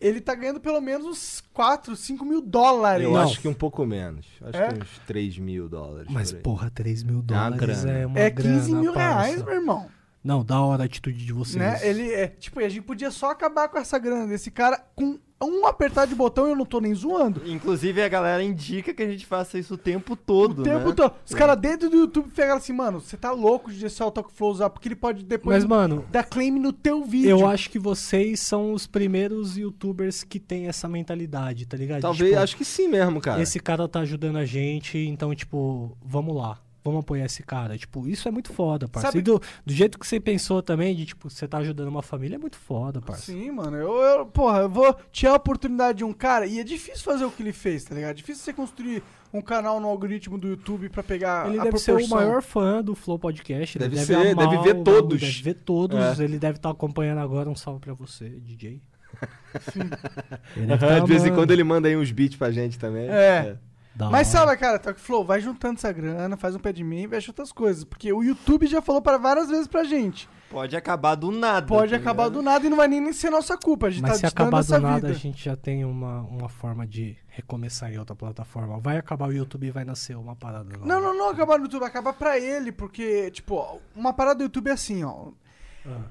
[SPEAKER 2] ele tá ganhando pelo menos uns 4, 5 mil dólares.
[SPEAKER 6] Eu
[SPEAKER 4] Não.
[SPEAKER 6] acho que um pouco menos. Acho
[SPEAKER 2] É?
[SPEAKER 6] que uns 3 mil dólares.
[SPEAKER 4] Mas,
[SPEAKER 6] por aí.
[SPEAKER 4] porra, 3 mil
[SPEAKER 6] uma
[SPEAKER 4] dólares
[SPEAKER 6] grana.
[SPEAKER 4] é uma
[SPEAKER 2] É
[SPEAKER 4] grana,
[SPEAKER 2] 15 mil
[SPEAKER 4] parça.
[SPEAKER 2] reais, meu irmão.
[SPEAKER 4] Não, da hora a atitude de vocês.
[SPEAKER 2] Né? Ele é... Tipo, e a gente podia só acabar com essa grana desse cara com um apertar de botão e eu não tô nem zoando.
[SPEAKER 5] Inclusive, a galera indica que a gente faça isso o tempo
[SPEAKER 2] O
[SPEAKER 5] todo,
[SPEAKER 2] tempo
[SPEAKER 5] né?
[SPEAKER 2] todo. Os caras dentro do YouTube pegaram assim, mano, você tá louco de deixar o Talk Flow usar, porque ele pode depois
[SPEAKER 4] Mas, mano,
[SPEAKER 2] dar claim no teu vídeo.
[SPEAKER 4] eu acho que vocês são os primeiros youtubers que têm essa mentalidade, tá ligado?
[SPEAKER 6] Talvez,
[SPEAKER 4] Tipo,
[SPEAKER 6] acho que sim mesmo, cara.
[SPEAKER 4] Esse cara tá ajudando a gente, então, tipo, vamos lá. Vamos apoiar esse cara. Tipo, isso é muito foda, parça.
[SPEAKER 2] Sabe-
[SPEAKER 4] E do, do jeito que você pensou também, de tipo, você tá ajudando uma família, é muito foda, parça.
[SPEAKER 2] Sim, mano. Eu, eu- porra, eu vou tirar a oportunidade de um cara e é difícil fazer o que ele fez, tá ligado? É difícil você construir um canal no algoritmo do YouTube pra pegar
[SPEAKER 4] Ele
[SPEAKER 2] a
[SPEAKER 4] deve ser
[SPEAKER 2] proporção.
[SPEAKER 4] o maior fã do Flow Podcast. Ele
[SPEAKER 6] Deve
[SPEAKER 4] deve,
[SPEAKER 6] ser,
[SPEAKER 4] amar
[SPEAKER 6] deve ver
[SPEAKER 4] o bagulho,
[SPEAKER 6] todos.
[SPEAKER 4] Deve ver todos.
[SPEAKER 6] É.
[SPEAKER 4] Ele deve estar acompanhando agora. Um salve pra você, DJ. Sim.
[SPEAKER 6] Aham, de vez em quando ele manda aí uns beats pra gente também.
[SPEAKER 2] É. Mas
[SPEAKER 5] Ah.
[SPEAKER 4] Mas sabe...
[SPEAKER 2] sabe, cara, Talk Flow, vai juntando essa grana, faz um pé de mim e veste outras coisas. Porque o YouTube já falou para várias vezes pra gente
[SPEAKER 5] Pode acabar do nada.
[SPEAKER 2] Pode
[SPEAKER 5] tá
[SPEAKER 2] acabar do
[SPEAKER 5] ligado?
[SPEAKER 2] nada e não vai nem ser nossa culpa. A gente
[SPEAKER 4] Mas
[SPEAKER 2] tá
[SPEAKER 4] se
[SPEAKER 2] ditando
[SPEAKER 4] acabar
[SPEAKER 2] essa
[SPEAKER 4] do nada,
[SPEAKER 2] vida.
[SPEAKER 4] a gente já tem uma, uma forma de recomeçar em outra plataforma. Vai acabar o YouTube e vai nascer uma parada nova.
[SPEAKER 2] Não, não, não acabar no YouTube, acabar pra ele, porque, tipo, ó, uma parada do YouTube é assim, ó.
[SPEAKER 4] Ah.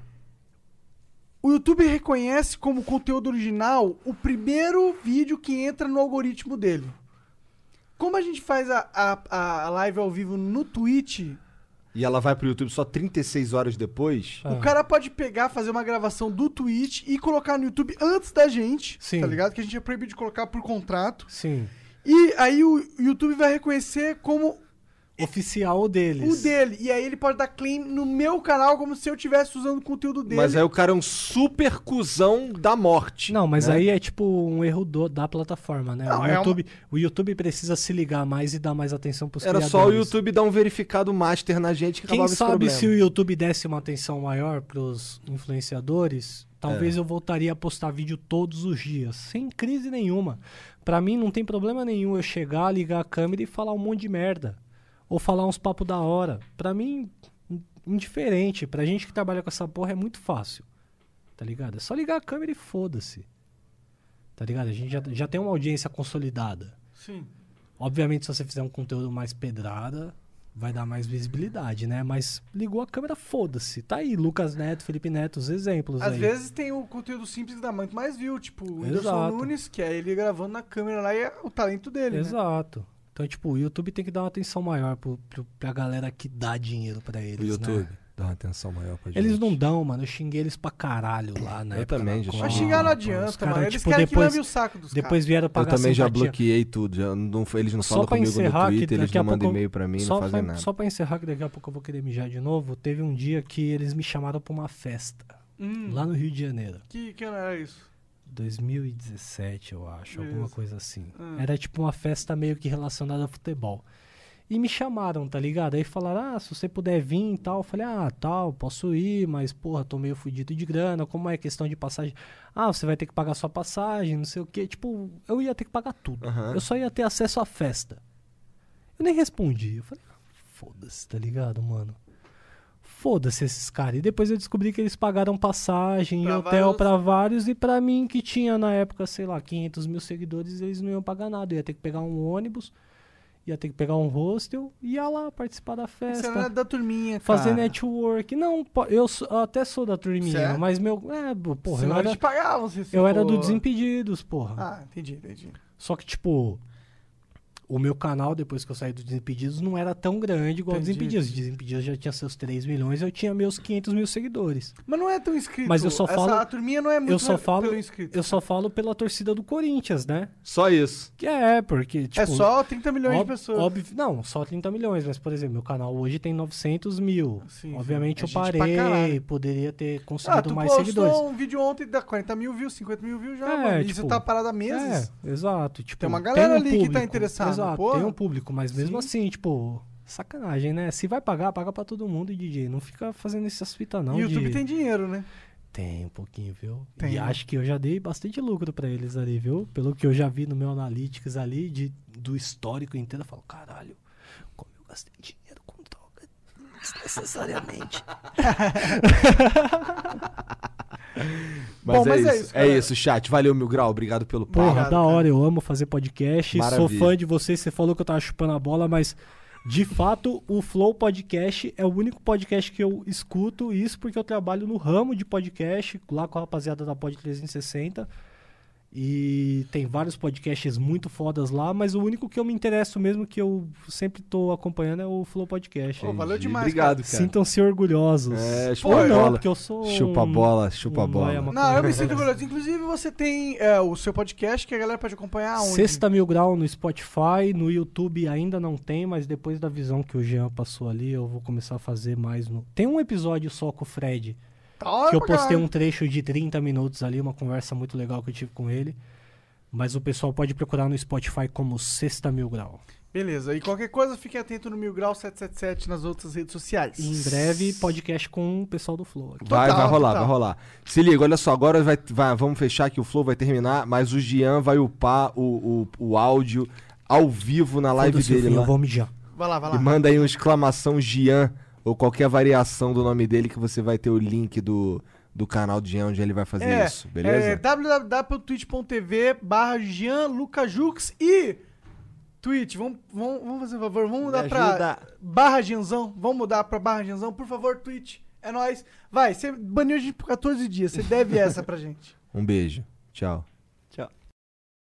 [SPEAKER 2] O YouTube reconhece como conteúdo original o primeiro vídeo que entra no algoritmo dele. Como a gente faz a, a, a live ao vivo no Twitch,
[SPEAKER 6] E ela vai pro YouTube só 36 horas depois.
[SPEAKER 4] Ah.
[SPEAKER 2] o cara pode pegar, fazer uma gravação do Twitch e colocar no YouTube antes da gente,
[SPEAKER 4] Sim.
[SPEAKER 2] tá ligado? Que a gente é proibido de colocar por contrato.
[SPEAKER 4] Sim.
[SPEAKER 2] E aí o YouTube vai reconhecer como
[SPEAKER 4] Oficial deles.
[SPEAKER 2] o dele. E aí ele pode dar claim no meu canal como se eu estivesse usando o conteúdo dele.
[SPEAKER 6] Mas aí o cara é um super cuzão da morte.
[SPEAKER 4] Não, mas
[SPEAKER 6] né?
[SPEAKER 4] aí é tipo um erro do- da plataforma, né?
[SPEAKER 2] Não,
[SPEAKER 4] o,
[SPEAKER 2] é uma-
[SPEAKER 4] YouTube, o YouTube precisa se ligar mais e dar mais atenção pros
[SPEAKER 6] Era
[SPEAKER 4] criadores.
[SPEAKER 6] só o YouTube dar um verificado master na gente que
[SPEAKER 4] Quem
[SPEAKER 6] acabava
[SPEAKER 4] sabe
[SPEAKER 6] esse
[SPEAKER 4] se
[SPEAKER 6] problema.
[SPEAKER 4] o YouTube desse uma atenção maior pros influenciadores, talvez
[SPEAKER 6] É.
[SPEAKER 4] eu voltaria a postar vídeo todos os dias, sem crise nenhuma. Pra mim não tem problema nenhum eu chegar, ligar a câmera e falar um monte de merda. Ou falar uns papos da hora. Pra mim, in- indiferente. Pra gente que trabalha com essa porra é muito fácil. Tá ligado? É só ligar a câmera e foda-se. Tá ligado? A gente já, já tem uma audiência consolidada.
[SPEAKER 2] Sim.
[SPEAKER 4] Obviamente, se você fizer um conteúdo mais pedrada, vai dar mais visibilidade, né? Mas ligou a câmera, foda-se. Tá aí, Lucas Neto, Felipe Neto, os exemplos
[SPEAKER 2] Às
[SPEAKER 4] aí.
[SPEAKER 2] vezes tem o conteúdo simples que dá muito mais view, tipo o Whindersson
[SPEAKER 4] Exato.
[SPEAKER 2] Nunes, que é ele gravando na câmera lá e é o talento dele. né?
[SPEAKER 4] Exato. Então, tipo, o YouTube tem que dar uma atenção maior pro, pro, pra galera que dá dinheiro pra eles, né?
[SPEAKER 6] Dá uma atenção maior pra gente.
[SPEAKER 4] Eles não dão, mano. Eu xinguei eles pra caralho lá na
[SPEAKER 6] Eu
[SPEAKER 4] época
[SPEAKER 6] também,
[SPEAKER 4] da
[SPEAKER 6] já
[SPEAKER 4] Copa.
[SPEAKER 2] Mas xingar não
[SPEAKER 4] Pô, os
[SPEAKER 2] adianta,
[SPEAKER 4] cara,
[SPEAKER 2] mano. Eles
[SPEAKER 4] tipo,
[SPEAKER 2] querem que
[SPEAKER 4] depois,
[SPEAKER 2] lambe o saco dos
[SPEAKER 4] Depois vieram
[SPEAKER 6] Eu
[SPEAKER 4] pagar
[SPEAKER 6] também já
[SPEAKER 4] simpatia.
[SPEAKER 6] bloqueei tudo. já não- eles não
[SPEAKER 4] Só
[SPEAKER 6] falam
[SPEAKER 4] pra
[SPEAKER 6] comigo no
[SPEAKER 4] encerrar, que
[SPEAKER 6] Twitter, eles
[SPEAKER 4] daqui
[SPEAKER 6] não
[SPEAKER 4] a pouco
[SPEAKER 6] mandam
[SPEAKER 4] eu-
[SPEAKER 6] e-mail pra mim,
[SPEAKER 4] só
[SPEAKER 6] não fazem
[SPEAKER 4] pra-
[SPEAKER 6] nada.
[SPEAKER 4] Só pra encerrar, que daqui a pouco eu vou querer mijar de novo, teve um dia que eles me chamaram pra uma festa,
[SPEAKER 2] Hum,
[SPEAKER 4] lá no Rio de Janeiro.
[SPEAKER 2] que, que ano era isso?
[SPEAKER 4] 2017, eu acho, alguma
[SPEAKER 2] Beleza.
[SPEAKER 4] coisa assim.
[SPEAKER 2] Ah.
[SPEAKER 4] Era tipo uma festa meio que relacionada a futebol. E me chamaram, tá ligado? Aí falaram, ah, se você puder vir e tal. Eu falei, ah, tal, posso ir, mas porra, tô meio fudido de grana. Como é questão de passagem? Ah, você vai ter que pagar sua passagem, não sei o quê. Tipo, eu ia ter que pagar tudo.
[SPEAKER 6] Aham.
[SPEAKER 4] Eu só ia ter acesso à festa. Eu nem respondi. Eu falei, ah, foda-se, tá ligado, mano? Foda-se esses caras. E depois eu descobri que eles pagaram passagem e
[SPEAKER 2] Pra
[SPEAKER 4] hotel
[SPEAKER 2] vários-
[SPEAKER 4] pra vários. E pra mim, que tinha na época, sei lá, 500 mil seguidores, eles não iam pagar nada. Eu ia ter que pegar um ônibus, ia ter que pegar um hostel, ia lá participar da
[SPEAKER 2] Você
[SPEAKER 4] festa.
[SPEAKER 2] era da turminha, é cara.
[SPEAKER 4] Fazer network. Não, po- eu sou- eu até sou da turminha,
[SPEAKER 2] Cê é?
[SPEAKER 4] mas meu. É, bo- porra,
[SPEAKER 2] Senão
[SPEAKER 4] eu
[SPEAKER 2] eles
[SPEAKER 4] era,
[SPEAKER 2] pagavam. Se
[SPEAKER 4] eu era do
[SPEAKER 2] for-
[SPEAKER 4] Desimpedidos, porra.
[SPEAKER 2] Ah, entendi, entendi.
[SPEAKER 4] Só que, tipo, o meu canal, depois que eu saí do Desimpedidos, não era tão grande igual o
[SPEAKER 2] Entendi.
[SPEAKER 4] Desimpedidos. Desimpedidos já tinha seus 3 milhões, eu tinha meus 500 mil seguidores.
[SPEAKER 2] Mas não é tão inscrito.
[SPEAKER 4] Mas eu só
[SPEAKER 2] Essa-
[SPEAKER 4] falo-
[SPEAKER 2] a turminha não é muito
[SPEAKER 4] eu só falo-
[SPEAKER 2] pelo inscrito. né?
[SPEAKER 4] Eu só falo pela torcida do Corinthians, né?
[SPEAKER 6] Só isso.
[SPEAKER 4] Que é, porque, tipo...
[SPEAKER 2] é só 30 milhões de
[SPEAKER 4] óbvio-
[SPEAKER 2] pessoas.
[SPEAKER 4] óbvio- não, só 30 milhões, mas, por exemplo, meu canal hoje tem 900 mil.
[SPEAKER 2] Sim, sim.
[SPEAKER 4] Obviamente
[SPEAKER 2] É
[SPEAKER 4] eu
[SPEAKER 2] gente pra caralho.
[SPEAKER 4] parei, poderia ter
[SPEAKER 2] Ah,
[SPEAKER 4] conseguido
[SPEAKER 2] tu
[SPEAKER 4] mais
[SPEAKER 2] postou
[SPEAKER 4] seguidores.
[SPEAKER 2] um vídeo ontem da 40 mil views, 50 mil views já,
[SPEAKER 4] É,
[SPEAKER 2] mano. E
[SPEAKER 4] tipo,
[SPEAKER 2] você tá parado há meses.
[SPEAKER 4] É, exato. Tipo,
[SPEAKER 2] Tem uma galera
[SPEAKER 4] um
[SPEAKER 2] ali que tá
[SPEAKER 4] público,
[SPEAKER 2] interessada,
[SPEAKER 4] Exato,
[SPEAKER 2] porra.
[SPEAKER 4] tem um público, mas mesmo assim, tipo, sacanagem, né? Se vai pagar, paga pra todo mundo, DJ. Não fica fazendo essas fitas, não.
[SPEAKER 2] e o YouTube
[SPEAKER 4] de-
[SPEAKER 2] tem dinheiro, né?
[SPEAKER 4] Tem um pouquinho, viu?
[SPEAKER 2] Tem.
[SPEAKER 4] E acho que eu já dei bastante lucro pra eles ali, viu? Pelo que eu já vi no meu Analytics ali, de, do histórico inteiro, eu falo, caralho, como eu gastei dinheiro com droga desnecessariamente.
[SPEAKER 6] Mas,
[SPEAKER 2] Bom,
[SPEAKER 6] é,
[SPEAKER 2] mas
[SPEAKER 6] isso.
[SPEAKER 2] é
[SPEAKER 6] é
[SPEAKER 2] isso,
[SPEAKER 6] isso.
[SPEAKER 2] cara.
[SPEAKER 6] chat. Valeu, Mil Grau. Obrigado pelo
[SPEAKER 4] Porra,
[SPEAKER 6] papo.
[SPEAKER 4] da hora, eu amo fazer podcast,
[SPEAKER 6] Maravilha.
[SPEAKER 4] sou fã de vocês, você falou que eu tava chupando a bola, mas de fato o Flow Podcast é o único podcast que eu escuto, e isso porque eu trabalho no ramo de podcast, lá com a rapaziada da Pod 360, e tem vários podcasts muito fodas lá, mas o único que eu me interesso mesmo, que eu sempre tô acompanhando, é o Flow Podcast.
[SPEAKER 2] Pô, valeu demais,
[SPEAKER 6] Obrigado, cara.
[SPEAKER 4] Sintam-se orgulhosos.
[SPEAKER 6] É, chupa
[SPEAKER 4] Ou
[SPEAKER 6] a
[SPEAKER 4] não,
[SPEAKER 6] bola.
[SPEAKER 4] porque eu sou
[SPEAKER 6] Chupa a
[SPEAKER 4] um-
[SPEAKER 6] bola, chupa a
[SPEAKER 4] um
[SPEAKER 6] bola.
[SPEAKER 4] noia maconheiro.
[SPEAKER 2] Não, eu me sinto orgulhoso. Inclusive, você tem é, o seu podcast que a galera pode acompanhar onde?
[SPEAKER 4] Sexta Mil Grau no Spotify, no YouTube ainda não tem, mas depois da visão que o Jean passou ali, eu vou começar a fazer mais no. Tem um episódio só com o Fred,
[SPEAKER 2] Tá hora
[SPEAKER 4] que eu
[SPEAKER 2] pra
[SPEAKER 4] postei
[SPEAKER 2] caralho.
[SPEAKER 4] um trecho de 30 minutos ali, uma conversa muito legal que eu tive com ele. Mas o pessoal pode procurar no Spotify como Sexta Mil Grau.
[SPEAKER 2] Beleza, e qualquer coisa, fique atento no Mil Grau 777 nas outras redes sociais.
[SPEAKER 4] E em breve, podcast com o pessoal do Flow aqui.
[SPEAKER 6] Vai,
[SPEAKER 2] Total,
[SPEAKER 6] vai rolar,
[SPEAKER 2] total.
[SPEAKER 6] vai rolar. Se liga, olha só, agora vai, vai- vamos fechar que o Flow vai terminar, mas o Gian vai upar o, o, o áudio ao vivo na live
[SPEAKER 4] Foda-se,
[SPEAKER 6] dele
[SPEAKER 4] filho,
[SPEAKER 6] lá.
[SPEAKER 4] Eu vou mijar.
[SPEAKER 2] Vai lá, vai
[SPEAKER 6] E
[SPEAKER 2] lá.
[SPEAKER 6] manda aí uma exclamação Gian
[SPEAKER 3] ou qualquer variação do nome dele que você vai ter o link do, do canal de onde ele vai fazer
[SPEAKER 2] É,
[SPEAKER 3] isso, beleza?
[SPEAKER 2] É www.twitch.tv barra Lucajux e Twitch, vamos, vamos, vamos fazer um favor, vamos mudar pra
[SPEAKER 5] ajuda.
[SPEAKER 2] barra Genzão, vamos mudar pra barra Genzão, por favor, Twitch, é nóis. Vai, você baniu a gente por 14 dias, você deve essa pra gente.
[SPEAKER 3] Um beijo. Tchau.